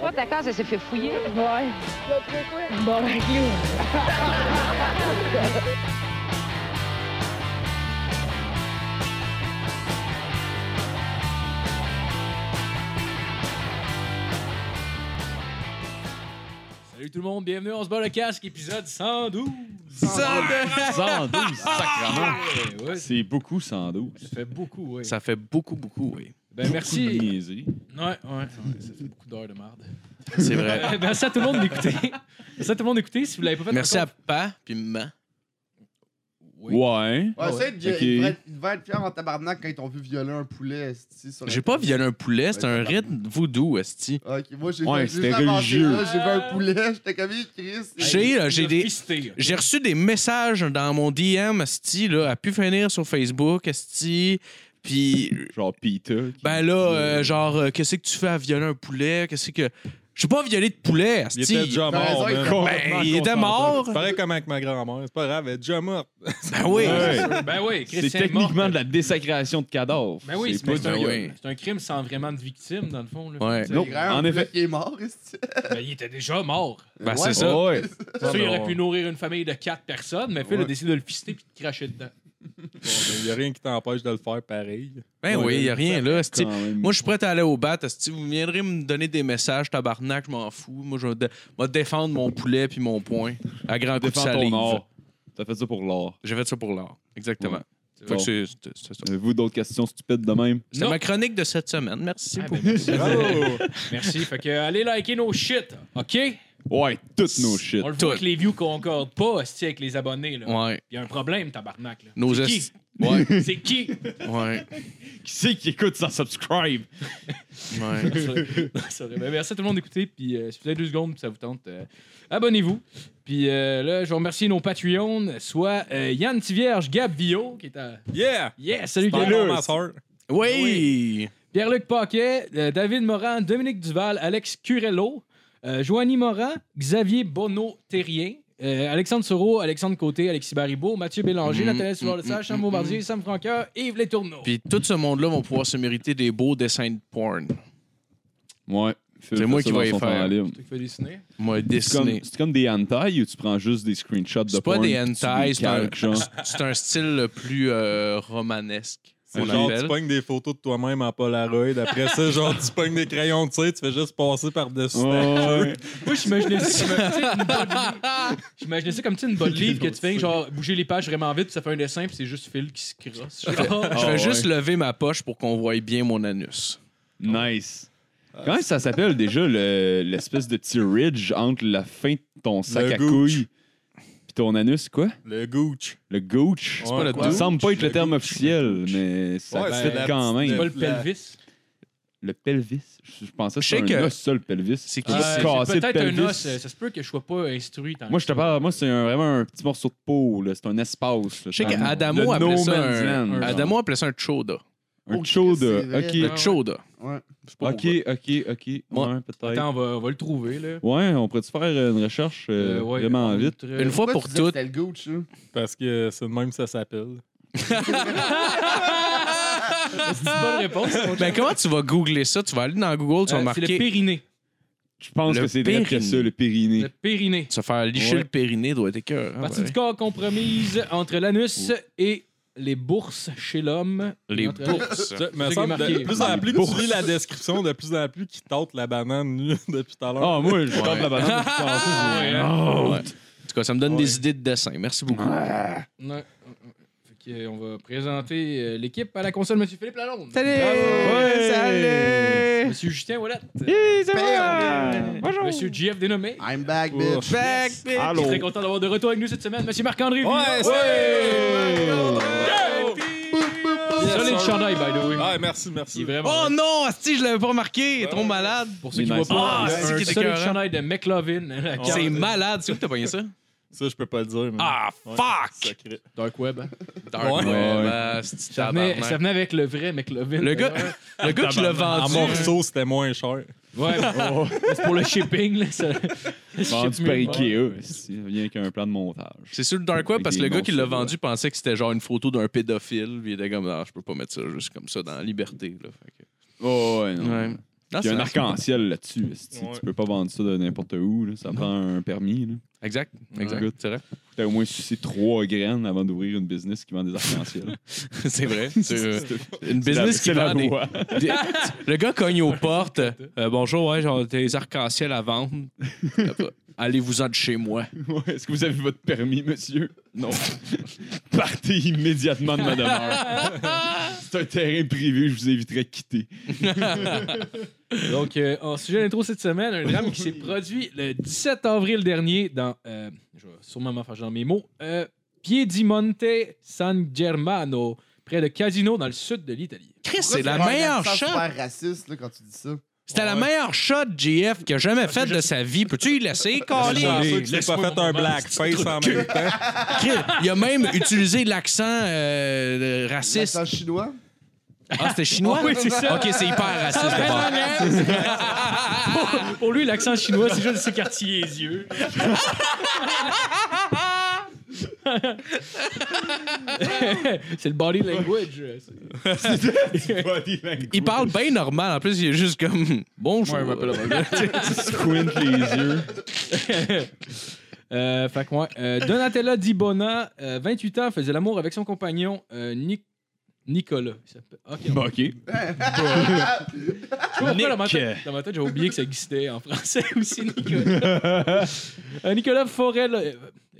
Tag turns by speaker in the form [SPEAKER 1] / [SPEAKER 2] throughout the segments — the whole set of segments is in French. [SPEAKER 1] Toi, ta case, elle s'est fait fouiller.
[SPEAKER 2] Ouais. Bon, ben, clou.
[SPEAKER 3] Salut tout le monde, bienvenue, on se bat le casque, épisode 112.
[SPEAKER 4] 112,
[SPEAKER 5] Ah!
[SPEAKER 4] sacrement.
[SPEAKER 3] Ouais, ouais, ça
[SPEAKER 4] C'est beaucoup 112.
[SPEAKER 3] fait beaucoup, oui.
[SPEAKER 5] Ça fait beaucoup, beaucoup, oui.
[SPEAKER 3] Ben
[SPEAKER 4] Beaucoup de
[SPEAKER 3] merci.
[SPEAKER 4] niaiseries.
[SPEAKER 3] Ouais, ouais, ouais, ça fait beaucoup d'heures de merde.
[SPEAKER 5] C'est vrai.
[SPEAKER 3] merci à tout le monde d'écouter. Merci à tout le monde d'écouter. Si vous l'avez pas fait,
[SPEAKER 5] Merci à
[SPEAKER 3] encore-
[SPEAKER 5] Pa puis Ma.
[SPEAKER 3] Oui.
[SPEAKER 4] Ouais.
[SPEAKER 6] Ouais,
[SPEAKER 3] Ah
[SPEAKER 6] ça, il,
[SPEAKER 4] Ok.
[SPEAKER 6] il devrait être- il devait être fier en tabarnak quand ils t'ont vu violer un poulet. esti, sur la-
[SPEAKER 5] J'ai pas violé un poulet, c'est un rythme voodoo, esti.
[SPEAKER 6] Ok, moi j'ai
[SPEAKER 4] Ouais,
[SPEAKER 6] j'ai
[SPEAKER 4] c'était
[SPEAKER 6] juste avancé,
[SPEAKER 4] religieux.
[SPEAKER 6] là, J'ai vu un poulet, j'étais comme Ih, Chris.
[SPEAKER 5] J'ai, là,
[SPEAKER 3] Il
[SPEAKER 5] j'ai
[SPEAKER 3] a
[SPEAKER 5] des...
[SPEAKER 3] fisté, ok.
[SPEAKER 5] J'ai reçu des messages dans mon DM, esti, là, à pu finir sur Facebook, esti, puis
[SPEAKER 4] Genre Peter. qui-
[SPEAKER 5] ben là, euh, genre, euh, qu'est-ce que tu fais à violer un poulet, qu'est-ce que... J'ai pas violé de poulet,
[SPEAKER 7] Il
[SPEAKER 5] esti. Ben,
[SPEAKER 7] était déjà
[SPEAKER 6] T'as raison,
[SPEAKER 4] Oh,
[SPEAKER 7] mort.
[SPEAKER 6] il
[SPEAKER 7] man.
[SPEAKER 6] était-
[SPEAKER 7] Complètement
[SPEAKER 5] il était
[SPEAKER 7] concentré.
[SPEAKER 5] mort.
[SPEAKER 7] C'est pareil comme avec ma grand-mère. C'est pas grave, elle est déjà morte.
[SPEAKER 5] Ben oui.
[SPEAKER 4] Ouais.
[SPEAKER 3] Ben oui,
[SPEAKER 4] C'est
[SPEAKER 3] Christian est mort.
[SPEAKER 4] techniquement de la désacration de cadavre.
[SPEAKER 3] Ben oui, c'est
[SPEAKER 4] pas
[SPEAKER 3] mais c'est
[SPEAKER 4] du-
[SPEAKER 3] un,
[SPEAKER 5] oui.
[SPEAKER 3] c'est un crime sans vraiment de victime, dans le fond. Là.
[SPEAKER 5] Ouais.
[SPEAKER 3] Tu sais,
[SPEAKER 6] Non,
[SPEAKER 4] Nope,
[SPEAKER 6] en
[SPEAKER 4] en
[SPEAKER 6] effet.
[SPEAKER 4] effet.
[SPEAKER 6] Il est mort, esti.
[SPEAKER 3] Ben, il était déjà mort.
[SPEAKER 5] Ben,
[SPEAKER 6] Ouais.
[SPEAKER 5] c'est
[SPEAKER 7] Oh.
[SPEAKER 5] ça.
[SPEAKER 4] Ouais.
[SPEAKER 3] C'est sûr, il aurait
[SPEAKER 7] non.
[SPEAKER 3] pu nourrir une famille de quatre personnes, mais Phil a
[SPEAKER 7] Ouais.
[SPEAKER 3] décidé de le fister puis de cracher dedans.
[SPEAKER 7] ben, Il y a rien qui t'empêche de le faire pareil.
[SPEAKER 5] Ben oui, y a rien, là, esti.
[SPEAKER 4] Quand même.
[SPEAKER 5] Moi, je suis prêt à aller au bat. Si vous viendrez me donner des messages, tabarnak, je m'en fous. Moi, je vais dé- vais défendre mon poulet puis mon point à grand coup de
[SPEAKER 4] défends ton
[SPEAKER 5] salive.
[SPEAKER 4] or. T'as fait ça pour l'or.
[SPEAKER 5] J'ai fait ça pour l'art. Exactement. Fait
[SPEAKER 4] Bon.
[SPEAKER 5] que c'est- c'est- c'est ça.
[SPEAKER 4] Avez-vous d'autres questions stupides de même?
[SPEAKER 5] C'est
[SPEAKER 3] Non.
[SPEAKER 5] ma chronique de cette semaine. Merci
[SPEAKER 3] Ah, ben,
[SPEAKER 5] beaucoup.
[SPEAKER 3] merci.
[SPEAKER 7] Bravo!
[SPEAKER 3] Merci. Fait que allez liker nos shit, OK?
[SPEAKER 4] Ouais, toutes nos shit.
[SPEAKER 3] On le voit
[SPEAKER 5] Tout.
[SPEAKER 3] que les views concordent pas hostie, avec les abonnés. Là.
[SPEAKER 4] ben,
[SPEAKER 5] Ouais.
[SPEAKER 3] Il y a un problème, tabarnak. Là.
[SPEAKER 5] Nos
[SPEAKER 3] C'est
[SPEAKER 5] est-
[SPEAKER 3] qui?
[SPEAKER 5] Ouais,
[SPEAKER 3] C'est qui?
[SPEAKER 5] ouais,
[SPEAKER 4] Qui c'est qui écoute sans subscribe?
[SPEAKER 5] ouais.
[SPEAKER 3] C'est vrai. Ben, merci à tout le monde d'écouter. Puis euh, si vous avez deux secondes, puis ça vous tente, euh, abonnez-vous. Puis euh, là, je remercie nos Patreons, soit euh, Yann Tivierge, Gab Villot, qui est à.
[SPEAKER 7] Yeah!
[SPEAKER 3] Yes, salut
[SPEAKER 7] Bon,
[SPEAKER 3] Gab.
[SPEAKER 7] ma soeur.
[SPEAKER 5] Oui!
[SPEAKER 3] Pierre-Luc Paquet, euh, David Morin, Dominique Duval, Alex Curello, euh, Joanie Morin, Xavier Bonneau-Terrien, euh, Alexandre Soro, Alexandre Côté, Alexis Baribeau, Mathieu Bélanger,
[SPEAKER 5] Mm,
[SPEAKER 3] Nathalie
[SPEAKER 5] mm,
[SPEAKER 3] Souvard-Lesage,
[SPEAKER 5] mm,
[SPEAKER 3] Sam
[SPEAKER 5] mm,
[SPEAKER 3] Bombardier, Sam Franqueur, Yves Les Tourneaux.
[SPEAKER 5] Puis tout ce monde-là va pouvoir se mériter des beaux dessins de porn.
[SPEAKER 4] Ouais. Phil
[SPEAKER 5] C'est
[SPEAKER 4] fait
[SPEAKER 5] moi
[SPEAKER 4] ça
[SPEAKER 5] qui
[SPEAKER 4] dans
[SPEAKER 5] vais
[SPEAKER 4] son
[SPEAKER 5] y faire.
[SPEAKER 4] temps libre.
[SPEAKER 3] Tu fais dessiner?
[SPEAKER 5] Moi,
[SPEAKER 4] C'est comme,
[SPEAKER 5] dessiné.
[SPEAKER 4] c'est comme des hentai ou tu prends juste des screenshots de
[SPEAKER 5] C'est pas
[SPEAKER 4] porn
[SPEAKER 5] des
[SPEAKER 4] puis tu
[SPEAKER 5] hentai,
[SPEAKER 4] les
[SPEAKER 5] c'est un,
[SPEAKER 4] calques, genre.
[SPEAKER 5] c'est un style plus euh, romanesque.
[SPEAKER 7] C'est
[SPEAKER 5] on
[SPEAKER 7] genre,
[SPEAKER 5] appelle.
[SPEAKER 7] tu pognes des photos de toi-même en Polaroid. Après ça, genre, tu pognes des crayons de cire, tu fais juste passer par-dessus.
[SPEAKER 4] Ouais.
[SPEAKER 3] Moi, j'imaginais ça comme tu sais, une bonne livre. J'imaginais ça comme tu sais, une bonne livre que tu fais genre bouger les pages vraiment vite, puis ça fait un dessin, puis c'est juste Phil qui se crosse. Genre.
[SPEAKER 5] Je vais
[SPEAKER 4] Ah,
[SPEAKER 5] juste lever ma poche pour qu'on voie bien mon anus.
[SPEAKER 4] Nice. Comment ça s'appelle déjà le- l'espèce de petit ridge entre la fin de ton sac
[SPEAKER 7] Le
[SPEAKER 4] à
[SPEAKER 7] gooch.
[SPEAKER 4] couilles pis ton anus, quoi?
[SPEAKER 7] Le gooch.
[SPEAKER 4] Le gooch.
[SPEAKER 7] C'est pas le
[SPEAKER 4] Ça
[SPEAKER 7] gooch.
[SPEAKER 4] semble pas être le,
[SPEAKER 7] Le
[SPEAKER 4] terme
[SPEAKER 7] gooch,
[SPEAKER 4] officiel, mais ça
[SPEAKER 7] Ouais,
[SPEAKER 4] fait
[SPEAKER 7] c'est la
[SPEAKER 4] quand même.
[SPEAKER 7] petite-
[SPEAKER 3] C'est pas le
[SPEAKER 7] La-
[SPEAKER 3] pelvis.
[SPEAKER 4] Le pelvis. Je, je pensais que
[SPEAKER 5] Je sais
[SPEAKER 4] c'était un
[SPEAKER 5] que-
[SPEAKER 4] os, ça, le pelvis.
[SPEAKER 5] C'est qui
[SPEAKER 4] Juste
[SPEAKER 5] c'est-
[SPEAKER 3] Euh,
[SPEAKER 4] casser
[SPEAKER 3] c'est
[SPEAKER 4] le
[SPEAKER 3] peut-être un
[SPEAKER 4] pelvis.
[SPEAKER 3] os. euh, Ça se peut que je sois pas instruit. tant
[SPEAKER 4] Moi,
[SPEAKER 3] que
[SPEAKER 4] je te parle, moi, c'est un- vraiment un petit morceau de peau, là. C'est un espace. là.
[SPEAKER 5] Je sais
[SPEAKER 4] C'est un-
[SPEAKER 5] qu'Adamo
[SPEAKER 4] Ah, le
[SPEAKER 5] appelait,
[SPEAKER 4] no
[SPEAKER 5] ça
[SPEAKER 4] man's
[SPEAKER 5] un-
[SPEAKER 4] land, genre.
[SPEAKER 5] Adamo appelait ça un choda.
[SPEAKER 4] Un
[SPEAKER 6] Oh,
[SPEAKER 4] chaud de-
[SPEAKER 6] c'est vrai.
[SPEAKER 4] Ok.
[SPEAKER 5] Le choda.
[SPEAKER 6] Ouais.
[SPEAKER 4] Ok, ok, ok. Ouais, peut-être.
[SPEAKER 3] Attends, on va, on va le trouver, là.
[SPEAKER 4] Ouais, on pourrait-tu faire une recherche euh,
[SPEAKER 3] Euh, ouais,
[SPEAKER 4] vraiment
[SPEAKER 3] on
[SPEAKER 4] vite?
[SPEAKER 3] montre, euh,
[SPEAKER 5] Une fois
[SPEAKER 6] Pourquoi
[SPEAKER 5] pour
[SPEAKER 6] tu disais que
[SPEAKER 5] toutes.
[SPEAKER 6] C'était le hein? gooch, là?
[SPEAKER 7] Parce que c'est de même que ça s'appelle.
[SPEAKER 3] C'est une bonne réponse. mon
[SPEAKER 5] Ben,
[SPEAKER 3] chum.
[SPEAKER 5] comment tu vas googler ça? Tu vas aller dans Google, tu
[SPEAKER 3] Euh, C'est
[SPEAKER 5] vas
[SPEAKER 3] le
[SPEAKER 5] marquer.
[SPEAKER 3] périnée.
[SPEAKER 4] Je pense
[SPEAKER 5] Le
[SPEAKER 4] que c'est direct que
[SPEAKER 5] périnée.
[SPEAKER 4] ça, le périnée.
[SPEAKER 3] Le périnée.
[SPEAKER 5] Se faire licher
[SPEAKER 4] Ouais.
[SPEAKER 5] le périnée doit être cœur.
[SPEAKER 3] Partie du corps compromise entre l'anus et les bourses chez l'homme.
[SPEAKER 5] Les
[SPEAKER 3] Entre-
[SPEAKER 5] bourses.
[SPEAKER 7] Tu sais, mais
[SPEAKER 3] C'est
[SPEAKER 7] semble
[SPEAKER 3] marqué.
[SPEAKER 7] de plus en plus que
[SPEAKER 4] Bourse.
[SPEAKER 7] tu lis la description, de plus en plus qui tente la banane nue depuis tout à l'heure.
[SPEAKER 4] Ah, moi, je tape
[SPEAKER 5] Ouais.
[SPEAKER 4] la banane. puis je pense,
[SPEAKER 3] Ouais,
[SPEAKER 4] je dis,
[SPEAKER 3] hein?
[SPEAKER 4] Oh!
[SPEAKER 5] Ouais. En tout cas, ça me donne
[SPEAKER 7] Ouais.
[SPEAKER 5] des idées de dessin. Merci beaucoup.
[SPEAKER 3] Ouais. Fait que, euh, on va présenter euh, l'équipe à la console, Monsieur Philippe Lalonde.
[SPEAKER 4] Ouais!
[SPEAKER 3] Monsieur Justin Wallet.
[SPEAKER 6] Bam!
[SPEAKER 3] Monsieur JF Dénommé.
[SPEAKER 6] I'm back,
[SPEAKER 7] Oh.
[SPEAKER 6] bitch.
[SPEAKER 3] Je suis très content d'avoir de retour avec nous cette semaine. Monsieur Marc-André Villon.
[SPEAKER 7] Ouais, c'est- Yes,
[SPEAKER 3] Solide
[SPEAKER 7] sir.
[SPEAKER 3] chandail, by the way.
[SPEAKER 7] Ah, merci,
[SPEAKER 3] Il est
[SPEAKER 7] merci.
[SPEAKER 3] vraiment.
[SPEAKER 5] Oh non, Asti, je l'avais pas remarqué. Trop malade.
[SPEAKER 3] Pour ceux qui
[SPEAKER 4] Il est
[SPEAKER 3] voient
[SPEAKER 4] nice.
[SPEAKER 3] pas,
[SPEAKER 5] Ah,
[SPEAKER 3] c'est
[SPEAKER 5] c'est
[SPEAKER 3] un
[SPEAKER 5] qu'il est
[SPEAKER 3] solide
[SPEAKER 5] écœurant.
[SPEAKER 3] chandail de McLovin. la carte
[SPEAKER 5] C'est malade. C'est où que t'as pogné ça?
[SPEAKER 7] Ça, je peux pas le dire. mais-
[SPEAKER 5] Ah,
[SPEAKER 7] Ouais,
[SPEAKER 5] fuck!
[SPEAKER 7] secret.
[SPEAKER 3] Dark Web. hein.
[SPEAKER 5] Dark
[SPEAKER 4] Ouais.
[SPEAKER 5] Web, asti,
[SPEAKER 3] Ça venait,
[SPEAKER 5] tabarnak.
[SPEAKER 3] ça venait avec le vrai McLovin.
[SPEAKER 5] Le gars, le gars qui l'a
[SPEAKER 7] En
[SPEAKER 5] vendu.
[SPEAKER 7] morceaux, c'était moins cher.
[SPEAKER 3] Ouais, mais c'est pour le shipping. Là, ça... le
[SPEAKER 4] Vendu
[SPEAKER 3] shipment.
[SPEAKER 4] par Ikea. Ça vient avec un plan de montage.
[SPEAKER 5] C'est sur le Dark Web
[SPEAKER 4] Avec
[SPEAKER 5] parce que
[SPEAKER 4] des
[SPEAKER 5] le gars qui l'a
[SPEAKER 4] monstres,
[SPEAKER 5] vendu pensait que c'était genre une photo d'un pédophile. Puis il était comme, ah, je peux pas mettre ça juste comme ça dans la liberté. Là. Fait que-
[SPEAKER 4] Oh, ouais, non.
[SPEAKER 5] Non,
[SPEAKER 4] Il y a
[SPEAKER 5] c'est-
[SPEAKER 4] un arc-en-ciel là-dessus. esti.
[SPEAKER 7] Ouais.
[SPEAKER 4] Tu peux pas vendre ça de n'importe où. là. Ça prend un permis. là.
[SPEAKER 5] Exact, exact.
[SPEAKER 4] Ouais.
[SPEAKER 5] C'est vrai.
[SPEAKER 4] T'as au moins sucé trois graines avant d'ouvrir une business qui vend des arc-en-ciel.
[SPEAKER 5] c'est vrai. C'est- euh, Une
[SPEAKER 4] C'est la-
[SPEAKER 5] business qui
[SPEAKER 4] c'est la
[SPEAKER 5] vend des-
[SPEAKER 4] loi.
[SPEAKER 5] Des- Le gars cogne aux portes. Euh, bonjour, ouais, j'ai des arcs-en-ciel à vendre. Après, Allez-vous-en de chez moi.
[SPEAKER 4] Ouais, Est-ce que vous avez votre permis, monsieur? Non. Partez immédiatement de ma demeure. C'est un terrain privé, je vous éviterai de quitter.
[SPEAKER 3] Donc, euh, en sujet d'intro cette semaine, un drame qui s'est produit le 17 avril dernier dans. euh, je vais sûrement m'en faire dans mes mots. euh, Piedimonte San Germano, près de Casino, dans le sud de l'Italie.
[SPEAKER 5] Chris,
[SPEAKER 6] Pourquoi
[SPEAKER 5] c'est la
[SPEAKER 6] tu fais un
[SPEAKER 5] meilleure
[SPEAKER 6] accent
[SPEAKER 5] shot.
[SPEAKER 6] super raciste là, quand tu dis ça.
[SPEAKER 5] C'était la meilleure shot GF qu'il a
[SPEAKER 6] Ah,
[SPEAKER 5] jamais faite de sa vie. Peux-tu y laisser,
[SPEAKER 7] Je
[SPEAKER 5] Carly?
[SPEAKER 7] suis chanceux que j'ai pas fait un blackface en même temps.
[SPEAKER 5] Il a même utilisé l'accent euh, raciste.
[SPEAKER 6] L'accent chinois.
[SPEAKER 5] Ah, c'était chinois?
[SPEAKER 3] Ah oui, c'est ça.
[SPEAKER 5] Ok, c'est hyper raciste. d'abord.
[SPEAKER 3] Pour lui, l'accent chinois, c'est juste s'écartiller les yeux. c'est le body language.
[SPEAKER 4] Body language.
[SPEAKER 5] Il parle bien normal. En plus, il est juste comme hmm, bonjour.
[SPEAKER 4] Squint les yeux.
[SPEAKER 3] Euh, fait que ouais, euh, Donatella Di Bona, euh, 28 ans, faisait l'amour avec son compagnon euh, Nic- Nicolas. il s'appelle. Ok, non.
[SPEAKER 4] Bah, OK.
[SPEAKER 3] Euh, Je sais pas pourquoi dans ma tête,
[SPEAKER 4] Nick.
[SPEAKER 3] dans ma tête, j'ai oublié que ça existait en français aussi, Nicolas. Euh, Nicolas Forel euh,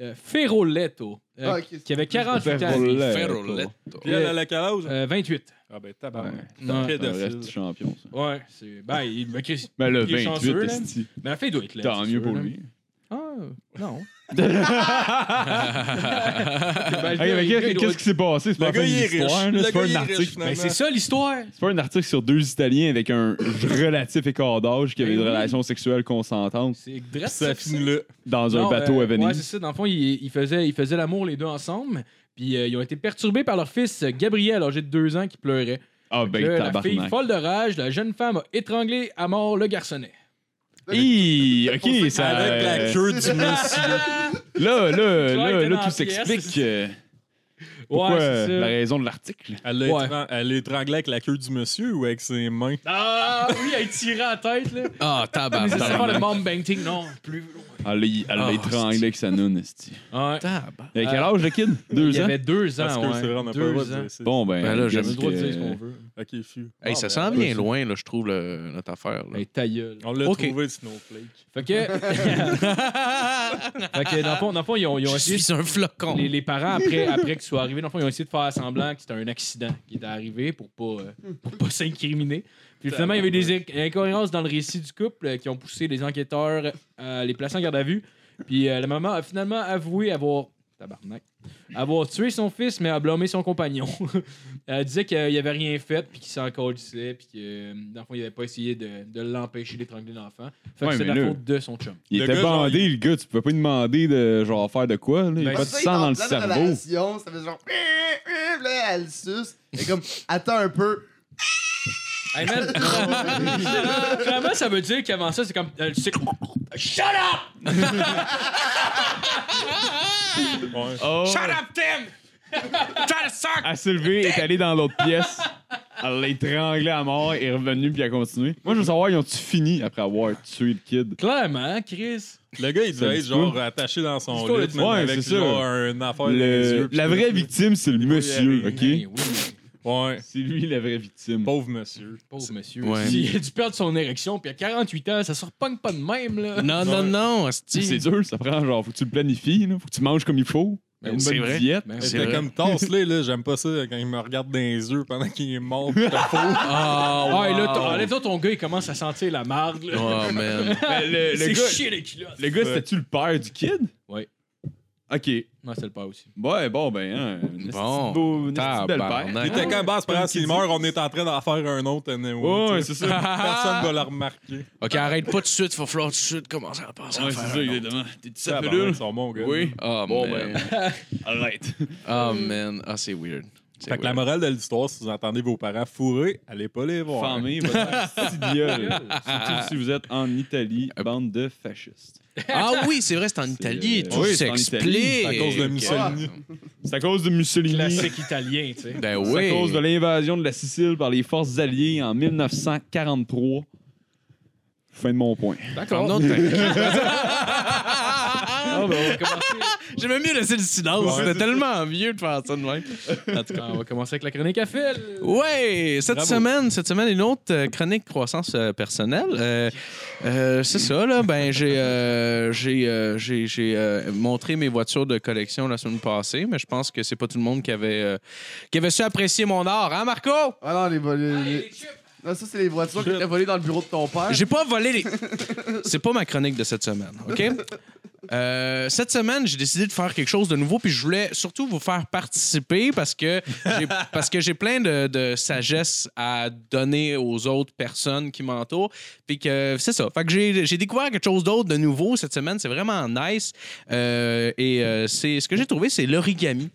[SPEAKER 3] euh, Ferroletto, euh,
[SPEAKER 6] Ah, ok, c'est-
[SPEAKER 3] qui avait 48 ans.
[SPEAKER 4] Ferroletto.
[SPEAKER 5] Ferroletto.
[SPEAKER 7] Puis elle, elle a quel âge?
[SPEAKER 3] Euh, 28.
[SPEAKER 7] Ah ben
[SPEAKER 4] Ouais.
[SPEAKER 7] tabarnak.
[SPEAKER 3] Ouais,
[SPEAKER 4] Ça reste champion, ça.
[SPEAKER 3] ouais c'est. Ben, il ben, Chris-
[SPEAKER 4] Ben le
[SPEAKER 3] Il est
[SPEAKER 4] 28,
[SPEAKER 3] chanceux, là.
[SPEAKER 4] esti.
[SPEAKER 3] ben, la fille doit être là.
[SPEAKER 4] Tant
[SPEAKER 3] c'est
[SPEAKER 4] mieux
[SPEAKER 3] sûr,
[SPEAKER 4] pour
[SPEAKER 3] là.
[SPEAKER 4] lui.
[SPEAKER 3] Ah, non.
[SPEAKER 4] Hey, mais qu'est- Qu'est-ce qui s'est passé? C'est pas la
[SPEAKER 7] Le
[SPEAKER 4] fin
[SPEAKER 7] gars,
[SPEAKER 4] de
[SPEAKER 7] il est riche.
[SPEAKER 4] l'histoire, là.
[SPEAKER 7] Le
[SPEAKER 4] C'est pas
[SPEAKER 7] gars,
[SPEAKER 4] un
[SPEAKER 7] il est riche,
[SPEAKER 4] article.
[SPEAKER 7] finalement.
[SPEAKER 3] Ben, c'est ça l'histoire.
[SPEAKER 4] C'est pas un article sur deux Italiens avec un relatif écart d'âge qui avait une
[SPEAKER 3] Ben oui.
[SPEAKER 4] relation sexuelle consentante
[SPEAKER 3] C'est dresse
[SPEAKER 7] Ça finit là.
[SPEAKER 4] dans
[SPEAKER 3] Non,
[SPEAKER 4] un bateau
[SPEAKER 3] ben,
[SPEAKER 4] à
[SPEAKER 3] Ouais, c'est
[SPEAKER 4] Venise.
[SPEAKER 3] ça. Dans le fond, ils, ils faisaient ils faisaient l'amour les deux ensemble. Puis euh, ils ont été perturbés par leur fils euh, Gabriel, âgé de 2 ans, qui pleurait.
[SPEAKER 4] Ah,
[SPEAKER 3] Fait que
[SPEAKER 4] ben,
[SPEAKER 3] là, la fille,
[SPEAKER 4] tabarnak.
[SPEAKER 3] folle de rage, la jeune femme a étranglé à mort le garçonnet.
[SPEAKER 4] Hi, ok, ça. euh,
[SPEAKER 7] Avec la queue du monsieur.
[SPEAKER 4] Là, là,
[SPEAKER 3] Claire
[SPEAKER 4] là,
[SPEAKER 3] était dans
[SPEAKER 4] là, tout
[SPEAKER 3] la pièce.
[SPEAKER 4] s'explique. euh, Pourquoi
[SPEAKER 3] ouais,
[SPEAKER 4] euh,
[SPEAKER 3] c'est ça.
[SPEAKER 4] la raison de l'article?
[SPEAKER 7] Elle l'a
[SPEAKER 3] Ouais.
[SPEAKER 7] étran- elle l'a étranglée avec la queue du monsieur ou avec ses mains?
[SPEAKER 3] Ah oui, elle tirait la tête, là.
[SPEAKER 5] Ah,
[SPEAKER 3] Mais c'est pas le
[SPEAKER 5] tabarnak.
[SPEAKER 3] bomb banking, non, plus.
[SPEAKER 4] Elle l'a- elle l'a
[SPEAKER 5] Ah,
[SPEAKER 4] étranglé
[SPEAKER 5] c'est-
[SPEAKER 4] avec sa noune, esti.
[SPEAKER 3] Ouais.
[SPEAKER 5] Tabarnak.
[SPEAKER 4] Avec quel âge, le kid?
[SPEAKER 3] Il
[SPEAKER 4] Deux
[SPEAKER 3] y
[SPEAKER 4] ans?
[SPEAKER 3] avait deux
[SPEAKER 7] Parce
[SPEAKER 3] ans,
[SPEAKER 7] que
[SPEAKER 3] ouais.
[SPEAKER 7] c'est vrai, on n'a pas le
[SPEAKER 3] deux
[SPEAKER 7] droit de
[SPEAKER 3] ans.
[SPEAKER 7] dire ça.
[SPEAKER 4] Bon, ben.
[SPEAKER 5] Ben là,
[SPEAKER 4] le
[SPEAKER 5] j'ai
[SPEAKER 3] On a
[SPEAKER 4] gars,
[SPEAKER 3] le droit de
[SPEAKER 4] euh,
[SPEAKER 3] dire ce qu'on veut.
[SPEAKER 7] Ok, fiu.
[SPEAKER 5] Hey, ça sent bien loin, là, je trouve, le- notre affaire. là.
[SPEAKER 3] Hey, ta gueule.
[SPEAKER 7] On l'a
[SPEAKER 5] Ok.
[SPEAKER 7] trouvé, le Snowflake.
[SPEAKER 3] Fait que. fait que, dans le fond, dans le fond, ils ont, ils ont
[SPEAKER 5] Je
[SPEAKER 3] essayé
[SPEAKER 5] suis un flocon.
[SPEAKER 3] les, les parents, après, après que soit arrivé, dans le fond, ils ont essayé de faire semblant que c'était un accident qui était arrivé pour pas, euh, pour pas s'incriminer. Puis finalement, il y avait des inc- incohérences dans le récit du couple euh, qui ont poussé les enquêteurs à les placer en garde à vue. Puis euh, la maman a finalement avoué avoir. Tabarnak. Avoir tué son fils, mais a blâmé son compagnon. Elle disait qu'il avait rien fait, puis qu'il s'en calissait, puis que, euh, dans le fond, il avait pas essayé de, de l'empêcher d'étrangler l'enfant. Fait que
[SPEAKER 4] Ouais,
[SPEAKER 3] c'est la
[SPEAKER 4] mais là-
[SPEAKER 3] faute de son chum.
[SPEAKER 4] Il
[SPEAKER 7] Le
[SPEAKER 4] était
[SPEAKER 7] gars,
[SPEAKER 4] bandé, le gars. Tu pouvais pas lui demander de genre faire de quoi, là. Il y a
[SPEAKER 3] Ben,
[SPEAKER 4] pas de
[SPEAKER 6] Ça, il
[SPEAKER 4] sang
[SPEAKER 6] est
[SPEAKER 4] dans
[SPEAKER 6] en
[SPEAKER 4] le
[SPEAKER 6] pleine
[SPEAKER 4] cerveau.
[SPEAKER 6] relation, Ça fait genre. Là, elle suce. Et comme, attends un peu.
[SPEAKER 3] Hey man! Euh, Clairement, ça veut dire qu'avant ça, c'est comme. euh, c'est- Shut up!
[SPEAKER 7] Ouais.
[SPEAKER 3] Ah.
[SPEAKER 4] Shut up, Tim! Elle s'est levée, est allée dans l'autre pièce. Elle l'a étranglé à mort, est revenue, puis elle a continué. Moi, je veux savoir, ils ont-tu fini après avoir tué le kid?
[SPEAKER 3] Clairement, Chris.
[SPEAKER 7] Le gars, il devait être
[SPEAKER 4] dit
[SPEAKER 7] genre attaché dans son
[SPEAKER 3] L'histoire
[SPEAKER 7] lit,
[SPEAKER 3] est-
[SPEAKER 7] man,
[SPEAKER 4] Ouais,
[SPEAKER 7] avec
[SPEAKER 4] c'est ça.
[SPEAKER 7] genre un affaire dans Oh, les
[SPEAKER 4] Le-
[SPEAKER 7] yeux. puis
[SPEAKER 4] la
[SPEAKER 7] tout.
[SPEAKER 4] vraie victime, c'est le monsieur,
[SPEAKER 3] Ben
[SPEAKER 4] OK?
[SPEAKER 3] oui, mais
[SPEAKER 7] Ouais.
[SPEAKER 4] C'est lui la vraie victime.
[SPEAKER 7] Pauvre monsieur.
[SPEAKER 3] pauvre monsieur.
[SPEAKER 5] Ouais.
[SPEAKER 3] S'il a dû perdre son érection, puis à 48 ans, ça se repogne pas de même, là.
[SPEAKER 5] Non, non, non,
[SPEAKER 4] Tu sais, C'est
[SPEAKER 5] esti.
[SPEAKER 4] dur, ça prend genre, faut que tu le planifies, là, faut que tu manges comme il faut.
[SPEAKER 5] Ben,
[SPEAKER 4] une
[SPEAKER 5] c'est
[SPEAKER 4] bonne
[SPEAKER 5] vrai.
[SPEAKER 4] diète.
[SPEAKER 3] Ben,
[SPEAKER 5] C'est
[SPEAKER 7] T'es
[SPEAKER 5] vrai.
[SPEAKER 7] comme tasse-là, là. J'aime pas ça quand il me regarde dans les yeux pendant qu'il est mort. pis t'as faux.
[SPEAKER 5] Ah,
[SPEAKER 3] Ah, et là,
[SPEAKER 5] wow.
[SPEAKER 3] ton- enlève-toi ton gars, il commence à sentir la marde, là.
[SPEAKER 5] Oh, man.
[SPEAKER 4] Ben, le, le
[SPEAKER 3] C'est
[SPEAKER 4] gars,
[SPEAKER 3] chier les culottes.
[SPEAKER 4] le gars, c'était-tu le père du kid?
[SPEAKER 3] Ouais.
[SPEAKER 4] OK.
[SPEAKER 3] Moi, c'est le pas aussi.
[SPEAKER 4] Ouais, bon, ben, hein, un
[SPEAKER 5] Bon.
[SPEAKER 4] esti beau- un esti bel
[SPEAKER 5] Tabarnak.
[SPEAKER 4] père.
[SPEAKER 7] Il était comme, bah, c'est pas grave, s'il meurt, on est en train d'en faire un autre. anyway,
[SPEAKER 4] Ouais, ouais,
[SPEAKER 7] tu sais.
[SPEAKER 4] c'est ça.
[SPEAKER 7] Personne va le remarquer.
[SPEAKER 5] Ok, arrête pas tout de suite, faut falloir tout de suite commencer à penser à
[SPEAKER 4] Ouais, c'est
[SPEAKER 5] faire
[SPEAKER 4] ça,
[SPEAKER 5] un
[SPEAKER 4] exactement. T'es-tu sa
[SPEAKER 7] Ah, ben,
[SPEAKER 4] pilule?
[SPEAKER 7] ils sont bons, gars.
[SPEAKER 4] Oui.
[SPEAKER 5] Oh,
[SPEAKER 4] Bon,
[SPEAKER 5] man.
[SPEAKER 4] ben, arrête.
[SPEAKER 5] Ah, man. Ah, c'est weird. C'est
[SPEAKER 7] Fait que la
[SPEAKER 5] weird.
[SPEAKER 7] morale de l'histoire, si vous entendez vos parents fourrer, allez pas les voir.
[SPEAKER 4] Famille, votre petite gueule. Surtout si vous êtes en Italie, bande de fascistes.
[SPEAKER 5] Ah oui, c'est vrai, c'est en Italie.
[SPEAKER 4] euh,
[SPEAKER 5] Tout
[SPEAKER 4] oui, c'est en Italie,
[SPEAKER 5] s'explique. Ah.
[SPEAKER 4] c'est
[SPEAKER 7] À cause de Mussolini.
[SPEAKER 4] C'est à cause de Mussolini.
[SPEAKER 3] Classique italien, tu sais.
[SPEAKER 5] Ben
[SPEAKER 4] C'est
[SPEAKER 5] oui.
[SPEAKER 4] à cause de l'invasion de la Sicile par les forces alliées en 1943 Fin de mon point.
[SPEAKER 5] D'accord. Non,
[SPEAKER 3] Ah, ben, on va commencer-
[SPEAKER 5] J'aimais mieux laisser le silence. C'était tellement mieux de faire ça de même.
[SPEAKER 3] En tout cas, Ah, on va commencer avec la chronique à fil.
[SPEAKER 5] Ouais, cette
[SPEAKER 3] Bravo.
[SPEAKER 5] semaine, cette semaine, une autre euh, chronique croissance euh, personnelle. Euh, euh, c'est ça, là. Ben, j'ai, euh, j'ai, euh, j'ai, j'ai, euh, montré mes voitures de collection la semaine passée, mais je pense que c'est pas tout le monde qui avait, euh, qui avait su apprécier mon art, hein, Marco?
[SPEAKER 6] Ah non, les, vol- les- Non, ça, c'est les voitures que t'as volées dans le bureau de ton père.
[SPEAKER 5] J'ai pas volé les. C'est pas ma chronique de cette semaine, OK? Euh, cette semaine, j'ai décidé de faire quelque chose de nouveau, puis je voulais surtout vous faire participer parce que j'ai, parce que j'ai plein de, de sagesse à donner aux autres personnes qui m'entourent. Puis que c'est ça. Fait que j'ai, j'ai découvert quelque chose d'autre de nouveau cette semaine. C'est vraiment nice. Euh, et euh, c'est, ce que j'ai trouvé, c'est l'origami.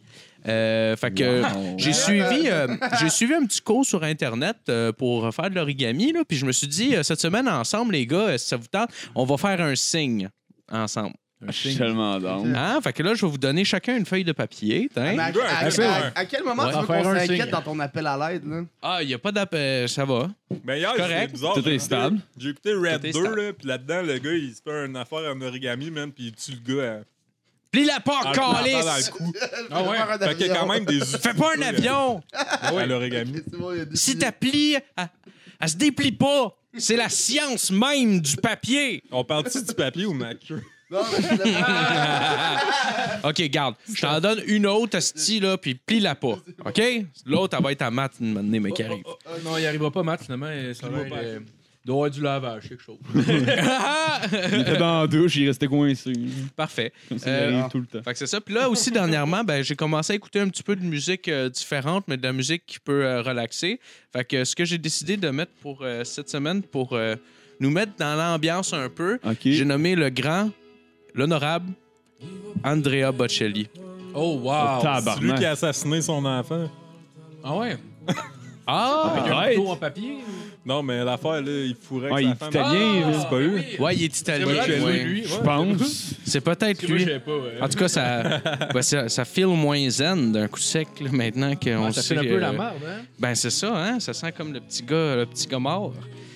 [SPEAKER 5] Euh, fait que j'ai suivi, euh, j'ai suivi un petit cours sur Internet euh, pour faire de l'origami. là, Puis je me suis dit, euh, cette semaine, ensemble, les gars, euh, si ça vous tente, on va faire un signe ensemble.
[SPEAKER 4] Je suis tellement down.
[SPEAKER 5] Hein? Fait que là, je vais vous donner chacun une feuille de papier. t'in.
[SPEAKER 6] Mais à,
[SPEAKER 7] Ouais,
[SPEAKER 6] à-
[SPEAKER 7] un peu,
[SPEAKER 6] à-
[SPEAKER 7] ouais.
[SPEAKER 6] à quel moment
[SPEAKER 5] Ouais.
[SPEAKER 6] tu veux
[SPEAKER 3] Faire
[SPEAKER 6] qu'on
[SPEAKER 3] un
[SPEAKER 6] s'inquiète
[SPEAKER 3] signe.
[SPEAKER 6] dans ton appel à l'aide? là?
[SPEAKER 5] Ah, il n'y a pas d'appel. Ça va.
[SPEAKER 7] Mais hier,
[SPEAKER 5] hein. Correct.
[SPEAKER 7] c'était bizarre.
[SPEAKER 4] Tout est
[SPEAKER 7] j'ai écouté-
[SPEAKER 4] stable.
[SPEAKER 7] J'ai écouté Red
[SPEAKER 5] Tout est
[SPEAKER 7] 2,
[SPEAKER 5] stable.
[SPEAKER 7] là, puis là-dedans, le gars, il se fait une affaire en origami, man, puis il tue le gars. à-
[SPEAKER 5] Plie la porte,
[SPEAKER 7] en- en- dans le
[SPEAKER 5] Ah, calice!
[SPEAKER 7] cou.
[SPEAKER 3] Ah ouais,
[SPEAKER 6] Faire un
[SPEAKER 7] Fait qu'il y a
[SPEAKER 6] avion.
[SPEAKER 7] quand même des. euh,
[SPEAKER 5] Fais pas un avion!
[SPEAKER 7] À l'origami.
[SPEAKER 6] C'est bon, il y a des-
[SPEAKER 5] Si t'as plié, elle, elle se déplie pas! C'est la science même du papier!
[SPEAKER 7] On parle-tu du papier ou de ma queue?
[SPEAKER 6] Non, mais c'est le-
[SPEAKER 5] OK, garde. Je t'en donne une autre, asti, là, puis plie-la pas. OK? L'autre, elle va être à mat une matinée, mais qui arrive.
[SPEAKER 3] Ah, non, il arrivera pas, Matt, finalement. euh, Ça va
[SPEAKER 7] va pas.
[SPEAKER 3] être, euh, il doit y avoir du lavage, quelque chose.
[SPEAKER 4] Il était dans la douche, il restait coincé.
[SPEAKER 5] Parfait.
[SPEAKER 4] Comme ça, il
[SPEAKER 5] Euh,
[SPEAKER 4] arrive tout le temps.
[SPEAKER 5] Fait que c'est ça. Puis là aussi, dernièrement, ben, j'ai commencé à écouter un petit peu de musique euh, différente, mais de la musique qui peut euh, relaxer. Fait que euh, ce que j'ai décidé de mettre pour euh, cette semaine, pour euh, nous mettre dans l'ambiance un peu,
[SPEAKER 4] OK.
[SPEAKER 5] j'ai nommé le grand, l'honorable Andrea Bocelli.
[SPEAKER 3] Oh, wow.
[SPEAKER 7] Celui qui
[SPEAKER 4] Tabarnak.
[SPEAKER 7] a assassiné son enfant.
[SPEAKER 3] Ah ouais? Ah,
[SPEAKER 5] Ah!
[SPEAKER 3] Avec un
[SPEAKER 4] Arrête.
[SPEAKER 3] couteau en papier?
[SPEAKER 7] Non, mais l'affaire, là, il fourrait
[SPEAKER 4] Ouais, Ah,
[SPEAKER 7] sa
[SPEAKER 4] il est
[SPEAKER 7] femme.
[SPEAKER 4] italien,
[SPEAKER 5] Ah,
[SPEAKER 3] ah,
[SPEAKER 4] là.
[SPEAKER 7] c'est pas eux.
[SPEAKER 5] Ouais, il est italien.
[SPEAKER 3] vrai,
[SPEAKER 5] ouais.
[SPEAKER 3] c'est
[SPEAKER 5] C'est,
[SPEAKER 3] lui,
[SPEAKER 4] Je
[SPEAKER 3] ouais.
[SPEAKER 4] pense.
[SPEAKER 5] peut-être
[SPEAKER 3] Moi, je
[SPEAKER 5] lui.
[SPEAKER 3] savais pas. euh,
[SPEAKER 5] En tout cas, ça, ben, ça, ça file moins zen d'un coup sec là, maintenant qu'on
[SPEAKER 3] Ah, ça
[SPEAKER 5] sait.
[SPEAKER 3] fait un peu la
[SPEAKER 5] euh,
[SPEAKER 3] merde, hein?
[SPEAKER 5] ben c'est ça, hein? Ça sent comme le petit gars, le petit gars mort.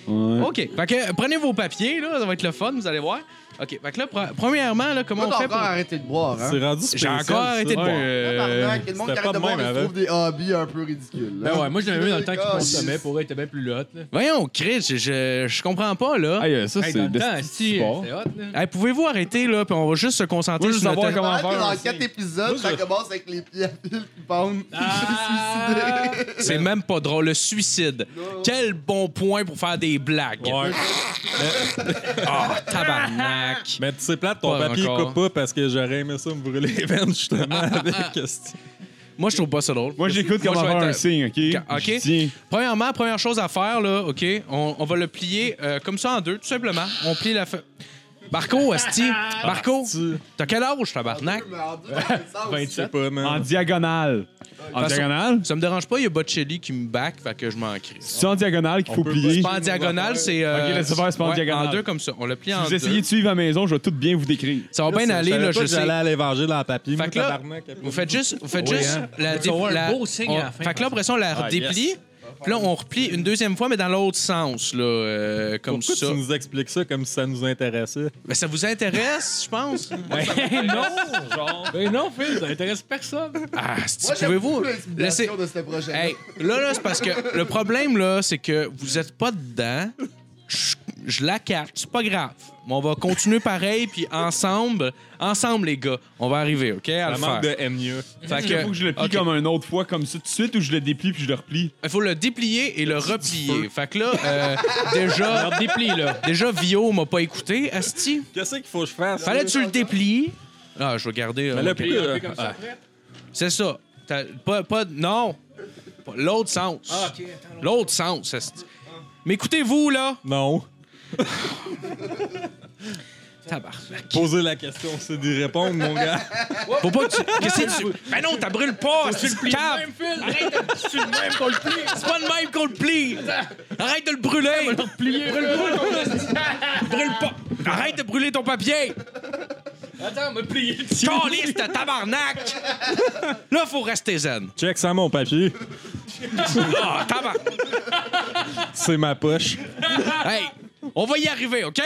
[SPEAKER 4] Ouais.
[SPEAKER 5] OK. Fait que euh, prenez vos papiers, là. Ça va être le fun, vous allez voir. OK. Fait que là, pre- premièrement, là, comment
[SPEAKER 6] Moi,
[SPEAKER 5] on
[SPEAKER 6] t'as
[SPEAKER 5] fait
[SPEAKER 6] encore
[SPEAKER 5] pour...
[SPEAKER 6] arrêté de boire, hein?
[SPEAKER 7] C'est rendu
[SPEAKER 5] Ah! J'ai
[SPEAKER 7] spécial,
[SPEAKER 5] encore arrêté de
[SPEAKER 7] ça.
[SPEAKER 5] boire. euh,
[SPEAKER 6] Tabarnak, il y a le monde
[SPEAKER 7] c'était
[SPEAKER 6] qui
[SPEAKER 7] pas
[SPEAKER 6] arrête de
[SPEAKER 7] de
[SPEAKER 6] boire,
[SPEAKER 7] même
[SPEAKER 6] il se
[SPEAKER 7] avant.
[SPEAKER 6] trouve des hobbies un peu ridicules. hein. là.
[SPEAKER 3] Ben ouais, moi, je l'avais mis dans le temps qu'il
[SPEAKER 6] Ah,
[SPEAKER 3] consommait.
[SPEAKER 6] c'est-
[SPEAKER 3] Pour eux, il était bien plus le hot, là.
[SPEAKER 5] Voyons, Chris, je, je, je comprends pas, là.
[SPEAKER 4] Ah, yeah, ça,
[SPEAKER 3] Hey,
[SPEAKER 4] c'est
[SPEAKER 3] dans le
[SPEAKER 4] de-
[SPEAKER 3] temps, si,
[SPEAKER 4] c'est
[SPEAKER 3] euh,
[SPEAKER 4] fort.
[SPEAKER 3] c'était hot, là.
[SPEAKER 5] Hey, Pouvez-vous arrêter, là, puis on va juste se concentrer
[SPEAKER 4] Moi,
[SPEAKER 5] sur
[SPEAKER 4] juste
[SPEAKER 5] notre...
[SPEAKER 4] savoir comment-
[SPEAKER 6] Pendant que
[SPEAKER 4] faire,
[SPEAKER 6] Ah, Dans 4 épisodes,
[SPEAKER 7] Moi,
[SPEAKER 6] ça
[SPEAKER 7] je-
[SPEAKER 6] commence avec les pieds à fil qui pendent.
[SPEAKER 3] Ah!
[SPEAKER 5] Ah. C'est même pas drôle, le suicide. Quel bon point pour faire des blagues.
[SPEAKER 7] Ouais.
[SPEAKER 5] Ah, tabarnak.
[SPEAKER 7] Mais tu sais, plate, ton
[SPEAKER 5] Pas
[SPEAKER 7] papier
[SPEAKER 5] encore.
[SPEAKER 7] coupe pas parce que j'aurais aimé ça me brûler les veines, justement, avec ce
[SPEAKER 5] Moi, je trouve pas ça drôle.
[SPEAKER 4] Moi, j'écoute comment
[SPEAKER 5] je vais
[SPEAKER 4] faire
[SPEAKER 5] être-
[SPEAKER 4] un signe, OK?
[SPEAKER 5] OK.
[SPEAKER 4] Je tiens.
[SPEAKER 5] Premièrement, première chose à faire, là, OK, on, on va le plier euh, comme ça en deux, tout simplement. On plie la feuille. Marco, Asti, Marco, t'as quel âge, tabarnak?
[SPEAKER 6] Mais en deux, ça fait sens.
[SPEAKER 7] Je sais pas,
[SPEAKER 4] En
[SPEAKER 7] man.
[SPEAKER 4] diagonale. En
[SPEAKER 5] Euh. Façon-
[SPEAKER 4] diagonale?
[SPEAKER 5] Ça me dérange pas, il y a Bocelli qui me back, fait que je m'en crie.
[SPEAKER 4] C'est en diagonale qu'il faut
[SPEAKER 7] peut
[SPEAKER 4] plier.
[SPEAKER 5] C'est pas en diagonale, c'est. euh,
[SPEAKER 4] Ok, laisse faire, c'est pas en
[SPEAKER 5] ouais,
[SPEAKER 4] diagonale.
[SPEAKER 5] En deux comme ça. On le plie
[SPEAKER 4] Si
[SPEAKER 5] en
[SPEAKER 4] vous
[SPEAKER 5] deux.
[SPEAKER 4] essayez de suivre à la maison, je vais tout bien vous décrire.
[SPEAKER 5] Ça va bien aller, là, je sais.
[SPEAKER 7] J'allais à l'évangile en papier,
[SPEAKER 5] Fait
[SPEAKER 7] mais
[SPEAKER 5] que là,
[SPEAKER 7] tabarnak.
[SPEAKER 5] Vous faites juste, vous faites
[SPEAKER 3] Oui,
[SPEAKER 5] juste
[SPEAKER 3] hein.
[SPEAKER 5] la,
[SPEAKER 3] Tu vas avoir un
[SPEAKER 5] la-
[SPEAKER 3] beau signe
[SPEAKER 5] on-
[SPEAKER 3] à la fin,
[SPEAKER 5] Fait que là, après ça, on la
[SPEAKER 7] Ah,
[SPEAKER 5] déplie.
[SPEAKER 7] yes.
[SPEAKER 5] Puis là, on replie une deuxième fois, mais dans l'autre sens, là, euh, comme
[SPEAKER 7] Pourquoi
[SPEAKER 5] ça.
[SPEAKER 7] tu nous expliques ça comme si ça nous intéressait?
[SPEAKER 5] Mais ça vous intéresse, je pense.
[SPEAKER 3] Ben non! Ben non, Phil, ça intéresse personne.
[SPEAKER 5] Ah, si
[SPEAKER 6] Moi, j'aime
[SPEAKER 5] pouvez-vous
[SPEAKER 6] beaucoup
[SPEAKER 5] laisser.
[SPEAKER 6] l'inspiration de ce projet.
[SPEAKER 5] Hey, là, là, c'est parce que le problème, là, c'est que vous êtes pas dedans. Je, je la capte, c'est pas grave. Mais on va continuer pareil, puis ensemble, ensemble, les gars, on va arriver, OK? À
[SPEAKER 7] Ça
[SPEAKER 5] le
[SPEAKER 7] manque
[SPEAKER 5] faire.
[SPEAKER 7] de MIA.
[SPEAKER 5] Fait
[SPEAKER 4] Il faut que je le plie
[SPEAKER 5] OK.
[SPEAKER 4] comme un autre fois, comme ça, tout de suite, ou je le déplie puis je le replie.
[SPEAKER 5] Il faut le déplier et le replier. Fait que là, euh, déjà. déplie, là. Déjà, Vio m'a pas écouté, Asti.
[SPEAKER 7] Qu'est-ce qu'il faut que je fasse?
[SPEAKER 5] Fallait que tu le déplies. Ah, je vais garder. euh,
[SPEAKER 7] Mais là,
[SPEAKER 5] mon
[SPEAKER 7] plus, euh, ah,
[SPEAKER 5] C'est ça. T'as- Pas, pas, non. Pas- L'autre sens.
[SPEAKER 3] Ah,
[SPEAKER 5] L'autre sens. esti. Mais écoutez-vous, là.
[SPEAKER 7] Non.
[SPEAKER 5] Tabarnak.
[SPEAKER 7] Poser la question, c'est d'y répondre, mon gars.
[SPEAKER 5] Faut pas que tu. Qu'est-ce que tu. Ben non, t'as brûlé pas. C'est le cave.
[SPEAKER 3] Ben, Phil, arrête, c'est le même qu'on le plie.
[SPEAKER 5] C'est pas le même qu'on le plie. Arrête de le brûler.
[SPEAKER 3] Plier,
[SPEAKER 5] Brûle pas. Arrête de brûler ton papier.
[SPEAKER 3] Attends, me plier.
[SPEAKER 5] Caliste, tabarnak. Là, faut rester zen.
[SPEAKER 7] Check ça, mon papier.
[SPEAKER 5] Ah, tabarnak.
[SPEAKER 7] C'est ma poche.
[SPEAKER 5] Hey, On va y arriver, OK?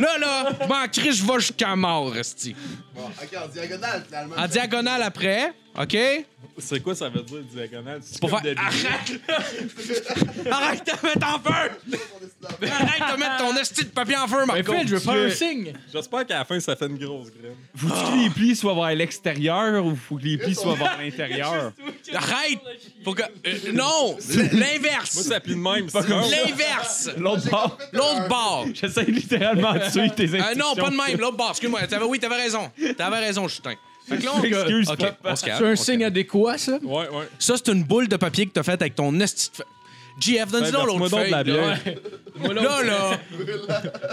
[SPEAKER 5] là, là, je m'en crie, je vais jusqu'à mort, Resti.
[SPEAKER 6] Bon, ok, en diagonale, finalement.
[SPEAKER 5] En diagonale après, OK?
[SPEAKER 7] C'est quoi ça veut dire diagonale? C'est
[SPEAKER 5] Pour
[SPEAKER 7] comme
[SPEAKER 5] faire. Ah!
[SPEAKER 7] d'habitude.
[SPEAKER 5] Arrête! Arrête de mettre en feu! Arrête de mettre ton esti de papier en feu,
[SPEAKER 3] Mais
[SPEAKER 5] Marco!
[SPEAKER 3] Ben, Phil, je veux faire
[SPEAKER 4] que-
[SPEAKER 3] un signe.
[SPEAKER 7] J'espère qu'à la fin, ça fait une grosse graine.
[SPEAKER 4] Faut-tu
[SPEAKER 5] Ah.
[SPEAKER 4] que les plis soient vers l'extérieur ou faut que les plis soient vers l'intérieur?
[SPEAKER 5] Arrête! Faut que. euh, non!
[SPEAKER 7] Moi,
[SPEAKER 5] L'inverse!
[SPEAKER 7] ça plie de même.
[SPEAKER 4] Pas comme
[SPEAKER 7] sinon-
[SPEAKER 5] L'inverse!
[SPEAKER 4] L'autre bord.
[SPEAKER 5] L'autre bord!
[SPEAKER 4] J'essaie littéralement de suivre tes
[SPEAKER 5] Euh,
[SPEAKER 4] instructions.
[SPEAKER 5] non, pas de même, l'autre bord, excuse-moi. T'avais, oui, t'avais raison. T'avais raison, Justin. Fait que là,
[SPEAKER 4] Je m'excuse,
[SPEAKER 5] OK,
[SPEAKER 4] papa.
[SPEAKER 5] on se calme,
[SPEAKER 3] C'est
[SPEAKER 5] on
[SPEAKER 3] un
[SPEAKER 5] se
[SPEAKER 3] signe
[SPEAKER 5] calme.
[SPEAKER 3] adéquat, ça.
[SPEAKER 7] Ouais, ouais.
[SPEAKER 5] Ça, c'est une boule de papier que t'as faite avec ton esti de fe- GF, donne-nous
[SPEAKER 7] Ben,
[SPEAKER 5] l'autre
[SPEAKER 7] verse-moi donc
[SPEAKER 5] feuille.
[SPEAKER 7] de la
[SPEAKER 5] là.
[SPEAKER 7] bière.
[SPEAKER 5] Là, là,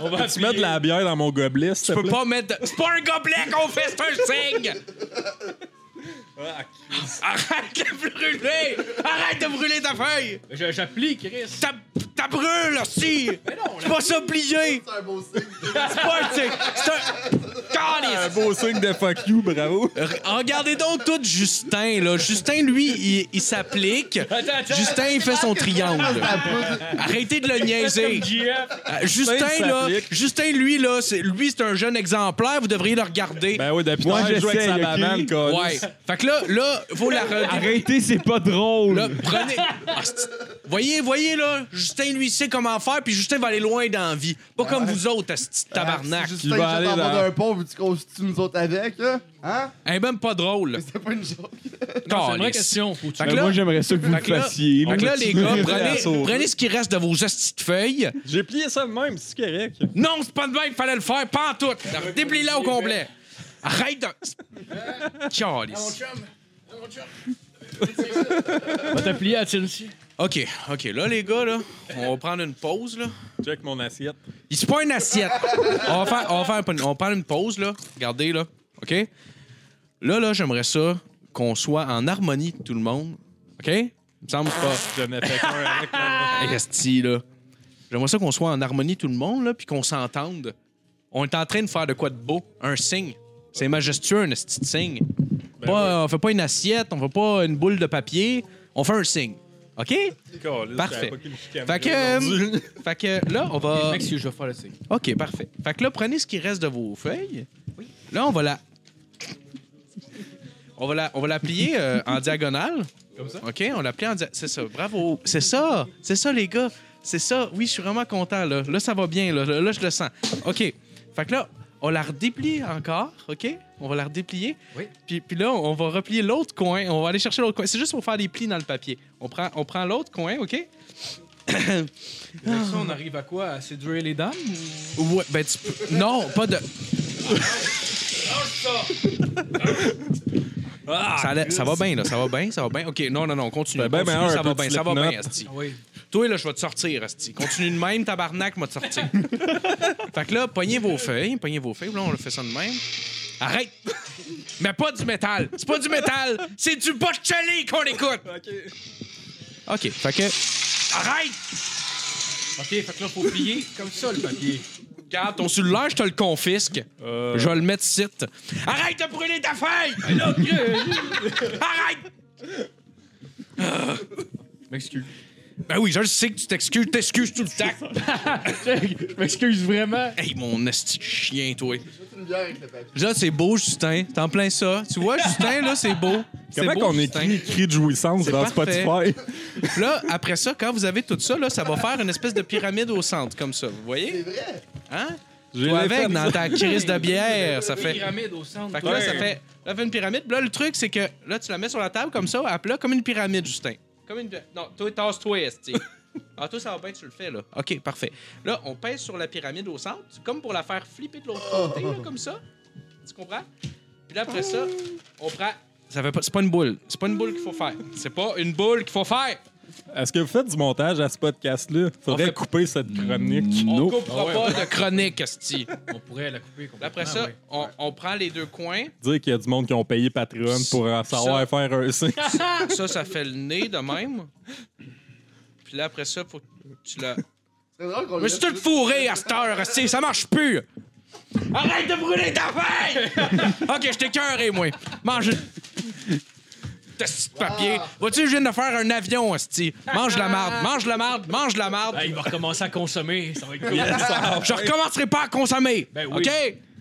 [SPEAKER 7] On va tu mettre de la bière dans mon gobelet, s'il
[SPEAKER 5] tu
[SPEAKER 7] te
[SPEAKER 5] peux
[SPEAKER 7] plaît?
[SPEAKER 5] pas mettre... de- C'est pas un gobelet qu'on fait, c'est un signe!
[SPEAKER 3] Ah,
[SPEAKER 5] Arrête de brûler! Arrête de brûler ta feuille!
[SPEAKER 3] Je- J'applique, Chris.
[SPEAKER 5] T'as, t'as brûle, aussi! C'est pas ça plié!
[SPEAKER 6] C'est un beau signe.
[SPEAKER 5] C'est pas un signe! C'est un... Calice!
[SPEAKER 3] Ah,
[SPEAKER 7] Un beau signe de fuck you, bravo.
[SPEAKER 5] Re- ah, Regardez donc tout Justin, là. Justin, lui, il, il s'applique.
[SPEAKER 3] Attends, attends.
[SPEAKER 5] Justin, il fait son triangle.
[SPEAKER 6] La poudre.
[SPEAKER 5] Arrêtez de le niaiser. Euh, Justin,
[SPEAKER 7] il
[SPEAKER 5] là,
[SPEAKER 7] s'applique.
[SPEAKER 5] Justin, lui, là, c'est, lui, c'est un jeune exemplaire. Vous devriez le regarder.
[SPEAKER 7] Ben oui, depuis
[SPEAKER 4] Moi,
[SPEAKER 7] tard, il joue avec sa
[SPEAKER 4] j'essaye, ok?
[SPEAKER 7] banane, câlisse.
[SPEAKER 5] ouais. Fait que là, là, faut la regarder.
[SPEAKER 4] Arrêtez, c'est pas drôle.
[SPEAKER 5] Là, prenez. Ah, c'est- voyez, voyez, là. Justin, lui, sait comment faire, puis Justin va aller loin dans la vie. Pas comme vous autres, asti
[SPEAKER 3] Ah,
[SPEAKER 5] de tabarnak.
[SPEAKER 6] C'est
[SPEAKER 7] il
[SPEAKER 6] Justin
[SPEAKER 7] va
[SPEAKER 6] qui
[SPEAKER 7] aller
[SPEAKER 6] jette en bas
[SPEAKER 7] dans-
[SPEAKER 6] d'un pont, vu qu'on se tue nous autres avec, là. Hein?
[SPEAKER 5] Elle est même pas drôle.
[SPEAKER 6] Mais c'était pas une joke.
[SPEAKER 3] Non, C'est une vraie
[SPEAKER 5] Calice.
[SPEAKER 3] question. Faut
[SPEAKER 5] Fait
[SPEAKER 4] Ben,
[SPEAKER 5] que là-
[SPEAKER 4] moi, j'aimerais ça que vous le
[SPEAKER 5] Fait que là-
[SPEAKER 4] fassiez.
[SPEAKER 5] fait que là, les gars,
[SPEAKER 7] tuer la
[SPEAKER 5] prenez,
[SPEAKER 7] sauveuse.
[SPEAKER 5] prenez ce qui reste de vos hosties de feuilles.
[SPEAKER 7] J'ai plié ça de même, c'est correct.
[SPEAKER 5] Non, c'est pas de même, fallait le faire, pas en tout. Déplie-la au complet. Arrête de. Calice.
[SPEAKER 3] On va t'applier à Chelsea.
[SPEAKER 5] OK, OK, là, les gars, là, on va prendre une pause, là.
[SPEAKER 7] Check mon assiette.
[SPEAKER 5] Il se pas une assiette. On va faire, on va faire une- on va prendre une pause, là. Regardez, là. OK? Là, là, j'aimerais ça qu'on soit en harmonie, tout le monde. OK? Il me semble pas.
[SPEAKER 7] Ah, Je n'ai fait qu'un avec mon...
[SPEAKER 5] Hey, esti, là. J'aimerais ça qu'on soit en harmonie tout le monde, là, puis qu'on s'entende. On est en train de faire de quoi de beau? Un signe. C'est majestueux, un esti de signe. Pas- On fait pas une assiette, on fait pas une boule de papier. On fait un signe. OK?
[SPEAKER 7] Câlisse,
[SPEAKER 5] Parfait.
[SPEAKER 7] j'avais pas qu'il me chicane
[SPEAKER 5] Fait que, euh,
[SPEAKER 7] aujourd'hui.
[SPEAKER 5] fait que là, on va...
[SPEAKER 3] Mec, si Ah. je vais faire le signe.
[SPEAKER 5] OK, parfait. Fait que là, prenez ce qui reste de vos feuilles. Là, on va la... On va, la, on va la plier euh, en diagonale. Comme ça? OK, on la plie en diagonale. C'est ça, bravo. C'est ça, c'est ça, les gars. C'est ça. Oui, je suis vraiment content, là. Là, ça va bien, là. Là, je le sens. OK. Fait que là, on la redéplie encore, OK? On va la redéplier.
[SPEAKER 3] Oui.
[SPEAKER 5] Puis, puis là, on va replier l'autre coin. On va aller chercher l'autre coin. C'est juste pour faire des plis dans le papier. On prend, on prend l'autre coin, OK?
[SPEAKER 3] Avec ça, on arrive à quoi? À séduire les dames?
[SPEAKER 5] Ouais, ben tu peux... Non, pas de... ça, allait- ça va bien, là. Ça va bien, ça va bien. OK, non, non, non, continue.
[SPEAKER 7] Ben, ben,
[SPEAKER 5] continue,
[SPEAKER 7] meilleur,
[SPEAKER 5] ça
[SPEAKER 7] un
[SPEAKER 5] va
[SPEAKER 7] peu de
[SPEAKER 5] Ah, bien, ça va bien,
[SPEAKER 7] Slipknot.
[SPEAKER 5] Asti.
[SPEAKER 3] Oui.
[SPEAKER 5] Toi, là, je vais te sortir, Asti. Continue de même, tabarnak, moi te sortir. fait que là, pognez vos feuilles, pognez vos feuilles. Là, on le fait ça de même. Arrête! Mais pas du métal! C'est pas du métal! C'est du Bocelli qu'on écoute! OK. OK, fait que... Arrête!
[SPEAKER 3] OK, fait que là, faut plier comme ça le papier.
[SPEAKER 5] Garde ton cellulaire, je te le confisque.
[SPEAKER 3] Euh.
[SPEAKER 5] Je vais le mettre ici. Arrête de brûler ta feuille! Arrête!
[SPEAKER 3] M'excuse.
[SPEAKER 5] Ben oui, je le sais que tu t'excuses, t'excuses tout le temps.
[SPEAKER 3] Je m'excuse vraiment.
[SPEAKER 5] Hey, mon esti de chien, toi.
[SPEAKER 6] Juste une bière avec le papier.
[SPEAKER 5] Là, c'est beau, Justin. T'en plein ça. Tu vois, Justin, là, c'est beau. C'est
[SPEAKER 7] Comment
[SPEAKER 5] beau,
[SPEAKER 7] qu'on
[SPEAKER 5] Justin.
[SPEAKER 7] écrit cri de jouissance
[SPEAKER 5] C'est
[SPEAKER 7] dans
[SPEAKER 5] parfait.
[SPEAKER 7] Spotify?
[SPEAKER 5] Là, après ça, quand vous avez tout ça, là, ça va faire une espèce de pyramide au centre, comme ça. Vous voyez?
[SPEAKER 6] C'est vrai.
[SPEAKER 5] Hein?
[SPEAKER 7] J'ai
[SPEAKER 5] Toi
[SPEAKER 7] l'ai fait,
[SPEAKER 5] avec, dans
[SPEAKER 7] ça.
[SPEAKER 5] ta crise de bière, ça fait...
[SPEAKER 3] pyramide au centre.
[SPEAKER 5] Fait que là, ça fait, là, fait une pyramide. Puis Là, le truc, c'est que là, tu la mets sur la table comme ça, à plat, comme une pyramide, Justin. Comme une. Non, toi, tasse-toi, Esti. Ah, toi, ça va bien, tu le fais, là. OK, parfait. Là, on pèse sur la pyramide au centre, tu- comme pour la faire flipper de l'autre côté, là, comme ça. Tu comprends? Puis là, après ça, on prend. Ça fait pas... C'est pas une boule. C'est pas une boule qu'il faut faire. C'est pas une boule qu'il faut faire.
[SPEAKER 7] Est-ce que vous faites du montage à ce podcast-là? Faudrait
[SPEAKER 5] On fait-
[SPEAKER 7] couper cette chronique.
[SPEAKER 5] On coupera pas de chronique, Esti. Puis
[SPEAKER 3] On pourrait la couper complètement.
[SPEAKER 5] Après ça,
[SPEAKER 3] ouais.
[SPEAKER 5] on, on prend les deux coins.
[SPEAKER 7] Dire qu'il y a du monde qui ont payé Patreon pour en savoir faire un signe.
[SPEAKER 5] Ça, ça fait le nez de même. Puis là, après ça, faut que tu la.
[SPEAKER 6] C'est drôle qu'on
[SPEAKER 5] Mais c'est tout fourré à cette heure, esti, ça marche plus! Arrête de brûler ta feuille! ok, je t'ai cœuré, moi. Mange une. ce petit papier.
[SPEAKER 3] Ah.
[SPEAKER 5] Vois-tu, je viens de faire un avion, hostie. Mange la marde, mange la marde, mange la marde.
[SPEAKER 3] Ah, il va recommencer à consommer. Ben, Ça va être cool.
[SPEAKER 5] Je recommencerai pas à consommer.
[SPEAKER 3] Ben oui.
[SPEAKER 5] OK?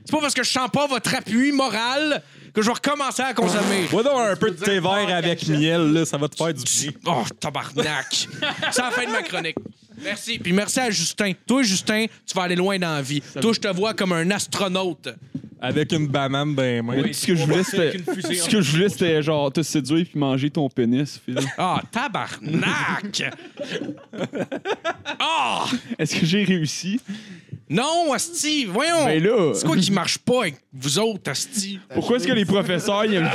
[SPEAKER 5] C'est pas parce que je sens pas votre appui moral que je vais recommencer à consommer.
[SPEAKER 7] Bois donc un peu de thé vert avec miel, là, ça va te faire du bien.
[SPEAKER 5] Oh, tabarnak! C'est la fin de ma chronique. Merci. Puis merci à Justin. Toi, Justin, tu vas aller loin dans la vie. Toi, je te vois comme un astronaute.
[SPEAKER 7] Avec une banane dans les mains.
[SPEAKER 3] Oui.
[SPEAKER 4] Ce que je voulais, c'était.
[SPEAKER 3] Avec une fusée
[SPEAKER 4] Ce que je voulais, c'était genre te séduire puis manger ton pénis, Phil.
[SPEAKER 5] Ah, tabarnak! Ah!
[SPEAKER 4] Est-ce que j'ai réussi?
[SPEAKER 5] Non, Asti, voyons!
[SPEAKER 4] Ben là.
[SPEAKER 5] C'est quoi qui marche pas avec vous autres, Asti?
[SPEAKER 4] Pourquoi est-ce que les professeurs ils aiment.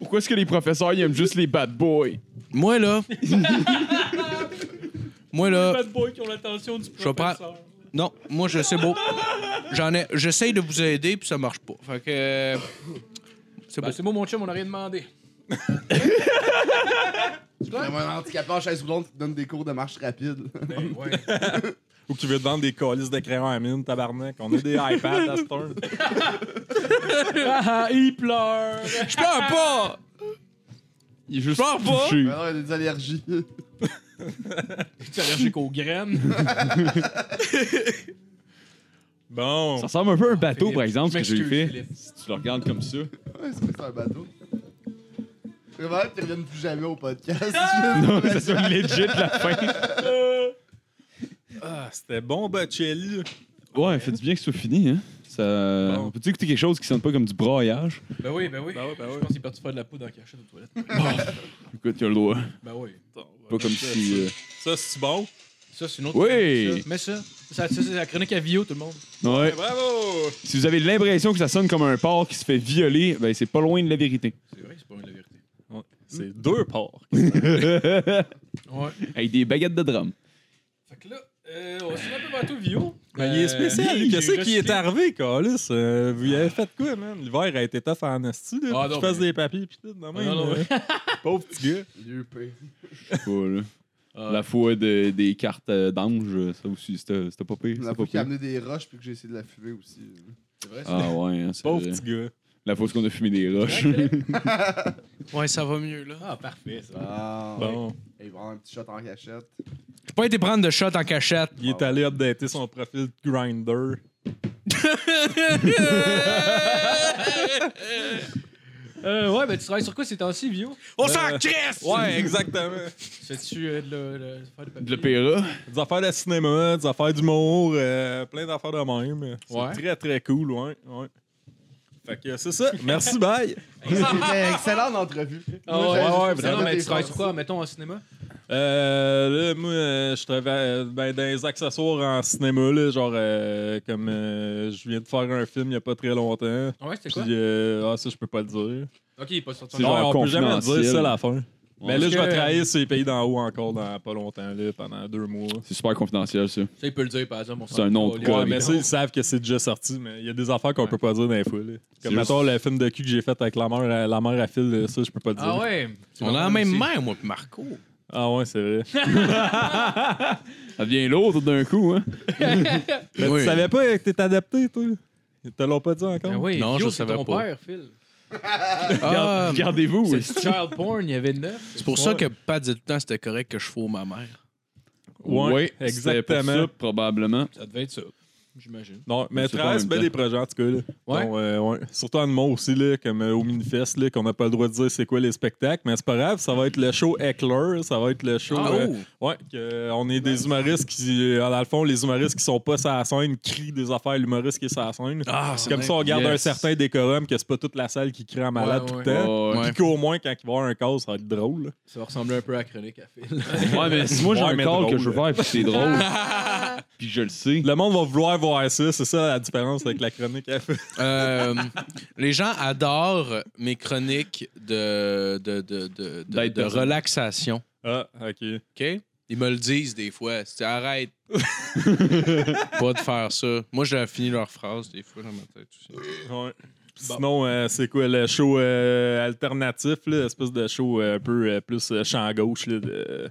[SPEAKER 4] Pourquoi est-ce que les professeurs ils aiment juste les bad boys?
[SPEAKER 5] Moi, là. Moi, là.
[SPEAKER 3] Bad boys qui ont l'attention du
[SPEAKER 5] Je vais prendre-
[SPEAKER 3] professeur.
[SPEAKER 5] Non, moi je sais beau. J'en ai. J'essaye de vous aider puis ça marche pas. Fait que. euh, C'est
[SPEAKER 3] Ben,
[SPEAKER 5] beau.
[SPEAKER 3] c'est moi, mon chum, on a rien demandé.
[SPEAKER 6] Mais Mon handicapé en chaise roulante qui te donne des cours de marche rapide.
[SPEAKER 7] Ou qui veut te vendre des colis de crayons à mine, tabarnak. On a des iPads à ce temps.
[SPEAKER 3] Ah, il pleure.
[SPEAKER 5] Je pleure pas!
[SPEAKER 4] Ils juste
[SPEAKER 5] Pas pas.
[SPEAKER 4] touchés.
[SPEAKER 6] Mais non, il y a des allergies.
[SPEAKER 3] Tu es allergique aux graines.
[SPEAKER 7] Bon.
[SPEAKER 4] Ça ressemble un peu à un bateau, par exemple, ce que j'ai
[SPEAKER 3] m'excuse,
[SPEAKER 4] fait.
[SPEAKER 3] Philippe.
[SPEAKER 4] Si tu le regardes comme ça.
[SPEAKER 6] Ouais, c'est vrai, c'est un bateau. Vraiment, qu'ils reviennent plus jamais au podcast.
[SPEAKER 4] Non, mais ça soit legit la fin.
[SPEAKER 7] Ah, c'était bon, Bocelli.
[SPEAKER 4] Ouais, fait du bien que ce soit fini, hein. Ça... On peut-tu écouter quelque chose qui sonne pas comme du braillage?
[SPEAKER 3] Ben oui, ben oui.
[SPEAKER 7] Ben oui, ben oui.
[SPEAKER 3] Je pense qu'il est parti faire de la poudre en cachette aux toilettes.
[SPEAKER 4] Écoute, y'a le droit.
[SPEAKER 3] Ben oui.
[SPEAKER 4] Pas comme si. euh,
[SPEAKER 7] Ça, c'est bon.
[SPEAKER 3] Ça, c'est une autre.
[SPEAKER 4] Oui!
[SPEAKER 3] Mais ça, ça, ça, c'est la chronique à Vio, tout le monde.
[SPEAKER 4] Ouais.
[SPEAKER 7] Bravo!
[SPEAKER 4] Si vous avez l'impression que ça sonne comme un porc qui se fait violer, ben c'est pas loin de la vérité.
[SPEAKER 3] C'est vrai, c'est pas une de la vérité.
[SPEAKER 7] C'est deux porcs.
[SPEAKER 3] Ouais.
[SPEAKER 4] Avec des baguettes de drum.
[SPEAKER 3] Fait que là, euh, on se met un peu partout, Vio.
[SPEAKER 7] Mais il est spécial.
[SPEAKER 3] lui,
[SPEAKER 7] Qu'est-ce
[SPEAKER 3] Euh, j'ai
[SPEAKER 7] qui est
[SPEAKER 3] recyclé-
[SPEAKER 7] arrivé, Calis? Euh, vous y avez fait quoi, man? L'hiver a été tough en esti,
[SPEAKER 3] Ah,
[SPEAKER 7] là. Faut que
[SPEAKER 3] non,
[SPEAKER 7] tu fasses
[SPEAKER 3] mais-
[SPEAKER 7] des papiers, pis tout. Non,
[SPEAKER 3] non, non,
[SPEAKER 7] Pauvre petit gars.
[SPEAKER 6] Dieu paix.
[SPEAKER 4] Pas, là.
[SPEAKER 3] Ah.
[SPEAKER 4] La foi de- des cartes euh, d'ange, ça aussi, c'était c'était pas pire.
[SPEAKER 6] La
[SPEAKER 4] c'était
[SPEAKER 6] fois
[SPEAKER 4] pas
[SPEAKER 6] qu'il a
[SPEAKER 4] pire.
[SPEAKER 6] amené des roches puis que j'ai essayé de la fumer aussi.
[SPEAKER 3] C'est vrai, c'est
[SPEAKER 4] Ah ouais, hein, c'est
[SPEAKER 7] Pauvre
[SPEAKER 4] vrai.
[SPEAKER 7] petit gars.
[SPEAKER 4] La fois qu'on a fumé des roches.
[SPEAKER 5] Ouais, ça va mieux là.
[SPEAKER 3] Ah, parfait, ça.
[SPEAKER 6] Ah.
[SPEAKER 7] Bon.
[SPEAKER 6] Et il prend un petit shot en cachette.
[SPEAKER 5] J'ai pas été prendre de shot en cachette.
[SPEAKER 7] Il est allé updater son profil de Grinder.
[SPEAKER 3] Euh, ouais, ben tu travailles sur quoi ces temps-ci, Vio?
[SPEAKER 5] On s'en crisse!
[SPEAKER 7] Ouais, exactement.
[SPEAKER 3] Fais-tu euh, de la- de la- faire du papier?
[SPEAKER 4] Le Péra.
[SPEAKER 7] Des affaires de cinéma, des affaires d'humour, euh, plein d'affaires de même. C'est
[SPEAKER 3] Ouais.
[SPEAKER 7] très, très cool, ouais. ouais. Fait que c'est ça. Merci, bye.
[SPEAKER 6] C'était une excellente entrevue.
[SPEAKER 3] Ah ouais,
[SPEAKER 6] Moi, j'ai-
[SPEAKER 3] ouais,
[SPEAKER 6] j'ai-
[SPEAKER 3] ouais,
[SPEAKER 6] j'ai-
[SPEAKER 3] vraiment, mais
[SPEAKER 6] j'ai-
[SPEAKER 3] tu travailles sur quoi, mettons, en cinéma?
[SPEAKER 7] Euh, là, moi, euh, je travaille ben, dans les accessoires en cinéma, là, genre euh, comme euh, je viens de faire un film il n'y a pas très longtemps.
[SPEAKER 3] Ouais, c'était
[SPEAKER 7] Puis,
[SPEAKER 3] quoi?
[SPEAKER 7] euh, ah, ça, je peux pas le dire.
[SPEAKER 3] Ok, il est pas sorti
[SPEAKER 4] C'est
[SPEAKER 3] encore.
[SPEAKER 4] genre
[SPEAKER 7] Ouais, on peut jamais
[SPEAKER 4] confidentiel.
[SPEAKER 7] dire ça à la fin.
[SPEAKER 4] Ouais.
[SPEAKER 7] Mais Ben, là, je
[SPEAKER 3] Parce
[SPEAKER 7] vais
[SPEAKER 3] que-
[SPEAKER 7] travailler sur les pays d'en haut encore dans pas longtemps, là, pendant deux mois.
[SPEAKER 4] C'est super confidentiel, ça.
[SPEAKER 3] Ça, il peut le dire, par exemple. on s'en
[SPEAKER 4] C'est un nom de
[SPEAKER 3] fout,
[SPEAKER 4] quoi,
[SPEAKER 3] les-
[SPEAKER 7] Ouais,
[SPEAKER 4] mais
[SPEAKER 7] mais ça, ils savent que c'est déjà sorti, mais il y a des affaires qu'on
[SPEAKER 3] Ouais.
[SPEAKER 7] peut pas dire dans les fois. là.
[SPEAKER 4] C'est
[SPEAKER 7] Comme mettons le film de cul que j'ai fait avec la mère, à- la mère à fil, là, ça, je peux pas le dire.
[SPEAKER 3] Ah ouais?
[SPEAKER 5] On a la même mère, moi, puis Marco.
[SPEAKER 7] Ah ouais, c'est vrai.
[SPEAKER 4] Ça devient lourd d'un coup, hein.
[SPEAKER 7] Mais
[SPEAKER 5] Oui.
[SPEAKER 7] tu savais pas que t'es adapté, toi? Ils te l'ont pas dit encore?
[SPEAKER 3] Ben oui,
[SPEAKER 5] Non,
[SPEAKER 3] Vio,
[SPEAKER 5] je
[SPEAKER 3] c'est
[SPEAKER 5] savais
[SPEAKER 3] ton
[SPEAKER 5] pas.
[SPEAKER 3] père, Phil.
[SPEAKER 5] Ah,
[SPEAKER 4] Regardez-vous.
[SPEAKER 3] C'est
[SPEAKER 4] oui.
[SPEAKER 3] du child porn, il y avait neuf.
[SPEAKER 5] c'est pour ça que Pat disait tout le temps c'était correct que je fous ma mère.
[SPEAKER 7] Ouais,
[SPEAKER 4] Ouais,
[SPEAKER 7] exactement.
[SPEAKER 4] c'était pour ça, probablement.
[SPEAKER 3] Ça devait être ça, j'imagine.
[SPEAKER 7] Non, mais
[SPEAKER 4] C'est pas en
[SPEAKER 7] travaille, c'est
[SPEAKER 4] même
[SPEAKER 7] bien
[SPEAKER 4] temps.
[SPEAKER 7] des projets, en tout cas. Là.
[SPEAKER 3] Ouais.
[SPEAKER 7] Donc, euh, ouais. Surtout en mot aussi, là, comme euh, au Minifest, là, qu'on n'a pas le droit de dire c'est quoi les spectacles, mais c'est pas grave, ça va être le show Heckler, ça va être le show.
[SPEAKER 5] Ah,
[SPEAKER 7] euh,
[SPEAKER 5] oh!
[SPEAKER 7] Ouais, que, euh, on est des humoristes qui, euh, dans le fond, les humoristes qui sont pas sur la scène crient des affaires, à l'humoriste qui est sur la scène.
[SPEAKER 5] Ah, c'est
[SPEAKER 7] Comme
[SPEAKER 5] vrai.
[SPEAKER 7] ça, on garde
[SPEAKER 4] Yes.
[SPEAKER 7] un certain décorum que c'est pas toute la salle qui crie en malade
[SPEAKER 3] Ouais,
[SPEAKER 7] tout le
[SPEAKER 3] ouais.
[SPEAKER 7] temps.
[SPEAKER 4] Ouais.
[SPEAKER 5] Ouais.
[SPEAKER 7] Puis qu'au moins, quand il va y avoir un cas, ça va être drôle. là.
[SPEAKER 3] Ça va ressembler un peu à la chronique à Phil.
[SPEAKER 4] Ouais, mais si moi j'ai
[SPEAKER 7] Ouais,
[SPEAKER 4] un
[SPEAKER 7] mais
[SPEAKER 4] call
[SPEAKER 7] drôle,
[SPEAKER 4] que je veux faire, puis c'est drôle, puis je le sais.
[SPEAKER 7] Le monde va vouloir voir ça, c'est ça la différence avec la chronique à fait.
[SPEAKER 5] Euh, les gens adorent mes chroniques de, de, de, de, de-
[SPEAKER 4] D'être
[SPEAKER 5] de
[SPEAKER 4] personne.
[SPEAKER 5] relaxation.
[SPEAKER 7] Ah, ok.
[SPEAKER 5] OK? Ils me le disent des fois. C'est arrête. pas de faire ça. Moi, j'ai fini leur phrase des fois dans ma tête aussi.
[SPEAKER 7] Ouais. Sinon, euh, c'est quoi le show euh, alternatif, là, espèce de show euh, un peu euh, plus euh, champ gauche là, de,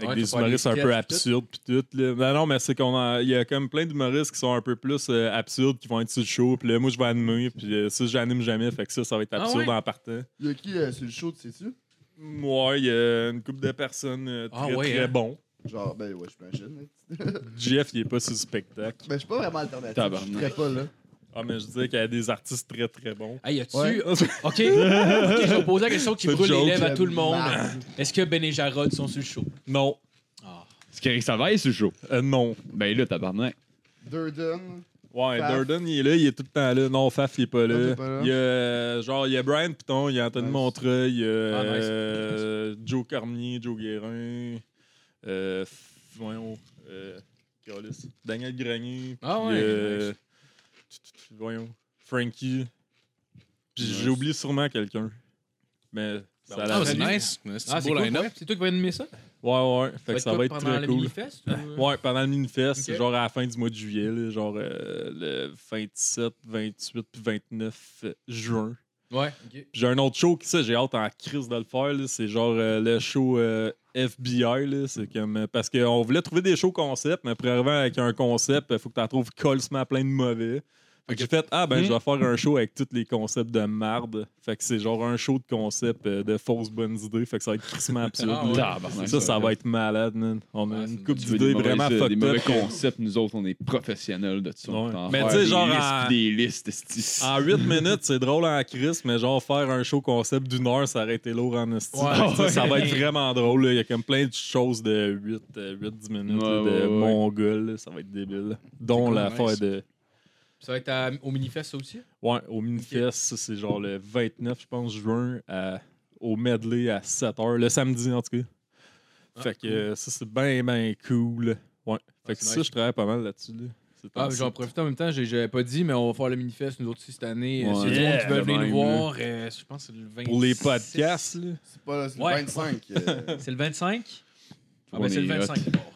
[SPEAKER 7] Avec
[SPEAKER 1] Ouais, faut
[SPEAKER 7] des
[SPEAKER 1] faire des
[SPEAKER 7] humoristes un peu
[SPEAKER 1] sketchs,
[SPEAKER 7] absurdes puis tout. là. Non, non, mais c'est qu'on a- Il y a comme plein d'humoristes qui sont un peu plus euh, absurdes qui vont être sur le show. Puis là, moi, je vais animer. Puis euh, ça, j'anime jamais. Fait que ça, ça va être
[SPEAKER 5] Ah
[SPEAKER 7] absurde
[SPEAKER 5] ouais?
[SPEAKER 7] en partant.
[SPEAKER 6] Il y a qui euh, sur le show, tu sais-tu?
[SPEAKER 7] Moi, il y a une couple de personnes euh,
[SPEAKER 5] Ah
[SPEAKER 7] très,
[SPEAKER 5] ouais,
[SPEAKER 7] très
[SPEAKER 5] hein?
[SPEAKER 7] bons.
[SPEAKER 6] Genre, ben ouais, j'imagine. hein.
[SPEAKER 7] Jeff, il est pas sur le spectacle.
[SPEAKER 6] Ben, je suis pas vraiment alternatif.
[SPEAKER 4] Tabarnak.
[SPEAKER 6] Je suis très pas, là.
[SPEAKER 7] Ah, mais je disais qu'il y a des artistes très, très bons.
[SPEAKER 3] Hey, y a-tu.
[SPEAKER 6] Ouais.
[SPEAKER 3] OK. Ok, je vais poser la question qui
[SPEAKER 7] C'est
[SPEAKER 3] brûle
[SPEAKER 7] joke,
[SPEAKER 3] les lèvres à tout le monde.
[SPEAKER 6] Merde.
[SPEAKER 3] Est-ce que Ben et Jarod sont sur le show?
[SPEAKER 7] Non.
[SPEAKER 4] Est-ce qu'Éric Salvaille est sur le show?
[SPEAKER 7] Euh, non.
[SPEAKER 4] Ben là, tabarnak.
[SPEAKER 6] Durden.
[SPEAKER 7] Ouais,
[SPEAKER 6] Faf.
[SPEAKER 7] Durden, il est là, il est tout le temps là. Non, Faf, il est pas là.
[SPEAKER 6] Non, il est pas là.
[SPEAKER 7] Il y a, euh, genre, il y a Brian Piton, il y a Anthony
[SPEAKER 6] Nice.
[SPEAKER 7] Montreuil, il y a,
[SPEAKER 3] Ah, nice.
[SPEAKER 7] euh, Joe Cormier, Joe Guérin, euh, f- voyons, euh, câlisse, Daniel Grenier,
[SPEAKER 3] Ah
[SPEAKER 7] puis,
[SPEAKER 3] ouais,
[SPEAKER 7] euh,
[SPEAKER 3] nice.
[SPEAKER 7] tu- tu- tu- voyons, Frankie. Puis j'ai oublié sûrement quelqu'un. Mais ça
[SPEAKER 3] on
[SPEAKER 7] la
[SPEAKER 5] Ah,
[SPEAKER 3] salue.
[SPEAKER 5] c'est nice. C'est
[SPEAKER 3] Ah,
[SPEAKER 5] un
[SPEAKER 3] c'est
[SPEAKER 5] beau
[SPEAKER 3] cool,
[SPEAKER 5] line-up.
[SPEAKER 3] ouais. C'est toi qui vas animer ça?
[SPEAKER 7] Ouais, ouais, fait que ça
[SPEAKER 3] quoi,
[SPEAKER 7] va être
[SPEAKER 3] pendant
[SPEAKER 7] très
[SPEAKER 3] le
[SPEAKER 7] cool.
[SPEAKER 3] mini-fest, ou-
[SPEAKER 7] Ouais, pendant le mini-fest,
[SPEAKER 3] Ok.
[SPEAKER 7] genre à la fin du mois de juillet, là, genre euh, le 27, 28 puis 29 juin.
[SPEAKER 3] Ouais, ok.
[SPEAKER 7] Puis j'ai un autre show qui ça, j'ai hâte en crise de le faire, là, c'est genre euh, le show euh, FBI là, c'est comme euh, parce qu'on voulait trouver des shows concept, mais pour arriver avec un concept, il faut que tu en trouves colsement plein de mauvais. Fait que j'ai fait ah ben je vais faire un show avec tous les concepts de marde. Fait que c'est genre un show de concept euh, de fausses bonnes idées, fait que ça va être crissement absurde.
[SPEAKER 3] Ah ouais.
[SPEAKER 7] là.
[SPEAKER 4] Tabarnak.
[SPEAKER 7] Ça, ça va être malade, man. On a
[SPEAKER 3] Ouais, c'est
[SPEAKER 7] une
[SPEAKER 3] une
[SPEAKER 7] coupe
[SPEAKER 4] Tu veux des
[SPEAKER 7] d'idées
[SPEAKER 4] mauvaises-
[SPEAKER 7] vraiment
[SPEAKER 4] Des
[SPEAKER 7] fucked
[SPEAKER 4] mauvais
[SPEAKER 7] up.
[SPEAKER 4] concepts, nous autres, on est professionnels de ça.
[SPEAKER 7] Ouais.
[SPEAKER 4] T'en
[SPEAKER 7] Mais
[SPEAKER 4] faire
[SPEAKER 7] tu sais,
[SPEAKER 4] des
[SPEAKER 7] genre,
[SPEAKER 4] listes,
[SPEAKER 7] en-
[SPEAKER 4] pis des listes, esti.
[SPEAKER 7] En 8 minutes, c'est drôle en crise, mais genre faire un show concept d'une heure, ça aurait été lourd en esti.
[SPEAKER 3] Ouais.
[SPEAKER 7] Fait que ça, Ça va être vraiment drôle. là. Il y a comme plein de choses de 8-10 minutes
[SPEAKER 4] Ouais,
[SPEAKER 7] là,
[SPEAKER 4] ouais, ouais.
[SPEAKER 7] de mongol. là. Ça va être débile. Dont
[SPEAKER 5] cool,
[SPEAKER 7] l'affaire
[SPEAKER 5] nice.
[SPEAKER 7] de.
[SPEAKER 3] Ça va être à- au mini-fest, ça aussi?
[SPEAKER 7] Ouais, au Minifest, ça, c'est genre le 29, je pense, juin, à- au medley à 7h, le samedi en tout cas.
[SPEAKER 3] Ah,
[SPEAKER 7] fait que euh, ça, c'est bien, bien cool. Ouais. Fait que
[SPEAKER 3] c'est
[SPEAKER 7] ça,
[SPEAKER 3] nice.
[SPEAKER 7] je travaille pas mal là-dessus. là. C'est
[SPEAKER 3] Ah,
[SPEAKER 7] ainsi.
[SPEAKER 3] j'en profite en même temps, j'ai- j'avais pas dit, mais on va faire le mini-fest, nous autres aussi, cette année.
[SPEAKER 4] Ouais.
[SPEAKER 3] Euh, S'il y a du monde
[SPEAKER 7] Yeah,
[SPEAKER 3] qui veut
[SPEAKER 4] le
[SPEAKER 3] venir nous
[SPEAKER 4] même,
[SPEAKER 3] voir, euh, je pense que c'est le 26.
[SPEAKER 7] Pour les podcasts, là.
[SPEAKER 6] C'est pas là, c'est le
[SPEAKER 3] Ouais.
[SPEAKER 6] 25. euh,
[SPEAKER 3] C'est le 25? Ah,
[SPEAKER 4] On
[SPEAKER 3] ben c'est le
[SPEAKER 4] est hot.
[SPEAKER 3] 25 d'abord.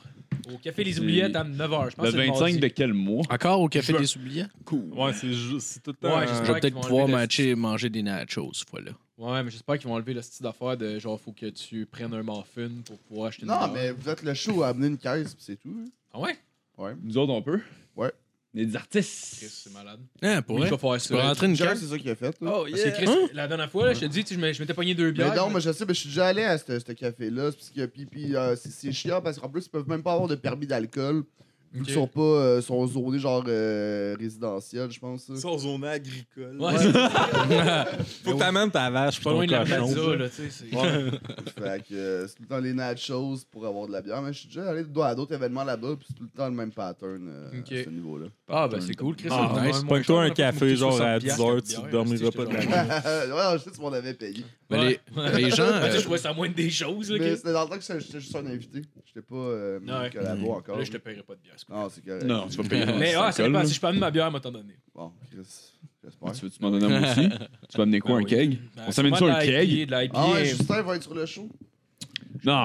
[SPEAKER 3] Au Café Les Oubliettes à 9h, je pense
[SPEAKER 4] Le
[SPEAKER 3] que c'est
[SPEAKER 4] 25 de
[SPEAKER 3] mardi.
[SPEAKER 4] quel mois?
[SPEAKER 5] Encore au Café des Oubliés?
[SPEAKER 7] Ouais, c'est ju- c'est tout le temps.
[SPEAKER 3] Ouais,
[SPEAKER 5] Je
[SPEAKER 7] un-
[SPEAKER 3] j'espère
[SPEAKER 5] vais
[SPEAKER 3] qu'ils
[SPEAKER 5] peut-être
[SPEAKER 3] vont
[SPEAKER 5] pouvoir
[SPEAKER 3] enlever le-
[SPEAKER 5] matcher, manger des nachos, ce fois-là.
[SPEAKER 3] Ouais, mais j'espère qu'ils vont enlever le style d'affaire de genre, faut que tu prennes un morphine pour pouvoir acheter une
[SPEAKER 6] Non,
[SPEAKER 3] bière.
[SPEAKER 6] mais vous êtes le show à amener une caisse, pis c'est tout. hein.
[SPEAKER 3] Ah ouais?
[SPEAKER 4] Nous autres, on peut?
[SPEAKER 6] Ouais.
[SPEAKER 4] On est des
[SPEAKER 3] Chris,
[SPEAKER 4] artistes.
[SPEAKER 3] c'est malade.
[SPEAKER 5] Hein, pour
[SPEAKER 3] Oui,
[SPEAKER 5] vrai?
[SPEAKER 3] je vais faire
[SPEAKER 5] Tu peux
[SPEAKER 3] ça.
[SPEAKER 5] rentrer une
[SPEAKER 6] Jeff,
[SPEAKER 5] carte?
[SPEAKER 6] c'est ça qu'il a fait. là.
[SPEAKER 3] Oh, yeah. Chris, la dernière fois, là, je te dis, tu sais, je m'ai- je m'étais pogné deux bières.
[SPEAKER 6] Mais non,
[SPEAKER 3] je-
[SPEAKER 6] moi je sais, mais je suis déjà allé à ce ce café-là. c'est Parce que, puis, puis, euh, c'est- c'est chiant parce qu'en plus, ils peuvent même pas avoir de permis d'alcool. Vu
[SPEAKER 3] Ok.
[SPEAKER 6] qu'ils sont pas euh, sont zonés genre euh, résidentiel, je pense. ça.
[SPEAKER 7] Sans zone agricole.
[SPEAKER 3] Ouais, c'est
[SPEAKER 7] Faut que t'amènes ta vache,
[SPEAKER 3] pas loin de la plaza,
[SPEAKER 7] cochon.
[SPEAKER 3] là, tu sais. c'est-
[SPEAKER 6] Fait que euh, c'est tout le temps les nachos pour avoir de la bière. Mais je suis déjà allé do- à d'autres événements là-bas, puis c'est tout le temps le même pattern euh,
[SPEAKER 3] Ok.
[SPEAKER 6] à ce niveau-là.
[SPEAKER 3] Ah, ben c'est cool, Chris.
[SPEAKER 5] Ah,
[SPEAKER 3] c'est
[SPEAKER 5] nice.
[SPEAKER 3] vraiment moins
[SPEAKER 7] Pogne-toi
[SPEAKER 3] cher,
[SPEAKER 7] un
[SPEAKER 3] là, faut
[SPEAKER 7] café,
[SPEAKER 3] coûter
[SPEAKER 7] genre
[SPEAKER 3] 60
[SPEAKER 7] à 10 heures,
[SPEAKER 3] piastres,
[SPEAKER 7] tu
[SPEAKER 3] quatre bières,
[SPEAKER 7] dormiras
[SPEAKER 3] c'est
[SPEAKER 7] pas de
[SPEAKER 3] juste
[SPEAKER 7] la
[SPEAKER 6] ouais, je sais si on avait payé.
[SPEAKER 5] Mais
[SPEAKER 3] Ouais.
[SPEAKER 5] les, les gens.
[SPEAKER 3] Moi, tu sais,
[SPEAKER 5] euh,
[SPEAKER 3] je trouvais ça moins des choses, là.
[SPEAKER 6] Mais
[SPEAKER 3] Chris.
[SPEAKER 6] c'était dans le temps que j'étais j'étais juste un invité. J'étais pas euh,
[SPEAKER 3] Ah ouais.
[SPEAKER 6] collabo encore.
[SPEAKER 3] Là, je te paierai pas de bière, c'est cool.
[SPEAKER 6] Non, c'est correct.
[SPEAKER 4] Non, tu vas payer.
[SPEAKER 3] Mais ah, ça
[SPEAKER 4] colle,
[SPEAKER 3] dépend.
[SPEAKER 4] là.
[SPEAKER 3] Si je peux amener ma bière, elle m'a t'en donné.
[SPEAKER 6] Bon, Chris, j'espère.
[SPEAKER 4] Tu veux tu m'en donnes un moi aussi? Tu vas amener quoi,
[SPEAKER 3] Ben
[SPEAKER 4] un
[SPEAKER 3] oui.
[SPEAKER 4] keg? On s'amène sur le keg?
[SPEAKER 3] De la IPA.
[SPEAKER 6] Ah ouais, Justin va être sur le show.
[SPEAKER 4] Non,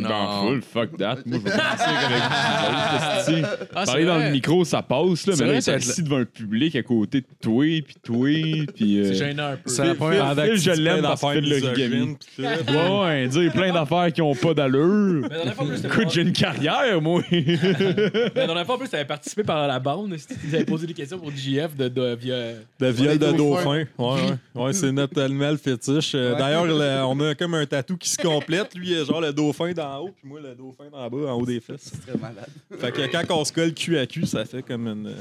[SPEAKER 5] Non.
[SPEAKER 4] non, full, fuck that. Moi, je vais partir avec vous autres, esti.
[SPEAKER 5] ah, c'est
[SPEAKER 4] Parler dans
[SPEAKER 5] vrai.
[SPEAKER 4] le micro, ça passe, là,
[SPEAKER 5] C'est
[SPEAKER 4] mais
[SPEAKER 5] vrai,
[SPEAKER 4] là,
[SPEAKER 5] ça
[SPEAKER 4] t'es
[SPEAKER 5] va être
[SPEAKER 4] assis devant un public à côté de toi, puis toi, puis... euh,
[SPEAKER 3] C'est gênant un peu.
[SPEAKER 5] C'est la première
[SPEAKER 4] Phil, je l'aime parce qu'il fait de l'origami. Ouais, ouais, dire plein d'affaires qui ont pas d'allure.
[SPEAKER 3] Mais dans la fois, en plus,
[SPEAKER 4] Écoute, j'ai
[SPEAKER 3] t'avais-
[SPEAKER 4] une carrière, moi.
[SPEAKER 5] Ah
[SPEAKER 3] mais dans la fois, en plus, t'avais participé par la bande. si Tu avais posé des questions pour JF de, de, via.
[SPEAKER 7] De viol de
[SPEAKER 6] Ouais,
[SPEAKER 7] dauphin. Ouais, ouais. Ouais, c'est notre animal fétiche. Euh, D'ailleurs, le- on a comme un tatou qui se complète. Lui, il est genre le dauphin d'en haut, puis moi, le dauphin d'en bas, en haut des fesses.
[SPEAKER 6] C'est très malade.
[SPEAKER 7] Fait que quand on se colle cul à cul, ça fait comme une,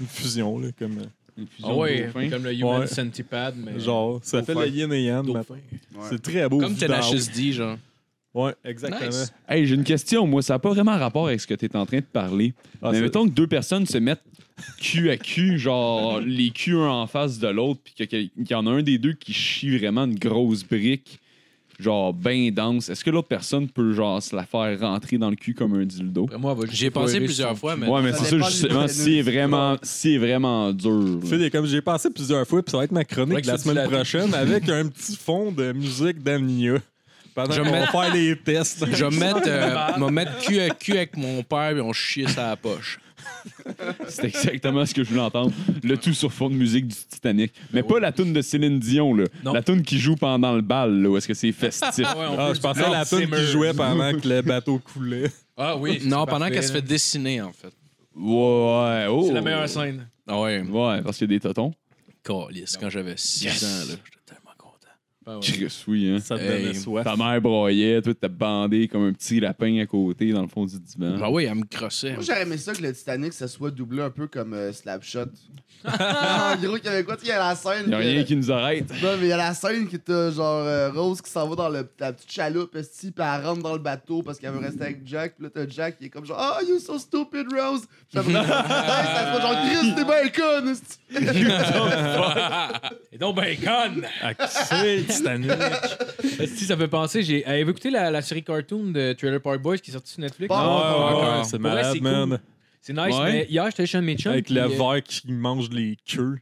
[SPEAKER 7] une fusion, là, comme euh,
[SPEAKER 3] Ah ouais,
[SPEAKER 4] Dauphin.
[SPEAKER 3] comme le Human
[SPEAKER 7] Ouais.
[SPEAKER 3] Centipad, mais.
[SPEAKER 7] genre, ça fait le yin et yang.
[SPEAKER 3] Dauphin.
[SPEAKER 7] maintenant. C'est très beau.
[SPEAKER 5] Comme
[SPEAKER 7] vu d'en haut.
[SPEAKER 5] Tenacious D, genre.
[SPEAKER 7] Ouais, exactement.
[SPEAKER 5] Nice.
[SPEAKER 4] Hey, j'ai une question, moi. Ça n'a pas vraiment rapport avec ce que tu es en train de parler.
[SPEAKER 7] Ah,
[SPEAKER 4] mais
[SPEAKER 7] c'est-
[SPEAKER 4] mettons que deux personnes se mettent cul à cul, genre les culs un en face de l'autre, puis que- que- qu'il y en a un des deux qui chie vraiment une grosse brique, genre ben dense. Est-ce que l'autre personne peut, genre, se la faire rentrer dans le cul comme un dildo?
[SPEAKER 3] Après moi, elle va juste
[SPEAKER 5] J'y ai pensé
[SPEAKER 3] foirer
[SPEAKER 5] plusieurs
[SPEAKER 3] son-
[SPEAKER 5] fois, mais.
[SPEAKER 4] Ouais, mais
[SPEAKER 6] Ça
[SPEAKER 4] c'est ça,
[SPEAKER 6] dépend
[SPEAKER 4] justement,
[SPEAKER 6] du
[SPEAKER 4] c'est vraiment, c'est vraiment dur. là.
[SPEAKER 7] Phil est comme j'ai passé plusieurs fois, puis ça va être ma
[SPEAKER 3] Faudrait
[SPEAKER 7] chronique
[SPEAKER 3] que
[SPEAKER 7] la
[SPEAKER 3] tu
[SPEAKER 7] semaine
[SPEAKER 3] dilates.
[SPEAKER 7] prochaine avec un petit fond de musique d'Amnia. Pendant
[SPEAKER 5] Je
[SPEAKER 7] qu'on
[SPEAKER 5] vais
[SPEAKER 7] va
[SPEAKER 5] mettre-
[SPEAKER 7] faire les tests.
[SPEAKER 5] Je vais me mettre, euh, me mettre cul à cul avec mon père et on chie sa poche.
[SPEAKER 4] C'est exactement ce que je voulais entendre. Le tout sur fond de musique du Titanic. Mais pas la toune de Céline Dion, là.
[SPEAKER 3] Non.
[SPEAKER 4] La toune qui joue pendant le bal, là, où est-ce que c'est festif.
[SPEAKER 3] Ouais, on
[SPEAKER 7] Ah,
[SPEAKER 3] peut
[SPEAKER 7] je
[SPEAKER 3] du
[SPEAKER 7] pensais à
[SPEAKER 3] Lord
[SPEAKER 7] la tune
[SPEAKER 3] Simmer.
[SPEAKER 7] qui jouait pendant que le bateau coulait.
[SPEAKER 3] Ah oui.
[SPEAKER 5] Non,
[SPEAKER 3] c'est
[SPEAKER 5] pendant
[SPEAKER 3] parfait,
[SPEAKER 5] qu'elle se
[SPEAKER 3] là.
[SPEAKER 5] fait dessiner, en fait.
[SPEAKER 4] Ouais, oh.
[SPEAKER 3] C'est la meilleure scène.
[SPEAKER 5] Ouais.
[SPEAKER 4] Ouais, parce qu'il y a des totons.
[SPEAKER 5] Calice, quand j'avais 6
[SPEAKER 4] Yes.
[SPEAKER 5] ans, là, j'étais tellement content.
[SPEAKER 4] Chris, oui, hein.
[SPEAKER 7] Ça te
[SPEAKER 5] Hey,
[SPEAKER 7] donnait soif.
[SPEAKER 4] Ta mère broyait, toi, t'as bandé comme un petit lapin à côté dans le fond du divan.
[SPEAKER 5] Bah oui, elle me crossait.
[SPEAKER 6] Moi, j'aurais aimé ça que le Titanic, ça soit doublé un peu comme euh, Slapshot. en gros, il y avait quoi? Tu sais, Il y a la scène.
[SPEAKER 4] Il a
[SPEAKER 6] que-
[SPEAKER 4] rien qui nous arrête.
[SPEAKER 6] Non, mais il y a la scène qui est genre euh, Rose qui s'en va dans le, la petite chaloupe, esti, puis elle rentre dans le bateau parce qu'elle veut rester avec Jack. Puis là, t'as Jack qui est comme genre, Ah, you so stupid, Rose! Puis après, hey, ça fait genre, Chris, t'es bien con, esti.
[SPEAKER 3] Et donc, bacon!
[SPEAKER 7] Ah, qui c'est, le Titanic?
[SPEAKER 3] Euh, Si ça fait penser, j'ai. Avez-vous écouté la, la série cartoon de Trailer Park Boys qui est sortie sur Netflix?
[SPEAKER 6] Pas
[SPEAKER 7] Ah, ouais,
[SPEAKER 6] encore.
[SPEAKER 7] ouais,
[SPEAKER 5] encore.
[SPEAKER 7] c'est
[SPEAKER 3] Pour vrai,
[SPEAKER 7] malade,
[SPEAKER 3] c'est
[SPEAKER 7] man.
[SPEAKER 3] C'est nice,
[SPEAKER 4] Ouais.
[SPEAKER 3] mais hier, j'étais chez un de mes chums,
[SPEAKER 7] Avec
[SPEAKER 3] puis,
[SPEAKER 7] le
[SPEAKER 3] euh,
[SPEAKER 7] verre qui mange les queues.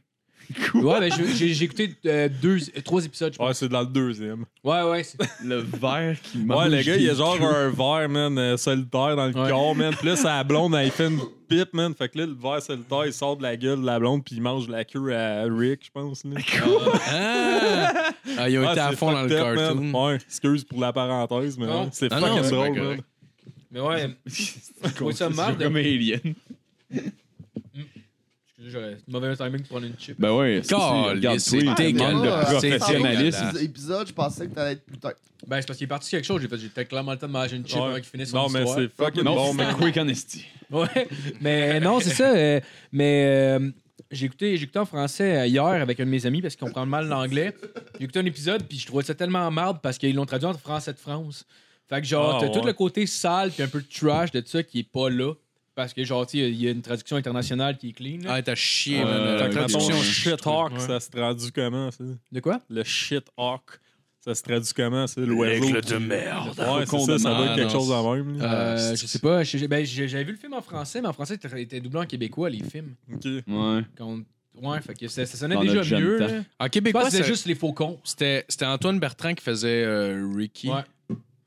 [SPEAKER 3] Ouais, ben, j'ai- j'ai j'ai écouté euh, deux, euh, trois épisodes, je pense.
[SPEAKER 7] Ouais, c'est dans le deuxième.
[SPEAKER 3] Ouais, ouais. c'est-
[SPEAKER 4] Le verre qui
[SPEAKER 7] Ouais,
[SPEAKER 4] mange.
[SPEAKER 7] le gars, il y a
[SPEAKER 4] des
[SPEAKER 7] genre
[SPEAKER 4] queues.
[SPEAKER 7] un verre, man, euh, solitaire dans le
[SPEAKER 3] Ouais.
[SPEAKER 7] corps, man. Puis là, sa blonde, elle fait une pipe, man. Fait que là, le verre solitaire, il sort de la gueule de la blonde, puis il mange la queue à Rick, je pense. Là.
[SPEAKER 5] Ah! Ah, ils ont
[SPEAKER 7] Ah,
[SPEAKER 5] été à
[SPEAKER 7] c'est
[SPEAKER 5] fond dans le
[SPEAKER 7] fucked up, man.
[SPEAKER 5] cartoon.
[SPEAKER 7] Ouais, excuse pour la parenthèse, mais
[SPEAKER 3] Non.
[SPEAKER 7] ouais, c'est
[SPEAKER 5] Ah non,
[SPEAKER 7] fucking
[SPEAKER 5] c'est
[SPEAKER 7] drôle,
[SPEAKER 5] bien
[SPEAKER 7] man.
[SPEAKER 5] correct.
[SPEAKER 3] Mais ouais, trouvais ça
[SPEAKER 4] C'est
[SPEAKER 3] marde.
[SPEAKER 4] Comme Alien.
[SPEAKER 3] excusez, j'aurais mauvais timing pour prendre une chip.
[SPEAKER 4] Ben ouais, c'est-
[SPEAKER 5] Caliste,
[SPEAKER 4] regarde,
[SPEAKER 5] c'est
[SPEAKER 4] tu sais, le
[SPEAKER 5] dégueulasse.
[SPEAKER 4] manque de
[SPEAKER 6] Ah,
[SPEAKER 5] C'est
[SPEAKER 4] professionnalisme.
[SPEAKER 5] dégueulasse.
[SPEAKER 6] Cet épisode, je pensais que t'allais être putain.
[SPEAKER 3] Ben, c'est parce qu'il est parti sur quelque chose, j'ai fait, j'étais clairement le temps de manger une chip
[SPEAKER 7] Ouais.
[SPEAKER 3] avant qu'il finisse son
[SPEAKER 7] Non, mais
[SPEAKER 3] histoire.
[SPEAKER 7] c'est fucking
[SPEAKER 4] Non,
[SPEAKER 7] bon,
[SPEAKER 4] c'est
[SPEAKER 7] man.
[SPEAKER 4] quick en esti.
[SPEAKER 3] Ouais, mais non, c'est ça. euh, mais euh, j'ai écouté, j'ai écouté en français euh, hier avec un de mes amis parce qu'on parle mal l'anglais. J'ai écouté un épisode, puis je trouvais ça tellement marde parce qu'ils l'ont traduit en français de France. Fait que genre,
[SPEAKER 7] Ah,
[SPEAKER 3] t'as tout
[SPEAKER 7] ouais.
[SPEAKER 3] le côté sale puis un peu trash de ça qui est pas là. Parce que genre, tu sais, il y a une traduction internationale qui est clean. là.
[SPEAKER 5] Ah, t'as chié,
[SPEAKER 4] Euh,
[SPEAKER 5] man.
[SPEAKER 4] t'as
[SPEAKER 5] La
[SPEAKER 7] Fait que là,
[SPEAKER 5] traduction
[SPEAKER 7] ton
[SPEAKER 4] ouais.
[SPEAKER 7] shit
[SPEAKER 3] Ouais.
[SPEAKER 7] hawk, ça se traduit comment, ça?
[SPEAKER 3] De quoi?
[SPEAKER 7] Le shit hawk, ça se traduit comment, ça? L'oiseau. qui-
[SPEAKER 5] merde.
[SPEAKER 7] Ouais, c'est ça, ça doit être quelque chose en même. là.
[SPEAKER 3] Euh,
[SPEAKER 5] c'est-
[SPEAKER 3] je sais pas. je- ben, j'ai- J'avais vu le film en français, mais en français, il était doublé en québécois, les films.
[SPEAKER 5] Ah.
[SPEAKER 7] Ok.
[SPEAKER 4] Ouais.
[SPEAKER 3] Quand on- Ouais, fait que ça, ça sonnait
[SPEAKER 4] Dans
[SPEAKER 3] déjà
[SPEAKER 4] notre jeune
[SPEAKER 3] mieux.
[SPEAKER 4] temps.
[SPEAKER 3] là.
[SPEAKER 5] En
[SPEAKER 3] Je pense
[SPEAKER 5] québécois,
[SPEAKER 3] que c'était
[SPEAKER 5] c'est
[SPEAKER 3] juste les faucons.
[SPEAKER 5] C'était c'était Antoine Bertrand qui faisait euh, Ricky.
[SPEAKER 3] Ouais.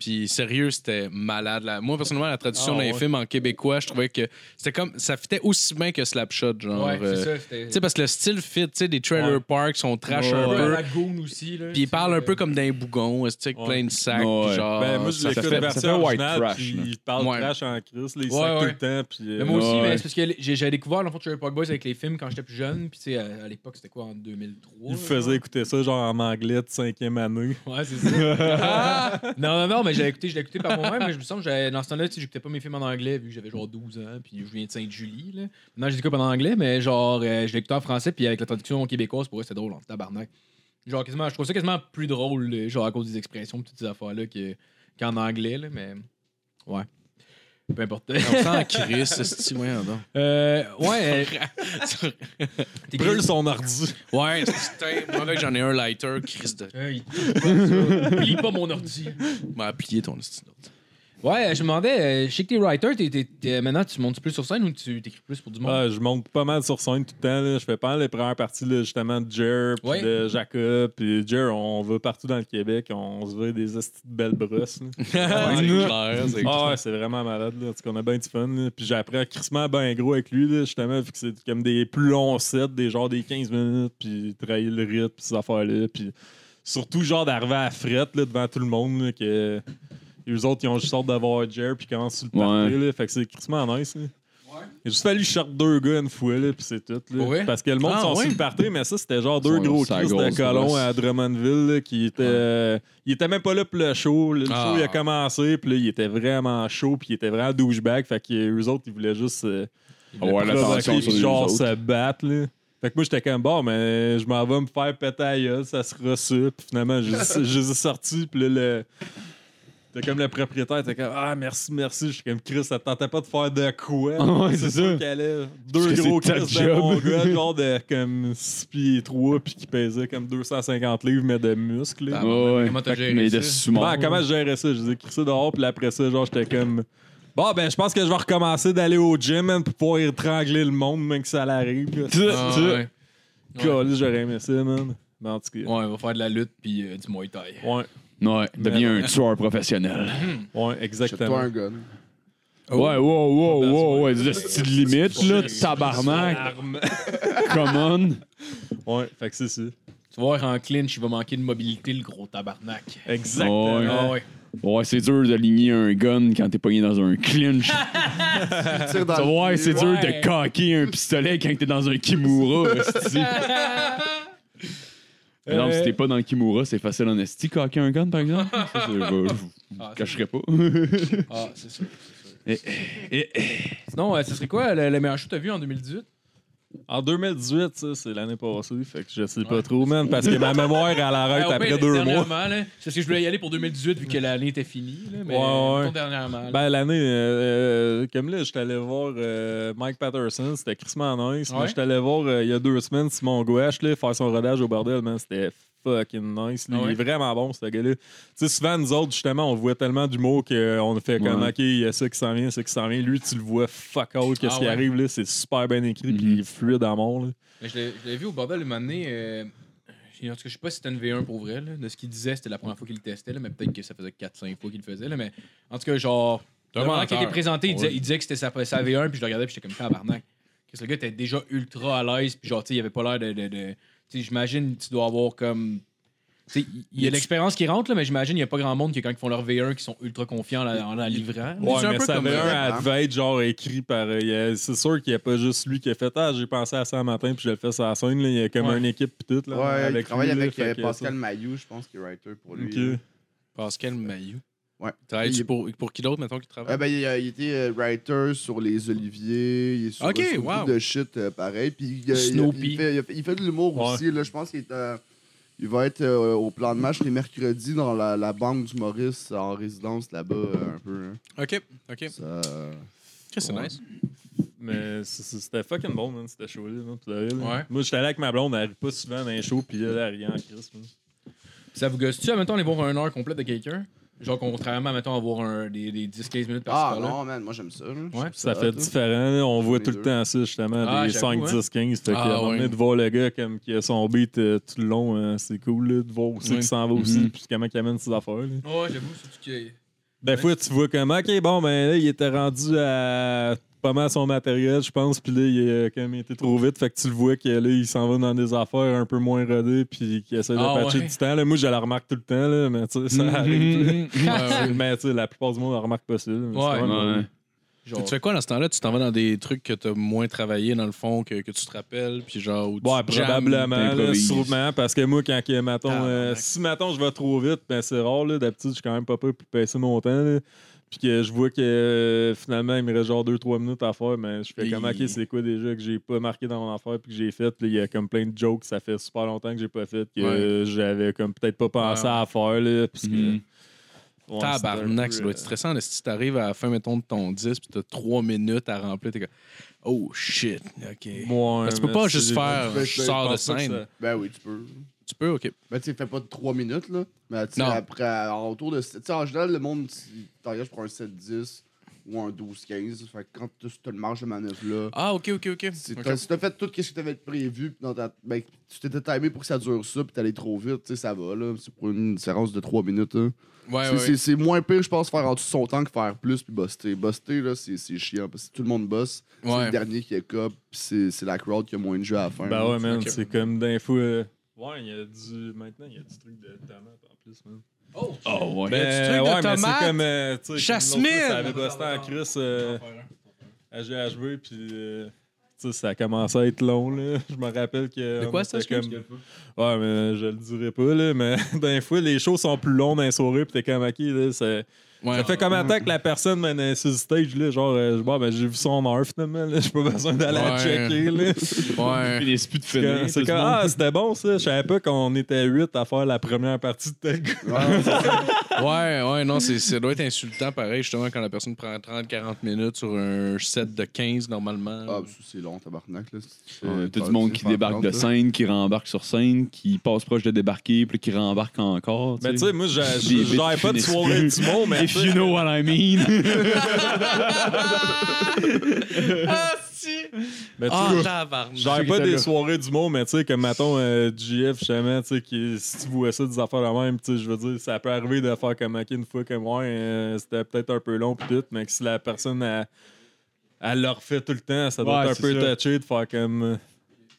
[SPEAKER 5] Puis sérieux, c'était malade. là. Moi, personnellement, la traduction
[SPEAKER 7] Ah,
[SPEAKER 5] d'un
[SPEAKER 7] ouais.
[SPEAKER 5] film en québécois, je trouvais que c'était comme. Ça fitait aussi bien que Slapshot, genre.
[SPEAKER 3] Ouais,
[SPEAKER 5] euh,
[SPEAKER 3] c'est ça. c'était-
[SPEAKER 5] Tu sais, parce que le style fit, tu sais, des trailer
[SPEAKER 7] Ouais.
[SPEAKER 5] parks, on trash
[SPEAKER 7] Ouais,
[SPEAKER 5] un
[SPEAKER 7] ouais.
[SPEAKER 5] peu.
[SPEAKER 3] la goon aussi. Là,
[SPEAKER 5] Puis il parle un peu
[SPEAKER 3] Euh,
[SPEAKER 5] comme d'un bougon, tu sais, avec
[SPEAKER 7] Ouais.
[SPEAKER 5] plein de sacs.
[SPEAKER 4] Ouais.
[SPEAKER 5] puis genre,
[SPEAKER 7] Ben, moi, je
[SPEAKER 5] Ah, ça
[SPEAKER 7] l'écoute
[SPEAKER 5] fait-
[SPEAKER 7] la version
[SPEAKER 4] ça fait white
[SPEAKER 7] originale,
[SPEAKER 4] trash,
[SPEAKER 7] puis
[SPEAKER 4] là.
[SPEAKER 7] il parle
[SPEAKER 5] Ouais.
[SPEAKER 7] trash en crise, là, il
[SPEAKER 3] Ouais,
[SPEAKER 7] sac
[SPEAKER 3] ouais.
[SPEAKER 7] tout le temps, puis...
[SPEAKER 3] Mais
[SPEAKER 7] euh,
[SPEAKER 3] moi aussi,
[SPEAKER 4] Ouais.
[SPEAKER 3] mais c'est parce que j'ai j'ai découvert l'enfant de Cherry Park Boys avec les films quand j'étais plus jeune. Puis, tu sais, à, à l'époque, c'était quoi, en 2003
[SPEAKER 7] Il faisait écouter ça, genre, en anglais de cinquième année.
[SPEAKER 3] genre? Ouais, c'est ça.
[SPEAKER 5] Ah,
[SPEAKER 3] non, non, non, mais j'ai écouté, je l'ai écouté par moi-même. Mais je me sens que j'avais- dans ce temps-là, tu sais, j'écoutais pas mes films en anglais vu que j'avais genre 12 ans. Puis, je viens de Sainte-Julie. là. Maintenant, j'ai pas en anglais, mais genre, euh, je l'ai écouté en français. Puis, avec la traduction québécoise, pour eux, c'était drôle en tabarnak. Genre, quasiment, je trouve ça quasiment plus drôle, là, genre, à cause des expressions, toutes ces affaires-là, que- qu'en anglais, là, mais. Ouais. Peu importe.
[SPEAKER 5] On s'en crisse, ce style, voyons donc.
[SPEAKER 3] Euh, ouais. T'es
[SPEAKER 7] Brûle son ordi.
[SPEAKER 5] Ouais, c'est putain, moi, là, j'en ai un lighter, Chris de.
[SPEAKER 3] Plie pas mon ordi.
[SPEAKER 5] M'a plié ton style.
[SPEAKER 3] Ouais, je me demandais, euh, je sais que t'es writer, t'es- t'es- t'es- maintenant tu montes plus sur scène ou tu t'écris plus pour du monde?
[SPEAKER 7] Ah, je monte pas mal sur scène tout le temps. là. Je fais pas mal les premières parties, là, justement, de Jer, puis
[SPEAKER 3] Ouais.
[SPEAKER 7] de Jacob. Puis Jer, on va partout dans le Québec. On se voit des hosties de belles brosses. là.
[SPEAKER 5] c'est clair, c'est clair.
[SPEAKER 7] Ah ouais, c'est vraiment malade. Là. En tout cas, on a bien du fun. là. Puis j'ai appris à crissement ben gros avec lui, là, justement, vu que c'est comme des plus longs sets, des genres des 15 minutes, puis trahir le rythme, puis ces affaires-là. Puis surtout, genre d'arriver à la frette là, devant tout le monde, là, que les autres, ils ont juste sorte d'avoir Jer, puis ils commencent sur le party. Là, fait que c'est crissement nice. Là. Il a juste fallu que je sorte deux gars une fois, là, puis c'est tout. là.
[SPEAKER 5] Pour vrai?
[SPEAKER 7] Parce que le monde
[SPEAKER 5] Ah,
[SPEAKER 7] sont
[SPEAKER 5] ouais?
[SPEAKER 7] sur le party, mais ça, c'était genre deux
[SPEAKER 4] Ils sont
[SPEAKER 7] gros
[SPEAKER 4] sur la
[SPEAKER 7] crises de
[SPEAKER 4] grosse
[SPEAKER 7] colons
[SPEAKER 4] brosse.
[SPEAKER 7] à Drummondville là, qui étaient. Il était même pas là pour le show. Le
[SPEAKER 5] Ah.
[SPEAKER 7] show il a commencé, puis là, il était vraiment chaud, puis il était vraiment douchebag. Fait que eux autres, ils voulaient juste euh,
[SPEAKER 4] Avoir l'attention
[SPEAKER 7] provoquer,
[SPEAKER 4] sur
[SPEAKER 7] puis
[SPEAKER 4] les
[SPEAKER 7] genre
[SPEAKER 4] autres.
[SPEAKER 7] se battre. là. Fait que moi, j'étais comme bon, mais je m'en vais me faire péter à gueule, ça sera ça. Puis finalement, je je les ai sortis, puis là, le. T'es comme le propriétaire, était comme Ah, merci, merci. Je suis comme Chris, ça te tentait pas de faire de quoi
[SPEAKER 4] Ah ouais, c'est ça.
[SPEAKER 7] qu'elle allait.
[SPEAKER 4] Parce
[SPEAKER 7] Deux
[SPEAKER 4] que
[SPEAKER 7] gros
[SPEAKER 4] c'est ta
[SPEAKER 7] Chris de
[SPEAKER 4] job.
[SPEAKER 7] mon gars, genre de comme 6 pieds 3 puis qui pesait comme 250 livres, mais de muscles. là.
[SPEAKER 5] Ah,
[SPEAKER 4] Ouais, ouais.
[SPEAKER 5] Comment t'as
[SPEAKER 4] Fait que-
[SPEAKER 5] géré
[SPEAKER 4] Mais
[SPEAKER 5] ça?
[SPEAKER 4] de sous-monde.
[SPEAKER 7] Ben, comment je gérais ça? Je les ai crissés dehors, puis après ça, genre, j'étais comme. Bon, ben, je pense que je vais recommencer d'aller au gym, man, pour pouvoir étrangler le monde, même que ça l'arrive. Tu
[SPEAKER 5] Ah, ouais.
[SPEAKER 7] Caliste, j'aurais aimé ça, man. Mais en tout cas.
[SPEAKER 3] Ouais, on va faire de la lutte puis euh, du Muay Thai.
[SPEAKER 7] Ouais,
[SPEAKER 4] Ouais, deviens un tueur professionnel.
[SPEAKER 7] ouais,
[SPEAKER 6] Jette-toi
[SPEAKER 7] exactement.
[SPEAKER 6] un gun.
[SPEAKER 4] Ouais, wow, wow, wow, ouais. Le style limite, là, tabarnak,
[SPEAKER 7] Arme.
[SPEAKER 4] come on.
[SPEAKER 7] Ouais, fait que c'est ça.
[SPEAKER 3] Tu vas voir, en clinch, il va manquer de mobilité, le gros tabarnak.
[SPEAKER 4] Ouais.
[SPEAKER 7] Exactement.
[SPEAKER 3] Ah ouais.
[SPEAKER 4] Ouais, c'est dur d'aligner un gun quand t'es pogné dans un clinch.
[SPEAKER 6] Tire dans
[SPEAKER 4] Ça,
[SPEAKER 6] le
[SPEAKER 4] ouais,
[SPEAKER 6] pied,
[SPEAKER 4] c'est dur de coquer un pistolet quand t'es dans un Kimura, esti. Mais Non, mais
[SPEAKER 7] Euh.
[SPEAKER 4] si t'es pas dans le Kimura, c'est facile en esti, coquer un gun, par exemple. Ça, c'est- je je- je vous cacherai pas.
[SPEAKER 3] Ah, c'est sûr.
[SPEAKER 7] Eh,
[SPEAKER 4] Et-
[SPEAKER 3] Sinon, euh, ce serait quoi le, le meilleur show que t'as vu en 2018?
[SPEAKER 7] En 2018, ça, c'est l'année passée, fait que je sais pas
[SPEAKER 3] Ouais.
[SPEAKER 7] trop, man, parce que ma mémoire, elle arrête
[SPEAKER 3] Ben, au
[SPEAKER 7] après
[SPEAKER 3] pire,
[SPEAKER 7] deux mois.
[SPEAKER 3] dernièrement, là, C'est parce que je voulais y aller pour 2018 vu que l'année était finie. Là, mais
[SPEAKER 7] Ouais, ouais.
[SPEAKER 3] mettons dernièrement. là.
[SPEAKER 7] Ben, l'année, euh, euh, comme là, je suis allé voir euh, Mike Patterson, c'était Christmas Nice. Moi,
[SPEAKER 3] Ouais.
[SPEAKER 7] je suis allé voir euh, il y a deux semaines Simon Gouache là, faire son rodage au bordel, man, c'était fucking nice. Lui,
[SPEAKER 3] Ah ouais?
[SPEAKER 7] Il est vraiment bon, ce gars-là. Tu sais, souvent, nous autres, justement, on voit tellement d'humour qu'on fait comme,
[SPEAKER 4] Ouais.
[SPEAKER 7] OK, il y a ça qui s'en vient, ça qui s'en vient. Lui, tu le vois fuck out, qu'est-ce
[SPEAKER 3] Ah
[SPEAKER 7] qui
[SPEAKER 3] ouais.
[SPEAKER 7] arrive, là, c'est super bien écrit,
[SPEAKER 4] Mhm.
[SPEAKER 7] puis il est fluide à mort, là.
[SPEAKER 3] Mais je l'ai- je l'avais vu au bordel une année. Euh, j'ai- en tout cas, je sais pas si c'était une V1 pour vrai. là. De ce qu'il disait, c'était la première fois qu'il le testait, là, mais peut-être que ça faisait 4-5 fois qu'il le faisait. là, mais en tout cas, genre,
[SPEAKER 5] T'es un
[SPEAKER 3] le moment qu'il
[SPEAKER 5] menteur.
[SPEAKER 3] était présenté, il disait, il disait que c'était sa, sa V1, puis je le regardais, puis j'étais comme tabarnak. Que ce gars était déjà ultra à l'aise, puis genre, tu sais, il avait pas l'air de. de, de- tu sais, j'imagine, tu dois avoir comme. tu sais, il- il y a l'expérience qui rentre, là, mais j'imagine il n'y a pas grand monde qui, quand ils font leur V1, qui sont ultra confiants en la, en la livrant.
[SPEAKER 7] Ouais,
[SPEAKER 5] C'est un
[SPEAKER 7] mais
[SPEAKER 5] peu
[SPEAKER 7] ça
[SPEAKER 5] comme
[SPEAKER 7] avait
[SPEAKER 5] Red,
[SPEAKER 7] un
[SPEAKER 6] hein.
[SPEAKER 7] devait être genre écrit par. euh, il y a- C'est sûr qu'il n'y a pas juste lui qui a fait Ah, j'ai pensé à ça un matin, puis je le fais sur la scène. là. Il y a comme
[SPEAKER 3] Ouais.
[SPEAKER 7] une équipe, puis tout. Là,
[SPEAKER 6] Ouais, il travaille
[SPEAKER 7] lui, là,
[SPEAKER 6] avec
[SPEAKER 7] fait
[SPEAKER 6] euh,
[SPEAKER 7] que
[SPEAKER 6] Pascal Mailloux, je pense, qui est writer pour
[SPEAKER 7] ça.
[SPEAKER 6] lui.
[SPEAKER 7] Ok.
[SPEAKER 6] là.
[SPEAKER 5] Pascal Maillot.
[SPEAKER 6] Ouais.
[SPEAKER 5] Travailles-tu
[SPEAKER 6] Il est-
[SPEAKER 5] pour, pour qui d'autre, mettons, qui travaille?
[SPEAKER 6] Ah ben, il, a- il était euh, writer sur les Oliviers, il est sur,
[SPEAKER 5] Ok,
[SPEAKER 6] sur beaucoup
[SPEAKER 5] wow.
[SPEAKER 6] de shit euh, pareil. Puis il, a- il a-
[SPEAKER 3] Snoopy.
[SPEAKER 6] il fait, il a fait- il fait de l'humour
[SPEAKER 7] Ouais.
[SPEAKER 6] aussi. Là, je pense qu'il est, euh, il va être euh, au plan de match les mercredis dans la, la banque du Maurice en résidence là-bas euh, un peu. hein.
[SPEAKER 5] OK, OK.
[SPEAKER 6] Ça, euh,
[SPEAKER 5] Ok, c'est
[SPEAKER 6] Ouais.
[SPEAKER 5] nice.
[SPEAKER 7] Mais c- c- c'était fucking bon, man. C'était chaud, là. pour de vrai, là.
[SPEAKER 3] Ouais.
[SPEAKER 7] Moi, j'étais allé avec ma blonde, elle arrive pas souvent dans les shows, puis elle arrive en crise. man.
[SPEAKER 3] Ça vous gosse-tu, admettons, aller voir une heure complète de quelqu'un? Genre, contrairement, mettons, à voir un- des, des 10-15 minutes par
[SPEAKER 6] Ah
[SPEAKER 3] par là.
[SPEAKER 6] non, man, moi j'aime ça. là. Je
[SPEAKER 3] Ouais,
[SPEAKER 6] trouve
[SPEAKER 7] Ça fait
[SPEAKER 6] hot, hein. là.
[SPEAKER 7] différent. là. On voit
[SPEAKER 6] Les
[SPEAKER 7] tout le
[SPEAKER 6] deux.
[SPEAKER 7] temps ça, justement,
[SPEAKER 3] Ah,
[SPEAKER 7] des
[SPEAKER 3] j'avoue,
[SPEAKER 7] 5,
[SPEAKER 3] hein.
[SPEAKER 7] 10, 15. Fait que,
[SPEAKER 5] Ah,
[SPEAKER 7] à un moment donné,
[SPEAKER 5] ouais.
[SPEAKER 7] de voir le gars comme, qui a son beat euh, tout le long, euh, c'est cool. là, de voir aussi
[SPEAKER 5] Ouais.
[SPEAKER 7] qu'il s'en va aussi,
[SPEAKER 4] Mhm.
[SPEAKER 7] puis comment il amène ses affaires. là.
[SPEAKER 3] Ouais, j'avoue, surtout que.
[SPEAKER 7] Des fois, Ben, tu vois comme, OK, bon, ben là, il était rendu à pas mal son matériel, je pense, puis là, il a comme été trop vite, fait que tu le vois que là, il s'en va dans des affaires un peu moins rodées, puis qu'il essaie de
[SPEAKER 3] Ah,
[SPEAKER 7] patcher
[SPEAKER 3] ouais. Mhm.
[SPEAKER 7] du temps. Là. Moi, je la remarque tout le temps, là, mais tu sais, ça arrive. mais tu sais, la plupart du monde la remarque pas ça. là, mais c'est
[SPEAKER 3] Ouais.
[SPEAKER 7] quand même drôle.
[SPEAKER 4] Ouais.
[SPEAKER 3] Genre,
[SPEAKER 5] Tu fais quoi dans ce temps-là? Tu t'en vas dans des trucs que t'as moins travaillé, dans le fond, que, que tu te rappelles, puis genre... où tu
[SPEAKER 7] Ouais,
[SPEAKER 5] jammes.
[SPEAKER 7] probablement, là,
[SPEAKER 4] t'improvises.
[SPEAKER 7] sûrement, parce que moi, quand que, mettons, euh,
[SPEAKER 5] Tabarnak.
[SPEAKER 7] si mettons, je vais trop vite, ben c'est rare, là, d'habitude, je suis quand même pas peu pour passer mon temps, là. puis que je vois que euh, finalement, il me reste genre 2-3 minutes à faire, mais je fais
[SPEAKER 5] Et-
[SPEAKER 7] comme, ok, c'est quoi déjà que j'ai pas marqué dans mon affaire, puis que j'ai fait, puis il y a comme plein de jokes, ça fait super longtemps que j'ai pas fait, que
[SPEAKER 5] Ouais.
[SPEAKER 7] euh, j'avais comme peut-être pas pensé
[SPEAKER 3] Ouais.
[SPEAKER 7] à faire, là, parce que-
[SPEAKER 4] Mhm.
[SPEAKER 7] Ouais, c'était un
[SPEAKER 5] Tabarnak,
[SPEAKER 7] peu,
[SPEAKER 5] ça doit être
[SPEAKER 7] euh,
[SPEAKER 5] stressant. là, si t'arrives à la fin, mettons, de ton 10, puis t'as 3 minutes à remplir, t'es comme... Oh, shit, OK.
[SPEAKER 7] ouais,
[SPEAKER 5] Parce que tu peux
[SPEAKER 7] mais
[SPEAKER 5] pas
[SPEAKER 7] c'est-
[SPEAKER 5] juste faire «
[SPEAKER 6] je pense
[SPEAKER 5] je sors
[SPEAKER 7] pas
[SPEAKER 5] de
[SPEAKER 7] que ça-
[SPEAKER 5] scène
[SPEAKER 6] Ben oui, tu peux. ».
[SPEAKER 5] Tu peux, OK.
[SPEAKER 6] Ben, tu sais, fais pas de 3 minutes, là. Mais tu sais,
[SPEAKER 5] Non.
[SPEAKER 6] après, euh, autour de. Tu sais, en général, le monde tu- t'engages pour un 7-10 ou un 12-15. Fait que quand tu as le marge de manœuvre, là.
[SPEAKER 5] Ah, OK, OK, OK.
[SPEAKER 6] Si
[SPEAKER 5] Ok.
[SPEAKER 6] t'as si t'as fait tout ce que t'avais prévu, pis dans ta, ben, tu t'étais timé pour que ça dure ça, pis t'allais trop vite, tu sais, ça va, là. C'est pour une différence de 3 minutes, hein.
[SPEAKER 5] Ouais,
[SPEAKER 6] C'est-
[SPEAKER 5] ouais,
[SPEAKER 6] c'est- C'est moins pire, je pense, faire en dessous de son temps que faire plus, puis buster. Buster, là, c'est c'est chiant, parce que tout le monde bosse, c'est
[SPEAKER 5] ouais.
[SPEAKER 6] le dernier qui est cop, pis c'est c'est la crowd qui a moins de jeu à la fin.
[SPEAKER 4] Bah
[SPEAKER 7] Ben ouais, man,
[SPEAKER 5] Mm. Ok.
[SPEAKER 7] c'est comme d'un fou. euh, Ouais, il y a du. Maintenant, il y a du truc de tomate en plus, man.
[SPEAKER 4] Oh, ouais.
[SPEAKER 5] Ben, du truc de
[SPEAKER 7] ouais, mais
[SPEAKER 5] tomate,
[SPEAKER 7] c'est comme. euh, tu sais, comme
[SPEAKER 5] jasmine.
[SPEAKER 7] l'autre fois, Ça avait bossé en Chris euh, à GHB, puis. euh, tu sais, ça a commencé à être long, là. Je me rappelle que.
[SPEAKER 5] De
[SPEAKER 7] on
[SPEAKER 5] quoi, ça,
[SPEAKER 7] était
[SPEAKER 5] excuse?
[SPEAKER 7] Ouais, mais je le dirai pas, là. Mais d'un fois, les shows sont plus longs d'un soirée, puis t'es comme, ok, là, c'est.
[SPEAKER 5] Ouais.
[SPEAKER 7] Ça fait comme attaque que la personne mène sur le stage, là, genre, euh, je- bon, ben, j'ai vu son heure finalement, là, j'ai pas besoin d'aller la
[SPEAKER 5] Ouais.
[SPEAKER 7] checker, là.
[SPEAKER 5] Ouais.
[SPEAKER 4] Il laisse plus de finir.
[SPEAKER 7] euh, C'est quand- C'est
[SPEAKER 4] tout
[SPEAKER 7] quand,
[SPEAKER 4] le monde.
[SPEAKER 7] ah, c'était bon ça. Je savais pas qu'on était 8 à faire la première partie de tel gars.
[SPEAKER 6] Ouais, Ah, c'est-
[SPEAKER 5] Ouais, ouais, non, c'est, ça doit être insultant pareil, justement, quand la personne prend 30-40 minutes sur un set de 15 normalement.
[SPEAKER 6] Ah, pis c'est long, tabarnak, là. C'est-
[SPEAKER 4] Ouais, T'as du
[SPEAKER 6] t'as-
[SPEAKER 4] Euh, monde
[SPEAKER 6] t'as
[SPEAKER 4] qui
[SPEAKER 6] pas
[SPEAKER 4] débarque
[SPEAKER 6] compte,
[SPEAKER 4] de
[SPEAKER 6] là.
[SPEAKER 4] scène, qui rembarque sur scène, qui passe proche de débarquer, puis qui rembarque encore.
[SPEAKER 7] Mais Ben, tu sais, moi, j'ai-
[SPEAKER 4] Des
[SPEAKER 7] j'ai-
[SPEAKER 4] bits
[SPEAKER 7] j'aurais
[SPEAKER 4] qui
[SPEAKER 7] pas de
[SPEAKER 4] finissent
[SPEAKER 7] soirée
[SPEAKER 4] plus.
[SPEAKER 7] du monde, mais.
[SPEAKER 4] If
[SPEAKER 7] tu sais,
[SPEAKER 4] you know what I mean.
[SPEAKER 5] Ah,
[SPEAKER 7] Mais ben, tu
[SPEAKER 5] Ah,
[SPEAKER 7] sais,
[SPEAKER 5] tabarnak.
[SPEAKER 7] J'avais pas
[SPEAKER 3] Ceux qui
[SPEAKER 7] des
[SPEAKER 3] étaient là.
[SPEAKER 7] soirées du monde, mais tu sais, comme mettons euh, GF, justement, tu sais, qui- si tu vois ça des affaires la même, tu sais, je veux dire, ça peut arriver de faire comme ok, une fois comme moi, c'était peut-être un peu long pis tout, mais que si la personne elle, elle le refait tout le temps, ça doit
[SPEAKER 4] Ouais,
[SPEAKER 7] être un
[SPEAKER 4] c'est
[SPEAKER 7] peu
[SPEAKER 4] ça.
[SPEAKER 7] touché de faire comme euh,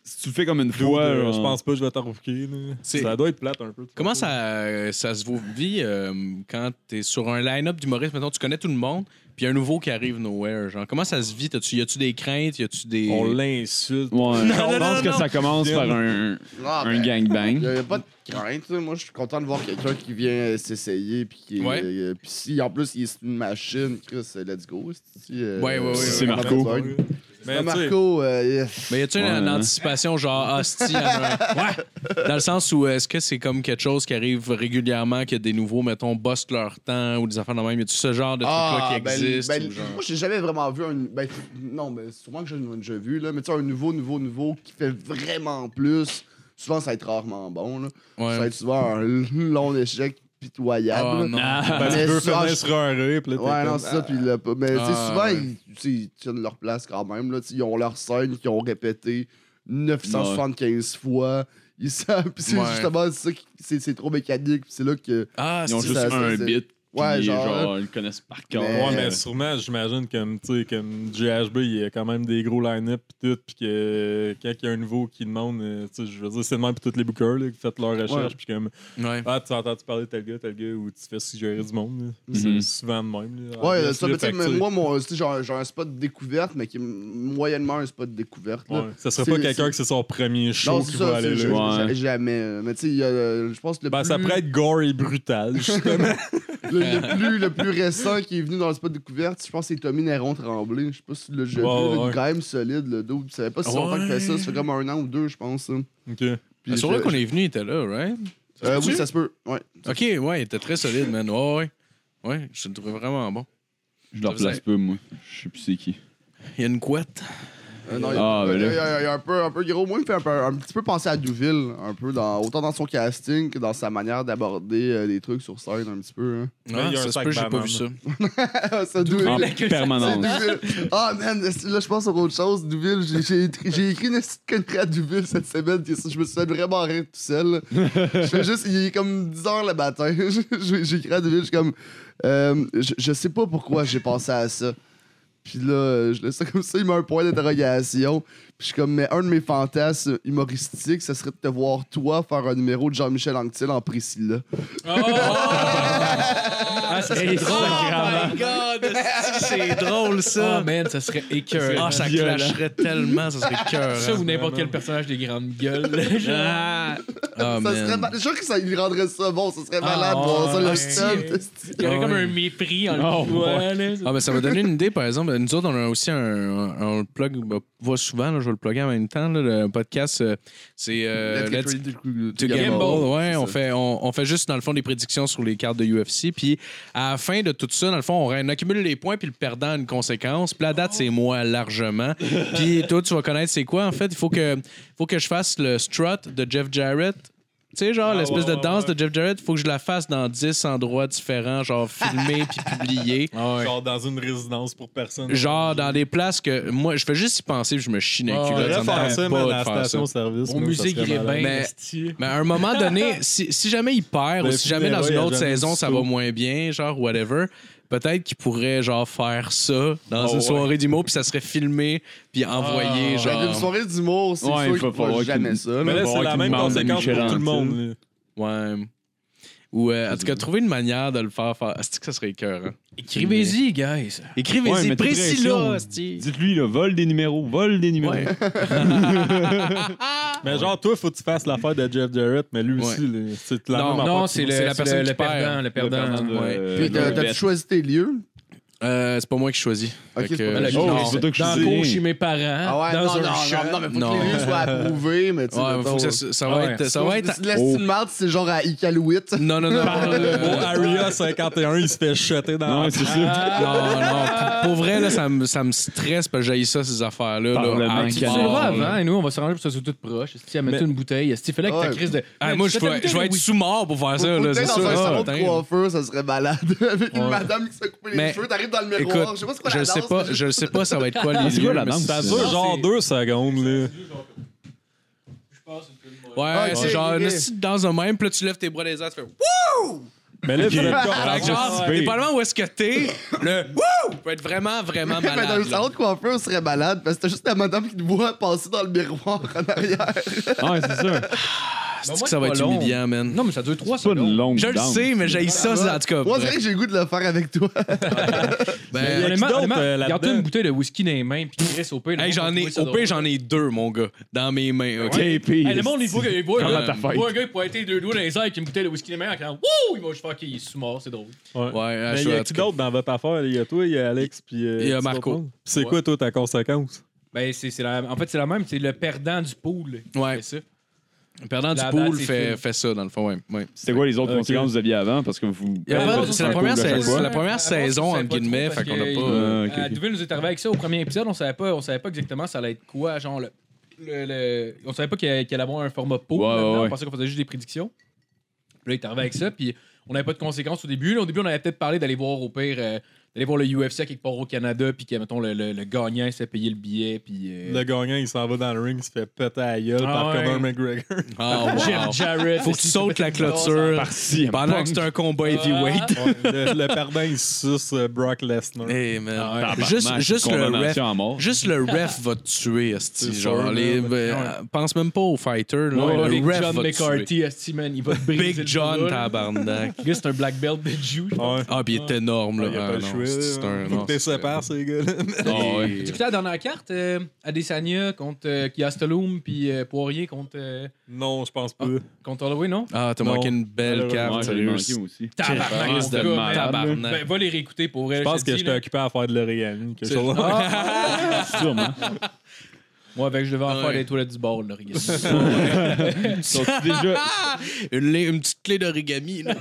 [SPEAKER 4] Si tu le fais comme une
[SPEAKER 7] dude,
[SPEAKER 4] fois,
[SPEAKER 7] euh, je
[SPEAKER 4] genre-
[SPEAKER 7] pense pas que je vais t'en repiquer, là.
[SPEAKER 5] C'est-
[SPEAKER 7] Ça doit être plate un peu. tu
[SPEAKER 5] Comment
[SPEAKER 7] sais.
[SPEAKER 5] ça, euh, ça se vit euh, quand t'es sur un line-up d'humoristes, maintenant tu connais tout le monde, puis y a un nouveau qui arrive nowhere, genre comment ça se vit T'as-tu- Y a-tu des craintes Y a-tu des
[SPEAKER 7] On l'insulte.
[SPEAKER 4] Ouais.
[SPEAKER 5] non,
[SPEAKER 4] je
[SPEAKER 5] non,
[SPEAKER 4] pense
[SPEAKER 5] non,
[SPEAKER 4] que
[SPEAKER 5] non.
[SPEAKER 4] ça commence par un,
[SPEAKER 6] Ah,
[SPEAKER 4] un
[SPEAKER 6] ben, Il n'y
[SPEAKER 4] gangbang.
[SPEAKER 6] a pas de crainte. là. Moi, je suis content de voir quelqu'un qui vient euh, s'essayer. Puis, qui est-
[SPEAKER 5] Ouais.
[SPEAKER 6] euh, puis si en plus, il est une machine, Chris, euh, let's go. c'est-tu, euh,
[SPEAKER 5] Ouais, ouais, ouais.
[SPEAKER 4] C'est
[SPEAKER 6] euh,
[SPEAKER 4] Marco.
[SPEAKER 6] Marco. Ah,
[SPEAKER 7] Mais tu sais,
[SPEAKER 6] Marco, euh,
[SPEAKER 5] Mais y a-tu
[SPEAKER 4] Ouais,
[SPEAKER 5] une
[SPEAKER 4] hein.
[SPEAKER 5] anticipation genre ah, hostie à un- Dans le sens où est-ce que c'est comme quelque chose qui arrive régulièrement que des nouveaux mettons bossent leur temps ou des affaires de même Y a-tu ce genre de truc là qui
[SPEAKER 6] ben,
[SPEAKER 5] existe
[SPEAKER 6] ben,
[SPEAKER 5] ou genre...
[SPEAKER 6] Moi, j'ai jamais vraiment vu un. Ben, non, mais sûrement que j'en ai déjà vu, là. Mais tu sais, un nouveau, nouveau, nouveau qui fait vraiment plus. Souvent, ça va être rarement bon, là.
[SPEAKER 5] Ouais.
[SPEAKER 6] Ça va être souvent un long échec
[SPEAKER 5] Ah,
[SPEAKER 6] pitoyable. Ben,
[SPEAKER 5] non.
[SPEAKER 7] parce que
[SPEAKER 6] Mais
[SPEAKER 7] deux
[SPEAKER 6] ça,
[SPEAKER 7] fenêtres sur un rip, là, t'es
[SPEAKER 6] Ah, Ouais, non,
[SPEAKER 7] comme,
[SPEAKER 6] c'est ça. Puis le- mais tu sais,
[SPEAKER 5] Ah,
[SPEAKER 6] souvent,
[SPEAKER 5] ouais.
[SPEAKER 6] ils, tu sais, ils tiennent leur place quand même. Là, Tu sais, ils ont leur scène qu'ils ont répété 975 fois. Ils savent. Puis c'est
[SPEAKER 5] Ouais.
[SPEAKER 6] justement ça qui- c'est c'est trop mécanique. Puis c'est là que.
[SPEAKER 5] Ah,
[SPEAKER 4] Ils ont
[SPEAKER 5] c'est-
[SPEAKER 4] juste
[SPEAKER 6] ça, ça,
[SPEAKER 4] un
[SPEAKER 6] c'est-
[SPEAKER 4] bit.
[SPEAKER 6] Ouais,
[SPEAKER 4] puis
[SPEAKER 6] genre, euh,
[SPEAKER 4] genre, ils le connaissent par cœur.
[SPEAKER 6] Mais-
[SPEAKER 7] ah, Ouais,
[SPEAKER 6] Euh,
[SPEAKER 7] mais sûrement, j'imagine comme, tu sais, comme GHB, il y a quand même des gros line-up pis tout, pis que euh, quand il y a un nouveau qui demande, euh, tu sais, je veux dire, c'est le même pis tous les bookers, là, qui font leur recherche, puis comme,
[SPEAKER 5] ouais.
[SPEAKER 7] ah, tu entends-tu parler de tel gars, tel gars, ou tu fais suggérer du monde, là.
[SPEAKER 4] Mhm.
[SPEAKER 7] c'est souvent de même. Là, En
[SPEAKER 6] Mm-hmm. Ouais,
[SPEAKER 7] plus,
[SPEAKER 6] ça,
[SPEAKER 7] là,
[SPEAKER 6] mais tu sais,
[SPEAKER 7] fait que,
[SPEAKER 6] mais
[SPEAKER 7] tu sais,
[SPEAKER 6] moi, mon, tu sais, j'ai un- j'ai un spot de découverte, mais qui est moyennement un spot de découverte. là.
[SPEAKER 7] ouais, ça serait pas
[SPEAKER 6] C'est-
[SPEAKER 7] quelqu'un que c'est son premier show
[SPEAKER 6] Non,
[SPEAKER 7] qui
[SPEAKER 6] c'est
[SPEAKER 7] va
[SPEAKER 6] ça,
[SPEAKER 7] aller
[SPEAKER 6] c'est-
[SPEAKER 7] là.
[SPEAKER 6] j'ai-
[SPEAKER 4] Ouais.
[SPEAKER 6] j'ai- jamais. euh, Mais tu sais, il y a, euh, je pense que le,
[SPEAKER 7] Ben,
[SPEAKER 6] plus,
[SPEAKER 7] ça pourrait être gore et brutal, justement.
[SPEAKER 6] le, le plus, le plus récent qui est venu dans le spot de découverte, je pense que c'est Tommy Néron Tremblay. Je sais pas si le jeu
[SPEAKER 7] Ouais, ouais.
[SPEAKER 6] est quand même solide, le dos. Tu savais pas si
[SPEAKER 5] Ouais. Ah,
[SPEAKER 6] longtemps qu'il fait ça, ça fait comme un an ou deux, je pense. hein.
[SPEAKER 7] ok.
[SPEAKER 6] Puis
[SPEAKER 5] Sur
[SPEAKER 6] je-
[SPEAKER 5] là qu'on est venu, il était là, right?
[SPEAKER 6] Euh, oui, ça se peut. Ouais.
[SPEAKER 5] Ok, ouais, il était très solide, man. Ouais, ouais. Ouais, je le trouvais vraiment bon.
[SPEAKER 4] Je leur place peu, moi. Je sais plus c'est qui.
[SPEAKER 5] Il y a une couette.
[SPEAKER 6] Euh, non, il-
[SPEAKER 4] Ah, ben
[SPEAKER 6] il,
[SPEAKER 4] là.
[SPEAKER 6] il- il- il- un peu, un peu gros. Moi, il me fait un, peu- un petit peu penser à Douville, un peu dans, autant dans son casting que dans sa manière d'aborder euh, les trucs sur scène, un petit peu.
[SPEAKER 7] Mais il y a un
[SPEAKER 5] ça se
[SPEAKER 7] sac
[SPEAKER 5] peut, j'ai pas
[SPEAKER 7] banane.
[SPEAKER 5] vu ça.
[SPEAKER 6] Hein. ça, Douville.
[SPEAKER 4] En
[SPEAKER 6] C'est
[SPEAKER 4] permanence.
[SPEAKER 6] Douville. Ah, man, c'est- là, je pense sur autre chose. Douville, j'ai- j'ai écrit- j'ai écrit une petite connerie à Douville cette semaine. puis Je me suis fait vraiment rire tout seul. Je fais juste, il est comme 10 h le matin. J'ai j'ai écrit à Douville, je suis comme, euh, je, je sais pas pourquoi j'ai pensé à ça. Puis là, je laisse ça comme ça, il met un point d'interrogation. Puis je suis comme, mais un de mes fantasmes humoristiques, ça serait de te voir, toi, faire un numéro de Jean-Michel Anctil en Priscilla.
[SPEAKER 3] Ah, ça serait drôle.
[SPEAKER 5] oh my god, c'est drôle
[SPEAKER 3] Ah, man, ça serait écœurant.
[SPEAKER 5] Ah, ça clasherait tellement, ça serait cœur. hein.
[SPEAKER 3] Ça ou n'importe quel personnage des grandes gueules. genre.
[SPEAKER 5] Ah,
[SPEAKER 6] ça serait mal- Je suis sûr que ça lui rendrait ça bon, ça serait malade, voir ça, le
[SPEAKER 3] ouais.
[SPEAKER 6] stunt.
[SPEAKER 3] Il y aurait
[SPEAKER 5] Ah,
[SPEAKER 3] comme
[SPEAKER 5] ouais.
[SPEAKER 3] un mépris en
[SPEAKER 4] Oh,
[SPEAKER 3] le voit, là.
[SPEAKER 5] Ah, ben ça m'a donné une idée, par exemple. Nous autres, on a aussi un. un- on le plug, ben, voit souvent, là, je vais le plugger en même temps. là, le podcast, euh, c'est euh, Let's
[SPEAKER 6] Let's get ready
[SPEAKER 5] to
[SPEAKER 6] to
[SPEAKER 5] Gamble.
[SPEAKER 3] Gamble,
[SPEAKER 5] Ouais,
[SPEAKER 6] c'est
[SPEAKER 5] on
[SPEAKER 6] ça.
[SPEAKER 5] fait, on, on fait juste, dans le fond, des prédictions sur les cartes de UFC. Puis à la fin de tout ça, dans le fond, on, ré- on accumule les points, puis le perdant a une conséquence. Puis la date, c'est moi, largement. Puis toi, tu vas connaître c'est quoi. En fait, il faut que, faut que je fasse le strut de Jeff Jarrett. Tu sais, genre,
[SPEAKER 7] Ah,
[SPEAKER 5] l'espèce
[SPEAKER 7] ouais,
[SPEAKER 5] de
[SPEAKER 7] ouais,
[SPEAKER 5] danse
[SPEAKER 7] ouais.
[SPEAKER 5] de Jeff Jarrett, il faut que je la fasse dans 10 endroits différents, genre filmé puis publié.
[SPEAKER 7] Genre dans une résidence pour personne.
[SPEAKER 5] Genre dans des places que moi, je fais juste y penser, puis je me chie dans
[SPEAKER 3] Ouais,
[SPEAKER 5] le
[SPEAKER 6] Ah,
[SPEAKER 5] cul.
[SPEAKER 7] On
[SPEAKER 5] là,
[SPEAKER 7] devrait
[SPEAKER 5] ça me
[SPEAKER 7] faire
[SPEAKER 5] tente
[SPEAKER 7] ça,
[SPEAKER 5] pas
[SPEAKER 7] man,
[SPEAKER 5] de
[SPEAKER 7] à la
[SPEAKER 5] faire ça. Ben,
[SPEAKER 7] station-service.
[SPEAKER 3] Au
[SPEAKER 7] man, ça
[SPEAKER 3] musée
[SPEAKER 7] serait malade.
[SPEAKER 5] Mais-
[SPEAKER 3] Grébin,
[SPEAKER 5] Mais à un moment donné, si, si jamais il perd
[SPEAKER 7] Le
[SPEAKER 5] ou si jamais dans
[SPEAKER 7] Funérail
[SPEAKER 5] une
[SPEAKER 7] à
[SPEAKER 5] autre
[SPEAKER 7] Jeanne
[SPEAKER 5] saison ça va
[SPEAKER 7] Cousteau.
[SPEAKER 5] moins bien, genre whatever, peut-être qu'il pourrait genre faire ça dans
[SPEAKER 7] Oh,
[SPEAKER 5] une
[SPEAKER 7] ouais.
[SPEAKER 5] soirée d'humour puis ça serait filmé puis envoyé
[SPEAKER 3] Ah.
[SPEAKER 6] J'ai une
[SPEAKER 5] genre.
[SPEAKER 6] soirée d'humour, c'est
[SPEAKER 4] Ouais, il
[SPEAKER 6] sûr
[SPEAKER 4] faut
[SPEAKER 6] qu'il fera
[SPEAKER 4] falloir
[SPEAKER 6] jamais
[SPEAKER 4] qu'il-
[SPEAKER 6] ça.
[SPEAKER 7] Mais
[SPEAKER 5] ben,
[SPEAKER 6] là.
[SPEAKER 7] là,
[SPEAKER 4] Bon,
[SPEAKER 7] c'est la
[SPEAKER 4] qu'il
[SPEAKER 7] même
[SPEAKER 4] demande à
[SPEAKER 7] conséquence pour
[SPEAKER 4] Michel
[SPEAKER 7] tout le monde. là.
[SPEAKER 5] Ouais. Ou euh, en tout cas trouver une manière de le faire faire. Est-ce que ça serait écœurant?
[SPEAKER 3] Écrivez-y, guys.
[SPEAKER 4] Ouais,
[SPEAKER 5] Écrivez-y
[SPEAKER 4] mettez
[SPEAKER 5] précis
[SPEAKER 4] pression.
[SPEAKER 5] là,
[SPEAKER 4] Dites-lui, là, vole des numéros, vole des numéros.
[SPEAKER 5] Ouais.
[SPEAKER 7] Mais genre, toi, faut que tu fasses l'affaire de Jeff Jarrett, mais lui aussi, là, c'est la
[SPEAKER 5] Non,
[SPEAKER 7] même
[SPEAKER 3] Non,
[SPEAKER 7] affaire.
[SPEAKER 3] c'est le,
[SPEAKER 5] c'est la
[SPEAKER 3] c'est
[SPEAKER 5] personne
[SPEAKER 3] le,
[SPEAKER 5] qui
[SPEAKER 3] le
[SPEAKER 5] perd. hein.
[SPEAKER 3] perdant. Le perdant.
[SPEAKER 4] de-
[SPEAKER 5] Ouais.
[SPEAKER 4] euh,
[SPEAKER 6] Puis
[SPEAKER 4] de
[SPEAKER 6] t'as-
[SPEAKER 4] Beth.
[SPEAKER 6] t'as-tu choisi tes lieux?
[SPEAKER 5] Euh, c'est pas moi qui choisis.
[SPEAKER 6] Ok,
[SPEAKER 5] Fait
[SPEAKER 6] c'est
[SPEAKER 5] que-
[SPEAKER 6] pas toi qui
[SPEAKER 5] Non.
[SPEAKER 4] Oh, c'est pas toi que
[SPEAKER 3] Dans
[SPEAKER 4] je
[SPEAKER 3] le cours
[SPEAKER 4] dis.
[SPEAKER 3] chez mes parents.
[SPEAKER 6] Ah ouais,
[SPEAKER 3] dans
[SPEAKER 6] non,
[SPEAKER 3] un
[SPEAKER 6] non,
[SPEAKER 3] shop.
[SPEAKER 6] non, non, mais faut
[SPEAKER 5] Non.
[SPEAKER 6] que les lieux soient approuvés, mais tu sais,
[SPEAKER 5] Ouais,
[SPEAKER 6] mettons,
[SPEAKER 5] faut que ça, ça va
[SPEAKER 3] Ouais.
[SPEAKER 5] être. Ça va être.
[SPEAKER 6] La petite merde, c'est genre à Iqaluit.
[SPEAKER 5] Non, non, non.
[SPEAKER 7] Au
[SPEAKER 5] euh,
[SPEAKER 7] Area 51, il se fait shotter dans
[SPEAKER 4] Non, c'est ça.
[SPEAKER 5] Non, non. Pour, pour vrai, là, ça me, ça me stresse parce que j'ai ça, ces affaires-là.
[SPEAKER 4] Par le
[SPEAKER 5] là, à
[SPEAKER 4] mec
[SPEAKER 5] mort,
[SPEAKER 3] Tu le verras
[SPEAKER 5] là.
[SPEAKER 3] avant hein. et nous, on va s'arranger pour que ça soit tout proche. Si elle mettait
[SPEAKER 7] Mais-
[SPEAKER 3] une bouteille, si tu fais là que ta
[SPEAKER 6] Ouais.
[SPEAKER 3] crise de.
[SPEAKER 5] Ah, moi,
[SPEAKER 3] Fais
[SPEAKER 5] je
[SPEAKER 3] ta
[SPEAKER 5] vais, je vais
[SPEAKER 3] bouteille
[SPEAKER 5] être
[SPEAKER 3] de
[SPEAKER 5] sous mort pour faire ça. là,
[SPEAKER 6] Peut-être
[SPEAKER 5] c'est
[SPEAKER 6] dans
[SPEAKER 5] sûr.
[SPEAKER 6] un
[SPEAKER 5] Ah,
[SPEAKER 6] salon de
[SPEAKER 5] putain.
[SPEAKER 6] coiffeur, ça serait malade. Avec une
[SPEAKER 3] Ouais.
[SPEAKER 6] madame qui se fait couper les
[SPEAKER 5] Mais-
[SPEAKER 6] cheveux, t'arrives dans le miroir.
[SPEAKER 5] Écoute,
[SPEAKER 6] je sais pas c'est quoi
[SPEAKER 5] je
[SPEAKER 6] la
[SPEAKER 5] sais
[SPEAKER 6] danse,
[SPEAKER 5] pas,
[SPEAKER 6] mais
[SPEAKER 5] je sais pas ça va être quoi les
[SPEAKER 4] Ah, C'est quoi
[SPEAKER 5] lieux,
[SPEAKER 4] la
[SPEAKER 5] mais
[SPEAKER 4] danse?
[SPEAKER 5] c'est-
[SPEAKER 4] Ça
[SPEAKER 7] Ça,
[SPEAKER 4] Non,
[SPEAKER 7] genre
[SPEAKER 3] c'est-
[SPEAKER 7] deux secondes, là.
[SPEAKER 5] Ouais,
[SPEAKER 6] Ah, ok,
[SPEAKER 5] c'est genre
[SPEAKER 6] ok.
[SPEAKER 5] une petite danse de même, puis là tu lèves tes bras des airs, tu fais Wouh!
[SPEAKER 7] Mais là, c'est le
[SPEAKER 4] Ah,
[SPEAKER 7] corps.
[SPEAKER 5] Fait que genre,
[SPEAKER 4] anticipé.
[SPEAKER 5] dépendamment où est-ce que t'es, le Wouh! peut être vraiment, vraiment
[SPEAKER 6] Mais dans le
[SPEAKER 5] malade. là.
[SPEAKER 6] salon de coiffeur, on serait malade parce que t'as juste la madame qui te voit passer dans le miroir en arrière.
[SPEAKER 4] Ouais, c'est ça.
[SPEAKER 5] C'est que ça va être humiliant, man.
[SPEAKER 3] Non, mais ça dure 3
[SPEAKER 4] C'est pas une
[SPEAKER 3] secondes.
[SPEAKER 4] longue
[SPEAKER 5] Je le
[SPEAKER 4] danse.
[SPEAKER 5] sais, mais j'ai ça, c'est- en tout cas.
[SPEAKER 6] Moi,
[SPEAKER 5] bref.
[SPEAKER 6] c'est vrai que j'ai le goût de le faire avec toi.
[SPEAKER 5] Ben,
[SPEAKER 7] y a qui d'autre, euh, là-dedans?
[SPEAKER 3] Garde-toi une bouteille de whisky dans les mains, puis Chris, au pire. le monde va
[SPEAKER 5] hey, j'en
[SPEAKER 3] trouver
[SPEAKER 5] ai,
[SPEAKER 3] ça
[SPEAKER 5] au
[SPEAKER 3] drôle.
[SPEAKER 5] pire, j'en ai deux, mon gars, dans mes mains, ok?
[SPEAKER 4] KP.
[SPEAKER 3] Hey, le monde, il voit que il voit
[SPEAKER 5] Comment
[SPEAKER 3] un gars-
[SPEAKER 5] t'as
[SPEAKER 3] il
[SPEAKER 5] fait?
[SPEAKER 3] voit un gars pointer deux doigts dans les airs avec une bouteille de whisky dans les mains en criant Wouh! Ils vont juste faire qu'il est sous-mort, c'est drôle.
[SPEAKER 5] Ouais, euh,
[SPEAKER 7] Mais
[SPEAKER 5] je
[SPEAKER 7] il
[SPEAKER 5] suis
[SPEAKER 7] y
[SPEAKER 5] en
[SPEAKER 7] a
[SPEAKER 5] tout
[SPEAKER 7] qui
[SPEAKER 5] cas-
[SPEAKER 7] d'autre dans votre affaire? Il y a toi, il y a Alex, puis. euh,
[SPEAKER 5] Il y a
[SPEAKER 7] tu
[SPEAKER 5] Marco.
[SPEAKER 7] comprends? C'est quoi, toi, ta conséquence?
[SPEAKER 3] Ben, c'est c'est la, en fait, c'est la même, c'est le perdant du pool.
[SPEAKER 5] Ouais.
[SPEAKER 3] C'est ça.
[SPEAKER 5] Le perdant du
[SPEAKER 3] La
[SPEAKER 5] pool
[SPEAKER 3] date, c'est
[SPEAKER 5] fait,
[SPEAKER 3] fini.
[SPEAKER 5] fait ça, dans le fond, ouais. ouais.
[SPEAKER 4] C'était quoi les autres
[SPEAKER 7] Ok.
[SPEAKER 4] conséquences que vous aviez avant? Parce que vous.
[SPEAKER 5] Il y a
[SPEAKER 3] Ben,
[SPEAKER 5] pas-
[SPEAKER 3] bon,
[SPEAKER 5] c'est la première
[SPEAKER 4] pool à chaque
[SPEAKER 5] saison,
[SPEAKER 4] fois.
[SPEAKER 5] la première saison, entre guillemets, fait qu'on a pas,
[SPEAKER 4] euh, ok, ok.
[SPEAKER 3] Douville nous est arrivé avec ça au premier épisode, on savait pas, on savait pas exactement ça allait être quoi, genre le. le- le- on savait pas qu'il allait qu'il allait avoir un format pool.
[SPEAKER 4] Ouais,
[SPEAKER 3] là-dedans,
[SPEAKER 4] ouais, ouais.
[SPEAKER 3] On pensait qu'on faisait juste des prédictions. Puis là, il est arrivé avec ça, puis on n'avait pas de conséquences au début. Là, au début, on avait peut-être parlé d'aller voir au pire, euh, d'aller voir le UFC quelque part au Canada, puis que, mettons, le, le, le gagnant, il s'est payé le billet, puis. euh,
[SPEAKER 7] Le gagnant, il s'en va dans le ring, il se fait péter à la gueule
[SPEAKER 3] Ah
[SPEAKER 7] par
[SPEAKER 3] ouais.
[SPEAKER 7] Conor McGregor.
[SPEAKER 5] Ah,
[SPEAKER 3] Jeff
[SPEAKER 5] wow.
[SPEAKER 3] Jarrett.
[SPEAKER 5] Faut que tu sautes la clôture
[SPEAKER 4] Par-ci.
[SPEAKER 5] pendant que c'est un combat heavyweight.
[SPEAKER 7] le, le perdant, il suce euh, Brock Lesnar.
[SPEAKER 5] Hey, man.
[SPEAKER 4] Ah, ouais.
[SPEAKER 5] Juste,
[SPEAKER 4] Tabarnak,
[SPEAKER 5] juste le ref.
[SPEAKER 4] condamnation à mort.
[SPEAKER 5] Juste le ref va te tuer, esti,
[SPEAKER 7] C'est
[SPEAKER 5] genre,
[SPEAKER 7] sûr,
[SPEAKER 5] les-
[SPEAKER 7] man.
[SPEAKER 5] ben, pense même pas au fighter, là,
[SPEAKER 3] Ouais,
[SPEAKER 5] le
[SPEAKER 3] Big
[SPEAKER 5] ref
[SPEAKER 3] John
[SPEAKER 5] va te tuer.
[SPEAKER 3] McCarthy, esti, man, il va te briser le
[SPEAKER 5] Big John,
[SPEAKER 3] bras, là.
[SPEAKER 5] tabarnak.
[SPEAKER 3] Le gars, c'est un black belt de Jew. je pense.
[SPEAKER 7] Ouais.
[SPEAKER 5] Ah, puis il est énorme, là.
[SPEAKER 7] Il y a
[SPEAKER 5] Ah,
[SPEAKER 7] pas le
[SPEAKER 5] non,
[SPEAKER 7] choix.
[SPEAKER 5] c'est- c'est un-
[SPEAKER 7] là. Faut
[SPEAKER 5] non,
[SPEAKER 7] que t'es
[SPEAKER 5] c'est-
[SPEAKER 7] séparé, ces gars-là.
[SPEAKER 4] Ah, ouais.
[SPEAKER 3] J'ai écouté la dernière carte, euh, Adesanya contre euh, Kiastoloum puis euh, Poirier contre, euh,
[SPEAKER 7] Non, je pense pas.
[SPEAKER 3] contre Holloway, non?
[SPEAKER 5] Ah, t'as
[SPEAKER 7] Non.
[SPEAKER 5] manqué une belle
[SPEAKER 4] Ouais,
[SPEAKER 5] carte,
[SPEAKER 4] j'allais
[SPEAKER 5] sérieux.
[SPEAKER 4] manquer, moi aussi.
[SPEAKER 3] Tabarnak,
[SPEAKER 5] crise
[SPEAKER 3] mon
[SPEAKER 5] de
[SPEAKER 3] gars, man.
[SPEAKER 4] malade,
[SPEAKER 5] tabarnak.
[SPEAKER 3] Ben, va les réécouter pour vrai.
[SPEAKER 7] Je pense que
[SPEAKER 3] te dis,
[SPEAKER 7] j'étais
[SPEAKER 3] là.
[SPEAKER 7] occupé à faire de l'origami. quelque
[SPEAKER 5] C'est-
[SPEAKER 7] chose.
[SPEAKER 3] Ah,
[SPEAKER 4] Sûrement.
[SPEAKER 3] Moi, avec, je devais en
[SPEAKER 5] Ouais.
[SPEAKER 3] faire les toilettes du bord, là, regarde.
[SPEAKER 4] Sont-ils déjà,
[SPEAKER 5] Ben, Une, lé- une petite clé d'origami, là.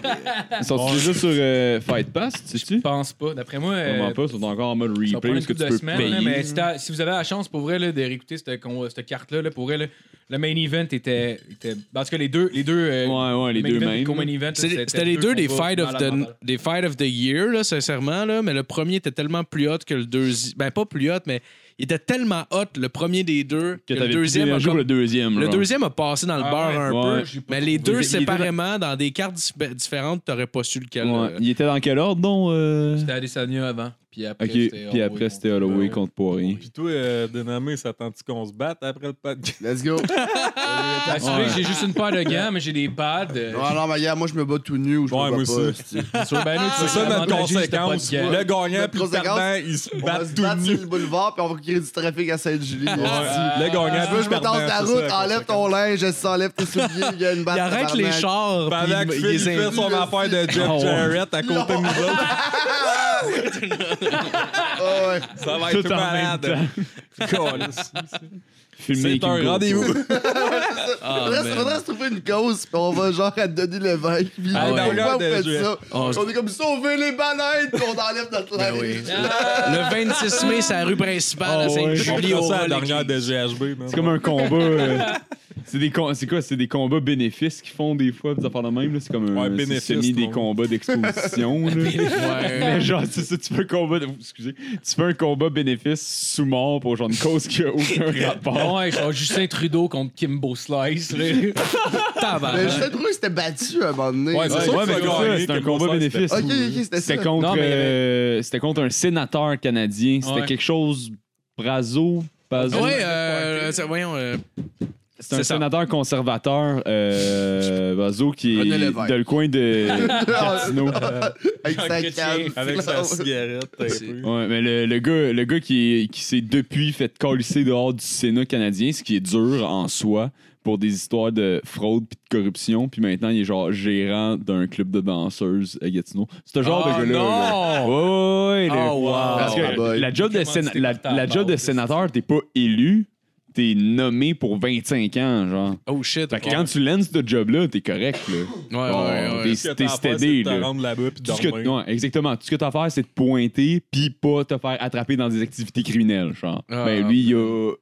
[SPEAKER 4] sont-ils déjà sur euh, Fight Pass, tu sais?
[SPEAKER 3] Je pense pas. D'après moi, euh,
[SPEAKER 4] Vraiment pas, ils sont encore en mode
[SPEAKER 3] ça va
[SPEAKER 4] replay
[SPEAKER 3] prendre une
[SPEAKER 4] parce que
[SPEAKER 3] couple
[SPEAKER 4] tu
[SPEAKER 3] de
[SPEAKER 4] peux
[SPEAKER 3] semaines. là,
[SPEAKER 4] payer.
[SPEAKER 3] mais si, t'as- si vous avez la chance, pour vrai, là, de réécouter cette, con- euh, cette carte-là, là, pour vrai, là, le main event était. était... En tout cas, les deux. Les deux euh,
[SPEAKER 4] Ouais, ouais, les
[SPEAKER 3] main
[SPEAKER 4] deux
[SPEAKER 3] event et
[SPEAKER 4] mêmes.
[SPEAKER 3] co-main event, là,
[SPEAKER 5] C'est- C'était les deux des
[SPEAKER 3] combats
[SPEAKER 5] fight, of
[SPEAKER 3] malades
[SPEAKER 5] the,
[SPEAKER 3] mentales.
[SPEAKER 5] des fight of the Year, là, sincèrement. Là, mais le premier était tellement plus hot que le deuxième. Ben, pas plus hot, mais il était tellement hot, le premier des deux, que,
[SPEAKER 4] Que
[SPEAKER 5] le
[SPEAKER 4] t'avais
[SPEAKER 5] deuxième
[SPEAKER 4] deuxième
[SPEAKER 5] a
[SPEAKER 4] jour
[SPEAKER 5] comme-
[SPEAKER 4] le deuxième.
[SPEAKER 5] Le
[SPEAKER 4] genre.
[SPEAKER 5] deuxième a passé dans le
[SPEAKER 3] Ah
[SPEAKER 5] bar
[SPEAKER 3] ouais.
[SPEAKER 5] un
[SPEAKER 4] Ouais.
[SPEAKER 5] peu.
[SPEAKER 3] j'ai pas
[SPEAKER 5] Mais
[SPEAKER 3] trouvé.
[SPEAKER 5] les deux
[SPEAKER 4] Il était-
[SPEAKER 5] séparément, dans des cartes dis- différentes, t'aurais pas su lequel.
[SPEAKER 4] Ouais.
[SPEAKER 5] euh,
[SPEAKER 4] Il était dans quel ordre, donc? euh?
[SPEAKER 3] C'était Adesanya avant. Puis après,
[SPEAKER 4] Ok,
[SPEAKER 3] c'était
[SPEAKER 4] puis après, c'était Holloway contre Poirier.
[SPEAKER 7] Puis toi, euh, Denamé, ça tu qu'on se batte après le podcast?
[SPEAKER 6] Let's go.
[SPEAKER 3] T'as assuré que j'ai juste une paire de gants, mais j'ai des pads. euh,
[SPEAKER 6] Non, non, mais gars, moi, je me bats tout nu ou je
[SPEAKER 7] Ouais,
[SPEAKER 6] me bats
[SPEAKER 7] moi
[SPEAKER 6] pas.
[SPEAKER 7] aussi.
[SPEAKER 6] c'est-tu.
[SPEAKER 3] sur le banner, Ben, tu sais,
[SPEAKER 6] Ah,
[SPEAKER 7] C'est ça notre
[SPEAKER 3] l'avantage, c'est que t'as pas de
[SPEAKER 7] conséquence.
[SPEAKER 3] gants.
[SPEAKER 7] Le gagnant
[SPEAKER 6] Notre
[SPEAKER 7] puis le
[SPEAKER 6] conséquence,
[SPEAKER 7] perdant, ils se
[SPEAKER 6] On va se
[SPEAKER 7] battent tout
[SPEAKER 6] battre
[SPEAKER 7] nus.
[SPEAKER 6] sur le boulevard puis on va créer du trafic à Sainte-Julie.
[SPEAKER 7] Ouais.
[SPEAKER 6] Moi,
[SPEAKER 7] Le gagnant puis
[SPEAKER 6] Ah, je
[SPEAKER 7] le
[SPEAKER 6] me
[SPEAKER 7] perdant.
[SPEAKER 6] tasse la
[SPEAKER 7] c'est ça,
[SPEAKER 6] route,
[SPEAKER 7] la
[SPEAKER 6] enlève
[SPEAKER 7] conséquence.
[SPEAKER 6] ton linge, je s'enlève tes souliers, il y a une batte.
[SPEAKER 5] Il arrête les
[SPEAKER 6] tabarnak.
[SPEAKER 5] chars. puis
[SPEAKER 7] Pendant que
[SPEAKER 5] il- il
[SPEAKER 7] Phil
[SPEAKER 5] les in-
[SPEAKER 7] fait son
[SPEAKER 6] le-
[SPEAKER 7] affaire de
[SPEAKER 4] Ah ouais.
[SPEAKER 7] Jeff Jarrett à côté de nous autres,
[SPEAKER 6] Ah ouais.
[SPEAKER 7] ça va
[SPEAKER 4] Tout
[SPEAKER 7] être
[SPEAKER 4] en même
[SPEAKER 7] malade.
[SPEAKER 4] temps.
[SPEAKER 7] Calisse.
[SPEAKER 4] Filmé avec
[SPEAKER 7] C'est
[SPEAKER 4] une
[SPEAKER 7] un
[SPEAKER 4] GoPro.
[SPEAKER 7] rendez-vous.
[SPEAKER 5] Ah,
[SPEAKER 6] Faudrait
[SPEAKER 5] man.
[SPEAKER 6] faudrait se trouver une cause, puis on va genre à donner le vainque. Puis
[SPEAKER 7] Ah
[SPEAKER 6] pourquoi
[SPEAKER 7] ouais.
[SPEAKER 6] vous faites
[SPEAKER 7] Déjà.
[SPEAKER 6] ça?
[SPEAKER 5] Oh,
[SPEAKER 6] on est comme sauver les bananes, puis on enlève notre
[SPEAKER 5] Ben
[SPEAKER 6] linge.
[SPEAKER 5] oui. Le 26 mai, c'est la rue principale à
[SPEAKER 4] Oh, ouais.
[SPEAKER 7] On
[SPEAKER 5] Saint-Julie
[SPEAKER 7] fera
[SPEAKER 5] au
[SPEAKER 7] ça à la
[SPEAKER 5] Hall
[SPEAKER 7] dernière
[SPEAKER 5] Église.
[SPEAKER 7] de GHB. man.
[SPEAKER 4] C'est comme un combat. euh, c'est des com- c'est quoi C'est des combats bénéfices qu'ils font des fois, des affaires de même. là. C'est comme
[SPEAKER 7] Ouais,
[SPEAKER 4] un c'est
[SPEAKER 7] bénéfice,
[SPEAKER 4] semi des
[SPEAKER 7] non.
[SPEAKER 4] combats d'exposition. là.
[SPEAKER 5] Ouais.
[SPEAKER 4] Mais genre, c'est ça, tu fais un combat, de- excusez, tu fais un combat bénéfice sous mort pour genre une cause qui a aucun rapport.
[SPEAKER 3] Ouais, genre Justin Trudeau contre Kimbo Slice. là.
[SPEAKER 6] Mais
[SPEAKER 5] Tabarnak.
[SPEAKER 6] je trouve que c'était battu à un moment donné.
[SPEAKER 7] Ouais,
[SPEAKER 6] Ouais.
[SPEAKER 7] c'est sûr
[SPEAKER 4] ouais,
[SPEAKER 7] que
[SPEAKER 4] mais
[SPEAKER 7] ça
[SPEAKER 4] c'est
[SPEAKER 7] a
[SPEAKER 4] ça,
[SPEAKER 7] gagné,
[SPEAKER 4] c'est un
[SPEAKER 7] comme
[SPEAKER 4] combat
[SPEAKER 7] ça, c'était-
[SPEAKER 4] bénéfice.
[SPEAKER 6] Ok, ok, c'était ça.
[SPEAKER 4] C'était contre,
[SPEAKER 3] Non, mais il y avait-
[SPEAKER 4] euh, c'était contre un sénateur canadien. C'était
[SPEAKER 3] Ouais.
[SPEAKER 4] quelque chose. Brazo. Brazo.
[SPEAKER 5] Ah Ouais, euh, ça- voyons. euh,
[SPEAKER 4] c'est un
[SPEAKER 5] ça.
[SPEAKER 4] sénateur conservateur. Euh, Brazo qui est
[SPEAKER 6] René Lévesque.
[SPEAKER 4] de le coin de Gatineau.
[SPEAKER 6] Ah, Avec sa canne.
[SPEAKER 7] Avec sa cigarette. un
[SPEAKER 5] C'est-
[SPEAKER 7] peu.
[SPEAKER 4] Ouais, mais le, le gars, le gars qui, est- qui s'est depuis fait colisser dehors du Sénat canadien, ce qui est dur en soi pour des histoires de fraude puis de corruption, puis maintenant il est genre gérant d'un club de danseuses à Gatineau. C'est ce
[SPEAKER 3] Ah,
[SPEAKER 4] genre
[SPEAKER 5] Oh,
[SPEAKER 4] de gars-là. là. Ouais, ouais, ouais, le-
[SPEAKER 5] Oh, wow.
[SPEAKER 4] Parce que
[SPEAKER 6] Ah, boy.
[SPEAKER 4] la job de,
[SPEAKER 3] Comment
[SPEAKER 4] séna-
[SPEAKER 3] tu t'es
[SPEAKER 4] la,
[SPEAKER 3] porté à
[SPEAKER 4] la
[SPEAKER 3] la
[SPEAKER 4] job de
[SPEAKER 3] base,
[SPEAKER 4] sénateur, t'es pas élu, t'es nommé pour 25 ans, genre.
[SPEAKER 5] Oh shit.
[SPEAKER 4] Fait que
[SPEAKER 5] Ouais,
[SPEAKER 4] quand tu lances ce job-là, t'es correct, là.
[SPEAKER 5] ouais,
[SPEAKER 4] Bon,
[SPEAKER 5] ouais.
[SPEAKER 4] t'es-
[SPEAKER 7] Ce que
[SPEAKER 4] t'es
[SPEAKER 7] t'as à faire, c'est
[SPEAKER 4] stédé,
[SPEAKER 7] de
[SPEAKER 4] là.
[SPEAKER 7] te rendre là-bas puis
[SPEAKER 4] Tout ce que,
[SPEAKER 7] dormir.
[SPEAKER 4] ouais, exactement. Tout ce que t'as à faire, c'est de pointer puis pas te faire attraper dans des activités criminelles, genre.
[SPEAKER 5] Ah,
[SPEAKER 4] ben lui, il a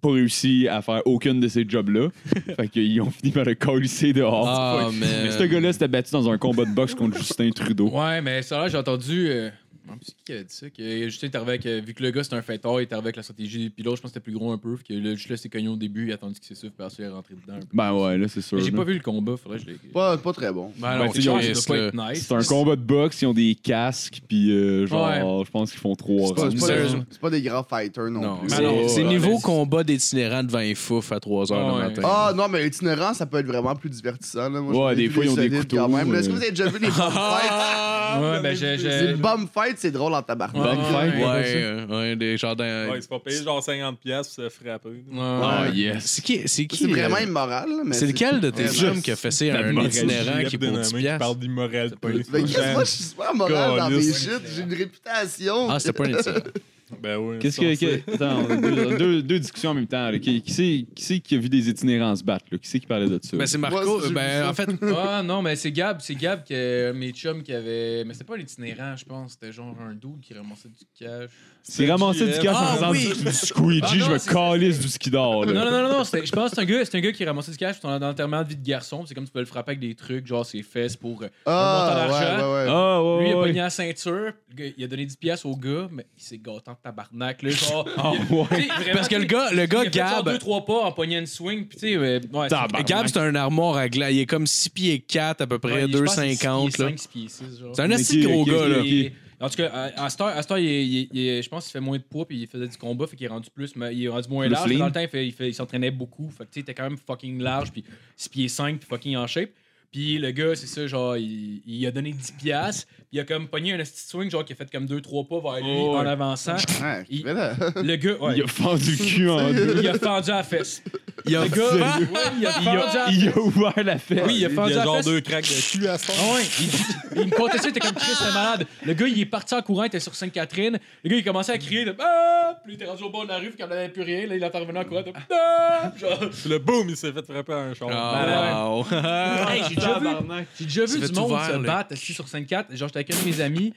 [SPEAKER 4] pas réussi à faire aucune de ces jobs-là. fait qu'ils ont fini par le colisser dehors.
[SPEAKER 5] Ah,
[SPEAKER 4] Fuck.
[SPEAKER 3] euh,
[SPEAKER 5] man. euh,
[SPEAKER 4] Mais ce gars-là s'était battu dans un combat de boxe contre Justin Trudeau.
[SPEAKER 3] Ouais, mais ça là, j'ai entendu. euh, Ah, C'est qui qui a dit ça? Que Justin est arrivé avec, euh, vu que le gars c'est un fêteur, il est arrivé avec la stratégie des pilotes. Je pense que c'était plus gros un peu. Fait que là, juste là, c'est cogné au début, il a attendu que c'est sûr, puis après, il est rentré dedans. un peu.
[SPEAKER 4] Ben ouais, là, c'est sûr.
[SPEAKER 3] Mais J'ai
[SPEAKER 4] là.
[SPEAKER 3] pas vu le combat, faudrait que je l'ai.
[SPEAKER 6] Pas, pas très bon.
[SPEAKER 5] Ben
[SPEAKER 4] Ben,
[SPEAKER 5] non,
[SPEAKER 4] tu sais,
[SPEAKER 5] Chris,
[SPEAKER 3] ça doit pas
[SPEAKER 5] là.
[SPEAKER 3] être nice.
[SPEAKER 4] C'est un combat de boxe, ils ont des casques, puis euh, genre, je pense qu'ils font trois
[SPEAKER 6] C'est pas, c'est pas des-
[SPEAKER 5] Sérieusement.
[SPEAKER 6] c'est pas des grands fighters non,
[SPEAKER 5] Non,
[SPEAKER 6] plus.
[SPEAKER 3] Ben non,
[SPEAKER 5] c'est- c'est
[SPEAKER 4] hein.
[SPEAKER 3] ouais.
[SPEAKER 5] niveau
[SPEAKER 3] Ouais.
[SPEAKER 5] combat d'itinérant devant les fouf à 3h
[SPEAKER 3] Ah ouais.
[SPEAKER 5] le matin.
[SPEAKER 6] Ah non, mais itinérant, ça peut être vraiment plus divertissant. Là. Moi, je
[SPEAKER 4] Ouais,
[SPEAKER 6] connais
[SPEAKER 4] des
[SPEAKER 6] plus
[SPEAKER 4] fois,
[SPEAKER 6] les
[SPEAKER 4] ils ont des
[SPEAKER 6] solides
[SPEAKER 4] couteaux,
[SPEAKER 6] quand même.
[SPEAKER 4] euh.
[SPEAKER 6] Là, Est-ce que vous avez déjà vu les bomb fights?
[SPEAKER 5] Ah,
[SPEAKER 3] Ouais, ben j'ai.
[SPEAKER 6] Les
[SPEAKER 3] j'ai-
[SPEAKER 6] bomb fights, c'est drôle en tabarnak.
[SPEAKER 3] Ouais.
[SPEAKER 4] fight,
[SPEAKER 5] Ouais,
[SPEAKER 4] ouais, ça.
[SPEAKER 5] euh, ouais, des jardins.
[SPEAKER 7] Ouais, c'est pas payer genre 50$ pour se frapper.
[SPEAKER 3] Ouais.
[SPEAKER 5] Ah, yes. C'est qui? C'est qui,
[SPEAKER 6] C'est vraiment
[SPEAKER 5] euh,
[SPEAKER 6] immoral. là, mais
[SPEAKER 5] C'est lequel de tes
[SPEAKER 6] vraiment-
[SPEAKER 5] chums qui a fessé
[SPEAKER 4] La
[SPEAKER 5] un
[SPEAKER 4] moralité
[SPEAKER 5] itinérant qui est pour 10
[SPEAKER 7] qui
[SPEAKER 5] piastres?
[SPEAKER 7] parle d'immoralité. Ben,
[SPEAKER 6] Mais qu'est-ce Ben, moi, je suis super moral dans mes
[SPEAKER 7] Caliste.
[SPEAKER 6] shit. J'ai une réputation.
[SPEAKER 5] Ah, c'était pas un itinérant.
[SPEAKER 7] Ben oui.
[SPEAKER 4] Qu'est-ce
[SPEAKER 7] ça,
[SPEAKER 4] que.
[SPEAKER 7] c'est-
[SPEAKER 4] que- Attends, on a deux, deux- deux discussions en même temps. là. Qui, qui c'est qui, c'est qui a vu des itinérants se battre? là? Qui c'est qui parlait de ça?
[SPEAKER 5] Ben, c'est
[SPEAKER 6] Moi,
[SPEAKER 5] Marco.
[SPEAKER 6] c'est-
[SPEAKER 5] euh, Ben, en fait,
[SPEAKER 3] Ah non, mais c'est Gab, c'est Gab que euh, mes chums qui avait. Mais c'était pas l'itinérant, je pense. C'était genre un dude qui ramassait du cash.
[SPEAKER 4] c'est ramasser du
[SPEAKER 7] JF.
[SPEAKER 4] cash
[SPEAKER 5] Ah,
[SPEAKER 4] en faisant
[SPEAKER 5] oui.
[SPEAKER 4] du- du squeegee,
[SPEAKER 3] Ah, non,
[SPEAKER 4] je me
[SPEAKER 3] c'est-
[SPEAKER 4] calisse du ski d'or.
[SPEAKER 3] Non,
[SPEAKER 4] là.
[SPEAKER 3] non, non, non, non, c'était- je pense que c'est un gars, c'est un gars qui ramassait du cash dans l'enterrement de vie de garçon. puis C'est comme tu peux le frapper avec des trucs, genre ses fesses pour. euh,
[SPEAKER 6] Ah,
[SPEAKER 3] montant d'argent.
[SPEAKER 6] ouais, ouais, ouais.
[SPEAKER 4] Ah, ouais,
[SPEAKER 3] Lui, il a
[SPEAKER 4] ouais.
[SPEAKER 3] pogné la ceinture, le gars, il a donné 10 pièces au gars, mais il s'est gâté en tabarnak, là, genre...
[SPEAKER 4] Ah, ouais.
[SPEAKER 5] parce que le gars, le gars Gab.
[SPEAKER 3] deux, trois pas en pognant une swing, puis tu sais... euh, Ouais,
[SPEAKER 4] Tabarnak.
[SPEAKER 5] Gab, c'est un armoire à glace. Il est comme 6 pieds 4, à peu près, 2,50. là.
[SPEAKER 3] 5, 6 pieds, 6, genre.
[SPEAKER 5] C'est un
[SPEAKER 4] Mais
[SPEAKER 5] assez gros
[SPEAKER 4] qui-
[SPEAKER 5] gars, là.
[SPEAKER 3] Il- En tout cas, à à cette heure, à cette heure, il est- il est- il est- je pense qu'il fait moins de poids, puis il faisait du combat, fait qu'il est rendu plus, mais il est rendu moins
[SPEAKER 4] Plus
[SPEAKER 3] large. mais
[SPEAKER 4] lean.
[SPEAKER 3] Dans le temps, il, fait- il fait- il s'entraînait beaucoup, fait que tu sais, il était quand même fucking large, puis 6 pieds 5, puis fucking en shape. Puis le gars, c'est ça, genre, il, il a donné 10 piastres, puis il a comme pogné un petit swing, genre, qui a fait comme 2-3 pas vers lui
[SPEAKER 7] Oh,
[SPEAKER 3] en
[SPEAKER 7] ouais.
[SPEAKER 3] avançant.
[SPEAKER 4] Ah.
[SPEAKER 6] Ouais,
[SPEAKER 3] Il-
[SPEAKER 6] mais là,
[SPEAKER 3] Le gars, ouais,
[SPEAKER 4] Il a fendu le cul en deux.
[SPEAKER 3] il a fendu à la fesse.
[SPEAKER 5] Il a
[SPEAKER 3] Le gars, ouais, il a
[SPEAKER 4] Il
[SPEAKER 3] fendu à
[SPEAKER 4] a,
[SPEAKER 3] la
[SPEAKER 4] il a ouvert la fête.
[SPEAKER 3] Oui, il a
[SPEAKER 7] Il
[SPEAKER 3] fendu
[SPEAKER 7] y
[SPEAKER 3] à
[SPEAKER 7] a
[SPEAKER 3] la
[SPEAKER 7] genre
[SPEAKER 3] fesse.
[SPEAKER 7] deux cracks de cul à son.
[SPEAKER 3] Ah ouais, il, il me comptait ça, il était comme Chris le malade. Le gars, il est parti en courant, il était sur Sainte-Catherine. Le gars, il commençait à crier de Ah! Puis il était rendu au bord de la rue, puis quand il n'avait plus rien, là, il est revenu en courant de Ah! Puis genre,
[SPEAKER 7] Puis le boom, il s'est fait frapper à un char.
[SPEAKER 5] Ah, Wow.
[SPEAKER 3] Hey, j'ai déjà vu, j'ai déjà
[SPEAKER 5] Ça
[SPEAKER 3] vu
[SPEAKER 5] fait
[SPEAKER 3] du
[SPEAKER 5] tout
[SPEAKER 3] monde
[SPEAKER 5] vert,
[SPEAKER 3] se
[SPEAKER 5] là.
[SPEAKER 3] battre assis sur 5-4. Genre, j'étais avec un de mes amis.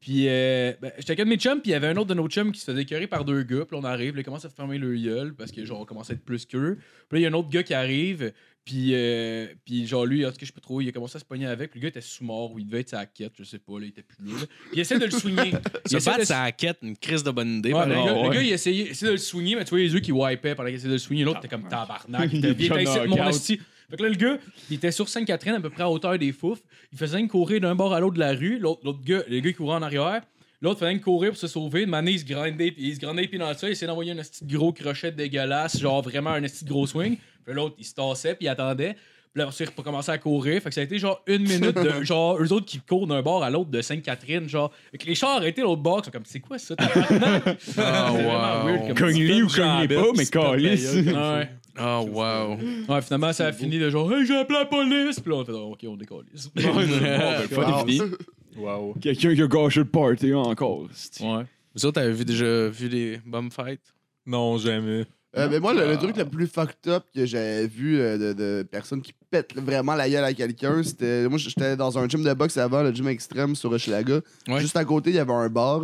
[SPEAKER 3] Puis, euh, ben, j'étais avec un de mes chums, puis il y avait un autre de nos chums qui se faisait écœurer par deux gars. Puis là, on arrive, là, ils commencent à fermer le gueule parce que, genre, on commence à être plus qu'eux. Puis là, il y a un autre gars qui arrive, puis, euh, puis genre, lui, en tout cas, je sais pas trop, il a commencé à se pogner avec. Puis le gars était sous-mort, ou il devait être sa quête, je sais pas, là, il était plus là. là. Il essaie de le swinguer. Il
[SPEAKER 5] Se
[SPEAKER 3] essaie de
[SPEAKER 5] battre, ça quête une crise de bonne idée.
[SPEAKER 3] Ouais,
[SPEAKER 5] par
[SPEAKER 3] le,
[SPEAKER 5] exemple.
[SPEAKER 3] gars, le
[SPEAKER 4] ouais.
[SPEAKER 3] gars, il essayait, il essayait de le soigner, mais tu vois les yeux qui wipaient pendant qu'il essayait de le soigner. L'autre était comme tabarnak. Il
[SPEAKER 4] Il
[SPEAKER 3] était
[SPEAKER 4] est
[SPEAKER 3] bien
[SPEAKER 4] déjà
[SPEAKER 3] ici, mon
[SPEAKER 4] knock-out.
[SPEAKER 3] esti. Fait que là, le gars, il était sur Sainte-Catherine, à peu près à hauteur des fouf. Il faisait une courir d'un bord à l'autre de la rue. L'autre l'autre gars, le gars, il courait en arrière. L'autre faisait une courir pour se sauver. De manière, il se grindait, puis il se grindait puis dans le sol. Il essayait d'envoyer un esti de gros crochet dégueulasse, genre vraiment un esti de gros swing. Puis l'autre, il se tassait, puis il attendait. Puis là, ensuite, il recommençait à courir. Fait que ça a été genre une minute de genre eux autres qui courent d'un bord à l'autre de Sainte-Catherine. Genre, Fait que les chars arrêtés l'autre bord, ils sont comme c'est quoi ça? tabarnak?
[SPEAKER 5] Ah,
[SPEAKER 3] C'est vraiment
[SPEAKER 5] wow.
[SPEAKER 3] weird comme
[SPEAKER 4] Cognez ou cognez pas, mais calisse.
[SPEAKER 3] Ouais.
[SPEAKER 5] Ah, wow.
[SPEAKER 3] Ouais, finalement, ça a fini de genre, hey, j'ai appelé la police. Puis là, on fait, ok, on décolle.
[SPEAKER 4] Bon, ben, pas
[SPEAKER 6] Wow.
[SPEAKER 4] fini.
[SPEAKER 7] Ben, Wow.
[SPEAKER 4] Quelqu'un qui a gâché le party encore. c'est-tu.
[SPEAKER 3] Ouais.
[SPEAKER 5] Vous autres, avez vu- déjà vu des bomb fights?
[SPEAKER 7] Non, jamais.
[SPEAKER 6] Euh, ben, moi, le,
[SPEAKER 5] Ah.
[SPEAKER 6] le truc le plus fucked up que j'avais vu euh, de, de personnes qui pètent vraiment la gueule à quelqu'un, c'était. Moi, j'étais dans un gym de boxe avant, le gym extrême sur Hochelaga.
[SPEAKER 5] Ouais.
[SPEAKER 6] Juste à côté, il y avait un bar.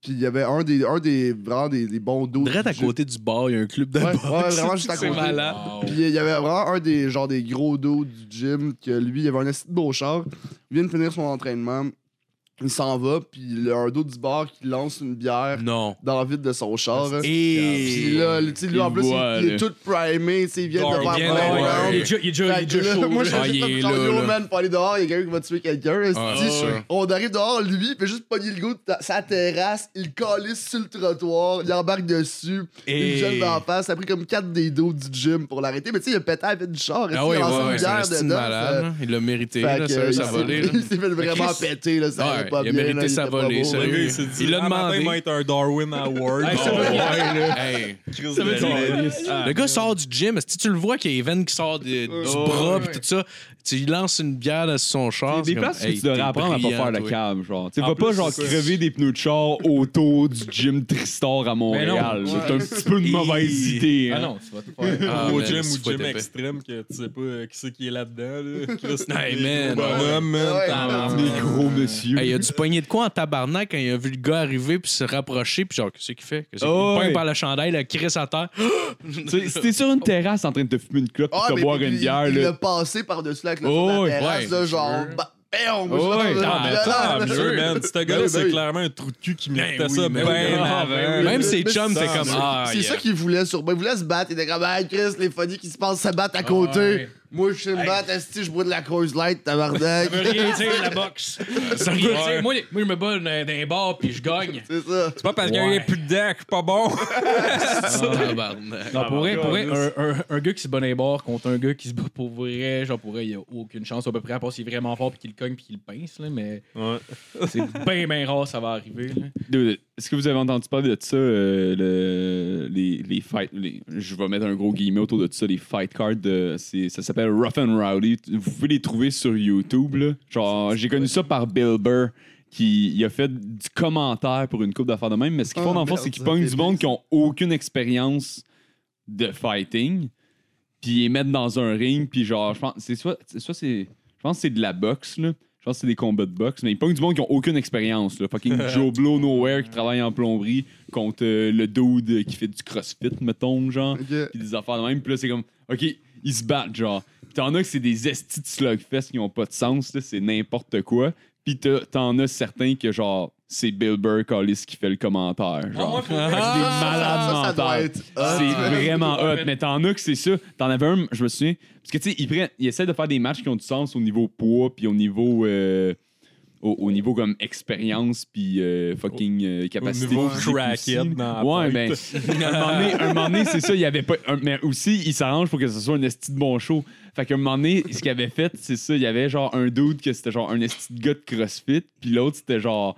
[SPEAKER 6] Puis il y avait un des, un des, vraiment des, des bons dos.
[SPEAKER 5] Drette à côté du bar, il y a un club de
[SPEAKER 6] Ouais,
[SPEAKER 5] boxe.
[SPEAKER 6] ouais, vraiment juste à
[SPEAKER 5] C'est
[SPEAKER 6] côté.
[SPEAKER 5] malade.
[SPEAKER 6] Puis il y avait vraiment un des, genre, des gros dos du gym que lui, il avait un assez beau char. Il vient de finir son entraînement. Il s'en va, puis il y a un dos du bar qui lance une bière
[SPEAKER 5] Non.
[SPEAKER 6] dans le vide de son char. Puis
[SPEAKER 5] Ah, Et.
[SPEAKER 6] là, tu sais, lui, en
[SPEAKER 4] Il
[SPEAKER 6] plus, il-
[SPEAKER 4] voit,
[SPEAKER 6] il, est
[SPEAKER 4] là.
[SPEAKER 6] tout primé, tu sais, il vient de
[SPEAKER 7] Dark.
[SPEAKER 6] faire
[SPEAKER 5] Il vient
[SPEAKER 6] plein
[SPEAKER 5] de-
[SPEAKER 6] de
[SPEAKER 5] ouais.
[SPEAKER 6] rounds.
[SPEAKER 3] Il est déjà- il est déjà- il est
[SPEAKER 6] Fait que
[SPEAKER 3] déjà
[SPEAKER 6] là,
[SPEAKER 3] chaud.
[SPEAKER 6] Moi, je
[SPEAKER 3] là.
[SPEAKER 5] Ah,
[SPEAKER 6] suis
[SPEAKER 5] il est
[SPEAKER 6] juste
[SPEAKER 5] là,
[SPEAKER 6] comme yo,
[SPEAKER 5] là.
[SPEAKER 6] man, pour aller dehors, il y a quelqu'un qui va tuer quelqu'un. est-ce
[SPEAKER 5] Ah,
[SPEAKER 6] que-
[SPEAKER 5] c'est sûr.
[SPEAKER 6] On arrive dehors, lui, il fait juste pogner le goût de ta- sa terrasse, il calisse sur le trottoir, il embarque dessus, il
[SPEAKER 5] Et-
[SPEAKER 6] le jette d'en face. Ça a pris comme 4 des dos du gym pour l'arrêter, mais tu sais, il a pété avec du char, est-ce
[SPEAKER 5] Ah
[SPEAKER 6] qu'il
[SPEAKER 5] oui, ouais,
[SPEAKER 6] a lancé une
[SPEAKER 5] ouais, c'est un
[SPEAKER 6] bière
[SPEAKER 5] style
[SPEAKER 6] dedans,
[SPEAKER 5] malade.
[SPEAKER 6] ça-
[SPEAKER 5] là. Il l'a mérité,
[SPEAKER 6] Fait
[SPEAKER 5] là,
[SPEAKER 6] que,
[SPEAKER 5] ça,
[SPEAKER 6] euh,
[SPEAKER 5] ça
[SPEAKER 6] il
[SPEAKER 5] volait, là.
[SPEAKER 6] s'est- Il s'est fait vraiment
[SPEAKER 5] Chris-
[SPEAKER 6] péter, là, ça
[SPEAKER 5] Ouais,
[SPEAKER 6] allait pas
[SPEAKER 5] il a
[SPEAKER 6] bien,
[SPEAKER 5] mérité
[SPEAKER 6] là,
[SPEAKER 5] sa
[SPEAKER 6] était pas
[SPEAKER 5] volée,
[SPEAKER 6] beau.
[SPEAKER 5] sérieux.
[SPEAKER 7] Le gars, il s'est dit,
[SPEAKER 5] Il l'a
[SPEAKER 7] ah, matin,
[SPEAKER 5] demandé.
[SPEAKER 7] il va être un Darwin Award.
[SPEAKER 3] Hey, ça
[SPEAKER 7] Bon,
[SPEAKER 3] veut dire-
[SPEAKER 5] Hey.
[SPEAKER 7] Chris
[SPEAKER 4] Ça veut
[SPEAKER 7] de
[SPEAKER 4] dire-
[SPEAKER 7] Noël.
[SPEAKER 5] Le gars sort du gym. Si tu le vois qu'il y a Evan qui sort de- du bras pis tout ça, tu lui lances une bière là, sur son char.
[SPEAKER 4] Des
[SPEAKER 5] Oh, c'est
[SPEAKER 4] places
[SPEAKER 5] comme,
[SPEAKER 4] que
[SPEAKER 5] hey,
[SPEAKER 4] tu devrais
[SPEAKER 5] t'es
[SPEAKER 4] apprendre à pas
[SPEAKER 5] brillant,
[SPEAKER 4] faire le
[SPEAKER 5] toi.
[SPEAKER 4] cam, genre. Tu sais,
[SPEAKER 7] En
[SPEAKER 4] va pas
[SPEAKER 7] plus,
[SPEAKER 4] genre
[SPEAKER 7] c'est ça.
[SPEAKER 4] crever des pneus de char autour du gym Tristar à Montréal.
[SPEAKER 3] Mais non.
[SPEAKER 4] C'est un petit peu une mauvaise idée.
[SPEAKER 3] Ah
[SPEAKER 4] hein.
[SPEAKER 3] non, tu vas tout faire.
[SPEAKER 5] Ah,
[SPEAKER 7] au
[SPEAKER 5] man,
[SPEAKER 7] gym
[SPEAKER 5] c'est
[SPEAKER 7] ou
[SPEAKER 5] fou,
[SPEAKER 7] gym
[SPEAKER 5] t'es épais.
[SPEAKER 7] extrême que tu sais pas euh, qui c'est qui est là-dedans. Là. Chris,
[SPEAKER 5] Hey,
[SPEAKER 7] t'es
[SPEAKER 5] man.
[SPEAKER 7] gros bonhomme, man.
[SPEAKER 6] Ouais.
[SPEAKER 7] T'as-
[SPEAKER 6] Ah,
[SPEAKER 4] Les gros monsieur.
[SPEAKER 5] Hey, il a dû pogner de quoi en tabarnak quand il a vu le gars arriver puis se rapprocher puis genre qu'est-ce qu'il fait Qu'est-ce qu'il
[SPEAKER 4] Oh,
[SPEAKER 5] il pogne
[SPEAKER 4] ouais.
[SPEAKER 5] par la chandelle, il crisse à terre.
[SPEAKER 4] Tu sais, Si t'es sur une terrasse en train de te fumer une clope
[SPEAKER 6] Ah,
[SPEAKER 4] pis
[SPEAKER 6] mais
[SPEAKER 4] te boire
[SPEAKER 6] puis
[SPEAKER 4] une
[SPEAKER 6] il-
[SPEAKER 4] bière,
[SPEAKER 6] Il
[SPEAKER 4] là,
[SPEAKER 6] l'a passé par-dessus la clôture
[SPEAKER 4] Oh,
[SPEAKER 6] de
[SPEAKER 4] ouais,
[SPEAKER 6] la terrasse,
[SPEAKER 5] ouais,
[SPEAKER 6] là, genre,
[SPEAKER 3] sûr.
[SPEAKER 6] ba- Bam!
[SPEAKER 4] Oh, ouais, tant-
[SPEAKER 6] genre, violent,
[SPEAKER 7] Tant
[SPEAKER 6] là.
[SPEAKER 7] Ah, mieux, man. Ce
[SPEAKER 6] Ben
[SPEAKER 7] gars-là,
[SPEAKER 6] oui, ben
[SPEAKER 7] c'est
[SPEAKER 6] oui.
[SPEAKER 7] clairement un trou de cul qui méritait
[SPEAKER 4] oui,
[SPEAKER 7] ça
[SPEAKER 4] ben
[SPEAKER 7] bien
[SPEAKER 4] oui, ben
[SPEAKER 7] avant.
[SPEAKER 4] oui.
[SPEAKER 5] Même ses
[SPEAKER 6] Mais
[SPEAKER 5] chums,
[SPEAKER 6] c'est
[SPEAKER 5] t'es
[SPEAKER 6] ça,
[SPEAKER 5] comme.
[SPEAKER 6] c'est-
[SPEAKER 5] Ah,
[SPEAKER 6] C'est
[SPEAKER 5] yeah.
[SPEAKER 6] ça qu'il voulait sur ben, Il voulait se battre. Il était comme, ah, Chris, les funnies qui se passent se
[SPEAKER 4] Ah,
[SPEAKER 6] battent à côté.
[SPEAKER 3] ouais.
[SPEAKER 6] Moi, je sais me battre, esti, je bois de la Coors Light, tabarnak.
[SPEAKER 3] Ça veut rien dire, la boxe. Ça veut rien dire. Moi, les- moi, je me bats dans dans un bar puis je gagne.
[SPEAKER 6] c'est ça.
[SPEAKER 7] C'est pas parce qu'il
[SPEAKER 3] Ouais.
[SPEAKER 7] n'y a plus de dents que je suis pas bon. Ah.
[SPEAKER 5] tabarnak.
[SPEAKER 3] Non, pour vrai, pour vrai, un, un- un gars qui se bat dans les bars contre un gars qui se bat pour vrai, genre pour vrai, il n'y a aucune chance à peu près, à part s'il est vraiment fort puis qu'il le cogne puis qu'il le pince, là, mais c'est bien, bien rare, ça va arriver. Là.
[SPEAKER 4] Dude, Est-ce que vous avez entendu parler de ça, euh, le- les, les fight, les- je vais mettre un gros guillemet autour de ça, les fight cards, de, c'est- ça s'appelle Rough and Rowdy. Vous pouvez les trouver sur YouTube. Là. Genre, j'ai connu ça par Bill Burr, qui il a fait du commentaire pour une coupe d'affaires de même, mais ce qu'ils font
[SPEAKER 6] Ah,
[SPEAKER 4] dans le fond,
[SPEAKER 6] merde,
[SPEAKER 4] c'est qu'ils
[SPEAKER 6] ça
[SPEAKER 4] pognent
[SPEAKER 6] fait
[SPEAKER 4] du monde
[SPEAKER 6] triste.
[SPEAKER 4] qui ont aucune expérience de fighting, puis ils les mettent dans un ring, puis genre, je pense, c'est soit, c'est soit c'est, je pense que c'est de la boxe, là. Je pense que c'est des combats de boxe, mais ils pognent du monde qui ont aucune expérience. Là. Fucking Joe Blow Nowhere qui travaille en plomberie contre euh, le dude qui fait du crossfit, mettons, genre.
[SPEAKER 6] Ok.
[SPEAKER 4] Puis des affaires de même. Puis là, c'est comme, OK, ils se battent, genre. Puis t'en as que c'est des estis de slugfest qui ont pas de sens, là. C'est n'importe quoi. Puis t'as- t'en as certains que, genre, c'est Bill Burr Callis qui fait le commentaire. Genre. Des
[SPEAKER 6] Ah!
[SPEAKER 4] malades
[SPEAKER 6] ça, ça doit
[SPEAKER 4] mentales.
[SPEAKER 6] être
[SPEAKER 4] C'est
[SPEAKER 6] hot, man.
[SPEAKER 4] vraiment hot,
[SPEAKER 3] man.
[SPEAKER 4] mais t'en as que c'est ça. T'en avais un, je me souviens. Parce que tu sais, ils, prennent- ils essaient de faire des matchs qui ont du sens au niveau poids, puis au niveau. euh, au, au niveau comme expérience, puis euh, fucking euh, capacité.
[SPEAKER 7] niveau
[SPEAKER 4] physique aussi.
[SPEAKER 7] crackhead dans la
[SPEAKER 4] Ouais,
[SPEAKER 7] tête.
[SPEAKER 4] ben. un moment donné, un moment donné, c'est ça, il y avait pas. un- mais aussi, ils s'arrangent pour que ce soit un esti de bon show. Fait qu'un moment donné, ce qu'il avait fait, c'est ça, il y avait genre un dude que c'était genre un esti de gars de crossfit, puis l'autre c'était genre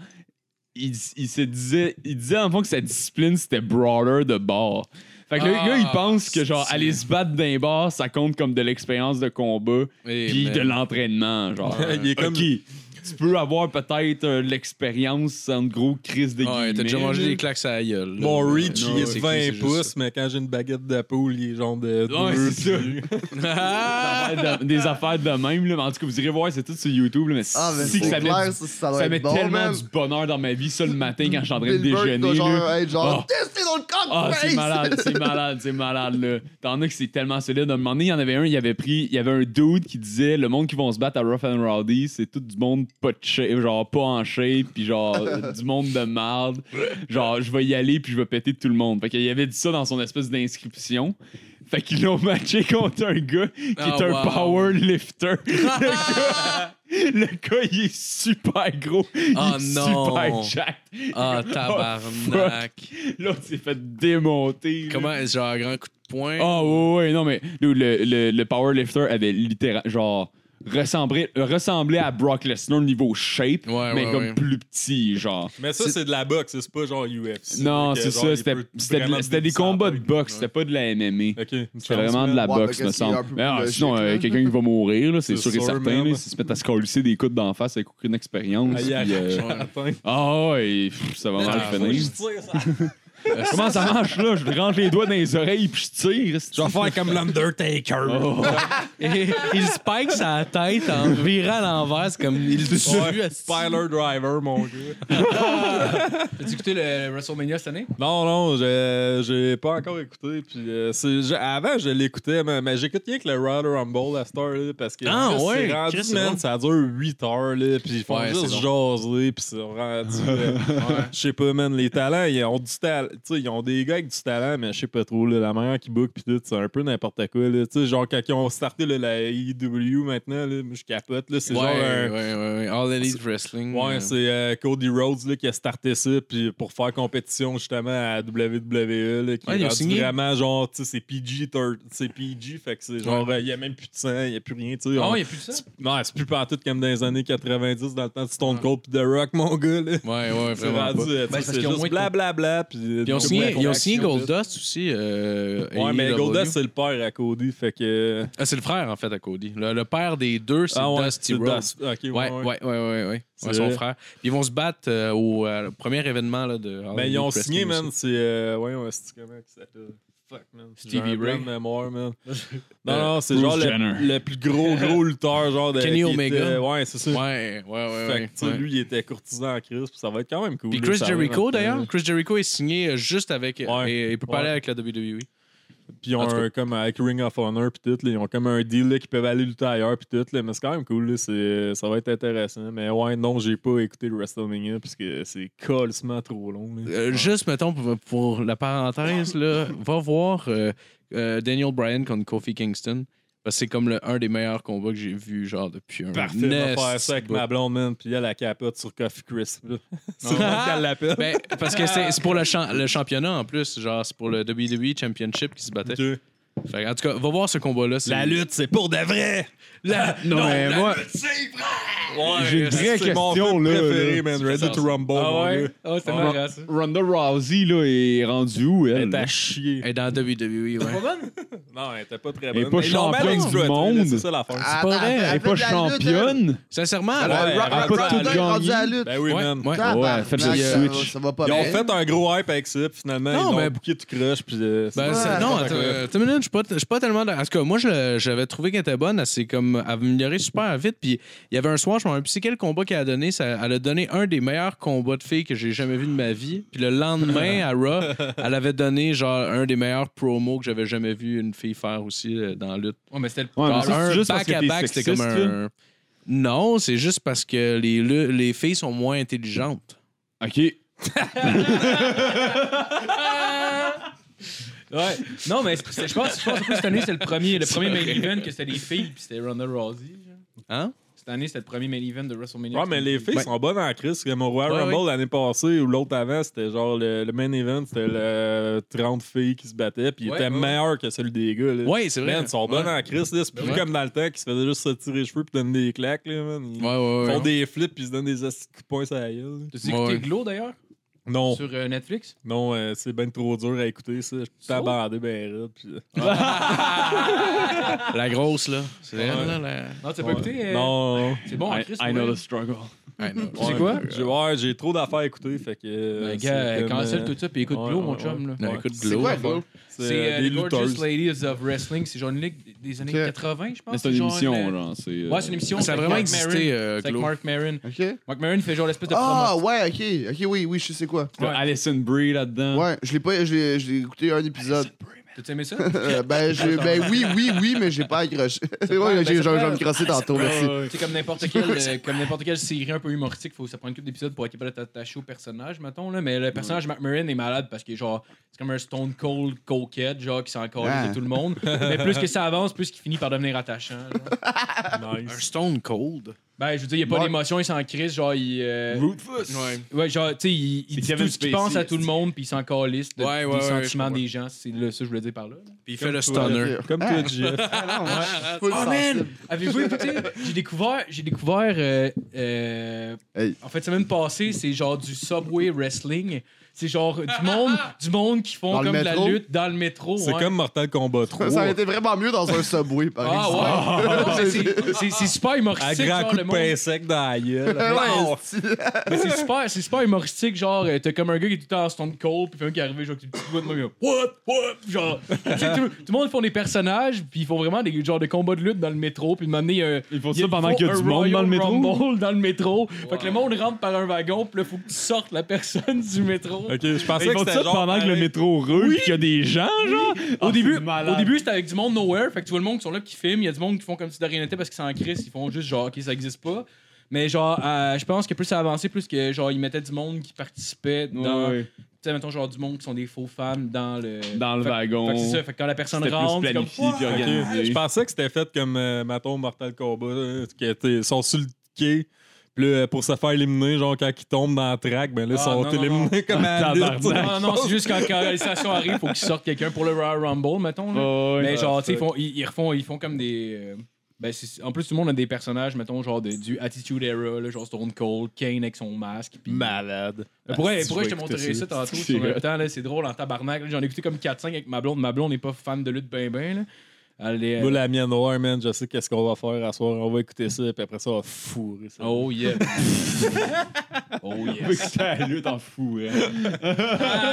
[SPEAKER 4] il, il se disait, il disait en fond que sa discipline c'était brawler de bar. Fait que le
[SPEAKER 5] Ah,
[SPEAKER 4] gars, il pense que genre
[SPEAKER 5] c'est-
[SPEAKER 4] aller se battre d'un bar, ça compte comme de l'expérience de combat
[SPEAKER 5] Eh,
[SPEAKER 4] puis
[SPEAKER 5] man.
[SPEAKER 4] de l'entraînement, genre.
[SPEAKER 7] Il est comme-
[SPEAKER 4] Ok, Tu peux avoir peut-être euh, l'expérience en gros crise de
[SPEAKER 5] Ouais, t'as déjà
[SPEAKER 4] guillemets,
[SPEAKER 5] mangé
[SPEAKER 4] là.
[SPEAKER 5] des claques à la gueule. là.
[SPEAKER 7] Mon reach,
[SPEAKER 5] Non,
[SPEAKER 7] il
[SPEAKER 5] c'est
[SPEAKER 7] est
[SPEAKER 5] qui,
[SPEAKER 7] 20
[SPEAKER 5] c'est juste
[SPEAKER 7] pouces, mais quand j'ai une baguette de poule, il est genre de.
[SPEAKER 4] Ouais,
[SPEAKER 7] deux
[SPEAKER 4] c'est ça.
[SPEAKER 7] pieds.
[SPEAKER 5] ça.
[SPEAKER 4] Ah! Des affaires de- des affaires de même. Là. Mais En tout cas, vous irez voir, c'est tout sur YouTube. là, mais
[SPEAKER 6] Ah, mais
[SPEAKER 4] si
[SPEAKER 6] c'est
[SPEAKER 4] que ça met,
[SPEAKER 6] clair,
[SPEAKER 4] du-
[SPEAKER 6] ça, ça doit
[SPEAKER 4] ça met
[SPEAKER 6] être bon,
[SPEAKER 4] tellement
[SPEAKER 6] man.
[SPEAKER 4] du bonheur dans ma vie, ça le matin quand je suis en train de
[SPEAKER 6] Bill Burr,
[SPEAKER 4] déjeuner.
[SPEAKER 6] doit
[SPEAKER 4] là.
[SPEAKER 6] genre, être genre,
[SPEAKER 4] Ah.
[SPEAKER 6] This is on cock
[SPEAKER 4] Ah, c'est
[SPEAKER 6] face!
[SPEAKER 4] malade, c'est malade, c'est malade, là. T'en as que c'est tellement solide. À un moment donné, il y en avait un, il avait pris, il y avait un dude qui disait le monde qui vont se battre à Rough and Rowdy, c'est tout du monde pas de shape, genre pas en shape, puis genre euh, du monde de merde. Genre, je vais y aller, puis je vais péter tout le monde. Fait qu'il avait dit ça dans son espèce d'inscription. Fait qu'ils l'ont matché contre un gars qui
[SPEAKER 5] Ah,
[SPEAKER 4] est un
[SPEAKER 5] wow.
[SPEAKER 4] power lifter. Le gars, le gars, il est super gros. Il
[SPEAKER 5] Ah,
[SPEAKER 4] est
[SPEAKER 5] non.
[SPEAKER 4] super jacked.
[SPEAKER 5] Ah,
[SPEAKER 7] Oh,
[SPEAKER 5] tabarnak.
[SPEAKER 4] L'autre s'est fait démonter. là.
[SPEAKER 5] Comment, genre, un grand coup de poing.
[SPEAKER 7] Oh,
[SPEAKER 4] Ah ouais, ouais, non, mais dude, le, le, le powerlifter avait littéralement, genre, ressemblé, ressemblait à Brock Lesnar niveau shape,
[SPEAKER 5] Ouais,
[SPEAKER 4] mais
[SPEAKER 5] ouais,
[SPEAKER 4] comme
[SPEAKER 5] ouais.
[SPEAKER 4] plus petit, genre.
[SPEAKER 7] Mais ça, c'est de la boxe, c'est pas genre UFC.
[SPEAKER 4] Non,
[SPEAKER 7] Fait que
[SPEAKER 4] c'est
[SPEAKER 7] genre,
[SPEAKER 4] ça,
[SPEAKER 7] il
[SPEAKER 4] c'était-
[SPEAKER 7] peut
[SPEAKER 4] c'était de-
[SPEAKER 7] vraiment
[SPEAKER 4] c'était des
[SPEAKER 7] te blesser
[SPEAKER 4] combats
[SPEAKER 7] à
[SPEAKER 4] de
[SPEAKER 7] la
[SPEAKER 4] boxe, c'était pas de la MMA.
[SPEAKER 7] tête. Ok.
[SPEAKER 4] C'était vraiment de la
[SPEAKER 6] Ouais,
[SPEAKER 4] boxe,
[SPEAKER 6] parce
[SPEAKER 4] me
[SPEAKER 6] qu'il est un
[SPEAKER 4] semble.
[SPEAKER 6] peu
[SPEAKER 4] Mais, ah,
[SPEAKER 6] plus
[SPEAKER 4] sinon,
[SPEAKER 6] logique,
[SPEAKER 4] euh,
[SPEAKER 6] là.
[SPEAKER 4] quelqu'un qui va mourir, là, c'est
[SPEAKER 7] C'est
[SPEAKER 4] sûr et
[SPEAKER 7] sûr,
[SPEAKER 4] certain,
[SPEAKER 7] man.
[SPEAKER 4] là, s'ils se mettent à se colisser des coups d'en face avec aucune expérience.
[SPEAKER 7] Aïe,
[SPEAKER 4] puis, euh,
[SPEAKER 7] aïe, attends.
[SPEAKER 4] Ah ouais, pff, ça va mal
[SPEAKER 5] faut
[SPEAKER 4] finir. Comment ça marche, là? Je range les doigts dans les oreilles puis je tire. c'est-
[SPEAKER 7] Je vais faire comme l'Undertaker.
[SPEAKER 4] Oh.
[SPEAKER 5] Et- il spike sa tête en virant à l'envers. C'est comme. Il le tue.
[SPEAKER 7] Ouais, Tyler Driver, mon gars.
[SPEAKER 3] T'as-tu écouté le WrestleMania cette année?
[SPEAKER 7] Non, non, j'ai- j'ai pas encore écouté. Puis, euh, c'est- j'ai- avant, je l'écoutais, mais, mais j'écoute rien que le Royal Rumble à cette heure, là, parce que
[SPEAKER 5] Ah,
[SPEAKER 7] Chris, c'est
[SPEAKER 5] ouais,
[SPEAKER 7] rendu,
[SPEAKER 5] Chris, c'est
[SPEAKER 7] man,
[SPEAKER 5] bon.
[SPEAKER 7] ça dure 8 heures, là, puis ils font
[SPEAKER 5] Ouais,
[SPEAKER 7] juste
[SPEAKER 5] c'est
[SPEAKER 7] jaser, puis c'est rendu... euh, Je sais pas, man, les talents, ils ont du talent. Tu sais, ils ont des gars avec du talent, mais je sais pas trop, là, la manière qu'ils bookent, puis tout, c'est un peu n'importe quoi. là. Tu sais, genre, quand ils ont starté là, la IW maintenant, là, moi, je capote, là, c'est
[SPEAKER 5] Ouais,
[SPEAKER 7] genre un...
[SPEAKER 5] ouais, ouais, ouais. All Elite Wrestling.
[SPEAKER 7] Ouais,
[SPEAKER 5] euh,
[SPEAKER 7] c'est euh, Cody Rhodes là, qui a starté ça puis pour faire compétition justement à WWE. Là, qui
[SPEAKER 5] Ouais,
[SPEAKER 7] est
[SPEAKER 5] ils ont
[SPEAKER 7] rendu
[SPEAKER 5] signé.
[SPEAKER 7] vraiment genre, tu sais, c'est PG, thir- c'est PG, fait que c'est genre, euh, il n'y a même plus de sang, il n'y a plus rien, tu sais.
[SPEAKER 3] Ah,
[SPEAKER 7] on-
[SPEAKER 3] il n'y a plus de ça.
[SPEAKER 7] Ouais, c'est plus pantoute comme dans les années 90, dans le temps de Stone Cold puis The Rock, mon gars. Là.
[SPEAKER 5] Ouais, ouais,
[SPEAKER 7] C'est
[SPEAKER 5] vraiment.
[SPEAKER 7] rendu,
[SPEAKER 5] pas.
[SPEAKER 7] euh, tu sais,
[SPEAKER 3] Ben, parce
[SPEAKER 7] c'est
[SPEAKER 3] qu'ils ont moins
[SPEAKER 7] juste
[SPEAKER 3] de-
[SPEAKER 7] blablabla. Puis euh,
[SPEAKER 5] Ils ont signé, ils ont signé Goldust aussi. Euh,
[SPEAKER 7] Ouais, mais
[SPEAKER 5] AEW.
[SPEAKER 7] Goldust, c'est le père à Cody, fait que.
[SPEAKER 5] Ah, c'est le frère, en fait, à Cody. Le, le père des deux, c'est
[SPEAKER 7] Ah ouais,
[SPEAKER 5] Dusty
[SPEAKER 7] c'est
[SPEAKER 5] Rhodes.
[SPEAKER 7] Dust- ok, ouais,
[SPEAKER 5] Ouais,
[SPEAKER 7] ouais.
[SPEAKER 5] ouais, ouais, ouais, ouais.
[SPEAKER 7] C'est
[SPEAKER 5] Ouais, son
[SPEAKER 7] vrai.
[SPEAKER 5] frère. Ils vont se battre euh, au euh, premier événement là, de. All
[SPEAKER 7] Ben, ils
[SPEAKER 5] Elite
[SPEAKER 7] ont
[SPEAKER 5] Wrestling
[SPEAKER 7] signé,
[SPEAKER 5] aussi.
[SPEAKER 7] man. C'est. Euh, ouais, ouais, c'est comment que ça s'appelle? Fuck, man.
[SPEAKER 5] Stevie
[SPEAKER 7] J'ai un
[SPEAKER 5] Ray.
[SPEAKER 7] blanc de mémoire, man. Non,
[SPEAKER 5] Euh,
[SPEAKER 7] non, c'est
[SPEAKER 4] Bruce
[SPEAKER 7] genre
[SPEAKER 4] Jenner.
[SPEAKER 7] le, le plus gros, gros lutteur, genre de.
[SPEAKER 5] Kenny
[SPEAKER 7] qui
[SPEAKER 5] Omega.
[SPEAKER 7] était- euh, ouais, c'est ça.
[SPEAKER 5] Ouais, ouais, ouais.
[SPEAKER 7] fait
[SPEAKER 5] ouais,
[SPEAKER 7] que, tu sais,
[SPEAKER 5] ouais.
[SPEAKER 7] lui, il était courtisan à Chris, puis ça va être quand même cool.
[SPEAKER 5] Puis
[SPEAKER 7] là,
[SPEAKER 5] Chris
[SPEAKER 7] ça va, euh,
[SPEAKER 5] Jericho,
[SPEAKER 7] man.
[SPEAKER 5] d'ailleurs. Chris Jericho est signé euh, juste avec.
[SPEAKER 7] Ouais.
[SPEAKER 5] et, il peut
[SPEAKER 7] Ouais.
[SPEAKER 5] parler avec la WWE.
[SPEAKER 7] Puis ils
[SPEAKER 5] En
[SPEAKER 7] ont
[SPEAKER 5] tout cas.
[SPEAKER 7] un, comme avec Ring of Honor, puis tout, là, ils ont comme un deal là, qu'ils peuvent aller lutter ailleurs, puis tout. Là, mais c'est quand même cool, là, c'est- euh, ça va être intéressant. Mais ouais, non, j'ai pas écouté le WrestleMania, parce que c'est colsement trop long. là.
[SPEAKER 5] Euh, Juste, mettons, pour, pour la parenthèse, là, va voir euh, euh, Daniel Bryan contre Kofi Kingston. Parce que c'est comme le, un des meilleurs combats que j'ai vu genre depuis un
[SPEAKER 7] Parfait, on va
[SPEAKER 5] esti
[SPEAKER 7] faire ça avec
[SPEAKER 5] bout.
[SPEAKER 7] ma blonde, man, puis elle, la capote sur Coffee Crisp. là. C'est ça qu'elle l'appelle.
[SPEAKER 5] Ben, parce que c'est c'est pour le, champ- le championnat en plus, genre c'est pour le WWE Championship qui se battait. Fait que, en tout cas, va voir ce combat-là. c'est- Ben,
[SPEAKER 7] La lutte, c'est pour de vrai!
[SPEAKER 5] La-
[SPEAKER 4] Non, mais
[SPEAKER 5] la
[SPEAKER 4] moi-
[SPEAKER 5] lutte, c'est vrai!
[SPEAKER 4] J'ai une
[SPEAKER 5] c'est-
[SPEAKER 4] vraie
[SPEAKER 7] C'est mon
[SPEAKER 4] question,
[SPEAKER 7] film
[SPEAKER 4] là,
[SPEAKER 7] préféré,
[SPEAKER 4] là.
[SPEAKER 7] man. Ready to Rumble.
[SPEAKER 3] Ah
[SPEAKER 7] oh mon gars.
[SPEAKER 3] ouais? Ah, c'est marrant ça.
[SPEAKER 4] Ronda Rousey là, est rendue où,
[SPEAKER 7] Elle
[SPEAKER 4] elle?
[SPEAKER 7] est
[SPEAKER 4] là?
[SPEAKER 7] à chier.
[SPEAKER 5] Elle est dans WWE, ouais.
[SPEAKER 7] Non, elle était pas très
[SPEAKER 4] Elle est pas
[SPEAKER 7] Mais ils l'ont mal
[SPEAKER 4] championne du
[SPEAKER 7] exploité, là,
[SPEAKER 4] monde.
[SPEAKER 7] C'est ça l'affaire.
[SPEAKER 6] Ah,
[SPEAKER 5] pas
[SPEAKER 6] bah,
[SPEAKER 5] vrai,
[SPEAKER 6] elle
[SPEAKER 4] Elle est
[SPEAKER 6] fait
[SPEAKER 4] pas
[SPEAKER 6] de la lutte, elle.
[SPEAKER 4] championne?
[SPEAKER 5] Sincèrement,
[SPEAKER 7] Ouais,
[SPEAKER 5] elle-
[SPEAKER 6] Elle
[SPEAKER 7] elle
[SPEAKER 6] a
[SPEAKER 4] a pas tout
[SPEAKER 6] rendu
[SPEAKER 4] gagné.
[SPEAKER 6] à la lutte.
[SPEAKER 7] Ben oui,
[SPEAKER 5] Ouais,
[SPEAKER 7] man.
[SPEAKER 5] ouais.
[SPEAKER 6] Tabarnak,
[SPEAKER 4] fait le
[SPEAKER 6] ça-
[SPEAKER 4] switch.
[SPEAKER 6] euh, Ça va pas
[SPEAKER 7] Ils ont
[SPEAKER 6] bien.
[SPEAKER 7] fait un gros hype avec ça, puis finalement,
[SPEAKER 5] Non,
[SPEAKER 7] ils
[SPEAKER 5] mais-
[SPEAKER 7] ont bouqué du crush, puis euh,
[SPEAKER 5] Ben,
[SPEAKER 7] c'est-
[SPEAKER 5] c'est-
[SPEAKER 6] Ouais,
[SPEAKER 5] non,
[SPEAKER 6] ouais,
[SPEAKER 5] attends,
[SPEAKER 6] ouais.
[SPEAKER 5] euh, attends une minute, je suis pas, je suis pas tellement. dans- En tout cas, moi, je- j'avais trouvé qu'elle était bonne. Elle s'est comme améliorée super vite. Puis il y avait un soir, je me rappelle plus c'est quel combat qu'elle a donné. Ça, elle a donné un des meilleurs combats de filles que j'ai jamais vu de ma vie. Puis le lendemain, à Raw, elle avait donné genre un des meilleurs promos que j'avais jamais vu une fille faire aussi euh, dans la lutte.
[SPEAKER 3] Ouais, mais c'était le.
[SPEAKER 4] Ouais, Ah,
[SPEAKER 5] Genre,
[SPEAKER 4] mais ça,
[SPEAKER 5] un
[SPEAKER 4] c'est juste parce
[SPEAKER 5] back
[SPEAKER 4] que
[SPEAKER 5] à
[SPEAKER 4] t'es
[SPEAKER 5] back, c'était comme
[SPEAKER 4] sexiste, là.
[SPEAKER 5] un. Non, c'est juste parce que les, lu- les filles sont moins intelligentes.
[SPEAKER 4] OK.
[SPEAKER 3] Ouais. Non, mais c'est- c'est- je pense je pense que cette année, c'est le premier, le premier main event que c'était des filles, puis c'était Ronda Rousey. genre.
[SPEAKER 5] Hein?
[SPEAKER 3] Cette année, c'était le premier main event de WrestleMania.
[SPEAKER 7] Ouais, mais les filles
[SPEAKER 5] Ben-
[SPEAKER 7] sont bonnes en crise. Parce que mon Royal
[SPEAKER 5] Ouais,
[SPEAKER 7] Rumble l'année passée ou l'autre avant, c'était genre le, le main event, c'était le 30 filles qui se battaient, puis il
[SPEAKER 3] Ouais,
[SPEAKER 7] était
[SPEAKER 3] ouais.
[SPEAKER 7] meilleur que celui des gars. Là.
[SPEAKER 5] Oui, c'est vrai.
[SPEAKER 7] Man, ils sont bonnes en crise. là. C'est plus
[SPEAKER 5] Ouais.
[SPEAKER 7] comme dans le temps qu'ils se faisaient juste se tirer les cheveux puis donner des claques. Là, man. Ils
[SPEAKER 5] Ouais, ouais, ouais.
[SPEAKER 7] font des flips puis ils se donnent des esti de coups de poing sur la gueule.
[SPEAKER 3] T'as écouté
[SPEAKER 5] Ouais.
[SPEAKER 3] Glow d'ailleurs
[SPEAKER 7] Non,
[SPEAKER 3] sur euh, Netflix
[SPEAKER 7] non, euh, c'est ben trop dur à écouter ça. Je suis tout abandé ben raide. puis-
[SPEAKER 5] La grosse, là. C'est elle, là, la-
[SPEAKER 3] Non, t'as pas écouté euh,
[SPEAKER 7] Non, non.
[SPEAKER 3] C'est bon, en
[SPEAKER 4] I,
[SPEAKER 3] Chris.
[SPEAKER 4] I know the struggle.
[SPEAKER 5] Ouais, non.
[SPEAKER 3] sais quoi?
[SPEAKER 7] J'ai ouais, j'ai trop d'affaires à écouter. Fait que. euh,
[SPEAKER 3] Les
[SPEAKER 7] c'est
[SPEAKER 3] gars,
[SPEAKER 7] comme,
[SPEAKER 3] cancel
[SPEAKER 7] euh,
[SPEAKER 3] tout ça, puis écoute
[SPEAKER 7] ouais,
[SPEAKER 3] Glow,
[SPEAKER 7] ouais,
[SPEAKER 3] mon
[SPEAKER 7] ouais.
[SPEAKER 3] chum. là.
[SPEAKER 5] Non, écoute,
[SPEAKER 6] C'est
[SPEAKER 5] Glow.
[SPEAKER 6] quoi, gros?
[SPEAKER 3] C'est euh,
[SPEAKER 7] des
[SPEAKER 3] The Gorgeous
[SPEAKER 7] lutteuses.
[SPEAKER 3] Ladies of Wrestling. C'est genre une ligue des années
[SPEAKER 6] Ok.
[SPEAKER 3] 80, je pense.
[SPEAKER 4] Mais c'est une
[SPEAKER 3] genre
[SPEAKER 4] émission,
[SPEAKER 3] euh,
[SPEAKER 4] genre. C'est, euh,
[SPEAKER 3] Ouais, c'est une émission.
[SPEAKER 5] Ça a
[SPEAKER 3] c'est
[SPEAKER 5] vraiment
[SPEAKER 3] avec Mark Maron.
[SPEAKER 5] existé, euh,
[SPEAKER 3] C'est avec
[SPEAKER 5] Glow.
[SPEAKER 3] Mark Maron.
[SPEAKER 6] Ok.
[SPEAKER 3] Mark Maron, il fait genre l'espèce de
[SPEAKER 6] Ah,
[SPEAKER 3] promo.
[SPEAKER 6] ouais, ok. Ok, oui, oui, je sais quoi.
[SPEAKER 4] T'as
[SPEAKER 3] Ouais.
[SPEAKER 4] Alison Brie là-dedans.
[SPEAKER 6] Ouais, je l'ai pas, je l'ai- je l'ai écouté un épisode.
[SPEAKER 3] T'as aimé ça?
[SPEAKER 6] Euh, ben, je- ben oui, oui, oui, mais j'ai pas accroché.
[SPEAKER 3] pas-
[SPEAKER 6] ouais,
[SPEAKER 3] ben,
[SPEAKER 6] j'ai- genre,
[SPEAKER 3] c'est
[SPEAKER 6] je vais
[SPEAKER 3] pas-
[SPEAKER 6] me crosser tantôt, merci.
[SPEAKER 3] C'est comme n'importe quelle, euh, comme n'importe quelle série un peu humoristique, faut ça prend une couple d'épisodes pour être capable d'attacher au personnage, mettons là. Mais le personnage Mac Maron est malade parce qu'il est genre, c'est comme un Stone Cold coquette, genre qui s'en encore
[SPEAKER 6] Ah.
[SPEAKER 3] de tout le monde. Mais plus que ça avance, plus qu'il finit par devenir attachant. genre.
[SPEAKER 6] Ah,
[SPEAKER 5] Un
[SPEAKER 7] Nice.
[SPEAKER 5] Stone Cold.
[SPEAKER 3] Ben, je veux dire, il n'y a pas
[SPEAKER 6] Ouais.
[SPEAKER 3] d'émotion, il s'en crisse, genre il. euh,
[SPEAKER 4] Ruthless.
[SPEAKER 5] Ouais.
[SPEAKER 3] Ouais, genre, tu sais, il, il
[SPEAKER 4] C'est
[SPEAKER 3] dit
[SPEAKER 4] Kevin
[SPEAKER 3] tout ce qu'il
[SPEAKER 4] Spacey,
[SPEAKER 3] pense à tout le
[SPEAKER 4] c'est-
[SPEAKER 3] monde, puis il s'en calisse de-
[SPEAKER 5] Ouais, ouais,
[SPEAKER 3] des
[SPEAKER 5] ouais, je
[SPEAKER 3] sentiments
[SPEAKER 5] comprends.
[SPEAKER 3] des gens. C'est le- ça que je voulais dire par là.
[SPEAKER 5] Puis il fait le
[SPEAKER 7] toi,
[SPEAKER 5] stunner.
[SPEAKER 6] Ok.
[SPEAKER 7] Comme toi, Jeff.
[SPEAKER 6] Ah, non, moi, je suis full
[SPEAKER 3] Oh man!
[SPEAKER 6] sensible.
[SPEAKER 3] Avez-vous écouté? J'ai découvert, j'ai découvert euh, euh,
[SPEAKER 6] Hey.
[SPEAKER 3] en fait semaine passée, c'est genre du subway wrestling. C'est genre du monde, du monde qui font
[SPEAKER 6] Dans le
[SPEAKER 3] comme de la
[SPEAKER 6] métro?
[SPEAKER 3] lutte dans le métro.
[SPEAKER 7] C'est
[SPEAKER 3] ouais.
[SPEAKER 7] comme Mortal Kombat 3.
[SPEAKER 6] Ça aurait été vraiment mieux dans un subway, par exemple.
[SPEAKER 3] Ah ouais! Non, mais c'est- c'est- C'est super
[SPEAKER 7] À
[SPEAKER 3] humoristique.
[SPEAKER 7] grand
[SPEAKER 3] genre,
[SPEAKER 7] coup de
[SPEAKER 3] le monde-
[SPEAKER 7] pain sec dans la gueule.
[SPEAKER 6] Ouais,
[SPEAKER 7] Wow.
[SPEAKER 6] c'est-
[SPEAKER 3] Mais c'est super, c'est super humoristique, genre euh, t'as comme un gars qui est tout le temps en stone cold, puis un qui est arrivé genre qui dit de même, genre, what what genre tu sais, tout, tout le monde font des personnages, puis ils font vraiment des genres de combats de lutte dans le métro, puis de m'amener euh,
[SPEAKER 4] Ils font
[SPEAKER 3] il
[SPEAKER 4] ça pendant
[SPEAKER 3] faut
[SPEAKER 4] qu'il y a du
[SPEAKER 3] un
[SPEAKER 4] monde dans le
[SPEAKER 3] Royal
[SPEAKER 4] métro.
[SPEAKER 3] Rumble dans le métro. Fait que le monde rentre par un wagon, puis là faut que tu sortes la personne du métro.
[SPEAKER 7] Ok, je pensais
[SPEAKER 4] Ils
[SPEAKER 7] que
[SPEAKER 4] font
[SPEAKER 7] c'était
[SPEAKER 4] ça
[SPEAKER 7] genre.
[SPEAKER 4] pendant que le
[SPEAKER 7] pareil.
[SPEAKER 4] métro roule puis qu'il y a des gens, genre.
[SPEAKER 3] Au début,
[SPEAKER 4] malade.
[SPEAKER 3] au début c'était avec du monde nowhere, fait que tu vois le monde qui sont là qui filment, il y a du monde qui font comme si de rien n'était parce qu'ils sont en crise, ils font juste genre ok ça existe pas. Mais genre euh, je pense que plus ça avançait, plus que genre ils mettaient du monde qui participait dans
[SPEAKER 4] Ouais, ouais.
[SPEAKER 3] tu sais, mettons, genre du monde qui sont des faux femmes dans le.
[SPEAKER 4] Dans le
[SPEAKER 3] Fait-
[SPEAKER 4] wagon.
[SPEAKER 3] Fait que c'est ça, fait que quand la personne
[SPEAKER 4] C'était plus
[SPEAKER 3] rentre, c'est comme.
[SPEAKER 4] planifié, puis
[SPEAKER 3] Fuck!
[SPEAKER 7] Ok,
[SPEAKER 4] organisé.
[SPEAKER 7] Je pensais que c'était fait comme, euh, mettons, Mortal Kombat. euh, qui était- Ils sont sur le quai. Puis là, pour se faire éliminer, genre quand ils tombent dans la traque, ben là, ils
[SPEAKER 3] Ah,
[SPEAKER 7] sont
[SPEAKER 3] non, non,
[SPEAKER 7] éliminés comme à la lutte.
[SPEAKER 4] Tabarnak.
[SPEAKER 3] Ah, Non, non, c'est juste quand, quand la station arrive, faut qu'ils sortent quelqu'un pour le Royal Rumble, mettons. là.
[SPEAKER 4] Ouais, ouais.
[SPEAKER 3] Mais genre, tu sais, ils, font- ils, ils refont, ils font comme des. euh, ben, c'est- en plus, tout le monde a des personnages, mettons, genre de- du Attitude Era, là, genre Stone Cold, Kane avec son masque. Puis...
[SPEAKER 7] Malade.
[SPEAKER 3] Mais pour vrai,
[SPEAKER 7] Ah,
[SPEAKER 3] pour vrai,
[SPEAKER 7] si,
[SPEAKER 3] je te
[SPEAKER 7] vais écouter
[SPEAKER 3] montrerai ça tantôt
[SPEAKER 4] C'est
[SPEAKER 3] sur le
[SPEAKER 4] vrai.
[SPEAKER 3] temps, là, c'est drôle en tabarnak. là. J'en ai écouté comme 4-5 avec ma blonde. Ma blonde n'est pas fan de lutte ben ben. Là. Elle est.
[SPEAKER 7] Moi, la mienne, ouais, man, je sais qu'est-ce qu'on va faire à soir. On va écouter ça, puis après ça, on va fourrer ça.
[SPEAKER 3] Oh yeah. oh yeah.
[SPEAKER 4] Fait que c'était à la lutte en fou. hein.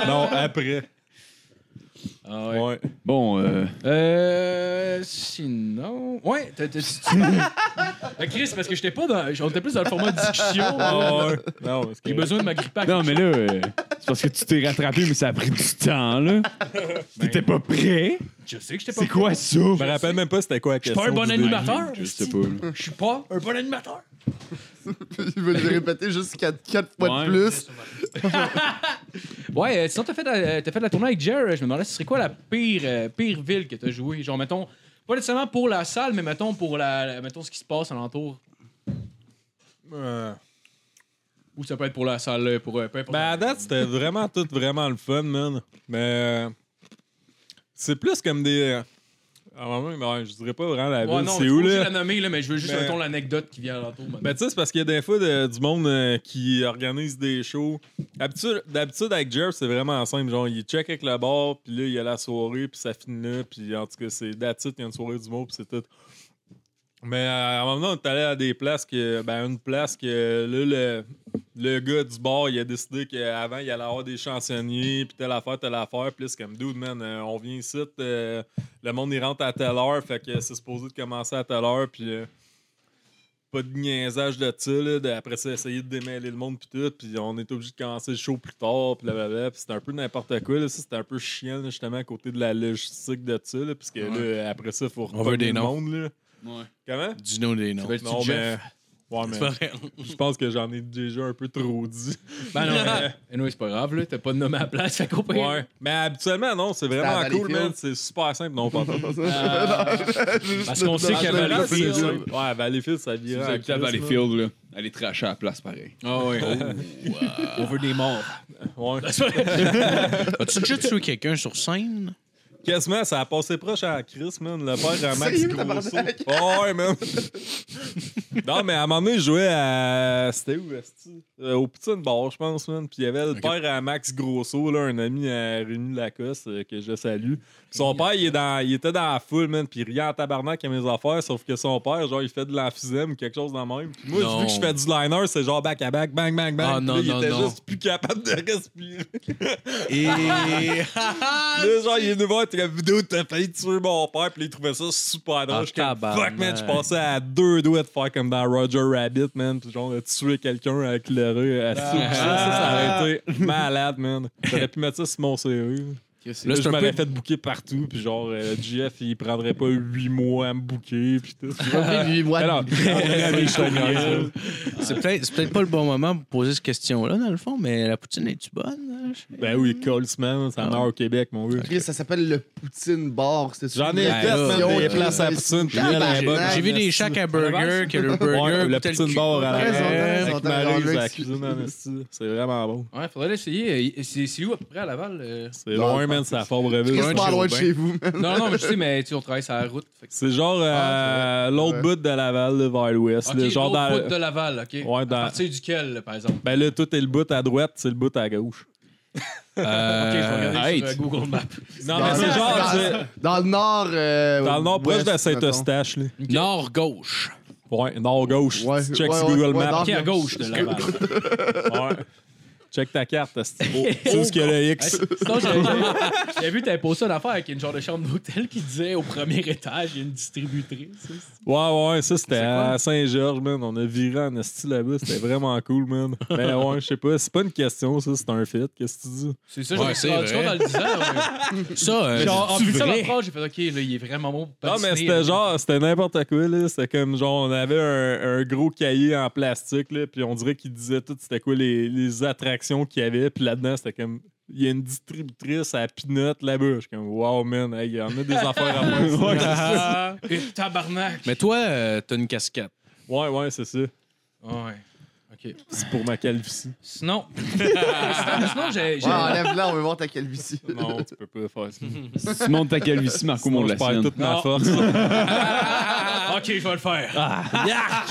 [SPEAKER 7] Non, après.
[SPEAKER 3] Ah ouais.
[SPEAKER 7] Ouais.
[SPEAKER 4] Bon, euh,
[SPEAKER 3] Euh, Euh, sinon. Ouais, t'as. t'as- tu- Euh, Chris, parce que j'étais pas dans. On était plus dans le format discussion. euh,
[SPEAKER 7] Ah ouais. Non, parce que-
[SPEAKER 3] J'ai besoin de ma grippe à
[SPEAKER 4] Non, mais là, euh, c'est parce que tu t'es rattrapé, mais ça a pris du temps, là. T'étais pas prêt?
[SPEAKER 3] Je sais que j'étais pas.
[SPEAKER 4] C'est quoi ça?
[SPEAKER 7] Je me rappelle même pas c'était quoi la
[SPEAKER 3] suis
[SPEAKER 7] question.
[SPEAKER 3] pas un bon
[SPEAKER 7] du début.
[SPEAKER 3] animateur.
[SPEAKER 4] Je sais pas, là.
[SPEAKER 3] Je suis pas un bon animateur.
[SPEAKER 6] Il veut le répéter juste 4, fois de
[SPEAKER 4] Ouais.
[SPEAKER 6] plus.
[SPEAKER 3] Ouais, euh, sinon, t'as fait, la- euh, t'as fait la tournée avec Jer. euh, Je me demandais, ce serait quoi la pire, euh, pire ville que t'as joué? Genre, mettons, pas nécessairement pour la salle, mais mettons pour la, la- mettons ce qui se passe alentour.
[SPEAKER 7] Euh,
[SPEAKER 3] Ou ça peut être pour la salle, là, pour euh, peu importe.
[SPEAKER 7] Ben, à date, c'était vraiment tout vraiment le fun, man. Mais euh, c'est plus comme des. euh, À un moment, ben, je dirais pas vraiment la ville,
[SPEAKER 3] ouais, non,
[SPEAKER 7] c'est où, là?
[SPEAKER 3] la nommer, là, mais je veux juste,
[SPEAKER 7] Mais-
[SPEAKER 3] mettons, l'anecdote qui vient alentour. mettons.
[SPEAKER 7] Ben, tu sais, c'est parce qu'il y a des fois de- du monde euh, qui organise des shows. D'habitude, d'habitude, avec Jeff, c'est vraiment simple. Genre, il check avec le bar, puis là, il y a la soirée, puis ça finit là, puis en tout cas, c'est d'attitude, il y a une soirée du mot, puis c'est tout. Mais euh, à un moment donné, on est allé à des places que. Ben, une place que là, le, le gars du bar, il a décidé qu'avant, il allait avoir des chansonniers, puis telle affaire, telle affaire, puis là, c'est comme dude, man, euh, on vient ici, euh, le monde, il rentre à telle heure, fait que c'est supposé de commencer à telle heure, puis. euh, pas de niaisage de ça, là, de- après ça, essayer de démêler le monde, puis tout, puis on est obligé de commencer le show plus tard, puis blablabla, puis c'était un peu n'importe quoi, là, ça, c'était un peu chiant, là, justement, à côté de la logistique de ça, là, parce que là, après ça, faut
[SPEAKER 5] On veut des
[SPEAKER 7] repogner le
[SPEAKER 5] noms.
[SPEAKER 7] monde, là.
[SPEAKER 4] Ouais.
[SPEAKER 7] Comment?
[SPEAKER 5] Dis-nous des noms.
[SPEAKER 3] S'appelle-tu
[SPEAKER 7] Non,
[SPEAKER 3] Jeff?
[SPEAKER 7] mais... Ouais, mais
[SPEAKER 5] C'est pas vrai.
[SPEAKER 7] je pense que j'en ai déjà un peu trop dit.
[SPEAKER 3] Ben non, mais- anyway, c'est pas grave, là. T'as pas de nom à la place, fait qu'au pire-
[SPEAKER 7] Ouais. Mais habituellement, non, c'est
[SPEAKER 6] à
[SPEAKER 7] vraiment cool,
[SPEAKER 6] Valleyfield.
[SPEAKER 7] man. C'est super simple, non, pas Ah,
[SPEAKER 3] Parce qu'on sait
[SPEAKER 6] Ah,
[SPEAKER 3] qu'à
[SPEAKER 6] je l'ai
[SPEAKER 3] Valleyfield.
[SPEAKER 6] pas
[SPEAKER 3] c'est-
[SPEAKER 6] dit.
[SPEAKER 7] Ouais, Valleyfield, ça
[SPEAKER 4] Si vous
[SPEAKER 7] vient
[SPEAKER 4] habitez à Valleyfield, là, allez tracher à la place, pareil.
[SPEAKER 3] Ah ouais. On veut des morts.
[SPEAKER 7] Ouais.
[SPEAKER 5] As-tu déjà tué quelqu'un sur scène?
[SPEAKER 7] Quasiment, ça a passé proche à Chris, man. Le père à Max
[SPEAKER 6] Sérieux,
[SPEAKER 7] Grosso.
[SPEAKER 6] tabarnak?
[SPEAKER 7] Oh, ouais, man. non, mais à un moment donné, je jouais à. C'était où, est-ce Au Poutine Bar, je pense, man. Puis il y avait le père à Max Grosso, là, un ami à Rémi Lacoste, euh, que je salue. Puis son père, il, est dans... il était dans la foule, man. Puis il riait en tabarnak à mes affaires, sauf que son père, genre, il fait de l'emphysème ou quelque chose dans le même. Puis moi,
[SPEAKER 5] Non.
[SPEAKER 7] vu que je fais du liner, c'est genre back à back, bang, bang, bang.
[SPEAKER 5] Ah,
[SPEAKER 7] Puis
[SPEAKER 5] non,
[SPEAKER 7] là, il
[SPEAKER 5] non,
[SPEAKER 7] était
[SPEAKER 5] non.
[SPEAKER 7] juste plus capable de respirer.
[SPEAKER 5] Et.
[SPEAKER 7] Là, genre, il est nouveau, t'es comme vidéo, t'as failli tuer mon père, puis là, il trouvait ça super drôle.
[SPEAKER 5] Ah,
[SPEAKER 7] J'étais comme, fuck, man,
[SPEAKER 5] tabarnak.
[SPEAKER 7] je passais à deux doigts de faire comme dans Roger Rabbit, man, puis genre, de tuer quelqu'un avec le rue à ça, ça aurait été malade, man. J'aurais pu mettre ça sur mon CV.
[SPEAKER 5] Ah. Là,
[SPEAKER 7] Là,
[SPEAKER 5] c'est
[SPEAKER 7] je
[SPEAKER 5] un
[SPEAKER 7] m'aurais
[SPEAKER 5] peu-
[SPEAKER 7] fait bouquer partout, puis genre, euh, GF, il prendrait pas huit mois à me bouquer, puis tout.
[SPEAKER 6] Lui, moi,
[SPEAKER 7] Alors,
[SPEAKER 5] C'est peut-être c'est peut-être pas le bon moment pour poser cette question-là, dans le fond, mais la poutine, est tu bonne?
[SPEAKER 7] ben oui, Colesman, ça meurt au Québec, mon gars.
[SPEAKER 6] Chris, ça s'appelle le Poutine Bar. C'était sur
[SPEAKER 7] J'en
[SPEAKER 6] une
[SPEAKER 7] ai fait, man,
[SPEAKER 6] question,
[SPEAKER 7] des
[SPEAKER 6] Chris.
[SPEAKER 7] places à Poutine, puis elle est bonne.
[SPEAKER 5] J'ai vu des
[SPEAKER 7] chats
[SPEAKER 5] shacks à burger, que le burger.
[SPEAKER 7] le
[SPEAKER 5] coûtait
[SPEAKER 7] petit
[SPEAKER 5] cul.
[SPEAKER 7] bar à
[SPEAKER 6] Ouais,
[SPEAKER 7] la
[SPEAKER 6] ils sont
[SPEAKER 7] avec
[SPEAKER 6] dans- ils sont dans
[SPEAKER 7] Maryse
[SPEAKER 6] le
[SPEAKER 7] la
[SPEAKER 6] Rex.
[SPEAKER 7] cuisine en esti. C'est vraiment bon.
[SPEAKER 3] Ouais, faudrait l'essayer. Euh, C'est c'est où à peu près à Laval? euh?
[SPEAKER 7] C'est
[SPEAKER 6] Dans
[SPEAKER 7] loin,
[SPEAKER 6] le
[SPEAKER 7] man,
[SPEAKER 6] parc.
[SPEAKER 7] c'est à Fort-Brevis.
[SPEAKER 6] Chris, pas
[SPEAKER 5] Joe
[SPEAKER 6] loin de
[SPEAKER 5] Ben.
[SPEAKER 6] chez vous, man.
[SPEAKER 3] Non, non, mais je sais, mais tu sais, on travaille sur la route. Fait que-
[SPEAKER 7] C'est genre
[SPEAKER 6] Ah,
[SPEAKER 7] euh, l'autre
[SPEAKER 6] Ouais.
[SPEAKER 7] bout de Laval, là, vers l'ouest. là,
[SPEAKER 3] Ok,
[SPEAKER 7] genre
[SPEAKER 3] l'autre
[SPEAKER 7] dans-
[SPEAKER 3] route de Laval, ok.
[SPEAKER 7] Ouais, dans-
[SPEAKER 3] À partir duquel, là, par exemple?
[SPEAKER 7] Ben là, tout est le bout à droite, c'est le bout à gauche.
[SPEAKER 3] Ok, je vais regarder sur
[SPEAKER 4] hey.
[SPEAKER 3] euh, Google Maps.
[SPEAKER 6] Dans
[SPEAKER 7] Non, Ah, mais
[SPEAKER 6] le-
[SPEAKER 7] c'est genre
[SPEAKER 6] dans-
[SPEAKER 7] c'est-
[SPEAKER 6] Dans le nord. euh,
[SPEAKER 7] dans le nord, proche de
[SPEAKER 6] ouest,
[SPEAKER 7] Saint-Eustache. là.
[SPEAKER 5] Nord-gauche.
[SPEAKER 7] Ouais, nord-gauche.
[SPEAKER 6] Ouais,
[SPEAKER 7] Tu Check
[SPEAKER 6] ouais,
[SPEAKER 7] sur
[SPEAKER 6] ouais,
[SPEAKER 7] Google
[SPEAKER 6] ouais,
[SPEAKER 7] Maps.
[SPEAKER 6] nord-
[SPEAKER 3] Ok, à gauche de Laval.
[SPEAKER 7] Ouais. Check ta carte, esti. Tu sais où ce qu'il y a le
[SPEAKER 3] Hey,
[SPEAKER 7] X.
[SPEAKER 3] Sinon, j'avais- j'avais vu, t'avais posé une affaire avec une genre de chambre d'hôtel qui disait au premier étage, il y a une distributrice.
[SPEAKER 7] Ouais, ouais, ça c'était à Saint-Georges, man. On a viré en esti là-bas. C'était vraiment cool, man. Mais ouais, je sais pas. C'est pas une question, ça. C'est un fit. Qu'est-ce que tu dis?
[SPEAKER 3] C'est ça,
[SPEAKER 5] Ouais,
[SPEAKER 3] j'avais
[SPEAKER 5] c'est
[SPEAKER 3] rendu
[SPEAKER 5] vrai.
[SPEAKER 3] compte dans le disant.
[SPEAKER 5] Ça, euh,
[SPEAKER 3] Genre, en
[SPEAKER 5] c'est-tu
[SPEAKER 3] plus,
[SPEAKER 5] vrai?
[SPEAKER 3] la phrase, j'ai fait, ok, là, il est vraiment bon pour
[SPEAKER 7] Non, mais
[SPEAKER 3] patiner,
[SPEAKER 7] c'était
[SPEAKER 3] là.
[SPEAKER 7] genre, c'était n'importe quoi, là. C'était comme, genre, on avait un, un gros cahier en plastique, là, puis on dirait qu'il disait tout, c'était quoi les, les attractions qu'il y avait, puis là-dedans, c'était comme, il y a une distributrice à Pinot là-bas. Je suis comme, wow, man, hey, il y en a des affaires à faire. Ouais, c'est ça.
[SPEAKER 3] Eh, Tabarnak.
[SPEAKER 5] Mais toi, euh, t'as une casquette.
[SPEAKER 7] Ouais, ouais, c'est ça.
[SPEAKER 3] Ouais. Ok.
[SPEAKER 7] C'est pour ma calvitie.
[SPEAKER 3] Sinon. Sinon, j'ai. j'ai-
[SPEAKER 6] Ouais, enlève-la, on veut voir ta calvitie.
[SPEAKER 7] Non, tu peux pas faire ça.
[SPEAKER 4] Si tu montes ta calvitie, Marco
[SPEAKER 7] Sinon,
[SPEAKER 4] monte
[SPEAKER 7] je
[SPEAKER 4] la
[SPEAKER 7] perds
[SPEAKER 4] sienne.
[SPEAKER 7] toute ma
[SPEAKER 3] Non.
[SPEAKER 7] force.
[SPEAKER 3] ok, je vais le faire.
[SPEAKER 7] Ah.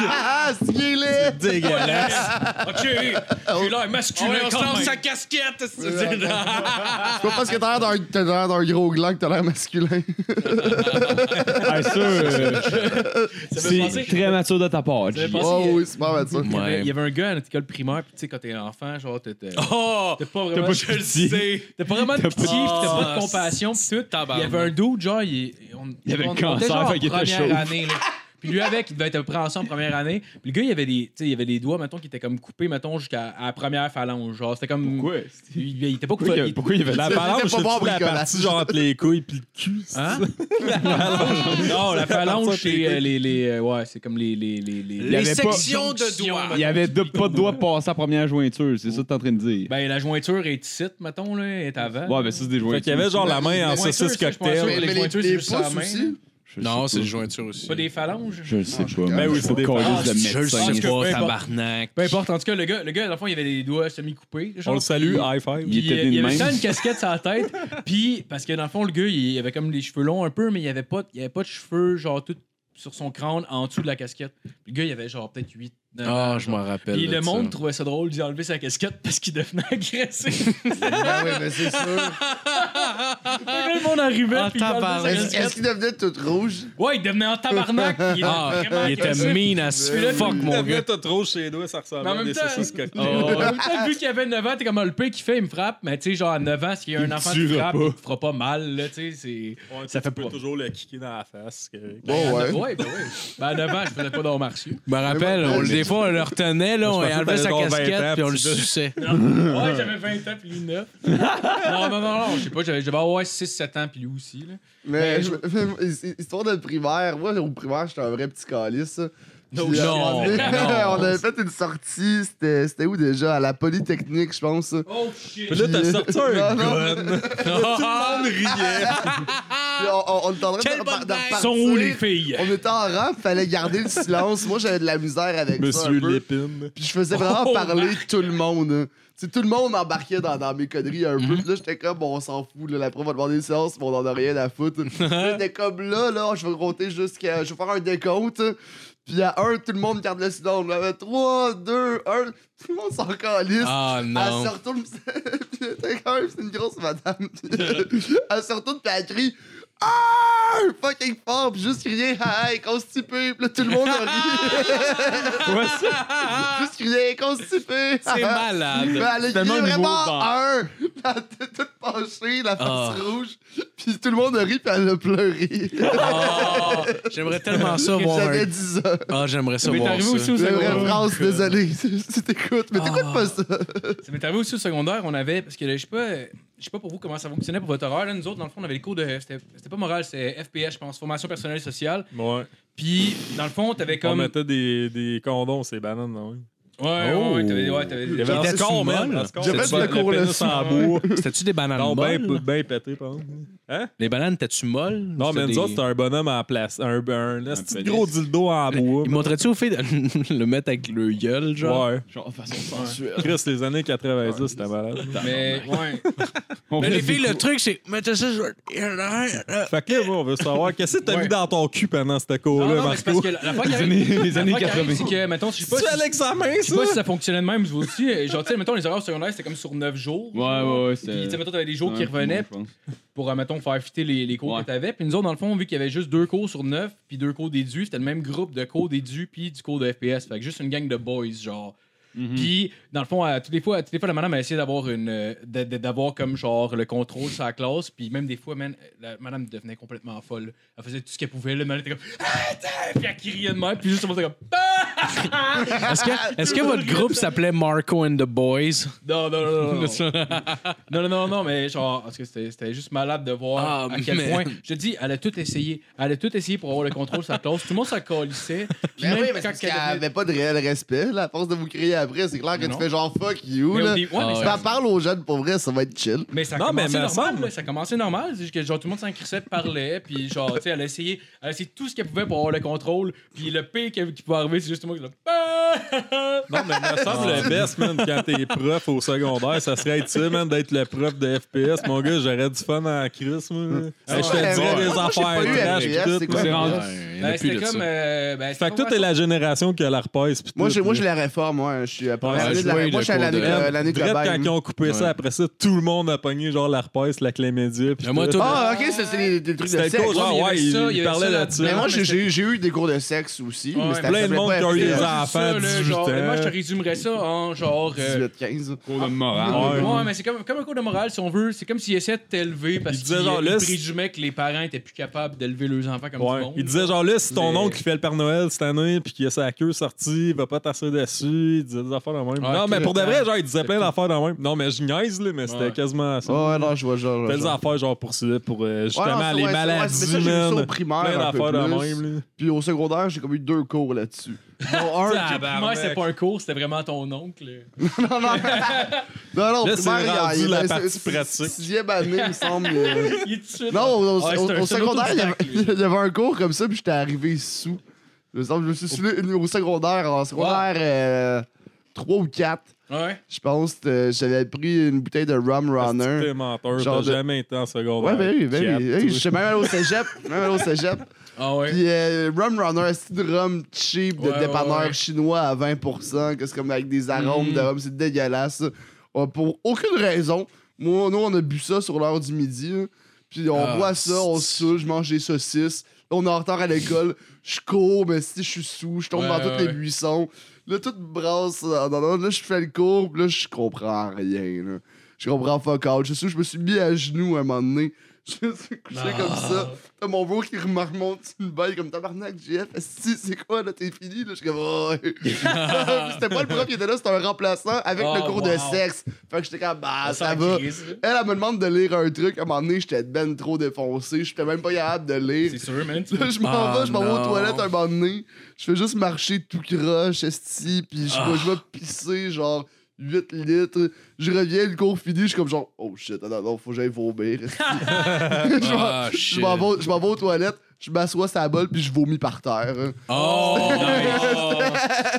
[SPEAKER 6] Ah, ce qui est laid!
[SPEAKER 7] Dégueulasse.
[SPEAKER 3] Ok. J'ai l'air masculin.
[SPEAKER 5] On se
[SPEAKER 3] quand
[SPEAKER 5] lance
[SPEAKER 3] même.
[SPEAKER 5] sa casquette!
[SPEAKER 6] c'est- C'est pas parce que t'as l'air d'un- t'as l'air d'un gros gland que t'as l'air masculin.
[SPEAKER 4] Ah, Ouais, ça, euh,
[SPEAKER 3] Ça me fait
[SPEAKER 4] c'est
[SPEAKER 3] penser-
[SPEAKER 4] très mature de ta part.
[SPEAKER 3] Ça me fait
[SPEAKER 4] J.
[SPEAKER 3] penser-
[SPEAKER 6] Oh oui, super mature.
[SPEAKER 3] Il y avait-
[SPEAKER 5] Ouais.
[SPEAKER 3] Il y avait un gars à notre école primaire, puis tu sais, quand t'es enfant, genre, t'as t'as-
[SPEAKER 5] Oh!
[SPEAKER 3] t'as pas
[SPEAKER 4] T'as
[SPEAKER 3] vraiment.
[SPEAKER 4] pas de pitié.
[SPEAKER 3] T'as pas vraiment de
[SPEAKER 4] T'as
[SPEAKER 3] pitié, pis t'as pas de compassion, pis tout. Il y avait un dude, genre, il, on,
[SPEAKER 4] Il avait
[SPEAKER 3] on-
[SPEAKER 4] le
[SPEAKER 3] on
[SPEAKER 4] cancer,
[SPEAKER 3] était genre
[SPEAKER 4] fait qu'il
[SPEAKER 3] en
[SPEAKER 4] était
[SPEAKER 3] première
[SPEAKER 4] chaud.
[SPEAKER 3] année, là. Puis lui avec, il devait être à peu près en ça en première année. Puis le gars, il avait des, tu sais, il avait des doigts, mettons, qui étaient comme coupés, mettons, jusqu'à à la première phalange. Genre, c'était comme.
[SPEAKER 4] Pourquoi?
[SPEAKER 3] Il, il était pas coupé.
[SPEAKER 4] Pourquoi il y avait- pourquoi il y avait
[SPEAKER 7] La
[SPEAKER 4] la
[SPEAKER 6] phalange,
[SPEAKER 7] balance,
[SPEAKER 6] c'est-tu la
[SPEAKER 7] la
[SPEAKER 6] partie
[SPEAKER 7] partie genre entre les couilles puis le cul.
[SPEAKER 3] Hein? non, la phalange,
[SPEAKER 7] c'est
[SPEAKER 3] c'est euh, les, les, euh, ouais, c'est comme les, les, les, les-
[SPEAKER 4] y
[SPEAKER 5] Les
[SPEAKER 4] avait pas-
[SPEAKER 5] sections de
[SPEAKER 3] Jonction,
[SPEAKER 5] doigts.
[SPEAKER 4] Il y avait deux- pas de doigts passés à la première jointure, c'est ça que t'es en train de dire.
[SPEAKER 3] Ben, la jointure est ici, mettons, là, est avant.
[SPEAKER 4] Ouais, ben ça, c'est des jointures.
[SPEAKER 7] Fait qu'il y avait genre la main en
[SPEAKER 3] Les jointures, ça,
[SPEAKER 7] saucisse
[SPEAKER 3] je pense,
[SPEAKER 7] cocktail.
[SPEAKER 3] ouais.
[SPEAKER 6] Mais, mais
[SPEAKER 3] les
[SPEAKER 6] les,
[SPEAKER 3] pointures,
[SPEAKER 6] les
[SPEAKER 3] c'est
[SPEAKER 6] pouces
[SPEAKER 3] juste sa main, là.
[SPEAKER 6] aussi.
[SPEAKER 4] Je
[SPEAKER 5] Non,
[SPEAKER 4] sais
[SPEAKER 5] c'est les
[SPEAKER 4] pas.
[SPEAKER 5] jointures aussi.
[SPEAKER 3] Pas des phalanges.
[SPEAKER 4] Je le sais
[SPEAKER 6] Non, je
[SPEAKER 4] pas.
[SPEAKER 6] regarde.
[SPEAKER 4] mais
[SPEAKER 7] Ben oui,
[SPEAKER 4] Ah, je
[SPEAKER 7] c'est des
[SPEAKER 4] suis
[SPEAKER 7] phalanges.
[SPEAKER 4] câlisse de
[SPEAKER 5] Ah, Je le
[SPEAKER 4] médecin.
[SPEAKER 5] sais
[SPEAKER 3] peu importe.
[SPEAKER 5] pas, tabarnak.
[SPEAKER 3] Peu importe. En tout cas, le gars, le gars, dans le fond, il avait des doigts semi-coupés.
[SPEAKER 7] On
[SPEAKER 3] genre.
[SPEAKER 7] le salue, high five.
[SPEAKER 4] Il
[SPEAKER 3] Puis,
[SPEAKER 4] était
[SPEAKER 3] euh,
[SPEAKER 4] d'une
[SPEAKER 3] il avait
[SPEAKER 4] main.
[SPEAKER 3] ça, une casquette sur la tête. Puis, parce que dans le fond, le gars, il avait comme les cheveux longs un peu, mais il avait pas, il avait pas de cheveux, genre, tout sur son crâne, en dessous de la casquette. Puis le gars, il avait genre peut-être 8
[SPEAKER 5] Ah, je m'en rappelle.
[SPEAKER 3] Puis
[SPEAKER 5] de
[SPEAKER 3] le
[SPEAKER 5] ça.
[SPEAKER 3] monde trouvait ça drôle d'y enlever sa casquette parce qu'il devenait agressif.
[SPEAKER 6] Ben oui, mais c'est sûr.
[SPEAKER 3] Fait que là, le monde arrivait,
[SPEAKER 5] Ah,
[SPEAKER 3] puis il enlevait
[SPEAKER 5] tabarnak.
[SPEAKER 3] sa
[SPEAKER 6] Est-ce est-ce
[SPEAKER 3] casquette.
[SPEAKER 6] qu'il devenait tout rouge?
[SPEAKER 3] Ouais, il devenait en tabarnak. Il,
[SPEAKER 5] Ah,
[SPEAKER 3] était vraiment
[SPEAKER 5] il
[SPEAKER 3] agressif.
[SPEAKER 5] était mean as
[SPEAKER 6] Celui-là,
[SPEAKER 5] fuck, mon gars.
[SPEAKER 7] t'as trop chez les doigts, ça ressemble
[SPEAKER 3] Mais en
[SPEAKER 7] à
[SPEAKER 3] même
[SPEAKER 7] des
[SPEAKER 3] temps-
[SPEAKER 7] saucisses cocktail.
[SPEAKER 3] En même temps, vu qu'il avait 9 ans, t'es comme ah, le pire qui fait, il me frappe. Mais tu sais, genre à 9 ans, s'il y a un
[SPEAKER 4] me
[SPEAKER 3] enfant qui te
[SPEAKER 4] tuera
[SPEAKER 3] frappe,
[SPEAKER 4] pas.
[SPEAKER 3] il te fera pas mal. Là, tu sais, c'est.
[SPEAKER 7] Ah, Ouais,
[SPEAKER 3] Ça
[SPEAKER 7] tu
[SPEAKER 3] fait
[SPEAKER 7] peux
[SPEAKER 3] pas.
[SPEAKER 7] toujours le kicker dans la face. c'est correct.
[SPEAKER 6] Bon, ouais.
[SPEAKER 3] Ouais, ben ouais. Ben à 9 ans, je faisais pas d'arts martiaux.
[SPEAKER 5] Je me rappelle, on le- des fois, on le retenait, là, on
[SPEAKER 7] pensais que
[SPEAKER 5] enlevait sa
[SPEAKER 7] t'allais avoir 20
[SPEAKER 5] casquette,
[SPEAKER 7] ans,
[SPEAKER 5] puis on le
[SPEAKER 7] puis tu-
[SPEAKER 5] suçait.
[SPEAKER 3] Ouais, j'avais 20 ans, puis lui 9. Non, non, non, non, je sais pas, j'avais- oh, je devais avoir 6-7 ans, puis lui aussi. Là.
[SPEAKER 6] Mais
[SPEAKER 3] Ben,
[SPEAKER 6] je- mais, histoire de primaire, moi au primaire, j'étais un vrai petit calice. là.
[SPEAKER 3] No
[SPEAKER 6] Puis,
[SPEAKER 3] shit.
[SPEAKER 6] à un moment donné,
[SPEAKER 5] Non.
[SPEAKER 6] on avait fait une sortie, c'était c'était où déjà? À la Polytechnique, je pense. là.
[SPEAKER 3] Oh shit!
[SPEAKER 7] Puis là, t'as sorti un
[SPEAKER 6] Non, non.
[SPEAKER 7] gun.
[SPEAKER 5] Ah,
[SPEAKER 6] Puis on, on, on était en train de-
[SPEAKER 5] Quelle
[SPEAKER 6] de,
[SPEAKER 5] bonne
[SPEAKER 6] de
[SPEAKER 5] blague!
[SPEAKER 6] repartir.
[SPEAKER 3] Sont où les filles?
[SPEAKER 6] On était en rang, fallait garder le silence. Moi, j'avais de la misère avec ça.
[SPEAKER 7] Monsieur
[SPEAKER 6] un peu.
[SPEAKER 7] Lépine.
[SPEAKER 6] Puis je faisais vraiment
[SPEAKER 3] Oh,
[SPEAKER 6] parler tout le monde. hein. Tu sais, tout le monde embarquait dans, dans mes conneries un
[SPEAKER 3] Mhm.
[SPEAKER 6] peu. Puis là, j'étais comme, bon, on s'en fout. Là, la prof va demander une séance, mais on en a rien à foutre. Puis là, j'étais comme, là, là, je vais compter jusqu'à. Je vais faire un décompte. Puis à un, tout le monde garde le silence. Là, 3, 2, 1. Tout le monde s'en calisse.
[SPEAKER 5] Ah,
[SPEAKER 6] Elle se
[SPEAKER 5] non.
[SPEAKER 6] retourne, pis c'est- t'es quand même, c'est une grosse madame. Ah, Pis elle se retourne, pis elle crie Ah Fucking fort, pis juste crier Hey, constipé, pis là tout le monde a ri.
[SPEAKER 4] Ouais, ça.
[SPEAKER 6] juste crier constipé.
[SPEAKER 5] C'est malade.
[SPEAKER 6] Ben, elle a crié
[SPEAKER 4] Tellement au niveau
[SPEAKER 6] vraiment
[SPEAKER 4] bas.
[SPEAKER 6] un. Pis elle était toute penchée, la face
[SPEAKER 5] Ah.
[SPEAKER 6] rouge. Pis tout le monde a ri, pis elle a pleuré.
[SPEAKER 5] Ah, J'aimerais tellement ça voir un...
[SPEAKER 6] J'avais dit ça.
[SPEAKER 5] Ah, j'aimerais ça
[SPEAKER 3] Mais t'es
[SPEAKER 5] voir
[SPEAKER 3] arrivé aussi
[SPEAKER 5] ça.
[SPEAKER 3] au
[SPEAKER 6] C'est
[SPEAKER 3] secondaire.
[SPEAKER 6] vrai, France, désolé si t'écoutes, mais t'écoutes
[SPEAKER 5] Ah.
[SPEAKER 6] pas ça.
[SPEAKER 3] Ça m'est arrivé aussi au secondaire, on avait. Parce que là, je sais pas. euh, Je sais pas pour vous comment ça fonctionnait pour votre horaire. Là, nous autres, dans le fond, on avait les cours de. C'était c'était pas moral, c'était FPS, je pense, formation personnelle et sociale.
[SPEAKER 7] Ouais.
[SPEAKER 3] Puis, dans le fond, t'avais
[SPEAKER 7] On
[SPEAKER 3] comme. Ouais,
[SPEAKER 7] mettait des, des condoms, ces bananes, non?
[SPEAKER 3] ouais, ouais,
[SPEAKER 4] Oh!
[SPEAKER 3] t'avais. Ouais, t'avais-
[SPEAKER 7] Il y avait
[SPEAKER 5] était
[SPEAKER 7] un
[SPEAKER 5] sous
[SPEAKER 7] score,
[SPEAKER 5] molle.
[SPEAKER 7] même. un score.
[SPEAKER 6] J'ai fait
[SPEAKER 7] Tu
[SPEAKER 6] le
[SPEAKER 7] vas-
[SPEAKER 6] cours le
[SPEAKER 7] pénis en
[SPEAKER 6] soir.
[SPEAKER 7] bois.
[SPEAKER 5] C'était-tu des bananes
[SPEAKER 7] Non, ben,
[SPEAKER 5] molles?
[SPEAKER 7] ben pété, pardon. Hein?
[SPEAKER 5] Les bananes, t'es-tu molles?
[SPEAKER 7] Non, mais nous autres, c'était un bonhomme en place. Un, un, esti de gros dildo en bois.
[SPEAKER 5] Ils montraient-tu aux filles de le mettre avec le gueule, genre?
[SPEAKER 7] Ouais.
[SPEAKER 4] Genre, de façon sensuelle.
[SPEAKER 7] Chris, les années 90, c'était malade.
[SPEAKER 3] Mais, ouais.
[SPEAKER 4] On
[SPEAKER 5] Mais
[SPEAKER 4] fait
[SPEAKER 5] les filles,
[SPEAKER 4] des
[SPEAKER 5] le truc, c'est. Mettez ça sur. le-
[SPEAKER 7] Fait que là, moi, on veut savoir, qu'est-ce que t'as
[SPEAKER 3] Ouais.
[SPEAKER 7] mis dans ton cul pendant cette
[SPEAKER 3] Non,
[SPEAKER 7] cours-là,
[SPEAKER 3] non, mais c'est parce
[SPEAKER 7] Marco?
[SPEAKER 3] que la, la fois qu'il
[SPEAKER 4] Les
[SPEAKER 3] arrive-
[SPEAKER 4] années, les
[SPEAKER 3] la
[SPEAKER 4] années
[SPEAKER 3] fois qu'il arrive,
[SPEAKER 4] 80.
[SPEAKER 3] c'est que, mettons, je sais pas,
[SPEAKER 7] Tu à
[SPEAKER 3] si-
[SPEAKER 7] l'examen,
[SPEAKER 3] je sais pas si ça fonctionnait de même, vous aussi. euh, Genre, tu sais, mettons, les horaires secondaires, c'était comme sur 9 jours.
[SPEAKER 4] Ouais,
[SPEAKER 3] genre.
[SPEAKER 4] ouais, ouais.
[SPEAKER 3] Puis, tu sais,
[SPEAKER 4] c'est-
[SPEAKER 3] mettons, t'avais des jours qui
[SPEAKER 4] Ouais,
[SPEAKER 3] revenaient
[SPEAKER 4] je pense.
[SPEAKER 3] pour, euh, mettons, faire fitter les, les cours
[SPEAKER 4] Ouais.
[SPEAKER 3] que t'avais. Puis nous autres, dans le fond, vu qu'il y avait juste deux cours sur neuf, puis deux cours déduits, c'était le même groupe de cours déduits, puis du cours de FPS. Fait que juste une gang de boys, genre.
[SPEAKER 4] Mhm.
[SPEAKER 3] Puis, dans le fond, à toutes les fois, à toutes les fois la madame a essayé d'avoir une, euh, de- de- d'avoir comme genre le contrôle sur la classe. Puis même des fois, man, la madame devenait complètement folle. Elle faisait tout ce qu'elle pouvait. Le madame était comme Arrêtez! Puis elle criait de même. Puis juste, on était comme Ah!
[SPEAKER 5] Est-ce que, est-ce que votre groupe s'appelait Marco and the Boys?
[SPEAKER 3] Non, non, non, non. Non, non, non, non, non, mais genre, parce que c'était c'était juste malade de voir
[SPEAKER 5] Ah,
[SPEAKER 3] à quel
[SPEAKER 5] man.
[SPEAKER 3] point. Je te dis, elle a tout essayé. Elle a tout essayé pour avoir le contrôle sur la classe. Tout le monde s'en colissait. Puis
[SPEAKER 6] Mais
[SPEAKER 3] même
[SPEAKER 6] Ben oui, mais
[SPEAKER 3] quand
[SPEAKER 6] c'est parce qu'elle
[SPEAKER 3] elle devenait-
[SPEAKER 6] avait pas de réel respect, là. À force de vous crier après, c'est clair que
[SPEAKER 3] Non.
[SPEAKER 6] tu fais genre fuck you,
[SPEAKER 3] Mais au
[SPEAKER 6] là.
[SPEAKER 3] début- ouais, mais
[SPEAKER 6] Si
[SPEAKER 3] ça-
[SPEAKER 6] t'en parles aux jeunes, pour vrai, ça va être chill.
[SPEAKER 3] Mais ça a
[SPEAKER 7] Non, mais
[SPEAKER 3] commencé
[SPEAKER 7] me
[SPEAKER 3] normal,
[SPEAKER 7] semble.
[SPEAKER 3] là, ça a commencé normal. C'est juste que genre tout le monde s'en crissait, parlait, puis genre, tu sais, elle a essayé, elle a essayé tout ce qu'elle pouvait pour avoir le contrôle, puis le pire qui, qui pouvait arriver, c'est justement que là, Ah!
[SPEAKER 7] Non, mais me semble le best, man, quand t'es prof au secondaire, ça serait être ça, man, d'être le prof de FPS. Mon gars, j'aurais du fun en Chris, moi. Hey, je
[SPEAKER 6] quoi
[SPEAKER 7] te
[SPEAKER 6] la
[SPEAKER 7] dirais
[SPEAKER 6] vraie-
[SPEAKER 7] des
[SPEAKER 6] Moi, j'ai pas eu
[SPEAKER 7] affaires
[SPEAKER 6] FPS,
[SPEAKER 7] trash
[SPEAKER 6] c'est
[SPEAKER 7] pis
[SPEAKER 6] quoi
[SPEAKER 7] tout.
[SPEAKER 4] C'est
[SPEAKER 6] la
[SPEAKER 7] man.
[SPEAKER 4] rendu.
[SPEAKER 6] Ouais.
[SPEAKER 5] Il y en a
[SPEAKER 3] Ben,
[SPEAKER 5] plus
[SPEAKER 3] c'était
[SPEAKER 5] de
[SPEAKER 3] comme.
[SPEAKER 5] ça.
[SPEAKER 3] euh, ben,
[SPEAKER 7] Fait
[SPEAKER 3] c'est
[SPEAKER 7] que
[SPEAKER 3] pas
[SPEAKER 7] toi, t'es la génération qui a la repaisse. pis
[SPEAKER 6] Moi,
[SPEAKER 7] tout,
[SPEAKER 6] j'ai- moi,
[SPEAKER 7] là.
[SPEAKER 6] je la réforme, moi. Je suis à
[SPEAKER 7] Ouais,
[SPEAKER 6] première année de
[SPEAKER 5] je vois,
[SPEAKER 6] la- Moi,
[SPEAKER 5] il
[SPEAKER 6] je suis à
[SPEAKER 5] est
[SPEAKER 6] l'année
[SPEAKER 5] pour de-
[SPEAKER 6] de- l'année de
[SPEAKER 7] Drette, quand
[SPEAKER 6] Cobain.
[SPEAKER 7] ils ont coupé
[SPEAKER 5] Ouais.
[SPEAKER 7] ça, après ça, tout le monde a pogné genre la repaisse, la clémédia. pis
[SPEAKER 5] Mais moi,
[SPEAKER 7] tout.
[SPEAKER 5] tout-
[SPEAKER 6] Ah, ok, ça, c'est des- des trucs de
[SPEAKER 7] C'était
[SPEAKER 6] sexe.
[SPEAKER 7] cool,
[SPEAKER 3] Ouais, mais il y
[SPEAKER 7] genre, ouais,
[SPEAKER 3] avait ça, il y
[SPEAKER 7] il
[SPEAKER 3] avait ça
[SPEAKER 7] parlait
[SPEAKER 3] là-
[SPEAKER 7] là-dessus.
[SPEAKER 6] Mais moi, j'ai
[SPEAKER 3] mais
[SPEAKER 6] j'ai- j'ai eu des cours de sexe aussi.
[SPEAKER 3] Ouais,
[SPEAKER 6] mais c'était
[SPEAKER 7] plein de monde qui a eu
[SPEAKER 3] c'est
[SPEAKER 7] des
[SPEAKER 6] euh,
[SPEAKER 3] juste
[SPEAKER 7] enfants
[SPEAKER 3] ça,
[SPEAKER 7] de
[SPEAKER 3] là,
[SPEAKER 7] 18
[SPEAKER 3] genre,
[SPEAKER 7] ans.
[SPEAKER 3] Moi, je te résumerais ça en genre. euh,
[SPEAKER 6] 18-15.
[SPEAKER 4] Cours de morale.
[SPEAKER 7] Ouais.
[SPEAKER 3] Ouais, mais c'est comme, comme un cours de morale, si on veut. C'est comme s'il essaie de t'élever parce
[SPEAKER 7] Il
[SPEAKER 3] qu'il
[SPEAKER 7] disait genre, là, c'est-
[SPEAKER 3] présumait que les parents étaient plus capables d'élever leurs enfants comme
[SPEAKER 7] Ouais.
[SPEAKER 3] du monde.
[SPEAKER 7] Il disait genre là, si ton
[SPEAKER 3] Mais-
[SPEAKER 7] oncle qui fait le Père Noël cette année puis qu'il a sa queue sortie, il va pas tasser dessus. Il disait des affaires de même.
[SPEAKER 3] Ouais,
[SPEAKER 7] non,
[SPEAKER 3] tout
[SPEAKER 7] mais
[SPEAKER 3] le
[SPEAKER 7] pour de
[SPEAKER 3] temps.
[SPEAKER 7] vrai, genre, il disait plein d'affaires de même. Non, mais je niaise, là, mais
[SPEAKER 3] Ouais.
[SPEAKER 7] c'était quasiment ça.
[SPEAKER 6] Ouais, non, je vois genre.
[SPEAKER 7] Plein
[SPEAKER 6] genre-
[SPEAKER 7] d'affaires, genre, pour, ça, pour
[SPEAKER 6] Ouais,
[SPEAKER 7] euh, justement
[SPEAKER 6] non, c'est-
[SPEAKER 7] les
[SPEAKER 6] ouais, c'est- ouais,
[SPEAKER 7] maladies
[SPEAKER 6] mais ça, j'ai eu ça au
[SPEAKER 7] humaines.
[SPEAKER 6] primaire,
[SPEAKER 7] Plein
[SPEAKER 6] un peu
[SPEAKER 7] d'affaires de
[SPEAKER 6] plus.
[SPEAKER 7] même, là.
[SPEAKER 6] Puis au secondaire, j'ai comme eu deux cours là-dessus. Non, un.
[SPEAKER 3] Ah,
[SPEAKER 6] qui-
[SPEAKER 3] bah, moi, c'était pas un cours, c'était vraiment ton oncle.
[SPEAKER 6] non, non. non, non, au
[SPEAKER 7] Là, c'est
[SPEAKER 6] primaire, il y a-
[SPEAKER 7] rendu
[SPEAKER 6] il y
[SPEAKER 7] la
[SPEAKER 6] avait-
[SPEAKER 7] partie
[SPEAKER 6] c'est- c'est-
[SPEAKER 7] pratique.
[SPEAKER 6] Sixième année, il me semble. euh, il y a-
[SPEAKER 3] Il est tout de suite-
[SPEAKER 6] Non, au, au-
[SPEAKER 3] Ouais, c'est
[SPEAKER 6] au-
[SPEAKER 3] un-
[SPEAKER 6] au
[SPEAKER 3] c'est un
[SPEAKER 6] secondaire, il y, avait,
[SPEAKER 3] autre obstacle,
[SPEAKER 6] il y avait un cours comme ça, puis j'étais arrivé sous. Je me semble que je me suis saoulé une- au secondaire, en secondaire 3 ou 4.
[SPEAKER 3] Ouais.
[SPEAKER 6] Je pense que j'avais pris une bouteille de Rum
[SPEAKER 7] Parce que
[SPEAKER 6] Runner.
[SPEAKER 7] T'es menteur,
[SPEAKER 6] Genre
[SPEAKER 7] t'as
[SPEAKER 6] de-
[SPEAKER 7] jamais été en secondaire.
[SPEAKER 6] Ouais, ben oui, ben
[SPEAKER 7] Cap,
[SPEAKER 6] oui.
[SPEAKER 7] toi.
[SPEAKER 6] Hey, J'étais même allé au cégep. même allé au cégep.
[SPEAKER 3] Ah ouais.
[SPEAKER 6] Puis euh, Rum Runner, c'est de rhum cheap de
[SPEAKER 3] Ouais, ouais,
[SPEAKER 6] dépanneur
[SPEAKER 3] ouais. Mm.
[SPEAKER 6] chinois à 20%, que c'est comme avec des arômes de rhum, c'est dégueulasse. Euh, pour aucune raison. Moi, nous, on a bu ça sur l'heure du midi. hein. Puis on
[SPEAKER 5] Ah,
[SPEAKER 6] boit ça, on se
[SPEAKER 5] c'est-
[SPEAKER 6] saoule, je mange des saucisses. Là, on est en retard à l'école. Je cours, mais si je suis sous, je tombe
[SPEAKER 3] Ouais,
[SPEAKER 6] dans
[SPEAKER 3] ouais,
[SPEAKER 6] tous les
[SPEAKER 3] ouais.
[SPEAKER 6] buissons. Là, tout brasse. euh, non, non, Là, je fais le cours, puis là, je comprends rien. là. Je comprends fuck all. Je sais, je me suis mis à genoux à un moment donné. Je me suis couché comme
[SPEAKER 3] Ah.
[SPEAKER 6] ça. T'as mon bro qui me remonte sur une balle comme tabarnak, JF. Si, c'est quoi là, t'es fini là? Je suis comme, oh. ouais. C'était pas le prof qui était là, c'était un remplaçant avec
[SPEAKER 3] Oh,
[SPEAKER 6] le cours de
[SPEAKER 3] wow.
[SPEAKER 6] sexe. Fait que j'étais comme, bah, ça
[SPEAKER 3] sent
[SPEAKER 6] va.
[SPEAKER 3] la crise.
[SPEAKER 6] Elle, elle me demande de lire un truc. À un moment donné, j'étais ben trop défoncé. J'étais même pas capable de lire.
[SPEAKER 3] C'est sûr, man.
[SPEAKER 6] Là, je m'en
[SPEAKER 5] Ah,
[SPEAKER 6] vais, je m'en vais aux
[SPEAKER 5] non.
[SPEAKER 6] toilettes un moment donné. Je fais juste marcher tout croche, esti, puis je
[SPEAKER 5] Ah.
[SPEAKER 6] vais- je vais pisser genre 8 litres. Je reviens, le cours fini, je suis comme genre, oh shit, non, non, faut que j'aille vomir. esti. je m'en-
[SPEAKER 5] Ah,
[SPEAKER 6] je
[SPEAKER 5] shit.
[SPEAKER 6] m'en vais, je m'en vais aux toilettes, je m'assois sur la bolle, puis je vomis par terre. hein.
[SPEAKER 5] Oh!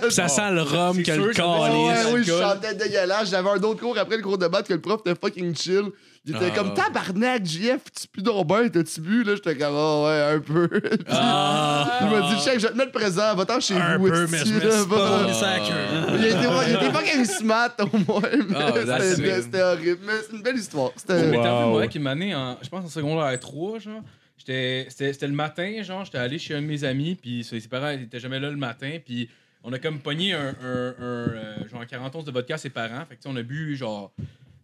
[SPEAKER 5] Ça sent le rhum
[SPEAKER 3] C'est
[SPEAKER 5] que
[SPEAKER 3] sûr,
[SPEAKER 5] le
[SPEAKER 3] ça
[SPEAKER 5] corps
[SPEAKER 3] fait-
[SPEAKER 6] ouais,
[SPEAKER 3] lisse,
[SPEAKER 6] oui, je
[SPEAKER 3] alcool.
[SPEAKER 6] chantais dégueulasse. J'avais un autre cours après le cours de maths que le prof était fucking chill. Il était
[SPEAKER 5] Ah.
[SPEAKER 6] comme tabarnak, JF, tu pues donc bien, t'as-tu bu? Là, j'étais comme, ah ouais, un peu. Puis, Il m'a dit, check, je vais te mettre présent, va-t'en chez
[SPEAKER 5] Ah. Un
[SPEAKER 6] vous.
[SPEAKER 5] peu,
[SPEAKER 6] esti,
[SPEAKER 5] mais je me
[SPEAKER 6] là,
[SPEAKER 5] suis
[SPEAKER 6] va-
[SPEAKER 5] pas remis Oh. ça à
[SPEAKER 6] Il
[SPEAKER 5] queue.
[SPEAKER 6] était, il était fucking smart au moins, mais
[SPEAKER 5] Ah, that's
[SPEAKER 6] c'était-
[SPEAKER 5] it.
[SPEAKER 6] c'était horrible. Mais c'est une belle histoire. C'était.
[SPEAKER 3] Mais t'as vu,
[SPEAKER 7] Wow.
[SPEAKER 3] moi, qu'une année, en- je pense en secondaire 3, genre, j'étais, c'était, c'était le matin, genre, j'étais allé chez un de mes amis, puis ses ses parents ils étaient jamais là le matin, puis on a comme pogné un, un- un, euh, genre 40 onces de vodka à ses parents, fait que tu sais, on a bu, genre,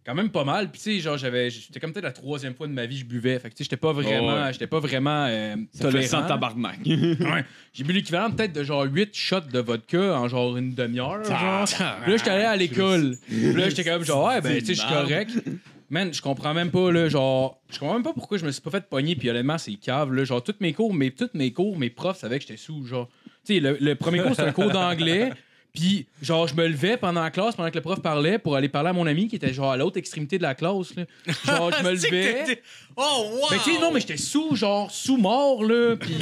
[SPEAKER 3] quand même pas mal, puis tu sais, genre, j'avais, j'étais comme peut-être la troisième fois de ma vie que je buvais, fait que tu sais, j'étais pas vraiment,
[SPEAKER 4] Oh, ouais.
[SPEAKER 3] j'étais pas vraiment euh,
[SPEAKER 4] Ça fait sans
[SPEAKER 3] tolérant.
[SPEAKER 4] tabarnak.
[SPEAKER 3] Ouais. J'ai bu l'équivalent peut-être de genre 8 shots de vodka en genre une demi-heure. genre. Puis Là, j'étais allé à l'école. Puis Là, j'étais quand même genre, ouais, ben, tu sais, je suis correct. Man, je comprends même pas, là, genre, je comprends même pas pourquoi je me suis pas fait pogner, puis honnêtement, c'est cave, là. Genre, toutes mes cours, mes, toutes mes cours, mes profs savaient que j'étais sous, genre. Tu sais, le, le premier cours, c'était un cours d'anglais. Puis, genre, je me levais pendant la classe, pendant que le prof parlait, pour aller parler à mon ami qui était, genre, à l'autre extrémité de la classe, là. Genre, je me levais.
[SPEAKER 5] Oh, wow!
[SPEAKER 3] Mais tu sais, non, mais j'étais sous, genre, sous mort, là. Puis,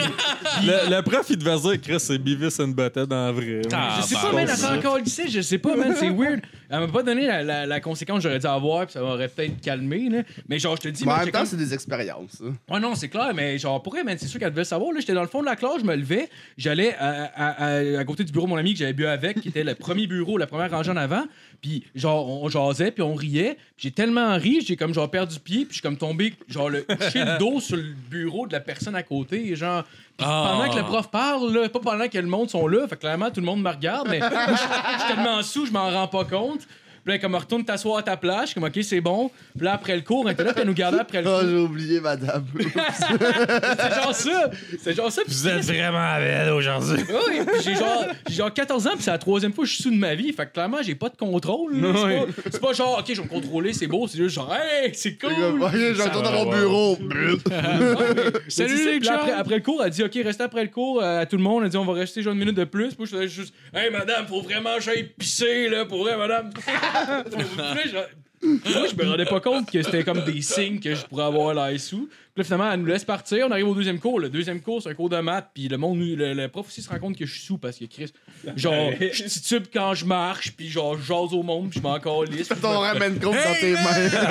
[SPEAKER 7] Le, le prof, il devait dire, Chris, c'est Beavis and Butthead en vrai.
[SPEAKER 5] Ah,
[SPEAKER 3] Je sais
[SPEAKER 5] bah,
[SPEAKER 3] pas,
[SPEAKER 5] bon,
[SPEAKER 3] man,
[SPEAKER 7] ça.
[SPEAKER 3] elle s'est encore lycée, je sais pas, man, c'est weird. Elle m'a pas donné la, la, la conséquence que j'aurais dû avoir, puis ça m'aurait peut-être calmé, là. Mais genre, je te dis,
[SPEAKER 6] Mais
[SPEAKER 3] man,
[SPEAKER 6] en même
[SPEAKER 3] j'ai
[SPEAKER 6] temps,
[SPEAKER 3] comme-
[SPEAKER 6] c'est des expériences. hein.
[SPEAKER 3] Ouais, non, c'est clair, mais genre, pour elle, man, c'est sûr qu'elle devait savoir, là. J'étais dans le fond de la classe, je me levais, j'allais à, à- à- à côté du bureau de mon ami que j'avais bu avec, qui était le premier bureau, la première rangée en avant, puis genre, on, on jasait, puis on riait, puis j'ai tellement ri, j'ai comme genre perdu pied, puis je suis comme tombé, genre, le couché le dos sur le bureau de la personne à côté, genre. Puis
[SPEAKER 5] Ah.
[SPEAKER 3] Pendant que le prof parle, là, pas pendant que le monde sont là, fait que clairement tout le monde me regarde, mais moi, je je suis tellement sous, je m'en rends pas compte. Puis là, comme retourne t'asseoir à ta plage, comme ok, c'est bon. Puis là, après le cours, elle était là, puis elle nous gardait après le
[SPEAKER 6] Ah,
[SPEAKER 3] cours.
[SPEAKER 6] j'ai oublié, madame.
[SPEAKER 3] C'est genre ça. C'est genre ça. Puis
[SPEAKER 5] Vous êtes vraiment belle aujourd'hui.
[SPEAKER 3] oui, puis j'ai genre, j'ai genre 14 ans, puis c'est la troisième fois que je suis sous de ma vie. Fait que clairement, j'ai pas de contrôle. là. C'est
[SPEAKER 4] Ouais.
[SPEAKER 3] pas- C'est pas, genre, OK, je vais me contrôler, c'est beau. C'est juste genre, hey, c'est cool.
[SPEAKER 6] Voyez, je retourne dans mon bureau.
[SPEAKER 3] Mais tu
[SPEAKER 5] Salut
[SPEAKER 3] sais,
[SPEAKER 5] les
[SPEAKER 3] puis là, après,
[SPEAKER 5] gars!
[SPEAKER 3] après le cours, elle dit, OK, restez après le cours euh, à tout le monde. Elle dit, on va rester genre une minute de plus. Puis je faisais juste, Hey, madame, faut vraiment que j'aille pisser, là, pour vrai, madame. Puis là, je- Moi, je me rendais pas compte que c'était comme des signes que je pourrais avoir l'air sous. Puis là, finalement, elle nous laisse partir. On arrive au deuxième cours. Le deuxième cours, c'est un cours de maths. Puis le monde, le, le prof aussi se rend compte que je suis sous parce que Chris, genre, je titube quand je marche. Puis genre, je jase au monde. Puis je m'en calisse. Puis je
[SPEAKER 6] T'en ramènes compte dans tes mains.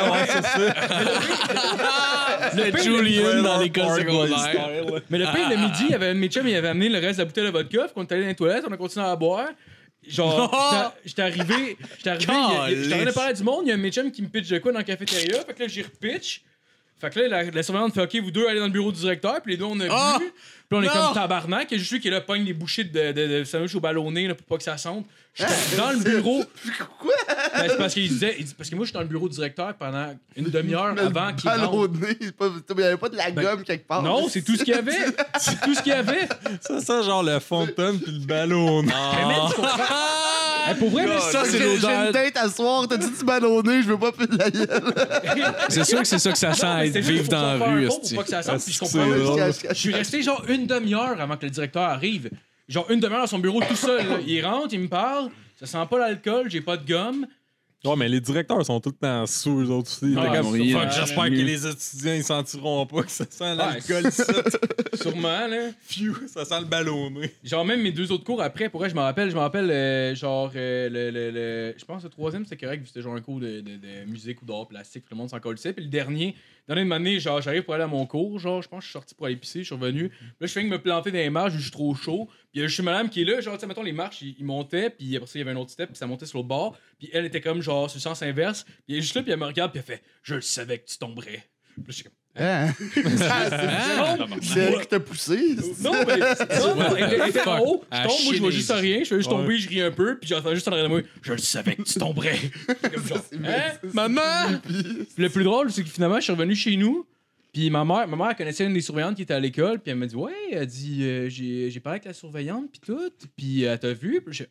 [SPEAKER 5] Le Julian dans l'école secondaire.
[SPEAKER 7] secondaire.
[SPEAKER 3] Mais le pire, le midi, il y avait un de mes chums, il avait amené le reste de la bouteille de vodka, puis on est allé dans les toilettes, on a continué à boire. Genre, j'étais- j'étais arrivé, j'étais arrivé, il y a- j'étais en train de parler à du monde, il y a un de mes chums qui me pitch de quoi dans la cafétéria, fait que là, j'y repitch. Fait que là, la, la surveillante fait OK, vous deux allez dans le bureau du directeur, puis les deux, on a
[SPEAKER 5] Ah!
[SPEAKER 3] bu. Puis on est
[SPEAKER 5] Non!
[SPEAKER 3] comme tabarnak, et je suis qui là, pogne des bouchées de, de, de sandwich au ballonné là, pour pas que ça sonde. J'étais dans le bureau.
[SPEAKER 6] Quoi?
[SPEAKER 3] Ben, c'est parce qu'il disait, il dit- parce que moi, j'étais dans le bureau du directeur pendant une demi-heure
[SPEAKER 6] Mais le
[SPEAKER 3] avant qu'il
[SPEAKER 6] ballon
[SPEAKER 3] rentre.
[SPEAKER 6] au nez, c'est pas- Il n'y avait pas de la
[SPEAKER 3] Ben,
[SPEAKER 6] gomme quelque part.
[SPEAKER 3] Non, c'est tout ce qu'il y avait. C'est tout ce qu'il y avait.
[SPEAKER 7] Ça, ça, genre le fontaine puis le ballon.
[SPEAKER 3] Mais man,
[SPEAKER 5] Ah.
[SPEAKER 3] tu comprends? Eh, pour vrai, mais
[SPEAKER 5] Ça, c'est
[SPEAKER 6] J'ai- J'ai
[SPEAKER 5] l'odeur.
[SPEAKER 6] une tête à soir, t'as dit du ballonné, je veux pas plus de la gueule.
[SPEAKER 5] C'est sûr que c'est ça que ça
[SPEAKER 3] Non, mais
[SPEAKER 5] sent
[SPEAKER 3] c'était
[SPEAKER 5] être
[SPEAKER 3] juste
[SPEAKER 5] vivre
[SPEAKER 3] pour
[SPEAKER 5] dans
[SPEAKER 3] s'en
[SPEAKER 5] la
[SPEAKER 3] faire un
[SPEAKER 5] rue.
[SPEAKER 3] pot, pour
[SPEAKER 5] hostie.
[SPEAKER 3] pas que ça sorte, puis je comprends.
[SPEAKER 7] C'est drôle.
[SPEAKER 6] Cache, cache.
[SPEAKER 3] Je suis resté genre une demi-heure avant que le directeur arrive. Genre une demi-heure à son bureau tout seul. là. Il rentre, il me parle, ça sent pas l'alcool, j'ai pas de gomme.
[SPEAKER 7] Ouais, mais les directeurs sont tout le temps sous eux autres aussi.
[SPEAKER 3] Ah,
[SPEAKER 7] T'es comme,
[SPEAKER 4] ils
[SPEAKER 7] fuck,
[SPEAKER 3] sont-
[SPEAKER 6] euh,
[SPEAKER 7] J'espère que les étudiants ils sentiront pas que ça sent l'alcool ici.
[SPEAKER 3] Sûrement, là.
[SPEAKER 7] Phew, ça sent le ballonné.
[SPEAKER 3] Genre même mes deux autres cours après, pour vrai, je me rappelle, je me rappelle, euh, genre, euh, le, le- le- je pense que le troisième, c'était correct, vu que c'était genre un cours de, de- de musique ou d'art plastique, tout le monde s'en collait. Puis le dernier, dernier de année, genre, j'arrive pour aller à mon cours, genre, je pense que je suis sorti pour aller pisser, je suis revenu. Là, je finis de me planter dans les marches, je suis trop chaud. Puis euh, je suis madame qui est là, genre, tu sais, mettons, les marches, ils, ils montaient, puis après ça, il y avait un autre step, puis ça montait sur l'autre bord. Puis elle était comme, genre, sur le sens inverse. Puis elle est juste là, puis elle me regarde, puis elle fait, je le savais que tu tomberais. Puis là, je suis comme,
[SPEAKER 6] Hein?
[SPEAKER 3] Ah,
[SPEAKER 6] C'est elle qui t'a poussé.
[SPEAKER 3] non, mais non, non, elle était- elle était en haut. Je
[SPEAKER 5] Ah,
[SPEAKER 3] tombe, moi, je vois
[SPEAKER 5] shit.
[SPEAKER 3] juste à rien. Je fais juste tomber, je ris un peu, puis j'entends juste en arrière de moi. Je le savais que tu tomberais. Comme genre, hein?
[SPEAKER 5] Maman!
[SPEAKER 3] Puis le plus drôle, c'est que finalement, je suis revenu chez nous. Puis ma mère, ma mère connaissait une des surveillantes qui était à l'école, puis elle m'a dit Ouais, elle dit euh, j'ai j'ai parlé avec la surveillante, puis tout, puis elle t'a vu, puis je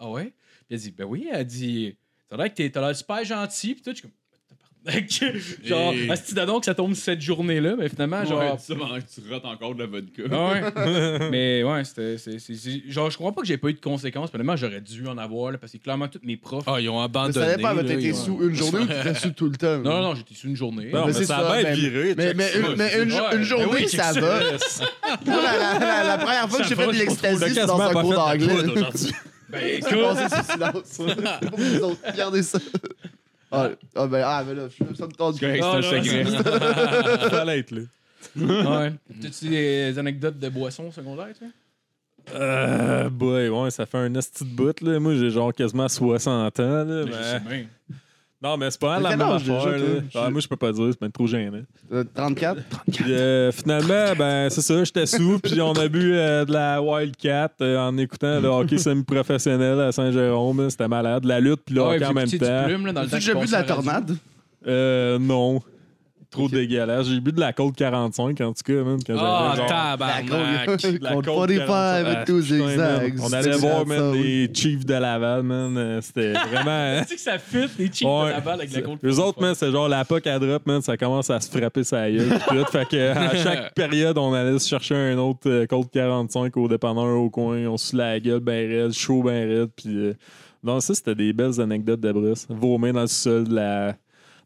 [SPEAKER 3] Ah ouais Puis elle dit Ben oui, elle dit T'as l'air que t'es- t'as l'air super gentil, puis tout. Je suis comme Tabarnak. Genre,
[SPEAKER 5] Et-
[SPEAKER 3] asti d'adon que ça tombe cette journée-là, mais finalement, genre,
[SPEAKER 4] Genre, tu manges- tu rotes encore de la vodka.
[SPEAKER 3] ah ouais. mais ouais, c'était. c'est- c'est- c'est- Genre, je crois pas que j'ai pas eu de conséquences. mais Honnêtement, j'aurais dû en avoir, là, parce que clairement, tous mes profs.
[SPEAKER 5] Ah, ils ont
[SPEAKER 6] Je
[SPEAKER 5] abandonné.
[SPEAKER 6] savais pas, mais
[SPEAKER 5] là,
[SPEAKER 6] t'étais
[SPEAKER 5] ils ont-
[SPEAKER 6] sous une journée ou t'étais sous tout le temps?
[SPEAKER 3] Non, non, non, j'étais sous une journée.
[SPEAKER 7] Non, mais,
[SPEAKER 6] c'est
[SPEAKER 7] ça
[SPEAKER 6] ça,
[SPEAKER 7] va être
[SPEAKER 6] ben-
[SPEAKER 7] viré.
[SPEAKER 6] Mais,
[SPEAKER 7] check
[SPEAKER 6] mais,
[SPEAKER 7] ça.
[SPEAKER 6] une, mais une,
[SPEAKER 3] Ouais.
[SPEAKER 6] une journée,
[SPEAKER 3] Ben oui,
[SPEAKER 6] ça va. Moi, la, la- la- la première fois que
[SPEAKER 3] Ça
[SPEAKER 6] j'ai
[SPEAKER 3] va,
[SPEAKER 6] fait de
[SPEAKER 3] je
[SPEAKER 6] l'ecstasy,
[SPEAKER 7] Le
[SPEAKER 6] c'est
[SPEAKER 7] casse
[SPEAKER 6] dans
[SPEAKER 7] pas
[SPEAKER 6] un cours
[SPEAKER 7] fait de poudre
[SPEAKER 6] d'anglais.
[SPEAKER 7] aujourd'hui.
[SPEAKER 3] Ben,
[SPEAKER 6] Je suis passé sous silence. C'est pour vous autres. Regardez ça. Ah, ah, ben, ah, mais là, je- ça me tente.
[SPEAKER 4] C'est
[SPEAKER 7] Non,
[SPEAKER 4] un
[SPEAKER 7] non,
[SPEAKER 4] secret.
[SPEAKER 7] Fallait être là.
[SPEAKER 3] ouais. T'as-tu des anecdotes de boissons secondaires, tu
[SPEAKER 7] Euh, boy, ouais, ça fait un esti de bout, là. Moi, j'ai genre quasiment 60 ans, là. mais-
[SPEAKER 3] bien.
[SPEAKER 7] Non, mais c'est pas mal
[SPEAKER 6] T'as
[SPEAKER 7] la
[SPEAKER 6] quel
[SPEAKER 7] même
[SPEAKER 6] âge déjà,
[SPEAKER 7] affaire,
[SPEAKER 6] toi?
[SPEAKER 7] là. Ah, moi, je peux pas dire, c'est pas trop gênant.
[SPEAKER 6] Euh, 34?
[SPEAKER 7] Puis, euh, finalement, ben, c'est ça, j'étais sous, puis on a bu euh, de la Wildcat euh, en écoutant le hockey semi-professionnel à Saint-Jérôme. là. C'était malade. La lutte, puis le hockey en même temps.
[SPEAKER 3] plume, là, dans le temps
[SPEAKER 6] J'ai
[SPEAKER 3] qu'il
[SPEAKER 6] vu de la
[SPEAKER 3] passe à radio.
[SPEAKER 6] tornade.
[SPEAKER 7] Euh, non. Trop dégueulasse. J'ai bu de la Cold 45, en tout cas, même, quand
[SPEAKER 5] Ah,
[SPEAKER 7] j'avais genre-
[SPEAKER 5] tabarnak!
[SPEAKER 7] Bah, La Coke
[SPEAKER 6] Contre 45
[SPEAKER 7] Ah,
[SPEAKER 6] et tous
[SPEAKER 7] putain, man.
[SPEAKER 6] zigzags.
[SPEAKER 7] On allait voir, man,
[SPEAKER 6] Ça, oui.
[SPEAKER 7] les Chiefs de Laval, man. Euh, C'était vraiment. hein.
[SPEAKER 3] Tu sais que ça fit, les cheats
[SPEAKER 7] Ouais.
[SPEAKER 3] de la balle avec la gold.
[SPEAKER 7] Eux autres, man, c'est genre la POC à drop, man, ça commence à se frapper sa gueule. pis tout. fait que à chaque période, on allait se chercher un autre euh, Colt 45 au dépanneur au coin. On se la gueule ben raide, chaud ben raide. Puis euh, non, ça, c'était des belles anecdotes de Bruce. Vomir dans le sol de la,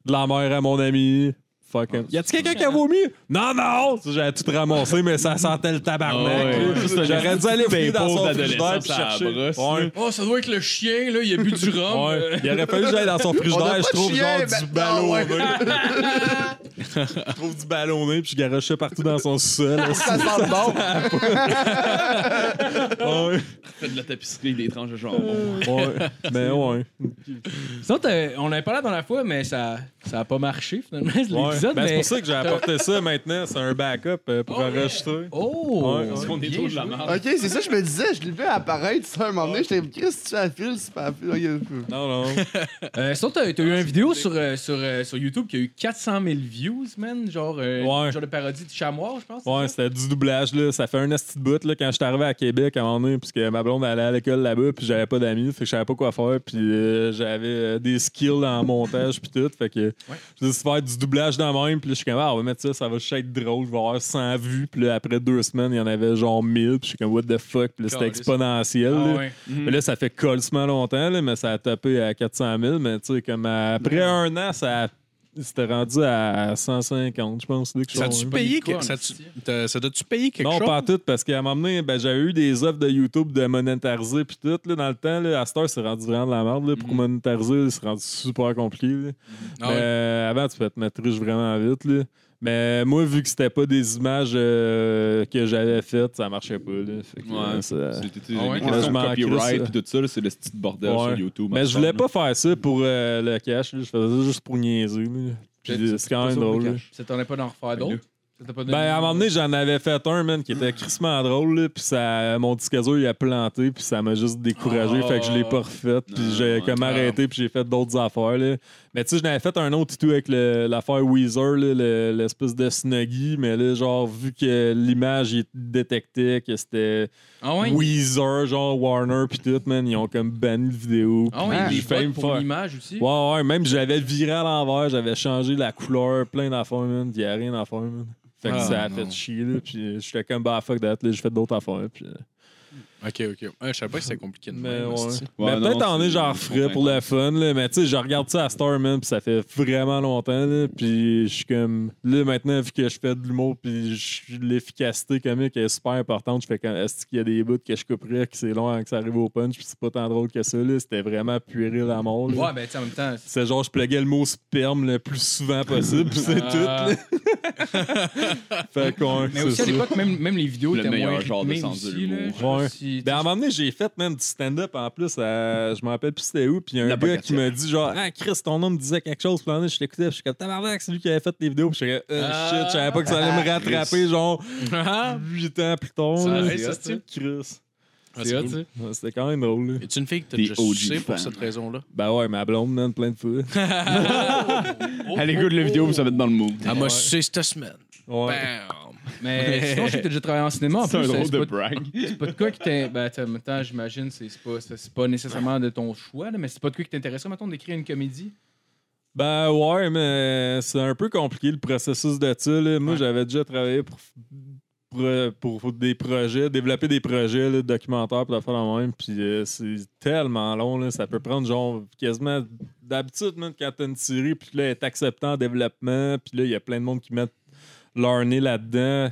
[SPEAKER 7] de la mère à mon ami. Fucking.
[SPEAKER 4] Ah,
[SPEAKER 7] Y a-tu quelqu'un qui a vomi? Non, non! Ça, J'avais tout ramassé, mais ça sentait le
[SPEAKER 4] Ah
[SPEAKER 7] tabarnak.
[SPEAKER 4] ouais.
[SPEAKER 7] là. J'aurais dû aller fouiller dans son
[SPEAKER 4] d'impôts
[SPEAKER 7] frigidaire
[SPEAKER 4] d'adolescence
[SPEAKER 7] pis
[SPEAKER 4] à la
[SPEAKER 7] chercher.
[SPEAKER 4] brosse,
[SPEAKER 7] Ouais.
[SPEAKER 4] là.
[SPEAKER 3] Oh, ça doit être le chien, là, il a bu du rhum. euh.
[SPEAKER 7] Ouais. Il aurait fallu que j'aille dans son
[SPEAKER 6] On a
[SPEAKER 7] frigidaire,
[SPEAKER 6] pas
[SPEAKER 7] je
[SPEAKER 6] de
[SPEAKER 7] trouve
[SPEAKER 6] chien,
[SPEAKER 7] genre du
[SPEAKER 6] ben-
[SPEAKER 7] ballon.
[SPEAKER 6] Ah ouais.
[SPEAKER 7] je trouve du ballonné, puis je garochais partout dans son sous-sol.
[SPEAKER 6] Ça sent le bon.
[SPEAKER 7] ouais.
[SPEAKER 4] Fais de la tapisserie, des tranches de
[SPEAKER 7] Euh,
[SPEAKER 4] jambon.
[SPEAKER 7] ouais. Ben ouais.
[SPEAKER 3] Sinon, t'as- on avait parlé la dernière fois, mais ça ça a pas marché, finalement, l'épisode.
[SPEAKER 7] Ouais. Ben, c'est
[SPEAKER 3] mais-
[SPEAKER 7] pour ça que j'ai apporté ça maintenant. C'est un backup euh, pour
[SPEAKER 3] Oh,
[SPEAKER 7] enregistrer.
[SPEAKER 3] Oh!
[SPEAKER 7] Ouais, ouais.
[SPEAKER 4] On est
[SPEAKER 3] Bien
[SPEAKER 4] trop de la
[SPEAKER 3] joué.
[SPEAKER 4] merde.
[SPEAKER 6] Ok, c'est ça, je me disais, je l'ai vu apparaître, ça, un moment donné. J'étais, Chris, tu as fil, c'est pas à fil. Ok, je peux.
[SPEAKER 7] Non, non.
[SPEAKER 3] Euh, sinon, t'as t'as eu une vidéo sur, euh, sur, euh, sur YouTube qui a eu 400 000 views, man. Genre, euh,
[SPEAKER 7] Ouais.
[SPEAKER 3] genre de parodie de chamois, je pense.
[SPEAKER 7] Ouais, c'était du doublage, là. Ça fait un esti de bout, là, quand je suis arrivé à Québec à un moment donné, puisque ma blonde allait à l'école là-bas, puis j'avais pas d'amis, fait que je savais pas quoi faire, puis euh, j'avais euh, des skills en montage, puis tout. Fait que je me suis fait faire du doublage dans même, puis là, je suis comme, ah, on va mettre ça, ça va juste être drôle, je vais avoir 100 vues, puis là, après deux semaines, il y en avait genre 1000, puis je suis comme, what the fuck, puis là, c'était
[SPEAKER 3] Caliste. Ah
[SPEAKER 7] exponentiel. là.
[SPEAKER 3] ouais. Mhm.
[SPEAKER 7] Mais là, ça fait colsement longtemps, là, mais ça a tapé à 400 000. Mais tu sais, comme à- après un an, ça a- c'était rendu à 150, je pense. là, quelque
[SPEAKER 5] Ça
[SPEAKER 7] chose,
[SPEAKER 5] a-tu
[SPEAKER 7] hein.
[SPEAKER 5] payé,
[SPEAKER 3] quoi,
[SPEAKER 5] que- ça a-tu- t'as- ça doit-tu payer quelque
[SPEAKER 7] non,
[SPEAKER 5] chose?
[SPEAKER 7] pas en tout, parce qu'à un moment donné, ben, j'avais eu des offres de YouTube de monétariser puis tout. Là, dans le temps, là, à cette heure, c'est rendu vraiment de la merde. là. pour monétariser, c'est rendu super compliqué. là.
[SPEAKER 5] Mhm. Ah
[SPEAKER 7] Mais,
[SPEAKER 5] ouais.
[SPEAKER 7] euh, avant, tu peux te mettre riche vraiment vite. là. Mais moi, vu que c'était pas des images euh, que j'avais faites, ça marchait pas. là. Fait que,
[SPEAKER 4] Ouais.
[SPEAKER 7] euh, ça-
[SPEAKER 4] C'était
[SPEAKER 5] Ah ouais?
[SPEAKER 4] une
[SPEAKER 7] Ouais, je
[SPEAKER 4] question de
[SPEAKER 7] m'en crisse,
[SPEAKER 4] copyright
[SPEAKER 7] ça.
[SPEAKER 4] et tout ça, là, c'est le petit bordel
[SPEAKER 7] Ouais.
[SPEAKER 4] sur YouTube.
[SPEAKER 7] Mais je voulais pas faire ça pour euh, le cash. là. Je faisais ça juste pour niaiser. là. Puis,
[SPEAKER 3] C'est-
[SPEAKER 7] C'est quand même drôle. là.
[SPEAKER 3] Ça t'en est pas d'en refaire d'autres? Ça t'a pas donné-
[SPEAKER 7] Ben, à un moment donné, j'en avais fait un, man, qui était crissement drôle, là, puis ça, mon disque dur, il a planté, puis ça m'a juste découragé,
[SPEAKER 3] Oh.
[SPEAKER 7] fait que je l'ai pas refait,
[SPEAKER 4] Ah, Non,
[SPEAKER 7] puis j'ai
[SPEAKER 4] ouais.
[SPEAKER 7] comme arrêté, puis j'ai fait d'autres affaires, là. Mais tu sais, j'en avais fait un autre et tout avec le- l'affaire Weezer, là, le- l'espèce de Snuggy, mais là, genre, vu que l'image, il détectait que c'était
[SPEAKER 3] Ah ouais?
[SPEAKER 7] Weezer, genre Warner, puis tout, man, ils ont comme banni la vidéo.
[SPEAKER 3] Ah ouais,
[SPEAKER 7] Puis
[SPEAKER 3] les
[SPEAKER 7] j'ai failli
[SPEAKER 3] votes
[SPEAKER 7] me
[SPEAKER 3] pour
[SPEAKER 7] faire-
[SPEAKER 3] l'image aussi.
[SPEAKER 7] Ouais, ouais, même j'avais viré à l'envers, j'avais changé la couleur, plein d'affaires, man. Il y a rien à faire, man. Fait que
[SPEAKER 5] Ah,
[SPEAKER 7] ça a
[SPEAKER 5] non.
[SPEAKER 7] fait chier, là. Puis j'étais comme, bah, fuck that, là, j'ai fait d'autres affaires. Puis, euh,
[SPEAKER 5] Ok, ok. Ah, je savais pas que c'était compliqué de
[SPEAKER 7] mais
[SPEAKER 5] même,
[SPEAKER 7] ouais.
[SPEAKER 5] hostie.
[SPEAKER 7] mais
[SPEAKER 4] Ouais,
[SPEAKER 7] peut-être
[SPEAKER 4] non,
[SPEAKER 7] en
[SPEAKER 4] c'est-
[SPEAKER 7] est, j'en referais pour le fun, là. Mais tu sais, je regarde ça à Star, man, puis ça fait vraiment longtemps, là. Puis je suis comme, là, maintenant, vu que je fais de l'humour, puis je- l'efficacité comique est super importante, je fais comme, est-ce qu'il y a des bouts que je couperais, que c'est long avant que ça arrive au punch, puis c'est pas tant drôle que ça, là. C'était vraiment puéril à mort, là.
[SPEAKER 3] Ouais, ben, tu sais, en même temps. c'est-
[SPEAKER 7] C'est genre, je pluguais le mot sperme le plus souvent possible, puis
[SPEAKER 5] Ah.
[SPEAKER 7] c'est tout. là.
[SPEAKER 3] Euh,
[SPEAKER 7] Fait qu'on.
[SPEAKER 3] Mais
[SPEAKER 7] c'est
[SPEAKER 3] aussi à
[SPEAKER 7] ça.
[SPEAKER 3] l'époque, même, même les vidéos
[SPEAKER 4] Le
[SPEAKER 3] étaient moins
[SPEAKER 4] meilleur genre de
[SPEAKER 3] rythmées
[SPEAKER 4] sens de
[SPEAKER 3] aussi, là.
[SPEAKER 4] l'humour.
[SPEAKER 3] Je sais
[SPEAKER 7] Ouais.
[SPEAKER 3] pas si-
[SPEAKER 7] Ben, à un moment donné, j'ai fait même du stand-up en plus. à- Je me rappelle plus c'était où. Puis il y a un
[SPEAKER 4] La
[SPEAKER 7] gars qui
[SPEAKER 4] Pocatière.
[SPEAKER 7] m'a dit genre, Ah, Chris, ton nom me disait quelque chose. Puis là, je l'écoutais. puis Je suis comme, tabarnak, c'est lui qui avait fait les vidéos. Puis je suis comme, Ah, shit, je savais pas que ça allait me rattraper, genre, 8 ans plus tard.
[SPEAKER 5] Ah. Ça
[SPEAKER 7] là.
[SPEAKER 5] reste,
[SPEAKER 7] C'est
[SPEAKER 5] ça, c'est-
[SPEAKER 7] hot, Chris.
[SPEAKER 5] Ah,
[SPEAKER 3] C'est
[SPEAKER 5] c'est
[SPEAKER 3] hot,
[SPEAKER 5] cool.
[SPEAKER 3] ça.
[SPEAKER 7] Ouais, C'était quand même drôle. là.
[SPEAKER 5] Es-tu une fille que t'as
[SPEAKER 4] Des
[SPEAKER 5] déjà
[SPEAKER 4] OG
[SPEAKER 5] sucé pour
[SPEAKER 4] fans.
[SPEAKER 5] cette raison-là?
[SPEAKER 7] Ben ouais, ma blonde, man, plein de fous.
[SPEAKER 5] oh,
[SPEAKER 4] Allez, goûte la
[SPEAKER 7] Oh.
[SPEAKER 4] vidéo pour se mettre dans le mood.
[SPEAKER 7] Ah,
[SPEAKER 5] Elle m'a sucé cette semaine. Ben,
[SPEAKER 7] Ouais.
[SPEAKER 5] Bam!
[SPEAKER 3] Mais sinon, je sais que t'as déjà travaillé en cinéma. En
[SPEAKER 4] C'est
[SPEAKER 3] plus, euh,
[SPEAKER 4] un
[SPEAKER 3] c'est
[SPEAKER 4] drôle de
[SPEAKER 3] pas-
[SPEAKER 4] brag.
[SPEAKER 3] c'est pas de quoi qui t'intéresse. Ben, t'sais, en même temps, j'imagine, c'est c'est pas, c'est- c'est pas nécessairement de ton choix, là, mais c'est pas de quoi qui t'intéresserait, mettons, d'écrire une comédie.
[SPEAKER 7] Ben ouais, mais c'est un peu compliqué le processus de ça. là. Moi, j'avais déjà travaillé pour, pour, pour- pour des projets, développer des projets là, documentaires pour la faire la même. Puis euh, c'est tellement long, là, ça peut prendre genre quasiment d'habitude, même quand t'as une série, puis là, elle est acceptée en développement, puis là, il y a plein de monde qui mettent leur nez là-dedans.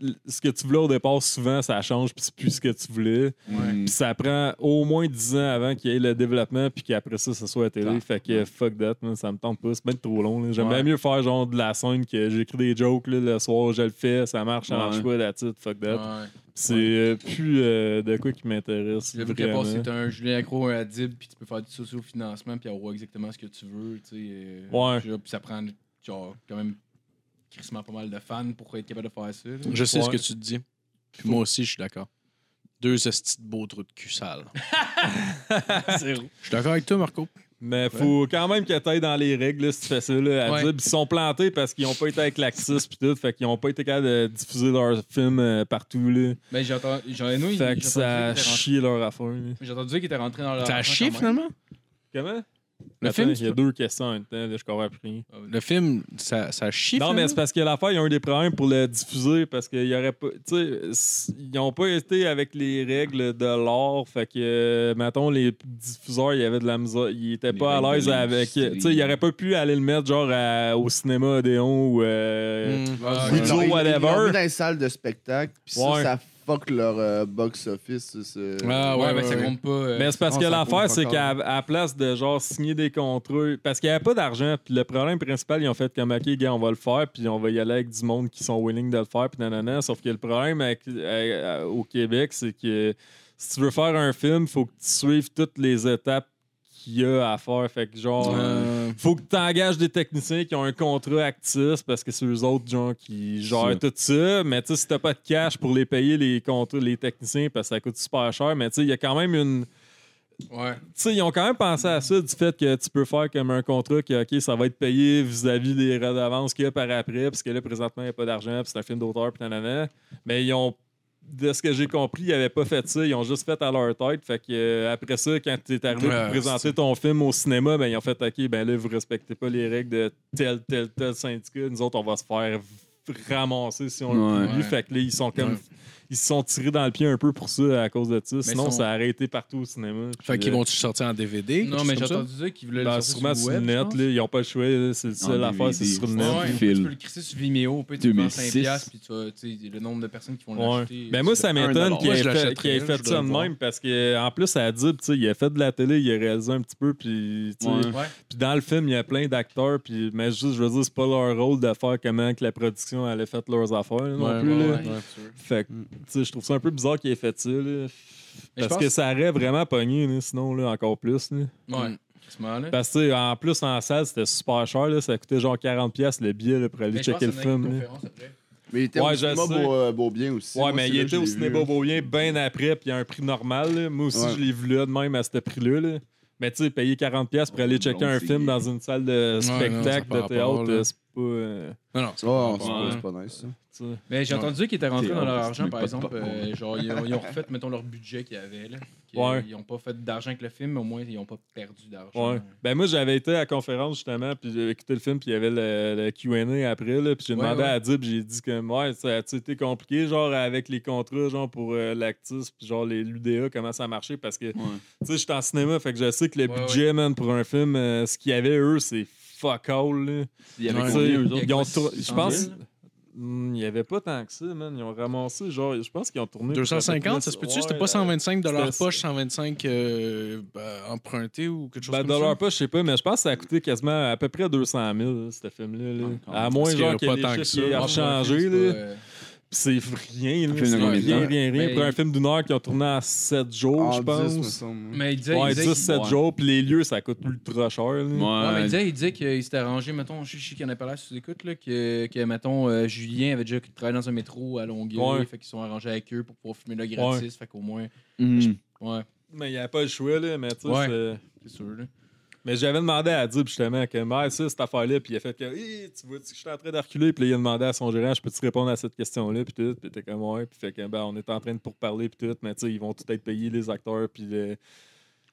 [SPEAKER 7] L- Ce que tu voulais au départ, souvent, ça change, puis c'est plus ce que tu voulais.
[SPEAKER 4] Mm.
[SPEAKER 7] Puis ça prend au moins 10 ans avant qu'il y ait le développement, puis qu'après ça, ça soit à télé. Fait que fuck that, man, ça me tente pas. C'est bien trop long. là. J'aime
[SPEAKER 3] Ah, Ouais.
[SPEAKER 7] bien mieux faire genre de la scène que j'écris des jokes là, le soir, je le fais, ça marche, ça
[SPEAKER 4] Ouais.
[SPEAKER 7] marche pas, that's it, fuck that.
[SPEAKER 3] Ouais.
[SPEAKER 7] C'est euh, plus euh, de quoi qui m'intéresse.
[SPEAKER 3] Le vrai
[SPEAKER 7] vraiment.
[SPEAKER 3] part, c'est un Julien Accro, un Adib, puis tu peux faire du socio-financement, puis avoir exactement ce que tu veux, tu sais. euh,
[SPEAKER 7] Ouais.
[SPEAKER 3] puis là, Puis ça prend, genre, quand même, crissement pas mal de fans pour être capable de faire ça. là.
[SPEAKER 5] Je sais ce
[SPEAKER 7] Ouais.
[SPEAKER 5] que tu te dis. Puis moi aussi, je suis d'accord. Deux estis de beaux trous de cul sales. Je suis d'accord avec toi, Marco.
[SPEAKER 7] Mais faut quand même que t'ailles dans les règles là, si tu fais ça. Là, à
[SPEAKER 5] Ouais.
[SPEAKER 7] dire. Puis Ils sont plantés parce qu'ils ont pas été avec l'Axis, puis tout. Fait qu'ils ont pas été capables de diffuser leurs films euh, partout. Là.
[SPEAKER 3] Ben, j'ai entendu, j'en ai- nous, j'ai
[SPEAKER 7] Fait
[SPEAKER 3] entendu
[SPEAKER 7] que
[SPEAKER 3] dire
[SPEAKER 7] ça a
[SPEAKER 3] qu'il était rentré-
[SPEAKER 7] chié leur affaire. là.
[SPEAKER 3] j'ai entendu dire qu'il était rentré dans leur
[SPEAKER 5] Ça a
[SPEAKER 3] argent
[SPEAKER 5] chié,
[SPEAKER 3] quand même.
[SPEAKER 5] finalement?
[SPEAKER 7] Comment?
[SPEAKER 5] Le
[SPEAKER 7] Attends,
[SPEAKER 5] film,
[SPEAKER 7] il y a deux questions en même temps, là, je comprends plus rien.
[SPEAKER 5] Le film, ça, ça chie,
[SPEAKER 7] Non, mais c'est
[SPEAKER 5] finalement?
[SPEAKER 7] parce que l'affaire, ils ont eu des problèmes pour le diffuser parce qu'il y aurait pas. Tu sais, s- ils n'ont pas été avec les règles de l'art. Fait que, euh, mettons, les diffuseurs, il y avait de la misère. Ils n'étaient
[SPEAKER 4] Les
[SPEAKER 7] pas à
[SPEAKER 4] règles
[SPEAKER 7] l'aise
[SPEAKER 4] de
[SPEAKER 7] avec. Tu
[SPEAKER 4] l'industrie.
[SPEAKER 7] sais, ils n'auraient pas pu aller le mettre genre à- au cinéma Odéon ou.
[SPEAKER 5] Hmm.
[SPEAKER 7] euh,
[SPEAKER 3] Ah,
[SPEAKER 7] Oui,
[SPEAKER 3] ouais.
[SPEAKER 6] Ils l'ont- ils-
[SPEAKER 7] whatever.
[SPEAKER 6] Ils l'ont mis dans les salles de spectacle, puis
[SPEAKER 7] Ouais.
[SPEAKER 6] ça, ça fuck leur euh, box-office. ça, c'est- euh,
[SPEAKER 5] Ah,
[SPEAKER 3] Ouais,
[SPEAKER 5] ouais,
[SPEAKER 3] ben,
[SPEAKER 5] ouais,
[SPEAKER 3] ça
[SPEAKER 5] ouais.
[SPEAKER 3] compte pas. euh,
[SPEAKER 7] Mais c'est parce
[SPEAKER 6] non,
[SPEAKER 7] que
[SPEAKER 6] ça
[SPEAKER 7] l'affaire,
[SPEAKER 6] compte
[SPEAKER 7] c'est
[SPEAKER 6] encore.
[SPEAKER 7] qu'à à la place de genre signer des contrats, parce qu'il n'y avait pas d'argent, puis le problème principal, ils ont fait comme, OK, gars, on va le faire, puis on va y aller avec du monde qui sont willing de le faire, puis nanana. Sauf que le problème avec- à- à- au Québec, c'est que si tu veux faire un film, faut que tu suives toutes les étapes qu'il y a à faire. Fait que genre. euh,
[SPEAKER 5] Euh,
[SPEAKER 7] faut que tu engages des techniciens qui ont un contrat actif parce que c'est eux autres gens qui gèrent
[SPEAKER 4] Ça.
[SPEAKER 7] tout ça. Mais tu sais, si t'as pas de cash pour les payer, les contrats, les techniciens, parce que ça coûte super cher, mais tu sais, il y a quand même une
[SPEAKER 3] Ouais.
[SPEAKER 7] tu sais, ils ont quand même pensé à ça, du fait que tu peux faire comme un contrat que, OK, ça va être payé vis-à-vis des redevances qu'il y a par après, parce que là, présentement, il n'y a pas d'argent, puis c'est un film d'auteur, puis nanana. Mais ils ont de ce que j'ai compris, ils n'avaient pas fait ça. Ils ont juste fait à leur tête. Fait que euh, après ça, quand tu es arrivé
[SPEAKER 5] Ouais,
[SPEAKER 7] pour présenter ton film au cinéma, ben, ils ont fait OK, ben là, vous respectez pas les règles de tel, tel, tel syndicat. Nous autres, on va se faire v- ramasser si on le
[SPEAKER 4] Ouais.
[SPEAKER 7] publie. Fait que là, ils sont comme.
[SPEAKER 5] Ouais.
[SPEAKER 7] Ils se sont tirés dans le pied un peu pour ça à cause de ça. Sinon,
[SPEAKER 3] sont-
[SPEAKER 7] ça a arrêté partout au cinéma.
[SPEAKER 5] Fait
[SPEAKER 7] Puis,
[SPEAKER 5] qu'ils
[SPEAKER 7] euh,
[SPEAKER 5] vont-tu sortir en DVD?
[SPEAKER 3] Non, mais
[SPEAKER 5] quelque chose
[SPEAKER 3] j'ai
[SPEAKER 5] comme ça?
[SPEAKER 3] entendu dire qu'ils voulaient
[SPEAKER 7] ben,
[SPEAKER 3] le
[SPEAKER 7] sûrement
[SPEAKER 3] sortir sur
[SPEAKER 7] sur
[SPEAKER 3] le
[SPEAKER 7] le net,
[SPEAKER 3] web. je pense.
[SPEAKER 7] là, ils n'ont pas le choix. là. C'est le seul
[SPEAKER 4] En
[SPEAKER 7] affaire, c'est
[SPEAKER 4] DVD,
[SPEAKER 7] sur le
[SPEAKER 4] c'est
[SPEAKER 7] net.
[SPEAKER 4] ça.
[SPEAKER 3] Ouais,
[SPEAKER 4] Fil.
[SPEAKER 3] tu peux le crisser sur Vimeo, puis tu vends
[SPEAKER 4] 2006.
[SPEAKER 3] 5$, puis tu vas, tu sais, le nombre de personnes qui vont
[SPEAKER 7] Ouais.
[SPEAKER 3] l'acheter.
[SPEAKER 7] Ben moi, ça m'étonne
[SPEAKER 4] dollar.
[SPEAKER 7] qu'il
[SPEAKER 5] Moi, je
[SPEAKER 7] ait fait,
[SPEAKER 5] l'achèterais,
[SPEAKER 7] qu'il ait
[SPEAKER 5] je
[SPEAKER 7] fait
[SPEAKER 5] voudrais
[SPEAKER 7] ça de
[SPEAKER 5] le voir.
[SPEAKER 7] même parce qu'en plus, à Adib, tu sais, il a fait de la télé, il a réalisé un petit peu, puis tu sais,
[SPEAKER 4] Ouais.
[SPEAKER 3] Ouais.
[SPEAKER 7] puis dans le film, il y a plein d'acteurs, puis mais juste, je veux dire, c'est pas leur rôle de faire comment que la production allait faire leurs affaires là, non
[SPEAKER 5] Ouais,
[SPEAKER 7] plus.
[SPEAKER 5] ouais,
[SPEAKER 7] là.
[SPEAKER 5] ouais. Mm.
[SPEAKER 7] Fait que, tu sais, je trouve ça un peu bizarre qu'il ait fait ça, là. Parce
[SPEAKER 3] pense-
[SPEAKER 7] que ça aurait vraiment pogné, là, sinon, là, encore plus. là.
[SPEAKER 3] Ouais. À ce moment-là.
[SPEAKER 7] Parce que, tu sais, en plus, en salle, c'était super cher. Là. Ça coûtait genre 40$ le billet là, pour aller
[SPEAKER 3] Mais je pense
[SPEAKER 7] checker le
[SPEAKER 3] qu'il y en a une
[SPEAKER 7] film. là.
[SPEAKER 3] conférence après.
[SPEAKER 6] Mais il était
[SPEAKER 7] Ouais,
[SPEAKER 6] au
[SPEAKER 7] je
[SPEAKER 6] cinéma
[SPEAKER 7] sais.
[SPEAKER 6] beau, euh, beau bien aussi.
[SPEAKER 7] Ouais,
[SPEAKER 6] Moi,
[SPEAKER 7] mais
[SPEAKER 6] c'est
[SPEAKER 7] il
[SPEAKER 6] là que je
[SPEAKER 7] était au
[SPEAKER 6] l'ai
[SPEAKER 7] ciné
[SPEAKER 6] vu.
[SPEAKER 7] Beaubien bien après, puis à un prix normal. là. Moi aussi,
[SPEAKER 6] Ouais.
[SPEAKER 7] je l'ai vu là de même à ce prix-là. là. Mais tu sais, payer 40$ pour
[SPEAKER 4] Ouais,
[SPEAKER 7] aller
[SPEAKER 4] non,
[SPEAKER 7] checker un
[SPEAKER 4] c'est-
[SPEAKER 7] film dans une salle de
[SPEAKER 5] non,
[SPEAKER 7] spectacle,
[SPEAKER 5] ça a
[SPEAKER 7] de
[SPEAKER 5] pas
[SPEAKER 7] théâtre,
[SPEAKER 5] rapport, là.
[SPEAKER 7] euh, c'est pas. euh,
[SPEAKER 5] Non, non.
[SPEAKER 6] Ça, on se
[SPEAKER 4] Ouais.
[SPEAKER 6] pose Ah, pas nice. ça.
[SPEAKER 7] tu sais.
[SPEAKER 3] Mais j'ai entendu qu'ils étaient rentrés
[SPEAKER 4] T'es
[SPEAKER 3] dans leur
[SPEAKER 4] hors,
[SPEAKER 3] argent,
[SPEAKER 4] tu
[SPEAKER 3] par
[SPEAKER 4] mets pas de
[SPEAKER 3] exemple.
[SPEAKER 4] popcorn.
[SPEAKER 3] euh, genre, ils ont, ils ont refait, mettons, leur budget qu'ils avaient. Là, Qu'ils-
[SPEAKER 7] Ouais.
[SPEAKER 3] Ils n'ont pas fait d'argent avec le film, mais au moins, ils n'ont pas perdu d'argent.
[SPEAKER 5] euh,
[SPEAKER 7] Ouais. Ben moi, j'avais été à la conférence justement, puis j'avais écouté le film, puis il y avait le, le Q&A après, là, puis j'ai
[SPEAKER 3] Ouais,
[SPEAKER 7] demandé
[SPEAKER 3] ouais.
[SPEAKER 7] à Dib, j'ai dit comme, ouais, ça a-tu été compliqué, genre, avec les contrats, genre, pour euh, l'actis, puis genre, les l'UDA, comment ça marchait, parce que, tu sais, j'étais en cinéma, fait que je sais que le
[SPEAKER 3] Ouais,
[SPEAKER 7] budget, man, pour un film, euh, ce qu'il y avait, eux, c'est fuck all, là.
[SPEAKER 4] Il y avait
[SPEAKER 5] Ouais.
[SPEAKER 7] Tu sais,
[SPEAKER 4] combien, eux autres?
[SPEAKER 3] y a
[SPEAKER 7] ils ont
[SPEAKER 3] quoi, 600
[SPEAKER 7] tour- Je
[SPEAKER 3] 000?
[SPEAKER 7] pense... Hmm, Il n'y avait pas tant que ça, man. Ils ont ramassé, genre, je pense qu'ils ont tourné...
[SPEAKER 5] 250, ça se peut-tu? C'était pas 125 dollars
[SPEAKER 7] euh, c'était-
[SPEAKER 5] poche, 125 euh, bah, emprunté ou quelque chose
[SPEAKER 7] Ben,
[SPEAKER 5] comme
[SPEAKER 7] dans
[SPEAKER 5] ça?
[SPEAKER 7] leur poche, je sais pas, mais je pense que ça a coûté quasiment à peu près 200 000, là, ce film-là. là.
[SPEAKER 4] Ah,
[SPEAKER 7] À
[SPEAKER 5] parce
[SPEAKER 7] moins,
[SPEAKER 5] qu'il y
[SPEAKER 7] genre,
[SPEAKER 5] a
[SPEAKER 7] qu'il y
[SPEAKER 5] pas
[SPEAKER 7] ait des
[SPEAKER 5] tant que
[SPEAKER 7] chiffres
[SPEAKER 5] ça.
[SPEAKER 7] qui aient
[SPEAKER 5] Ah,
[SPEAKER 7] rechangé.
[SPEAKER 3] c'est
[SPEAKER 7] là.
[SPEAKER 3] pas, euh,
[SPEAKER 7] C'est rien, là.
[SPEAKER 4] Un film de
[SPEAKER 7] C'est
[SPEAKER 4] combien de
[SPEAKER 7] rien,
[SPEAKER 4] temps?
[SPEAKER 7] rien, rien.
[SPEAKER 3] Mais
[SPEAKER 7] Pour un
[SPEAKER 3] il-
[SPEAKER 7] film d'une heure qui ont tourné en 7 jours, Oh,
[SPEAKER 5] Ah,
[SPEAKER 7] je
[SPEAKER 6] En 10, me
[SPEAKER 7] pense.
[SPEAKER 6] semble.
[SPEAKER 3] Mais ils disaient
[SPEAKER 7] Ouais,
[SPEAKER 3] ils disaient
[SPEAKER 7] 10, 7
[SPEAKER 4] ouais.
[SPEAKER 7] jours, puis les lieux, ça coûte ultra cher. là.
[SPEAKER 3] Ouais, mais il
[SPEAKER 4] Ouais.
[SPEAKER 3] disait, il disait qu'il s'était arrangé, mettons, je sais qu'il y en a parlé sous écoute, là, que, que, mettons, euh, Julien avait déjà travaillé dans un métro à Longueuil,
[SPEAKER 7] Ouais.
[SPEAKER 3] fait qu'ils sont arrangés avec eux pour pouvoir filmer là gratis, fait qu'au moins,
[SPEAKER 4] Mhm.
[SPEAKER 3] ouais,
[SPEAKER 7] Mais il n'y a pas le choix, là. Mais tu sais,
[SPEAKER 3] Ouais.
[SPEAKER 7] c'est-
[SPEAKER 3] c'est sûr, là.
[SPEAKER 7] Mais j'avais demandé à Dib justement que mais ça, cette affaire-là, puis il a fait que Hey, tu vois que je suis en train de reculer, puis là, il a demandé à son gérant, je peux-tu répondre à cette question-là, puis tout, puis t'es comme ouais, puis fait que ben on est en train de pourparler puis tout, mais tu sais, ils vont tout être payés les acteurs, puis le-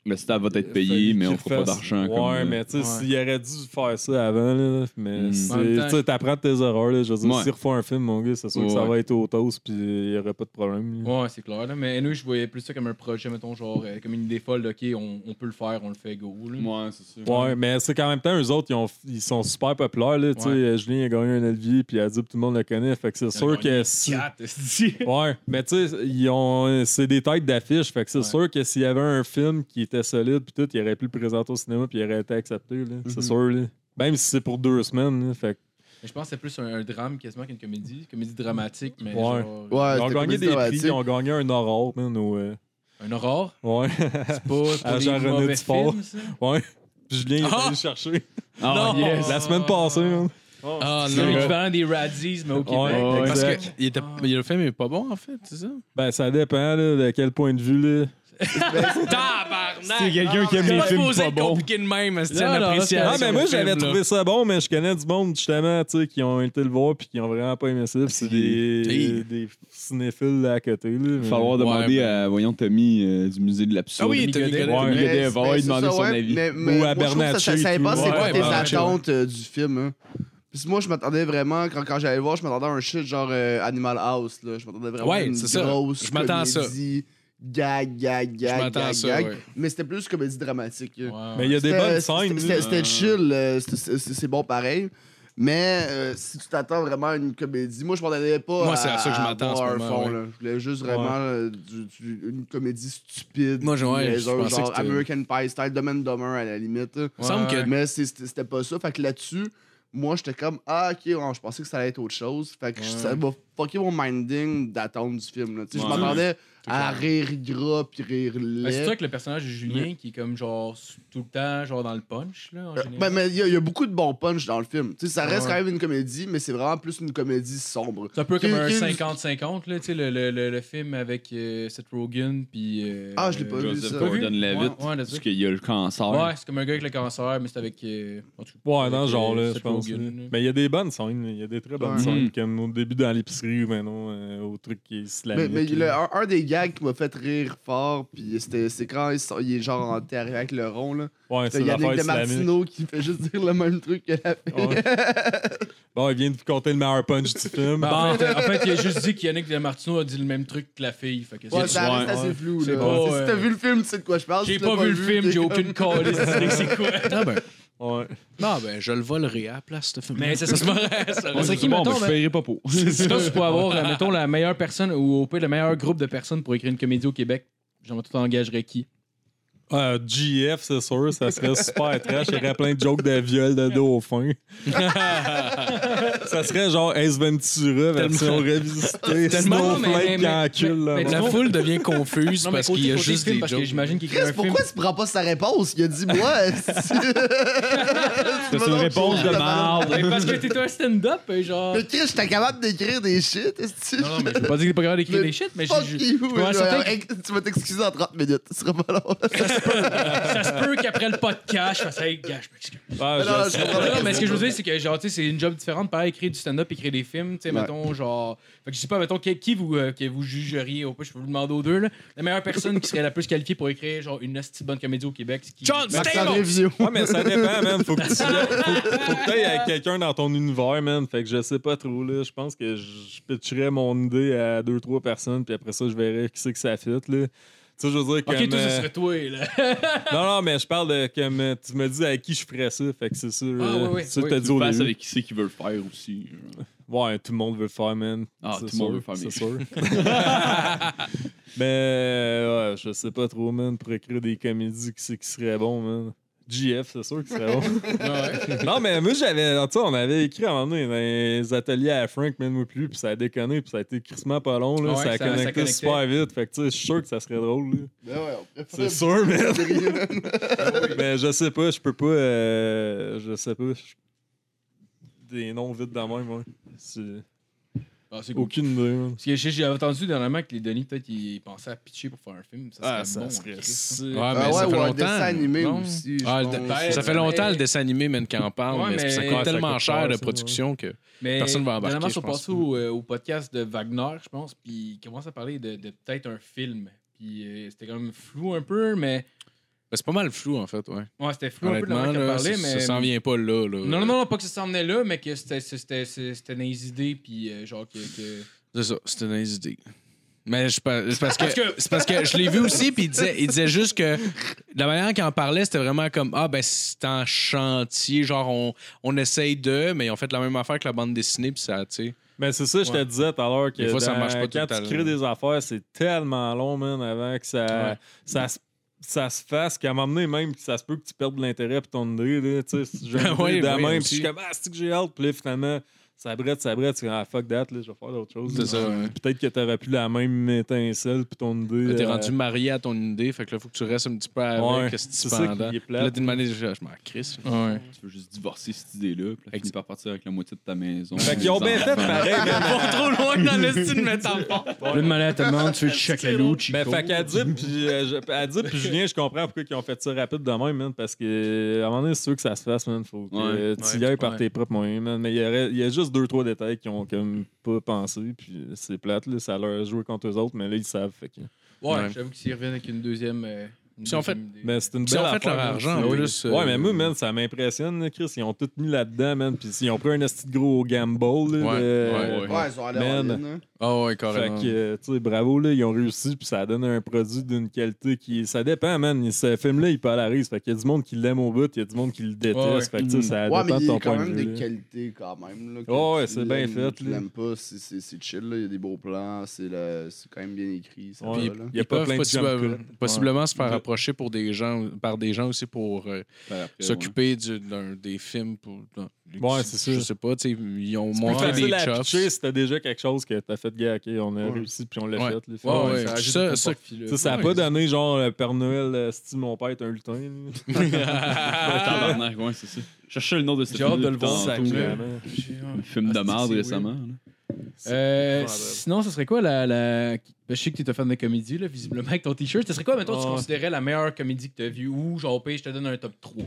[SPEAKER 4] Le staff va être
[SPEAKER 7] Fait
[SPEAKER 4] payé,
[SPEAKER 7] qu'ils
[SPEAKER 4] mais on
[SPEAKER 7] le
[SPEAKER 4] fera pas
[SPEAKER 7] fassent.
[SPEAKER 4] d'argent.
[SPEAKER 7] Ouais,
[SPEAKER 4] comme, euh,
[SPEAKER 7] mais tu sais,
[SPEAKER 3] Ouais.
[SPEAKER 7] s'il aurait dû faire ça avant, là, mais
[SPEAKER 4] Mm.
[SPEAKER 7] c'est-
[SPEAKER 3] En même temps-
[SPEAKER 7] tu sais, t'apprends de tes erreurs, là, je veux dire,
[SPEAKER 4] Ouais.
[SPEAKER 7] s'il refait un film, mon gars, c'est sûr que ça
[SPEAKER 4] Ouais.
[SPEAKER 7] va être au toast, puis il y aurait pas de problème. là.
[SPEAKER 3] Ouais, c'est clair, là. Mais nous, je voyais plus ça comme un projet, mettons, genre, euh, comme une idée folle, de, OK, on, on peut le faire, on le fait, go, là.
[SPEAKER 4] Ouais, c'est sûr.
[SPEAKER 7] Ouais, mais c'est qu'en même temps, eux autres, ils, ont- ils sont super populaires. Là, tu sais,
[SPEAKER 3] Ouais.
[SPEAKER 7] Julien a gagné un Olivier, puis Adib, tout le monde le connaît. Fait que c'est sûr que si,
[SPEAKER 3] Quatre, c'est-tu?
[SPEAKER 7] Ouais, mais tu sais, ils ont- c'est des têtes d'affiche. Fait que c'est
[SPEAKER 3] Ouais.
[SPEAKER 7] sûr que s'il y avait un film qui était solide, puis tout, il aurait pu le présenter au cinéma, puis il aurait été accepté. là.
[SPEAKER 4] Mhm.
[SPEAKER 7] C'est sûr. là. Même si c'est pour deux semaines. là, fait que-
[SPEAKER 3] Mais je pense que c'est plus un, un drame quasiment qu'une comédie, comédie dramatique, mais
[SPEAKER 7] Ouais.
[SPEAKER 3] genre, euh,
[SPEAKER 6] Ouais,
[SPEAKER 7] ils ont
[SPEAKER 6] Ah, c'était
[SPEAKER 7] gagné
[SPEAKER 6] comédie
[SPEAKER 7] des prix,
[SPEAKER 6] dramatique.
[SPEAKER 7] ils ont gagné un aurore, man. au, euh,
[SPEAKER 3] un horreur.
[SPEAKER 7] Ouais.
[SPEAKER 3] C'est pas c'est pas
[SPEAKER 7] Agent
[SPEAKER 3] des
[SPEAKER 7] René
[SPEAKER 3] mauvais
[SPEAKER 7] Dufort.
[SPEAKER 3] films, ça?
[SPEAKER 7] ouais. Puis Julien, il est
[SPEAKER 5] Ah! Oh,
[SPEAKER 7] allé le chercher.
[SPEAKER 4] Ah,
[SPEAKER 5] Non!
[SPEAKER 4] yes.
[SPEAKER 7] La semaine passée, man.
[SPEAKER 6] Oh,
[SPEAKER 5] Ah
[SPEAKER 3] C'est
[SPEAKER 5] non!
[SPEAKER 3] l'équivalent des Radzies, mais au Québec.
[SPEAKER 7] Ouais,
[SPEAKER 5] Parce que
[SPEAKER 7] exact.
[SPEAKER 5] il était, il- le film est pas bon, en fait, c'est ça?
[SPEAKER 7] Ben, ça dépend là, de quel point de vue. Là.
[SPEAKER 5] Tabarnak!
[SPEAKER 4] C'est quelqu'un qui aime
[SPEAKER 5] C'est
[SPEAKER 4] les
[SPEAKER 5] pas
[SPEAKER 4] films
[SPEAKER 5] supposé
[SPEAKER 4] pas
[SPEAKER 5] être
[SPEAKER 4] bons.
[SPEAKER 5] compliqué de même, c'est
[SPEAKER 3] Non,
[SPEAKER 5] une
[SPEAKER 3] non,
[SPEAKER 5] appréciation.
[SPEAKER 7] Ah, mais moi,
[SPEAKER 5] du film,
[SPEAKER 7] j'avais
[SPEAKER 5] là.
[SPEAKER 7] trouvé ça bon, mais je connais du monde, justement, tu sais, qui ont été le voir, puis qui ont vraiment pas aimé ça. puis c'est des,
[SPEAKER 5] Si.
[SPEAKER 7] des cinéphiles là, à côté. Là, mais-
[SPEAKER 4] Il va falloir demander à, voyons, Tommy euh, du musée de l'absurde.
[SPEAKER 5] Ah oui, Tommy
[SPEAKER 4] Godet.
[SPEAKER 5] Godet.
[SPEAKER 4] Ouais, Tommy Ben, Godet
[SPEAKER 6] Mais-
[SPEAKER 4] va
[SPEAKER 6] mais
[SPEAKER 4] lui
[SPEAKER 6] c'est
[SPEAKER 4] demander
[SPEAKER 6] ça,
[SPEAKER 4] son
[SPEAKER 6] ouais,
[SPEAKER 4] avis.
[SPEAKER 6] mais-
[SPEAKER 7] Ou
[SPEAKER 6] mais
[SPEAKER 7] à
[SPEAKER 6] moi, je trouve que
[SPEAKER 7] Bernatchez,
[SPEAKER 6] Ça, ça, ça dépend,
[SPEAKER 7] tout.
[SPEAKER 6] c'est quoi
[SPEAKER 5] Ouais,
[SPEAKER 6] tes
[SPEAKER 5] Bernatchez,
[SPEAKER 6] attentes euh, du film. Hein. Puis moi, je m'attendais vraiment, quand, quand j'allais le voir, je m'attendais à un shit genre euh, Animal House. Là. Je m'attendais vraiment
[SPEAKER 5] Ouais,
[SPEAKER 6] à une
[SPEAKER 5] c'est ça.
[SPEAKER 6] grosse
[SPEAKER 5] Je m'attends à ça.
[SPEAKER 6] comédie, Gag, gag,
[SPEAKER 5] Je
[SPEAKER 6] gag,
[SPEAKER 5] m'attends à
[SPEAKER 6] gag,
[SPEAKER 5] ça,
[SPEAKER 6] gag.
[SPEAKER 5] ouais.
[SPEAKER 6] Mais c'était plus comédie dramatique. là.
[SPEAKER 3] Ouais.
[SPEAKER 7] Mais il y a des
[SPEAKER 6] C'était-
[SPEAKER 7] bonnes
[SPEAKER 6] c'était-
[SPEAKER 7] scènes. là.
[SPEAKER 6] C'était c'était chill, euh, c'était- c'est c'est bon pareil. Mais euh, si tu t'attends vraiment à une comédie, moi je m'en allais pas.
[SPEAKER 5] Moi, c'est à ça que je m'attends en
[SPEAKER 6] avoir
[SPEAKER 5] ce
[SPEAKER 6] un
[SPEAKER 5] moment,
[SPEAKER 6] fond,
[SPEAKER 5] ouais.
[SPEAKER 6] là. Je voulais juste vraiment
[SPEAKER 7] Ouais.
[SPEAKER 6] euh, du- du- une comédie stupide.
[SPEAKER 5] Moi, je- ouais, je
[SPEAKER 6] niaiseuse,
[SPEAKER 5] pensais que
[SPEAKER 6] genre
[SPEAKER 5] c'était-
[SPEAKER 6] American Pie style, Dumb Dumber à la limite.
[SPEAKER 5] Il me semble que
[SPEAKER 6] Mais c'est- c'était c'était pas ça. Fait que là-dessus, moi, j'étais comme, ah, ok, ouais, je pensais que ça allait être autre chose. Fait que je-
[SPEAKER 3] Ouais.
[SPEAKER 6] ça m'a fucké mon minding d'attendre du film. là. Tu sais, Je
[SPEAKER 4] Ouais.
[SPEAKER 6] m'attendais à rire gras puis rire
[SPEAKER 3] Ben, c'est
[SPEAKER 6] laid.
[SPEAKER 3] sûr que le personnage de Julien qui est comme genre tout le temps genre dans le punch là en
[SPEAKER 6] Euh,
[SPEAKER 3] général.
[SPEAKER 6] ben, mais il y, a- il y a beaucoup de bons punch dans le film. Tu sais, ça reste
[SPEAKER 3] Ouais.
[SPEAKER 6] quand même une comédie, mais c'est vraiment plus une comédie sombre.
[SPEAKER 3] c'est un peu comme
[SPEAKER 6] qui-
[SPEAKER 3] un
[SPEAKER 6] qui-
[SPEAKER 3] 50-50 là, tu sais le, le, le, le film avec euh, Seth Rogen puis euh,
[SPEAKER 6] Ah, je l'ai pas vu.
[SPEAKER 4] Joseph
[SPEAKER 6] ça.
[SPEAKER 3] Ouais,
[SPEAKER 4] Gordon-Levitt,
[SPEAKER 3] ouais, là-dessus.
[SPEAKER 4] parce qu'il y a le cancer.
[SPEAKER 3] Ouais, c'est comme un gars avec le cancer mais c'est avec euh, en tout cas,
[SPEAKER 7] Ouais, dans ce
[SPEAKER 3] avec,
[SPEAKER 7] genre,
[SPEAKER 3] euh,
[SPEAKER 7] là,
[SPEAKER 3] Seth
[SPEAKER 7] je pense.
[SPEAKER 3] Rogen,
[SPEAKER 7] là.
[SPEAKER 3] là.
[SPEAKER 7] Mais il y a des bonnes scènes, il y a des très bonnes
[SPEAKER 6] Ouais.
[SPEAKER 7] scènes,
[SPEAKER 4] Mm.
[SPEAKER 7] comme au début dans l'épicerie ou maintenant euh, au truc qui se la
[SPEAKER 6] Mais, mais
[SPEAKER 7] nique,
[SPEAKER 6] le-
[SPEAKER 7] là.
[SPEAKER 6] un, un des gags qui m'a fait rire fort, puis c'était- c'est quand il, sort- il est genre en terre avec le rond. Là.
[SPEAKER 7] Ouais,
[SPEAKER 6] T'as
[SPEAKER 7] c'est
[SPEAKER 6] Yannick
[SPEAKER 7] l'affaire islamique.
[SPEAKER 6] Demartino qui fait juste dire le même truc que la fille.
[SPEAKER 7] Ouais. Bon, il vient de vous compter le meilleur punch du film.
[SPEAKER 3] Ben,
[SPEAKER 7] Bon.
[SPEAKER 3] en, fait, en fait, il a juste dit qu'Yannick Martino a dit le même truc que la fille. Fait que
[SPEAKER 6] Ouais,
[SPEAKER 3] c'est-
[SPEAKER 6] ça reste
[SPEAKER 4] ouais,
[SPEAKER 6] assez flou.
[SPEAKER 3] C'est
[SPEAKER 6] Là.
[SPEAKER 3] pas,
[SPEAKER 6] Si
[SPEAKER 3] euh,
[SPEAKER 6] t'as vu le film, tu sais de quoi je parle.
[SPEAKER 3] J'ai
[SPEAKER 6] Si t'as
[SPEAKER 3] pas vu le film,
[SPEAKER 6] t'es
[SPEAKER 3] j'ai
[SPEAKER 6] comme-
[SPEAKER 3] aucune calice d'idée que c'est quoi.
[SPEAKER 5] Ah ben,
[SPEAKER 7] Ouais.
[SPEAKER 5] non, ben, je le volerai à la place, ce film.
[SPEAKER 3] Mais ça se
[SPEAKER 4] On
[SPEAKER 3] passe.
[SPEAKER 4] sait
[SPEAKER 3] C'est qui,
[SPEAKER 4] bon,
[SPEAKER 3] mettons,
[SPEAKER 4] ben, je
[SPEAKER 3] ben-
[SPEAKER 4] paierai pas pour.
[SPEAKER 3] Si toi, tu pourrais avoir, euh, mettons, la meilleure personne ou au pire, le meilleur groupe de personnes pour écrire une comédie au Québec, genre, tout engagerais qui
[SPEAKER 7] Euh, GF, c'est sûr, ça serait super trash. Il y aurait plein de jokes de viol de dos au fond. ça serait genre Ace Ventura, version revisitée.
[SPEAKER 5] Tellement-
[SPEAKER 7] Snowflake qui encule. là.
[SPEAKER 3] mais- mais-
[SPEAKER 5] la
[SPEAKER 3] non,
[SPEAKER 5] foule devient confuse
[SPEAKER 3] non, mais
[SPEAKER 5] parce
[SPEAKER 3] côté-
[SPEAKER 5] qu'il y a
[SPEAKER 3] côté
[SPEAKER 5] juste
[SPEAKER 3] film,
[SPEAKER 5] des
[SPEAKER 3] parce que
[SPEAKER 5] jokes.
[SPEAKER 3] j'imagine qu'il écrit
[SPEAKER 6] Chris,
[SPEAKER 3] un film.
[SPEAKER 6] pourquoi tu prends pas sa réponse? Il a dit moi.
[SPEAKER 4] C'est une réponse de merde.
[SPEAKER 3] Ben, Parce que t'es un stand-up, euh, genre.
[SPEAKER 6] Mais Chris, j'étais capable d'écrire des shit. est-ce que-
[SPEAKER 3] Non, non, mais je veux pas dire que t'es pas capable d'écrire
[SPEAKER 6] Mais
[SPEAKER 3] des shit, mais je-
[SPEAKER 6] Fuck
[SPEAKER 3] je- suis
[SPEAKER 6] you,
[SPEAKER 3] pas certain
[SPEAKER 6] ouais, Tu vas t'excuser en 30 minutes. Ce sera pas long.
[SPEAKER 3] ça se peut qu'après le podcast, je fasse, hey, gars, je m'excuse.
[SPEAKER 7] Ah,
[SPEAKER 6] Non, non,
[SPEAKER 7] je-
[SPEAKER 6] je comprends
[SPEAKER 3] Non,
[SPEAKER 6] la
[SPEAKER 3] non, mais ce que je
[SPEAKER 6] question.
[SPEAKER 3] veux dire, c'est que genre, tu sais, c'est une job différente. Pareil, écrire du stand-up, écrire des films, tu sais,
[SPEAKER 6] Ouais.
[SPEAKER 3] mettons, genre. Fait que je sais pas, mettons, qui, qui vous, euh, que vous jugeriez, ou pas, je peux vous demander aux deux, là. La meilleure personne qui serait la plus qualifiée pour écrire, genre, une hostie de bonne comédie au Québec. c'est Qui...
[SPEAKER 5] John Stamos!
[SPEAKER 6] Marc-André Vizio.
[SPEAKER 7] Ouais, mais ça dépend, man. Faut que tu faut, faut que t'ailles avec quelqu'un dans ton univers, man. Fait que je sais pas trop, là. Je pense que je pitcherais mon idée à deux, trois personnes, puis après ça, je verrais qui c'est que ça fit, là. Tu sais, je veux dire, comme...
[SPEAKER 3] Ben, Ok, toi, ce
[SPEAKER 7] euh,
[SPEAKER 3] serait toi, là.
[SPEAKER 7] Non, non, mais je parle de... Comme, euh, tu me dis à qui je ferais ça, fait que c'est sûr.
[SPEAKER 3] Ah,
[SPEAKER 7] euh,
[SPEAKER 3] oui, oui,
[SPEAKER 7] c'est sûr que
[SPEAKER 3] oui.
[SPEAKER 7] t'as dit au
[SPEAKER 4] Passe
[SPEAKER 7] début.
[SPEAKER 4] avec qui c'est qui veut le faire aussi.
[SPEAKER 7] Ouais, tout le monde veut le faire, man.
[SPEAKER 4] Ah,
[SPEAKER 7] C'est
[SPEAKER 4] tout le monde
[SPEAKER 7] sûr,
[SPEAKER 4] veut le faire, mais-
[SPEAKER 7] C'est sûr. mais, euh, ouais, je sais pas trop, man, pour écrire des comédies, qui c'est qui serait bon, man. GF, c'est sûr que serait bon. Non, mais moi, j'avais. Tu sais, on avait écrit à un moment donné dans les ateliers à Frank, même moi plus, puis ça a déconné, puis ça a été crissement pas long, là.
[SPEAKER 3] Ouais,
[SPEAKER 7] ça
[SPEAKER 3] ça-
[SPEAKER 7] a
[SPEAKER 3] ça
[SPEAKER 7] connecté
[SPEAKER 3] connectait.
[SPEAKER 7] super vite. Fait que, tu sais, je suis sûr que ça serait drôle, là.
[SPEAKER 6] Ben ouais, on préfère-
[SPEAKER 7] C'est sûr, mais.
[SPEAKER 6] Sérieux.
[SPEAKER 7] mais je sais pas, je peux pas. euh, je sais pas. je- Des noms vite dans même, ouais. C'est-
[SPEAKER 3] Ah, c'est cool.
[SPEAKER 7] Aucune idée, man.
[SPEAKER 3] Parce que j'ai j'ai entendu dernièrement que les Denis, peut-être, ils pensaient à pitcher pour faire un film. Ça serait
[SPEAKER 7] Ah, ça
[SPEAKER 3] bon,
[SPEAKER 7] serait.
[SPEAKER 3] hein, Chris.
[SPEAKER 7] sick.
[SPEAKER 5] Ouais,
[SPEAKER 6] Ah
[SPEAKER 5] mais
[SPEAKER 6] ouais,
[SPEAKER 5] ça
[SPEAKER 6] ou
[SPEAKER 5] fait
[SPEAKER 6] un dessin
[SPEAKER 5] longtemps.
[SPEAKER 6] animé
[SPEAKER 3] Non.
[SPEAKER 6] aussi. je
[SPEAKER 5] Ah, le-
[SPEAKER 6] pense.
[SPEAKER 3] Ben,
[SPEAKER 5] Ça fait longtemps le dessin animé, mais qu'on en parle,
[SPEAKER 3] Ouais,
[SPEAKER 5] mais,
[SPEAKER 3] mais-
[SPEAKER 5] ça
[SPEAKER 3] Ouais,
[SPEAKER 5] coûte
[SPEAKER 3] ça
[SPEAKER 5] tellement
[SPEAKER 7] coûte
[SPEAKER 5] cher
[SPEAKER 7] cher,
[SPEAKER 5] de
[SPEAKER 7] ça,
[SPEAKER 5] production que. ben,
[SPEAKER 3] Mais
[SPEAKER 5] Personne va embarquer,
[SPEAKER 3] dernièrement, ils sont
[SPEAKER 5] je pense.
[SPEAKER 3] passés au, euh, au podcast de Wagner, je pense, puis ils commencent à parler de, de peut-être un film. Puis euh, c'était quand même flou un peu, mais.
[SPEAKER 5] Ben, C'est pas mal flou, en fait, ouais.
[SPEAKER 3] Ouais, c'était flou un peu de la
[SPEAKER 5] Honnêtement,
[SPEAKER 3] manière qu'elle
[SPEAKER 5] là,
[SPEAKER 3] parlait,
[SPEAKER 5] ça,
[SPEAKER 3] mais.
[SPEAKER 5] ça s'en vient pas là. là.
[SPEAKER 3] Non, non, non, pas que ça s'en venait là, mais que c'était- c'était c'était- c'était dans les idées, puis euh, genre que. que-
[SPEAKER 5] C'est ça, c'était une nice idée. Mais je pa- c'est parce que
[SPEAKER 3] Parce que-
[SPEAKER 5] c'est parce que je l'ai vu aussi puis il disait il disait juste que la manière qu'il en parlait c'était vraiment comme ah ben c'est en chantier genre on, on essaye de mais ils ont fait la même affaire que la bande dessinée puis ça tu sais
[SPEAKER 7] Mais c'est ça, je te
[SPEAKER 5] Ouais.
[SPEAKER 7] disais tout à l'heure que
[SPEAKER 5] Des fois, ça
[SPEAKER 7] dans-
[SPEAKER 5] marche pas tout
[SPEAKER 7] quand
[SPEAKER 5] le
[SPEAKER 7] tu
[SPEAKER 5] temps,
[SPEAKER 7] crées
[SPEAKER 5] là.
[SPEAKER 7] des affaires, c'est tellement long, man, avant que ça,
[SPEAKER 5] Ouais.
[SPEAKER 7] ça, se- ça se fasse, qu'à un moment donné, même, que ça se peut que tu perdes de l'intérêt pour ton idée. Là, tu sais, si j'ai une
[SPEAKER 5] Ouais,
[SPEAKER 7] idée de
[SPEAKER 5] ouais,
[SPEAKER 7] même, puis je
[SPEAKER 5] aussi.
[SPEAKER 7] suis comme, ah, c'est que j'ai hâte. Puis là, finalement, ça brette, ça brette. Tu dis, ah, fuck that, là, je vais faire d'autres choses.
[SPEAKER 5] c'est ça
[SPEAKER 7] Puis
[SPEAKER 5] ouais.
[SPEAKER 7] Peut-être que t'aurais plus la même étincelle, puis ton idée.
[SPEAKER 5] Là, t'es
[SPEAKER 7] euh,
[SPEAKER 5] rendu marié à ton idée fait que là faut que tu restes un petit peu avec
[SPEAKER 7] Ah Ouais,
[SPEAKER 5] ce
[SPEAKER 7] c'est
[SPEAKER 5] petit
[SPEAKER 7] ça
[SPEAKER 5] pendant
[SPEAKER 7] qui est
[SPEAKER 5] Puis
[SPEAKER 7] plate.
[SPEAKER 5] là t'es demandé je je m'en crisse
[SPEAKER 3] Ouais.
[SPEAKER 4] Tu veux juste divorcer cette idée-là, puis là, tu finis par partir avec la moitié de ta maison.
[SPEAKER 7] Fait qu'ils ont bien fait pareil, man.
[SPEAKER 5] trop loin dans le style métaphore
[SPEAKER 3] Le malade à ta demande, tu veux check la louche.
[SPEAKER 7] Ben, fait qu'Adib puis euh, je- Adib puis Julien, je comprends pourquoi ils ont fait ça rapide de même, man, parce que à un moment donné, c'est sûr que ça se fasse, man. Faut que
[SPEAKER 4] Ouais.
[SPEAKER 7] euh, tu y
[SPEAKER 5] Ouais,
[SPEAKER 7] ailles par
[SPEAKER 3] ouais.
[SPEAKER 7] tes propres moyens, man. Mais il y, aurait- il y a juste deux, trois détails qui ont comme pas pensé, puis c'est plate, là. Ça leur a joué contre eux autres, mais là, ils savent. Fait que...
[SPEAKER 3] Ouais,
[SPEAKER 5] Ouais.
[SPEAKER 3] j'avoue qu'ils reviennent avec une deuxième. euh, une
[SPEAKER 5] Si on
[SPEAKER 3] deuxième idée.
[SPEAKER 7] Mais Ben, c'est une
[SPEAKER 5] Puis ils
[SPEAKER 7] belle
[SPEAKER 5] ont fait
[SPEAKER 7] affaire,
[SPEAKER 5] leur
[SPEAKER 7] man.
[SPEAKER 5] argent,
[SPEAKER 7] C'est-
[SPEAKER 5] en plus,
[SPEAKER 7] Ouais,
[SPEAKER 5] euh,
[SPEAKER 7] mais moi, man, ça m'impressionne, là, Chris. Ils ont tout mis là-dedans, man. Puis ils ont pris un esti de gros gamble, là.
[SPEAKER 5] Ouais,
[SPEAKER 7] de-
[SPEAKER 5] ouais,
[SPEAKER 6] Ouais, ils sont allés en
[SPEAKER 7] Man.
[SPEAKER 6] ligne. hein.
[SPEAKER 5] oh ouais
[SPEAKER 7] Fait
[SPEAKER 5] carrément
[SPEAKER 7] que, euh, tu sais, bravo, là, ils ont réussi, puis ça donne un produit d'une qualité qui. Ça dépend, man. Ce film-là, il polarise. Fait qu'il y a du monde qui l'aime au bout, il y a du monde qui le déteste.
[SPEAKER 3] Ouais, ouais.
[SPEAKER 7] Fait que, tu sais, ça
[SPEAKER 6] Ouais, mais
[SPEAKER 7] dépend de
[SPEAKER 6] il y
[SPEAKER 7] ton
[SPEAKER 6] a quand
[SPEAKER 7] point de
[SPEAKER 6] même
[SPEAKER 7] vue.
[SPEAKER 6] des
[SPEAKER 7] là.
[SPEAKER 6] qualités quand même. Là, que
[SPEAKER 7] Ouais, ouais,
[SPEAKER 6] tu
[SPEAKER 7] c'est bien
[SPEAKER 6] l'aimes ou
[SPEAKER 7] fait,
[SPEAKER 6] Tu
[SPEAKER 7] là.
[SPEAKER 6] l'aimes pas, c'est- c'est c'est chill. là. Il y a des beaux plans, c'est le- c'est quand même bien écrit. ça
[SPEAKER 7] Ouais.
[SPEAKER 6] va, là.
[SPEAKER 7] Il y a pas
[SPEAKER 5] peuvent
[SPEAKER 7] plein de
[SPEAKER 5] possible-
[SPEAKER 7] jump cuts.
[SPEAKER 5] possiblement se
[SPEAKER 7] Ouais.
[SPEAKER 5] faire approché pour des gens, par des gens aussi pour euh,
[SPEAKER 4] Ben, après,
[SPEAKER 5] s'occuper du- d'un- des films. Pour, non,
[SPEAKER 7] Ouais, c'est ça.
[SPEAKER 5] Je sais pas, tu sais, ils ont
[SPEAKER 7] Plus
[SPEAKER 5] montré des
[SPEAKER 7] facile à
[SPEAKER 5] chops.
[SPEAKER 7] pitcher, c'était déjà quelque chose que t'as fait gars, ok, on a
[SPEAKER 6] Ouais.
[SPEAKER 7] réussi puis on l'a
[SPEAKER 5] Ouais.
[SPEAKER 7] fait. là.
[SPEAKER 5] Ouais, ouais,
[SPEAKER 7] ça a juste
[SPEAKER 5] ça-
[SPEAKER 7] été
[SPEAKER 5] ça-
[SPEAKER 7] porte-fileux. Tu sais, ça a
[SPEAKER 5] Ouais.
[SPEAKER 7] pas donné genre euh, Père Noël, euh, si mon père est un lutin. là.
[SPEAKER 4] ouais.
[SPEAKER 7] Ah.
[SPEAKER 4] Ouais, tabarnak, ouais, c'est ça. Cherchez le nom de ce
[SPEAKER 3] J'ai
[SPEAKER 4] film.
[SPEAKER 3] hâte de le
[SPEAKER 4] depuis
[SPEAKER 3] voir.
[SPEAKER 4] tantôt, là.
[SPEAKER 7] Vraiment.
[SPEAKER 4] Un film de
[SPEAKER 3] Ah, c'est-
[SPEAKER 4] merde
[SPEAKER 3] c'est
[SPEAKER 4] récemment. là.
[SPEAKER 3] Euh,
[SPEAKER 7] Ouais,
[SPEAKER 3] sinon, ce serait quoi la. la- ben, Je sais que t'es un fan de comédie, là, visiblement, avec ton t-shirt. Ce serait quoi, mettons, tu
[SPEAKER 5] Ah.
[SPEAKER 7] Ouais.
[SPEAKER 3] considérais la meilleure comédie que t'as vue ou, genre, au pire, je te donne un top 3.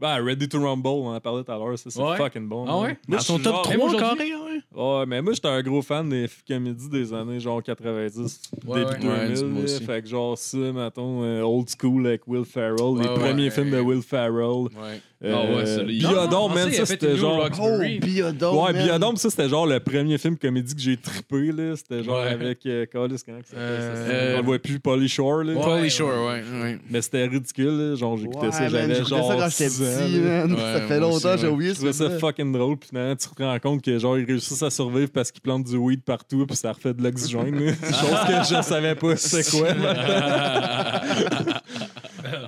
[SPEAKER 7] Ben, Ready to Rumble, on en a parlé tout à l'heure, ça c'est
[SPEAKER 3] Ouais.
[SPEAKER 7] fucking bon.
[SPEAKER 3] Ah
[SPEAKER 7] là.
[SPEAKER 3] ouais?
[SPEAKER 7] Moi,
[SPEAKER 5] Dans
[SPEAKER 7] je
[SPEAKER 5] son
[SPEAKER 7] suis
[SPEAKER 5] top
[SPEAKER 7] genre-
[SPEAKER 5] 3
[SPEAKER 7] Même aujourd'hui-
[SPEAKER 5] carré, ouais.
[SPEAKER 7] Ouais, mais moi, j'étais un gros fan des f- comédies des années genre 90,
[SPEAKER 3] Ouais,
[SPEAKER 7] début
[SPEAKER 5] ouais. Ouais,
[SPEAKER 7] 2000.
[SPEAKER 5] moi
[SPEAKER 7] là.
[SPEAKER 5] aussi.
[SPEAKER 7] fait que genre ça, mettons, euh, Old School avec Will Ferrell, les
[SPEAKER 5] Ouais,
[SPEAKER 7] premiers
[SPEAKER 5] ouais.
[SPEAKER 7] films de Will Ferrell.
[SPEAKER 5] Ouais.
[SPEAKER 4] Ah ouais, ça, les-
[SPEAKER 7] Biodome,
[SPEAKER 3] Non, non,
[SPEAKER 7] man,
[SPEAKER 3] pensez, il
[SPEAKER 7] ça
[SPEAKER 3] a fait
[SPEAKER 7] c'était
[SPEAKER 3] une
[SPEAKER 7] genre...
[SPEAKER 3] New Rock-
[SPEAKER 6] Oh,
[SPEAKER 3] Rock-
[SPEAKER 6] Biodome.
[SPEAKER 7] Ouais,
[SPEAKER 6] man.
[SPEAKER 7] Biodome, ça c'était genre le premier film comédie que j'ai trippé, là. C'était genre
[SPEAKER 5] Ouais.
[SPEAKER 7] avec... Euh, Callis, comment que ça s'appelle, ça, c'est-
[SPEAKER 5] Euh,
[SPEAKER 7] On le voit plus, Polly Shore, là.
[SPEAKER 5] Pauly
[SPEAKER 3] ouais.
[SPEAKER 5] Shore, ouais. ouais.
[SPEAKER 7] Mais c'était ridicule, là. Genre, j'écoutais
[SPEAKER 6] Ouais,
[SPEAKER 7] ça,
[SPEAKER 6] man,
[SPEAKER 7] j'avais
[SPEAKER 6] j'écoutais
[SPEAKER 7] genre...
[SPEAKER 6] ça quand j'étais
[SPEAKER 7] 6 ans,
[SPEAKER 6] petit,
[SPEAKER 7] là.
[SPEAKER 6] man.
[SPEAKER 5] Ouais,
[SPEAKER 6] ça fait
[SPEAKER 5] moi
[SPEAKER 6] longtemps,
[SPEAKER 5] aussi,
[SPEAKER 6] j'ai
[SPEAKER 5] ouais.
[SPEAKER 6] oublié
[SPEAKER 7] Je trouvais ça
[SPEAKER 6] film-là.
[SPEAKER 7] fucking drôle, puis finalement, tu te rends compte que genre, ils réussissent à survivre parce qu'ils plantent du weed partout, puis ça refait de l'oxygène. là. Chose que je savais pas c'est quoi.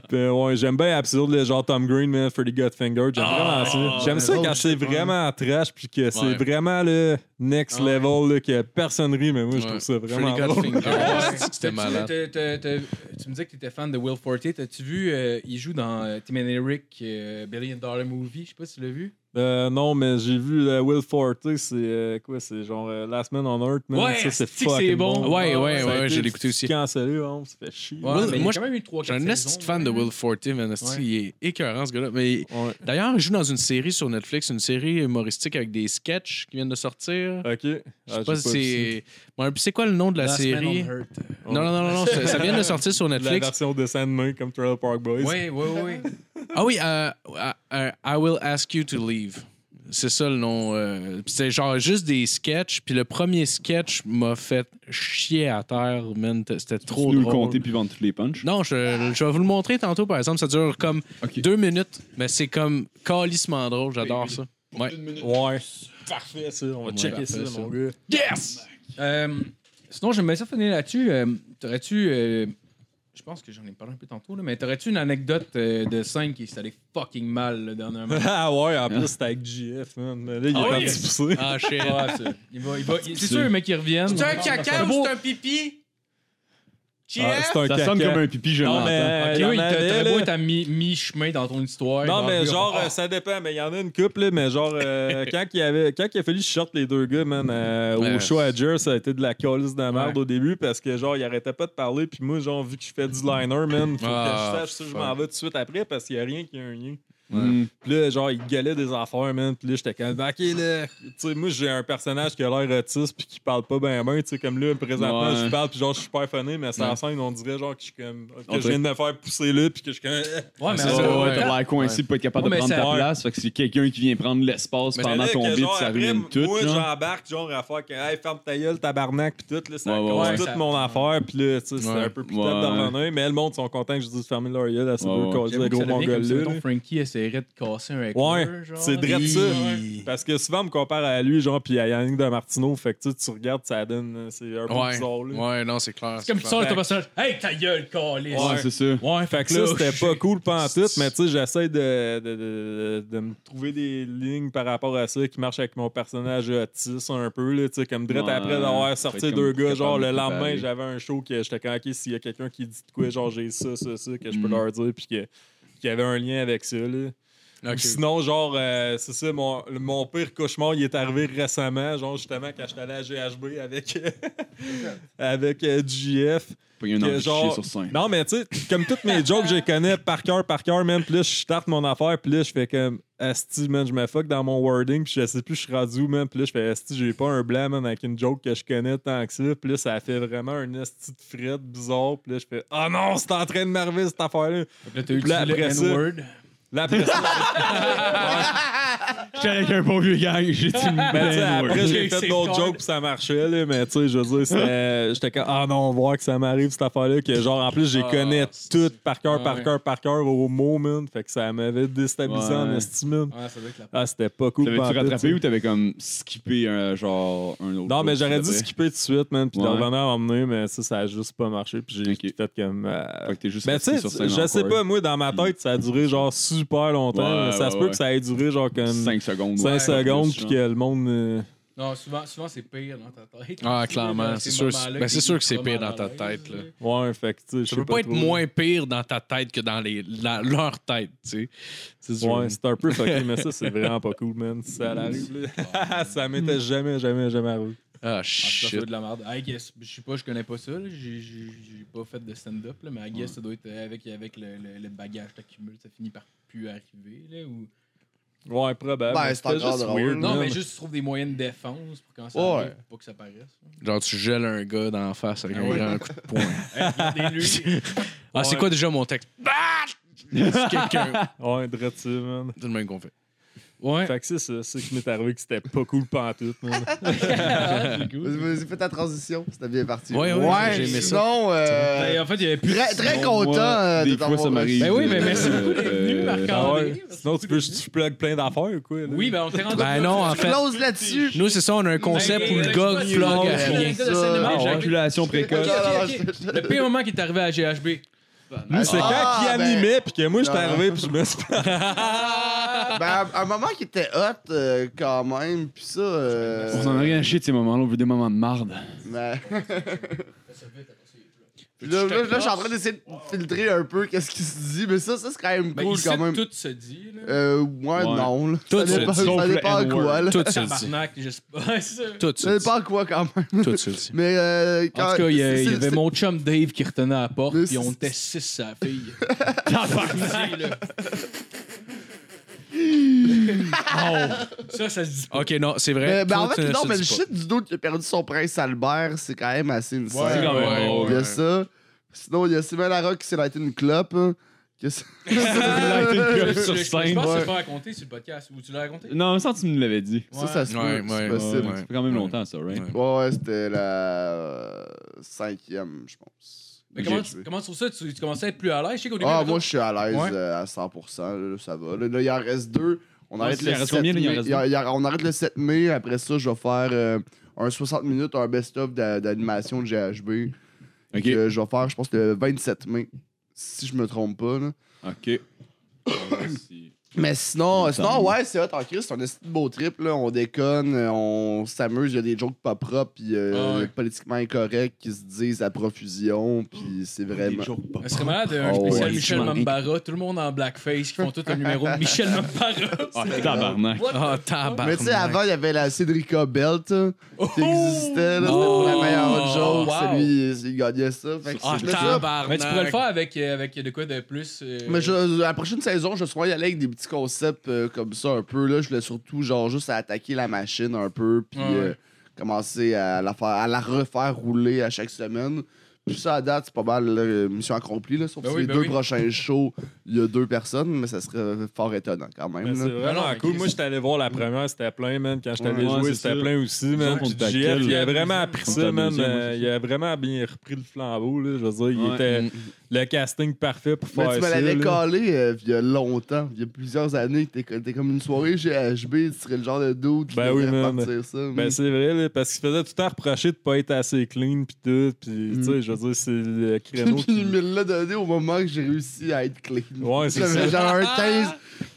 [SPEAKER 7] puis ouais, j'aime bien Absurde, là, genre Tom Green, man, Freddy Godfinger. J'aime
[SPEAKER 5] Ah,
[SPEAKER 7] vraiment ça. J'aime ça
[SPEAKER 6] drôle,
[SPEAKER 7] quand c'est
[SPEAKER 6] c'est
[SPEAKER 7] vraiment trash, puis que c'est
[SPEAKER 5] Ouais.
[SPEAKER 7] vraiment le next
[SPEAKER 3] Ouais.
[SPEAKER 7] level, là, que personne rit, mais moi, je
[SPEAKER 5] Ouais.
[SPEAKER 7] trouve ça vraiment
[SPEAKER 5] Freddy
[SPEAKER 7] drôle.
[SPEAKER 5] Godfinger,
[SPEAKER 3] Ah,
[SPEAKER 5] ouais, C'était
[SPEAKER 3] T'as-tu-
[SPEAKER 5] malade.
[SPEAKER 3] t'as- t'as- t'as- Tu me disais que t'étais fan de Will Forte. T'as-tu vu, euh, il joue dans euh, Tim and Eric euh, Billion Dollar Movie. Je sais pas si tu l'as vu.
[SPEAKER 7] Euh, non, mais j'ai vu euh, Will Forte, c'est euh, quoi, c'est genre euh, Last Man on Earth, man.
[SPEAKER 3] Ouais,
[SPEAKER 7] ça, c'est
[SPEAKER 3] c'est-tu que c'est
[SPEAKER 7] fucking
[SPEAKER 3] bon?
[SPEAKER 5] Ouais,
[SPEAKER 3] Ah,
[SPEAKER 5] ouais,
[SPEAKER 7] Ça a
[SPEAKER 5] ouais,
[SPEAKER 7] été
[SPEAKER 5] je l'ai écouté aussi.
[SPEAKER 7] Cancellé, on se fait chier.
[SPEAKER 3] Ouais,
[SPEAKER 5] Will-
[SPEAKER 3] mais il y a
[SPEAKER 5] moi,
[SPEAKER 3] quand même eu 3
[SPEAKER 5] J'ai un esti de fan de Will Forte, man. esti,
[SPEAKER 3] Ouais.
[SPEAKER 5] Il est écœurant, ce gars-là. Mais
[SPEAKER 7] Ouais.
[SPEAKER 5] D'ailleurs, il joue dans une série sur Netflix, une série humoristique avec des sketchs qui viennent de sortir.
[SPEAKER 7] Ok. Ah,
[SPEAKER 5] Je
[SPEAKER 4] Ah,
[SPEAKER 5] sais pas si c'est. Bon, puis c'est quoi le nom de la série Non, non, non, non, non, ça ça vient de sortir sur
[SPEAKER 7] Oh. La
[SPEAKER 5] Netflix.
[SPEAKER 7] version de Sandman comme Trailer Park Boys.
[SPEAKER 3] Oui, oui, oui.
[SPEAKER 5] Ah oui, euh, euh, euh, I Will Ask You to Leave. C'est ça le nom. euh, puis c'est genre juste des sketchs. Puis le premier sketch m'a fait chier à terre, man. T- C'était
[SPEAKER 4] Tu
[SPEAKER 5] trop
[SPEAKER 4] nous le
[SPEAKER 5] drôle.
[SPEAKER 4] compter puis vendre tous les punchs.
[SPEAKER 5] Non, je, je vais vous le montrer tantôt, par exemple. Ça dure comme
[SPEAKER 4] Ok.
[SPEAKER 5] deux minutes, mais c'est comme calissement drôle. J'adore ça. Ouais.
[SPEAKER 7] Ouais. Parfait, ça. On va
[SPEAKER 5] Ouais,
[SPEAKER 7] checker
[SPEAKER 5] parfait,
[SPEAKER 7] ça,
[SPEAKER 5] ça.
[SPEAKER 7] mon gars.
[SPEAKER 5] Yes!
[SPEAKER 3] Euh, sinon, j'aimerais ça finir là-dessus. Euh, t'aurais-tu. euh, je pense que j'en ai parlé un peu tantôt, là, mais t'aurais-tu une anecdote euh, de scène qui s'est allée fucking mal là, dernièrement?
[SPEAKER 7] ah ouais, en plus, c'était avec GF, man. Là,
[SPEAKER 5] Hein?
[SPEAKER 7] il est
[SPEAKER 5] Ah oui?
[SPEAKER 7] parti pousser.
[SPEAKER 5] Ah, shit.
[SPEAKER 3] Ah, ça. Il va- il va- il- c'est sûr, mec, qu'il revienne.
[SPEAKER 5] un pipi?
[SPEAKER 7] Ah, c'est un
[SPEAKER 4] Ça
[SPEAKER 7] caca.
[SPEAKER 4] sonne comme un pipi, je
[SPEAKER 7] Non,
[SPEAKER 4] l'entends.
[SPEAKER 7] mais. il y
[SPEAKER 3] il
[SPEAKER 7] en
[SPEAKER 3] t'a-
[SPEAKER 7] avait,
[SPEAKER 3] t'aurais
[SPEAKER 7] là.
[SPEAKER 3] beau être à mi- mi-chemin dans ton histoire.
[SPEAKER 7] Non,
[SPEAKER 3] dans
[SPEAKER 7] mais
[SPEAKER 3] le gars,
[SPEAKER 7] genre,
[SPEAKER 3] ah,
[SPEAKER 7] euh, ça dépend. Mais il y en a une couple, là, mais genre, euh, quand, il y avait, quand il a fallu que je sorte les deux gars, man, euh,
[SPEAKER 5] Ouais.
[SPEAKER 7] au show à Jer, ça a été de la colisse de la merde
[SPEAKER 3] Ouais.
[SPEAKER 7] au début parce que, genre, il arrêtait pas de parler. Puis moi, genre, vu que je fais du liner, man, faut
[SPEAKER 5] Ah,
[SPEAKER 7] que je sache si je m'en vais tout de suite après parce qu'il y a rien qui a un lien.
[SPEAKER 4] Mm.
[SPEAKER 7] Puis là, genre, il gueulait des affaires, man. Puis là, j'étais comme, ok, là. Tu sais, moi, j'ai un personnage qui a l'air autiste puis qui parle pas bien, bien. Tu sais, comme là, présentement,
[SPEAKER 4] Ouais.
[SPEAKER 7] je parle, puis genre, je suis super funny, mais c'est
[SPEAKER 5] Ouais.
[SPEAKER 7] la scène, on dirait, genre, que je suis comme,
[SPEAKER 4] On
[SPEAKER 7] que je viens de me faire pousser là, puis que je suis comme.
[SPEAKER 3] Ouais, mais
[SPEAKER 4] Ouais,
[SPEAKER 5] C'est
[SPEAKER 3] en même
[SPEAKER 5] ça,
[SPEAKER 4] ouais,
[SPEAKER 3] temps-
[SPEAKER 4] t'as l'air coincé de pas être capable
[SPEAKER 3] Ouais,
[SPEAKER 4] de
[SPEAKER 3] mais
[SPEAKER 4] prendre
[SPEAKER 3] ça-
[SPEAKER 4] ta place. Fait que c'est quelqu'un qui vient prendre l'espace
[SPEAKER 7] Mais
[SPEAKER 4] pendant
[SPEAKER 7] là,
[SPEAKER 4] ton
[SPEAKER 7] que
[SPEAKER 4] beat,
[SPEAKER 7] genre,
[SPEAKER 4] ça
[SPEAKER 7] après,
[SPEAKER 4] ruine tout.
[SPEAKER 7] Moi,
[SPEAKER 4] genre.
[SPEAKER 7] j'embarque, genre, à faire que, hey, ferme ta gueule, tabarnak, pis tout, là, ça
[SPEAKER 4] Ouais, ouais,
[SPEAKER 7] cause
[SPEAKER 3] ouais.
[SPEAKER 7] toute
[SPEAKER 3] Ça-
[SPEAKER 7] mon affaire, pis là, tu sais, c'est
[SPEAKER 5] Ouais.
[SPEAKER 7] un peu plus
[SPEAKER 4] Ouais.
[SPEAKER 7] tard d'en revenir, mais le monde sont contents que je dise de fermer leur gueule à ces
[SPEAKER 4] Ouais,
[SPEAKER 7] deux
[SPEAKER 4] ouais.
[SPEAKER 7] causes
[SPEAKER 3] J'avoue
[SPEAKER 7] de
[SPEAKER 3] que
[SPEAKER 7] gros
[SPEAKER 3] ça devient comme si,
[SPEAKER 7] mongols-là.
[SPEAKER 3] mettons,
[SPEAKER 7] là.
[SPEAKER 3] Frankie essaierait de casser un
[SPEAKER 7] Ouais,
[SPEAKER 3] éclair, genre,
[SPEAKER 7] c'est
[SPEAKER 3] là.
[SPEAKER 7] drette ça.
[SPEAKER 5] Hi.
[SPEAKER 7] Parce que souvent, on me compare à lui, genre, pis à Yannick de Martino, fait que tu sais, tu regardes, ça donne, euh, c'est un peu
[SPEAKER 5] Ouais.
[SPEAKER 7] bizarre, là.
[SPEAKER 5] Ouais, non, c'est clair.
[SPEAKER 3] C'est comme tu
[SPEAKER 5] clair.
[SPEAKER 3] sors de ton personnage. Hey, ta gueule, calice!
[SPEAKER 4] Ouais, c'est ça.
[SPEAKER 3] Ouais,
[SPEAKER 7] Fait que là, c'était pas cool pantoute, mais tu sais, j'essaie de, de, de- de me trouver des lignes par rapport à ça qui marchent avec mon personnage autiste un peu, là, tu sais, comme direct
[SPEAKER 4] Ouais.
[SPEAKER 7] après d'avoir
[SPEAKER 4] Fait
[SPEAKER 7] sorti
[SPEAKER 4] comme
[SPEAKER 7] deux
[SPEAKER 4] capable
[SPEAKER 7] gars, genre
[SPEAKER 4] de
[SPEAKER 7] le lendemain,
[SPEAKER 4] préparer.
[SPEAKER 7] j'avais un show que j'étais comme, ok, s'il y a quelqu'un qui dit de quoi, genre j'ai ça, ça, ça, que je peux
[SPEAKER 4] Mm.
[SPEAKER 7] leur dire, puis que- qu'il y avait un lien avec ça, là. Ou
[SPEAKER 5] Ok.
[SPEAKER 7] Sinon, genre, euh, c'est ça, mon, le- mon pire cauchemar, il est arrivé récemment, genre justement quand j'étais allé à GHB avec, avec euh, GF.
[SPEAKER 4] Pas eu un
[SPEAKER 7] Que
[SPEAKER 4] envie de
[SPEAKER 7] genre-
[SPEAKER 4] chier sur scène.
[SPEAKER 7] Non, mais tu sais, comme toutes mes jokes, je les connais par cœur, par cœur, man. Puis là, je starte mon affaire, puis là, je fais comme Asti, man, je me fuck dans mon wording, puis je sais plus, je suis rendu où, man. Puis là, je fais Asti, j'ai pas un blanc, man, avec une joke que je connais tant que ça. Puis là, ça fait vraiment un Asti de frette bizarre. Puis là, je fais Ah non, c'est en train de m'arriver cette affaire-là.
[SPEAKER 3] Là, t'as eu
[SPEAKER 7] Puis là,
[SPEAKER 3] le
[SPEAKER 7] après ça-
[SPEAKER 3] N-word.
[SPEAKER 7] Là, après ça,
[SPEAKER 4] J'étais avec un bon vieux gang, j'ai dit
[SPEAKER 7] Mais tu sais,
[SPEAKER 4] ben, ouais.
[SPEAKER 7] après, j'ai
[SPEAKER 3] C'est
[SPEAKER 7] fait d'autres
[SPEAKER 3] fort.
[SPEAKER 7] jokes puis ça marchait, là, mais tu sais, je veux dire, c'était- j'étais comme, ah non, on va voir que ça m'arrive, cette affaire-là, que genre, en plus, j'ai
[SPEAKER 3] Ah,
[SPEAKER 7] connais
[SPEAKER 3] c'est-
[SPEAKER 7] toutes par cœur,
[SPEAKER 3] Ouais,
[SPEAKER 7] par
[SPEAKER 3] ouais.
[SPEAKER 7] cœur, par cœur au moment, fait que ça m'avait déstabilisé en
[SPEAKER 4] Ouais.
[SPEAKER 7] estime.
[SPEAKER 3] Ouais, ça doit être la
[SPEAKER 7] Ah, c'était pas cool.
[SPEAKER 4] T'avais-tu
[SPEAKER 7] pantoute,
[SPEAKER 4] rattrapé
[SPEAKER 7] ça.
[SPEAKER 4] ou t'avais comme skippé un genre un autre?
[SPEAKER 7] Non, mais j'aurais dû
[SPEAKER 4] skippé.
[SPEAKER 7] skipper tout de suite, man, puis de
[SPEAKER 4] Ouais.
[SPEAKER 7] revenir à m'emmener, mais ça, ça a juste pas marché, puis j'ai
[SPEAKER 4] Ok.
[SPEAKER 7] peut-être comme. euh,
[SPEAKER 4] Fait que t'es juste
[SPEAKER 7] Ben, tu
[SPEAKER 4] resté
[SPEAKER 7] sais,
[SPEAKER 4] sur scène
[SPEAKER 7] je sais
[SPEAKER 4] encore.
[SPEAKER 7] pas, moi, dans ma
[SPEAKER 4] Puis-
[SPEAKER 7] tête, ça a duré genre super longtemps.
[SPEAKER 4] Ouais,
[SPEAKER 7] mais ça
[SPEAKER 4] ouais,
[SPEAKER 7] se peut
[SPEAKER 4] ouais.
[SPEAKER 7] que ça ait duré genre comme 5
[SPEAKER 4] 5 secondes.
[SPEAKER 7] secondes, puis
[SPEAKER 4] genre.
[SPEAKER 7] que le monde. euh,
[SPEAKER 3] Non, souvent, souvent c'est pire dans ta tête.
[SPEAKER 5] Ah, clairement,
[SPEAKER 3] Ces
[SPEAKER 5] c'est sûr-
[SPEAKER 3] moments-là
[SPEAKER 5] ben, c'est
[SPEAKER 3] t'es
[SPEAKER 5] sûr que c'est
[SPEAKER 3] vraiment
[SPEAKER 5] pire dans ta
[SPEAKER 3] mal à l'aise,
[SPEAKER 5] tête, là.
[SPEAKER 7] Ouais, fait que, tu sais, je
[SPEAKER 5] Ça
[SPEAKER 7] sais
[SPEAKER 5] peut pas, être
[SPEAKER 7] trop.
[SPEAKER 5] moins pire dans ta tête que dans, les, dans leur tête, tu sais. C'est sûr.
[SPEAKER 7] Ouais, c'est un peu fucké, mais ça, c'est vraiment pas cool, man. Hmm. Si ça arrive,
[SPEAKER 3] Ah,
[SPEAKER 7] là. ça m'était jamais, jamais, jamais arrivé.
[SPEAKER 5] Ah,
[SPEAKER 3] En tout cas, ça doit
[SPEAKER 5] shit.
[SPEAKER 3] être de la merde. I guess, je sais pas, je connais pas ça. là. J'ai j'ai- j'ai pas fait de stand-up, là, mais I guess ça doit être euh, avec, avec le, le, le bagage que t'accumules, ça finit par plus arriver. Là, ou...
[SPEAKER 7] Ouais, probable.
[SPEAKER 6] Ben,
[SPEAKER 7] mais
[SPEAKER 6] c'est
[SPEAKER 7] c'était
[SPEAKER 6] encore
[SPEAKER 7] juste
[SPEAKER 6] drôle.
[SPEAKER 7] weird,
[SPEAKER 3] Non,
[SPEAKER 7] man.
[SPEAKER 3] mais juste tu trouves des moyens de défense pour quand ça
[SPEAKER 6] Ouais.
[SPEAKER 3] arrive, pour pas que ça paraisse.
[SPEAKER 5] Genre, tu gèles un gars d'en face avec
[SPEAKER 3] Ah
[SPEAKER 5] un
[SPEAKER 3] ouais.
[SPEAKER 5] grand coup de poing.
[SPEAKER 3] Hey, regardez-le.
[SPEAKER 5] Ah, c'est
[SPEAKER 7] Ouais.
[SPEAKER 5] quoi déjà mon texte? Ah! C'est quelqu'un.
[SPEAKER 7] Ouais, drette man.
[SPEAKER 5] C'est le même qu'on fait. Ouais.
[SPEAKER 7] Fait que c'est ça, c'est ce qui m'est arrivé que c'était pas cool pantoute, man.
[SPEAKER 3] Ah, c'est cool.
[SPEAKER 6] Vas-y, fais ta transition. C'était bien parti.
[SPEAKER 5] Ouais, ouais, j'ai aimé ça.
[SPEAKER 6] sinon, euh,
[SPEAKER 3] Ben, en fait, il y avait plus.
[SPEAKER 6] très, très
[SPEAKER 4] Sinon,
[SPEAKER 6] content
[SPEAKER 4] moi,
[SPEAKER 6] euh,
[SPEAKER 4] des
[SPEAKER 6] de
[SPEAKER 4] fois,
[SPEAKER 6] t'avoir
[SPEAKER 4] ça m'arrive.
[SPEAKER 6] reçu.
[SPEAKER 3] Ben oui, mais
[SPEAKER 4] Euh,
[SPEAKER 3] merci beaucoup d'être venu,
[SPEAKER 4] euh,
[SPEAKER 7] Ah
[SPEAKER 3] Marc-André.
[SPEAKER 7] ouais. Sinon, tu peux juste tu plug plein d'affaires ou quoi, là?
[SPEAKER 3] Oui, ben on s'est rendu
[SPEAKER 5] Ben
[SPEAKER 3] compte-
[SPEAKER 5] non, en fait.
[SPEAKER 6] Close là-dessus.
[SPEAKER 5] Nous, c'est ça, on a un concept
[SPEAKER 3] Ben,
[SPEAKER 5] où le
[SPEAKER 3] euh,
[SPEAKER 5] gars
[SPEAKER 3] je sais pas,
[SPEAKER 5] plug à
[SPEAKER 3] c'est
[SPEAKER 6] rien.
[SPEAKER 5] rien.
[SPEAKER 3] l'anecdate de scène de
[SPEAKER 6] Ah,
[SPEAKER 3] match, j'ai-
[SPEAKER 4] Éjaculation précoce.
[SPEAKER 3] Ok, ok, ok. Le pire moment qui est arrivé à GHB.
[SPEAKER 7] Lui, c'est
[SPEAKER 6] Ah,
[SPEAKER 7] quand il
[SPEAKER 6] ben-
[SPEAKER 7] animait, puis que moi, j'étais
[SPEAKER 6] Non.
[SPEAKER 7] arrivé, puis je me suis
[SPEAKER 6] Ben, à un moment qui était hot euh, quand même, pis ça. euh,
[SPEAKER 4] On en a rien à chier de ces moments-là, on veut des moments de marde.
[SPEAKER 6] mais- Puis Là, là, là, je suis en train d'essayer de filtrer un peu qu'est-ce qui se dit, mais ça, ça c'est quand même
[SPEAKER 3] Ben,
[SPEAKER 6] cool
[SPEAKER 3] ici,
[SPEAKER 6] quand même.
[SPEAKER 3] tout se dit. Là.
[SPEAKER 6] Euh, ouais, non. Là.
[SPEAKER 5] Tout
[SPEAKER 6] ça
[SPEAKER 5] se
[SPEAKER 6] dépend,
[SPEAKER 5] dit.
[SPEAKER 6] ça
[SPEAKER 4] Sauf
[SPEAKER 6] dépend à
[SPEAKER 4] le N-word.
[SPEAKER 6] quoi, là.
[SPEAKER 5] Tout se dit.
[SPEAKER 3] Tabarnak, je sais pas. Ouais, c'est ça.
[SPEAKER 5] Tout se
[SPEAKER 6] Ça
[SPEAKER 5] dit.
[SPEAKER 6] dépend à quoi quand même.
[SPEAKER 5] Tout se dit.
[SPEAKER 6] Mais euh, quand
[SPEAKER 3] En tout cas, il y, a-
[SPEAKER 6] c'est-
[SPEAKER 3] il y avait
[SPEAKER 6] c'est-
[SPEAKER 3] mon chum Dave qui retenait à la porte,
[SPEAKER 6] Mais
[SPEAKER 3] puis on
[SPEAKER 6] c'est-
[SPEAKER 3] était six à la fille. Ça, ça se dit pas.
[SPEAKER 5] Ok, non, c'est vrai.
[SPEAKER 6] Mais, ben, en
[SPEAKER 5] Tout
[SPEAKER 6] fait,
[SPEAKER 5] ne
[SPEAKER 6] non,
[SPEAKER 5] se
[SPEAKER 6] mais
[SPEAKER 5] dit
[SPEAKER 6] le
[SPEAKER 5] pas.
[SPEAKER 6] shit du dos qui a perdu son prince Albert, c'est quand même assez insane.
[SPEAKER 4] C'est quand même drôle.
[SPEAKER 6] Il y a ça. Sinon, il y a Sylvain Larocque qui s'est lighté une clope. hein, que c'est-
[SPEAKER 4] lighté une clope. sur
[SPEAKER 3] Je- je- Je
[SPEAKER 4] scène,
[SPEAKER 3] pense que
[SPEAKER 4] ouais.
[SPEAKER 3] c'est pas raconté sur le podcast. Ou tu l'as raconté?
[SPEAKER 4] Non, ça, tu me l'avais dit.
[SPEAKER 6] Ça, ça se peut.
[SPEAKER 5] Ouais, ouais,
[SPEAKER 6] c'est
[SPEAKER 4] Ouais,
[SPEAKER 6] possible.
[SPEAKER 4] Ça fait quand même longtemps, ça, right?
[SPEAKER 5] Ouais.
[SPEAKER 6] Ouais, ouais, c'était la euh, cinquième, je pense.
[SPEAKER 3] Mais comment,
[SPEAKER 6] J'ai
[SPEAKER 3] tu,
[SPEAKER 6] tué.
[SPEAKER 3] comment tu trouves ça? Tu, tu commençais à être plus à l'aise? Je sais qu'au début,
[SPEAKER 6] Ah,
[SPEAKER 3] mettons,
[SPEAKER 6] moi, je suis à l'aise
[SPEAKER 5] Ouais.
[SPEAKER 6] euh, à 100%, là, ça va. Là, là, il en reste deux. On
[SPEAKER 4] Ouais,
[SPEAKER 6] arrête
[SPEAKER 4] il en
[SPEAKER 6] le
[SPEAKER 4] reste
[SPEAKER 6] 7
[SPEAKER 4] combien, là, il en
[SPEAKER 6] mai.
[SPEAKER 4] reste
[SPEAKER 6] Il y a- il y a- on arrête le 7 mai. Après ça, je vais faire euh, un 60 minutes, un best-of d'a- d'animation de GHB.
[SPEAKER 4] Ok.
[SPEAKER 6] Que je vais faire, je pense, le 27 mai. Si je me trompe pas. là.
[SPEAKER 4] Ok. Ah,
[SPEAKER 6] Mais sinon,
[SPEAKER 4] Mm,
[SPEAKER 6] sinon
[SPEAKER 4] tant mieux.
[SPEAKER 6] ouais, c'est hot en Christ. C'est un esti de beau trip. Là. On déconne, euh, on s'amuse. Il y a des jokes pas propres, puis euh,
[SPEAKER 3] Ah ouais.
[SPEAKER 6] politiquement incorrects qui se disent à profusion. Puis c'est vraiment.
[SPEAKER 3] Ça serait malade euh, un
[SPEAKER 6] Oh,
[SPEAKER 3] spécial
[SPEAKER 6] ouais.
[SPEAKER 3] Michel Mambara, tout le monde en blackface qui font tout un numéro de Michel Mambara.
[SPEAKER 4] Ah, tabarnak.
[SPEAKER 5] Ah,
[SPEAKER 6] Mais
[SPEAKER 5] tabarnak.
[SPEAKER 6] tu sais, avant, il y avait la Cédrica Belt hein, qui existait. là. C'était
[SPEAKER 5] Oh!
[SPEAKER 6] pour la meilleure joke.
[SPEAKER 3] Wow!
[SPEAKER 6] C'est lui, il gagnait ça. Fait que
[SPEAKER 5] Ah,
[SPEAKER 6] c'est- mais ça,
[SPEAKER 5] tabarnak.
[SPEAKER 3] Mais tu pourrais le faire avec, euh, avec de quoi de plus. euh,
[SPEAKER 6] mais je- la prochaine saison, je serais y aller avec des petits concepts euh, comme ça un peu. Là. Je voulais surtout genre juste attaquer la machine un peu, puis
[SPEAKER 3] Ouais, ouais.
[SPEAKER 6] euh, commencer à la, faire, à la refaire rouler à chaque semaine. Puis ça, à date, c'est pas mal là, euh, mission accomplie. Là, sauf
[SPEAKER 3] Ben
[SPEAKER 6] que
[SPEAKER 3] oui,
[SPEAKER 6] les
[SPEAKER 3] ben
[SPEAKER 6] deux
[SPEAKER 3] oui.
[SPEAKER 6] prochains shows, il y a deux personnes, mais ça serait fort étonnant quand même.
[SPEAKER 7] Mais
[SPEAKER 6] là.
[SPEAKER 7] Ben, C'est vraiment
[SPEAKER 3] Non, mais
[SPEAKER 7] cool.
[SPEAKER 3] Chris-
[SPEAKER 7] Moi, j'étais allé voir la première, c'était plein, man. Quand j'étais allé
[SPEAKER 4] Ouais,
[SPEAKER 7] jouer,
[SPEAKER 4] c'est
[SPEAKER 7] c'était
[SPEAKER 4] ça.
[SPEAKER 7] plein aussi,
[SPEAKER 4] Disons
[SPEAKER 7] man.
[SPEAKER 4] qu'on
[SPEAKER 7] Puis
[SPEAKER 4] t'a
[SPEAKER 7] JF,
[SPEAKER 4] quel-
[SPEAKER 7] il a vraiment appris
[SPEAKER 4] Qu'on
[SPEAKER 7] ça,
[SPEAKER 4] t'a
[SPEAKER 7] man.
[SPEAKER 4] deuxième, ouais,
[SPEAKER 7] Euh,
[SPEAKER 4] c'est
[SPEAKER 7] Il a vraiment bien repris le flambeau, là. Je veux dire, il
[SPEAKER 4] Ouais.
[SPEAKER 7] était le casting parfait pour
[SPEAKER 6] Mais
[SPEAKER 7] faire
[SPEAKER 6] tu me
[SPEAKER 7] ça.
[SPEAKER 6] l'avais
[SPEAKER 7] là.
[SPEAKER 6] collé euh, il y a longtemps, il y a plusieurs années. T'es co- t'es comme une soirée chez HB, tu serais le genre de dude qui
[SPEAKER 7] Ben
[SPEAKER 6] devrait
[SPEAKER 7] oui, man.
[SPEAKER 6] partir ça.
[SPEAKER 7] Ben,
[SPEAKER 6] Mm.
[SPEAKER 7] c'est vrai, là, parce qu'il faisait tout le temps reprocher de pas être assez clean, pis tout. Pis, tu sais, je veux dire, c'est le créneau.
[SPEAKER 6] Puis il
[SPEAKER 7] qui-
[SPEAKER 6] me l'a donné au moment que j'ai réussi à être clean.
[SPEAKER 7] Ouais, c'est
[SPEAKER 6] J'avais
[SPEAKER 7] ça.
[SPEAKER 6] genre un 15,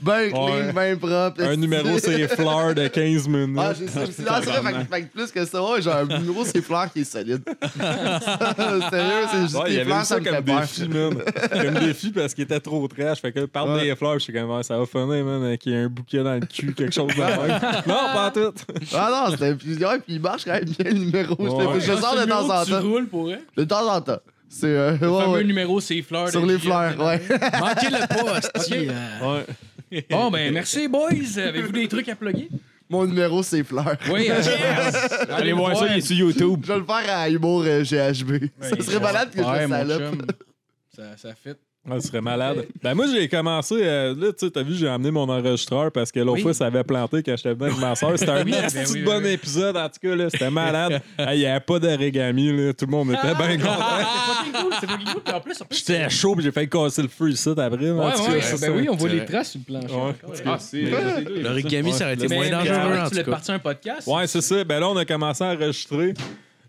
[SPEAKER 6] ben clean,
[SPEAKER 7] Ouais.
[SPEAKER 6] ben propre.
[SPEAKER 7] Un
[SPEAKER 6] esti.
[SPEAKER 7] numéro, c'est hein. Fleur de 15 minutes.
[SPEAKER 6] Ah, j'ai ça aussi. Non, c'est vrai, fait que- fait que plus que ça, ouais, j'ai un numéro, c'est Fleur qui est solide. Sérieux, c'est juste
[SPEAKER 7] Ouais, il y
[SPEAKER 6] les
[SPEAKER 7] avait
[SPEAKER 6] fleurs,
[SPEAKER 7] eu
[SPEAKER 6] ça
[SPEAKER 7] ça
[SPEAKER 6] me fait
[SPEAKER 7] comme
[SPEAKER 6] peur.
[SPEAKER 7] défi, man. comme défi parce qu'il était trop trash. Fait que parle
[SPEAKER 6] Ouais.
[SPEAKER 7] des fleurs, je sais comment ça va finir, man, euh, qu'il y ait un bouquet dans le cul, quelque chose de même. Non, pas en tout.
[SPEAKER 6] Ah non, c'était plusieurs, puis il marche quand même bien le numéro. Je
[SPEAKER 7] Ouais.
[SPEAKER 6] l'ai- Je
[SPEAKER 3] Ah,
[SPEAKER 6] sors
[SPEAKER 3] ce
[SPEAKER 6] de temps
[SPEAKER 3] numéro
[SPEAKER 6] en
[SPEAKER 3] que Tu
[SPEAKER 6] temps.
[SPEAKER 3] roules pour elle?
[SPEAKER 6] De temps en temps. C'est. euh,
[SPEAKER 3] Le
[SPEAKER 6] ouais,
[SPEAKER 3] fameux
[SPEAKER 6] ouais.
[SPEAKER 3] numéro, c'est fleurs.
[SPEAKER 6] Sur
[SPEAKER 3] de
[SPEAKER 6] les
[SPEAKER 3] Gilles.
[SPEAKER 6] fleurs, ouais.
[SPEAKER 5] Manquez le pas, hostie.
[SPEAKER 3] euh,
[SPEAKER 7] Ouais.
[SPEAKER 3] Bon, ben, merci, boys. Avez-vous des trucs à plugger?
[SPEAKER 6] Mon numéro, c'est Fleur.
[SPEAKER 3] Oui,
[SPEAKER 4] Allez voir ça, il est sur YouTube.
[SPEAKER 6] Je vais le faire à Humour euh, GHB. ça serait malade que je
[SPEAKER 3] Ouais,
[SPEAKER 6] le
[SPEAKER 3] mon
[SPEAKER 6] salope.
[SPEAKER 3] chum, Ça, ça fit.
[SPEAKER 7] Ouais, ce serait malade. Ben moi, j'ai commencé. euh, là, tu sais, t'as vu, j'ai amené mon enregistreur parce que l'autre
[SPEAKER 5] Oui.
[SPEAKER 7] fois, ça avait planté quand j'étais venu avec ma soeur. C'était un
[SPEAKER 3] Oui, ben
[SPEAKER 7] petit
[SPEAKER 3] oui, oui,
[SPEAKER 7] bon
[SPEAKER 3] oui.
[SPEAKER 7] épisode, en tout cas. là C'était malade. Hey, Il n'y avait pas d'origami. là. Tout le monde était bien content.
[SPEAKER 3] C'est fucking cool, c'est fucking cool. Puis en plus, en plus,
[SPEAKER 7] J'étais chaud puis j'ai failli casser le feu ici après. mais en
[SPEAKER 3] Ouais,
[SPEAKER 7] tout cas,
[SPEAKER 3] ouais,
[SPEAKER 7] ça,
[SPEAKER 3] ben
[SPEAKER 7] c'est-
[SPEAKER 3] oui, on voit
[SPEAKER 5] c'est
[SPEAKER 3] les
[SPEAKER 5] vrai.
[SPEAKER 3] traces sur le plancher.
[SPEAKER 7] Ouais.
[SPEAKER 3] encore,
[SPEAKER 4] Ah, c'est- c'est-
[SPEAKER 5] L'origami, ça aurait été
[SPEAKER 3] Mais-
[SPEAKER 5] moins
[SPEAKER 3] mais
[SPEAKER 5] dangereux,
[SPEAKER 3] avant
[SPEAKER 5] en
[SPEAKER 3] que hein, Tu
[SPEAKER 5] tout
[SPEAKER 3] l'as
[SPEAKER 5] cas.
[SPEAKER 3] parti un podcast.
[SPEAKER 7] Ouais, c'est ça. Ben là, on a commencé à enregistrer.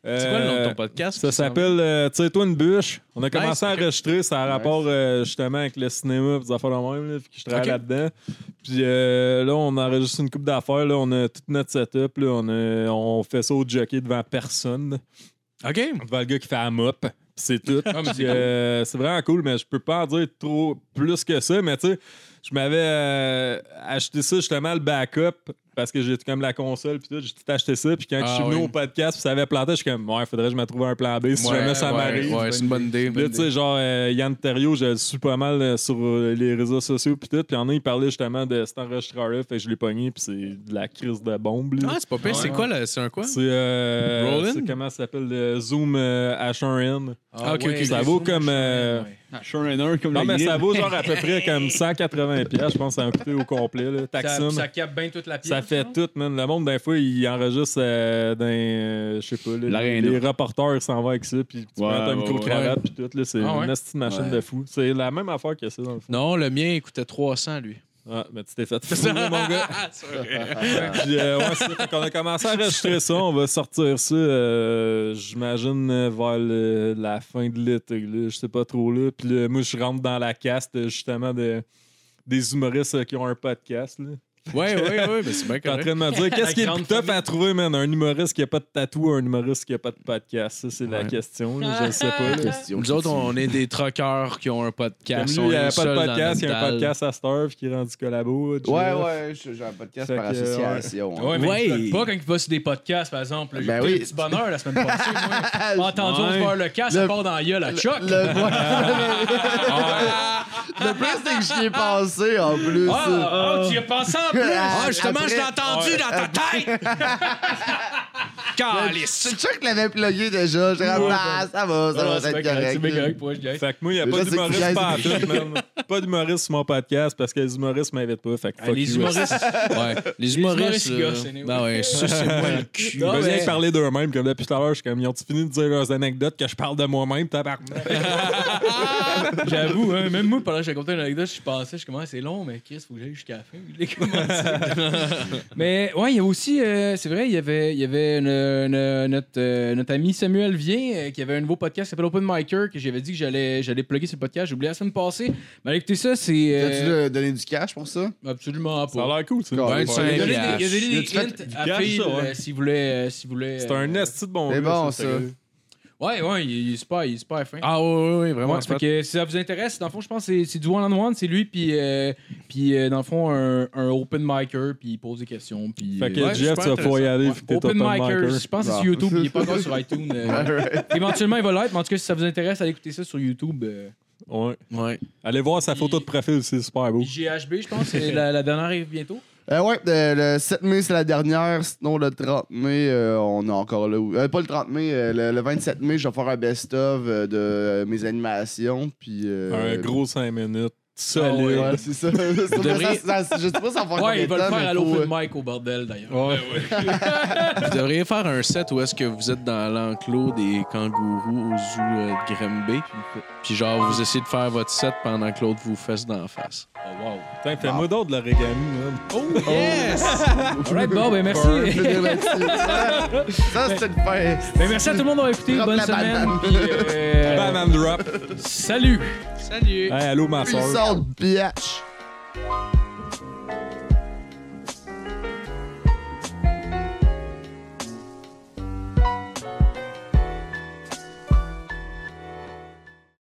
[SPEAKER 7] Euh,
[SPEAKER 5] C'est quoi le nom de ton podcast?
[SPEAKER 7] Ça s'appelle euh, Tire-toi une bûche. On a commencé
[SPEAKER 5] ok.
[SPEAKER 7] à enregistrer, ça a rapport euh, justement avec le cinéma, pis des affaires de même, là, puis que je travaille
[SPEAKER 5] Ok.
[SPEAKER 7] là-dedans. Puis euh, là, on a enregistré une coupe d'affaires, là, on a tout notre setup, là, on, a- on fait ça au jockey devant personne,
[SPEAKER 5] OK.
[SPEAKER 7] devant le gars qui fait un mop, pis c'est tout.
[SPEAKER 3] Ah, mais
[SPEAKER 7] Puis,
[SPEAKER 3] c'est cool.
[SPEAKER 7] euh, c'est vraiment cool, mais je peux pas en dire trop plus que ça. Mais tu sais, je m'avais euh, acheté ça justement le backup parce que j'ai comme la console puis tout, j'ai tout acheté ça. Puis quand
[SPEAKER 5] Ah
[SPEAKER 7] je suis venu
[SPEAKER 5] oui.
[SPEAKER 7] au podcast, puis ça avait planté, je suis comme ouais, faudrait que je me trouve un plan B si
[SPEAKER 5] Ouais,
[SPEAKER 7] jamais ça
[SPEAKER 5] ouais,
[SPEAKER 7] m'arrive.
[SPEAKER 5] Ouais, c'est une bonne idée.
[SPEAKER 7] Puis Là, tu sais, genre, euh, Yann Terrio, je le suis pas mal euh, sur euh, les réseaux sociaux, puis tout. Puis en a, il parlait justement de cet enregistreur-là, fait que je l'ai pogné, puis c'est de la crise de bombe. là.
[SPEAKER 5] Ah, c'est pas pire. C'est quoi, là? C'est un quoi?
[SPEAKER 7] c'est euh,
[SPEAKER 5] Roland?
[SPEAKER 7] c'est comment ça s'appelle le Zoom euh, H1N.
[SPEAKER 5] Ah, ok, ok.
[SPEAKER 3] ouais,
[SPEAKER 7] Ça
[SPEAKER 3] les
[SPEAKER 7] vaut
[SPEAKER 3] sous,
[SPEAKER 7] comme,
[SPEAKER 3] machin,
[SPEAKER 7] euh,
[SPEAKER 3] ouais.
[SPEAKER 4] Sure and earn, comme
[SPEAKER 7] Non,
[SPEAKER 4] la
[SPEAKER 7] mais
[SPEAKER 4] grille.
[SPEAKER 7] ça vaut genre à peu près comme 180$, piastres, je pense, que ça a coûté au complet. Là.
[SPEAKER 3] Ça,
[SPEAKER 7] Taxum. Ça,
[SPEAKER 3] ça capte bien toute la pièce.
[SPEAKER 7] fait
[SPEAKER 3] non?
[SPEAKER 7] tout, man. Le monde, des fois, il enregistre euh, dans. euh, je sais pas, là, les,
[SPEAKER 4] L'aréna.
[SPEAKER 7] les reporters s'en vont avec ça, puis tu
[SPEAKER 4] Ouais,
[SPEAKER 7] prends ta
[SPEAKER 4] ouais,
[SPEAKER 7] micro-cravate, puis tout. là, C'est
[SPEAKER 3] Ah ouais?
[SPEAKER 7] une petite machine
[SPEAKER 4] Ouais.
[SPEAKER 7] de fou. C'est la même affaire que ça, dans le fond.
[SPEAKER 5] Non, le mien, il coûtait 300, lui.
[SPEAKER 7] Ah, mais tu t'es fait fouler, mon gars.
[SPEAKER 6] Ah,
[SPEAKER 7] Puis, euh, ouais, c'est ça. Fait qu'on a commencé à enregistrer ça. On va sortir ça, euh, j'imagine, euh, vers le- la fin de l'été. là. Je sais pas trop là. Puis là, moi, je rentre dans la caste, euh, justement, de, des humoristes euh, qui ont un podcast. Là.
[SPEAKER 5] Ouais, ouais, ouais, mais c'est bien
[SPEAKER 7] T'es en
[SPEAKER 5] correct.
[SPEAKER 7] train de me dire,
[SPEAKER 3] La
[SPEAKER 7] qu'est-ce qui est le
[SPEAKER 3] grande
[SPEAKER 7] plus tough à trouver, man? Un humoriste qui a pas de tatou ou un humoriste qui a pas de podcast? Ça, c'est la question. là. Je le sais pas. là.
[SPEAKER 5] Nous autres, on est des truckers qui ont un
[SPEAKER 7] Comme
[SPEAKER 5] podcast.
[SPEAKER 7] lui,
[SPEAKER 5] On
[SPEAKER 7] il n'y
[SPEAKER 5] est
[SPEAKER 7] a pas de
[SPEAKER 5] seuls dans
[SPEAKER 7] podcast, il y a un
[SPEAKER 5] notre dalle.
[SPEAKER 7] podcast à Starve qui est rendu collabo. Jeff.
[SPEAKER 6] Ouais, ouais, je- j'ai un podcast
[SPEAKER 7] Fait
[SPEAKER 6] par
[SPEAKER 7] que, ouais.
[SPEAKER 6] association. hein.
[SPEAKER 3] Ouais, mais
[SPEAKER 5] Ouais.
[SPEAKER 3] ils peuvent pas quand ils va sur des podcasts, par exemple. J'ai
[SPEAKER 6] Ben
[SPEAKER 3] écouté
[SPEAKER 6] oui.
[SPEAKER 3] le petit bonheur la semaine passée. moi. Entendu, on se
[SPEAKER 7] Ouais.
[SPEAKER 3] barre le cas,
[SPEAKER 6] Le-
[SPEAKER 3] ça part dans la gueule à choc.
[SPEAKER 6] Ah, Le, le plus, c'est que j'y ai passé en plus.
[SPEAKER 3] Ah, oh, tu y as pensé en plus!
[SPEAKER 5] Ah, justement,
[SPEAKER 6] Après-
[SPEAKER 5] je l'ai entendu dans ta tête!
[SPEAKER 3] ah.
[SPEAKER 5] Calice!
[SPEAKER 6] C'est sûr que l'avais plugué déjà. J'ai dit, ah, ça va, ça va,
[SPEAKER 3] Ah, c'est
[SPEAKER 6] ça va être
[SPEAKER 3] bien correct, C'est bien
[SPEAKER 6] correct.
[SPEAKER 3] correct pour moi, je gagne.
[SPEAKER 7] Fait que moi, il n'y a
[SPEAKER 6] Mais
[SPEAKER 7] pas
[SPEAKER 6] là, c'est
[SPEAKER 7] d'humoriste
[SPEAKER 6] que
[SPEAKER 7] pas à
[SPEAKER 6] tu gaises
[SPEAKER 7] tout, man. Pas d'humoriste sur mon podcast parce que les humoristes m'invitent pas. Fait que
[SPEAKER 3] Ah,
[SPEAKER 7] fuck
[SPEAKER 3] les
[SPEAKER 7] you.
[SPEAKER 3] humoristes,
[SPEAKER 5] Ouais, les
[SPEAKER 3] humoristes,
[SPEAKER 5] humoristes.
[SPEAKER 3] ils
[SPEAKER 5] euh,
[SPEAKER 3] gossent, anyway.
[SPEAKER 5] Ben ouais, ça, c'est moi le cul.
[SPEAKER 7] Ils veulent bien parler d'eux-mêmes. Comme depuis tout à l'heure, je suis comme, ils ont-tu fini de dire leurs anecdotes que je parle de moi-même, tabarnak?
[SPEAKER 3] j'avoue, hein, même moi, pendant que j'ai compté une anecdote, je pensais, je suis comme, Ah, c'est long, mais Chris, faut que j'aille jusqu'à la fin. Je l'ai commencé. mais ouais, il y a aussi, euh, c'est vrai, il y avait, il y avait une- une- notre, euh, notre ami Samuel Vien euh, qui avait un nouveau podcast qui s'appelle Open Micer, que j'avais dit que j'allais, j'allais plugger sur le podcast. J'ai oublié la semaine passée. Mais allez, écoutez ça, c'est. euh,
[SPEAKER 6] T'as-tu euh, donné du cash pour ça?
[SPEAKER 3] Absolument
[SPEAKER 7] Ça a
[SPEAKER 3] pas.
[SPEAKER 7] l'air cool, ça.
[SPEAKER 6] Ouais,
[SPEAKER 5] c'est
[SPEAKER 3] Il a donné des,
[SPEAKER 5] Cash.
[SPEAKER 3] il a donné des
[SPEAKER 6] As-tu fait
[SPEAKER 3] hints
[SPEAKER 7] du
[SPEAKER 3] à
[SPEAKER 7] cash,
[SPEAKER 3] Phil
[SPEAKER 7] ça, ouais?
[SPEAKER 3] euh, si vous voulez. euh, si vous voulez
[SPEAKER 7] C'est un esti de bon
[SPEAKER 6] C'est
[SPEAKER 7] gars,
[SPEAKER 6] bon,
[SPEAKER 7] ce
[SPEAKER 6] ça.
[SPEAKER 7] gars-là.
[SPEAKER 3] Ouais, ouais, il, il est super, il est super fin.
[SPEAKER 5] Ah ouais, ouais, ouais, vraiment.
[SPEAKER 3] Ouais,
[SPEAKER 5] c'est
[SPEAKER 3] fait que si ça vous intéresse, dans le fond, je pense que c'est- c'est du one-on-one, c'est lui, puis, euh, puis euh, dans le fond, un, un open micer, puis il pose des questions. Puis,
[SPEAKER 7] Fait que
[SPEAKER 3] euh,
[SPEAKER 5] Ouais,
[SPEAKER 7] Jeff,
[SPEAKER 5] super
[SPEAKER 7] tu vas pouvoir y aller.
[SPEAKER 3] ouais,
[SPEAKER 7] vu que t'es
[SPEAKER 3] open micer, je pense que c'est sur
[SPEAKER 6] Ah.
[SPEAKER 3] YouTube, il est pas encore sur iTunes. euh. éventuellement, il va l'être, mais en tout cas, si ça vous intéresse, allez écouter ça sur YouTube. euh.
[SPEAKER 7] Ouais.
[SPEAKER 5] Ouais.
[SPEAKER 7] Allez voir sa photo de profil, c'est super beau.
[SPEAKER 3] IGHB, je pense, c'est la, la dernière arrive bientôt.
[SPEAKER 6] Euh, ouais, euh, le 7 mai, c'est la dernière. Sinon, le 30 mai, euh, on est encore là. où- euh, pas le 30 mai, euh, le, le 27 mai, je vais faire un best-of euh, de euh, mes animations. Puis, euh,
[SPEAKER 7] Un gros 5 minutes.
[SPEAKER 6] Ah ouais,
[SPEAKER 7] Solide.
[SPEAKER 6] ouais, c'est ça. C'est
[SPEAKER 5] devriez-
[SPEAKER 6] ça, ça- Je sais pas si ça va faire combien
[SPEAKER 3] Ouais,
[SPEAKER 6] de
[SPEAKER 3] ils veulent
[SPEAKER 6] temps,
[SPEAKER 3] faire
[SPEAKER 6] Ah, mais
[SPEAKER 3] à
[SPEAKER 6] faut, euh,
[SPEAKER 3] l'open mic au bordel, d'ailleurs.
[SPEAKER 5] Vous devriez faire un set où est-ce que vous êtes dans l'enclos des kangourous au zoo euh, de Grimby. Puis genre, vous essayez de faire votre set pendant que l'autre vous fesse d'en face.
[SPEAKER 3] Oh, wow.
[SPEAKER 7] Putain,
[SPEAKER 6] Ah.
[SPEAKER 7] fais-moi d'autres de l'origami, man.
[SPEAKER 5] Oh, yes!
[SPEAKER 3] Alright, bon, ben
[SPEAKER 6] Burn,
[SPEAKER 3] merci.
[SPEAKER 6] je veux dire, là-dessus. Ça, c'est une fête.
[SPEAKER 3] Ben, merci à tout le monde d'avoir écouté.
[SPEAKER 6] Drop
[SPEAKER 3] Bonne
[SPEAKER 6] la
[SPEAKER 3] semaine.
[SPEAKER 6] banane.
[SPEAKER 3] puis, euh,
[SPEAKER 7] Banane drop.
[SPEAKER 3] salut!
[SPEAKER 5] Salut!
[SPEAKER 7] Hey, allô, ma soeur.
[SPEAKER 6] Puissante biatch.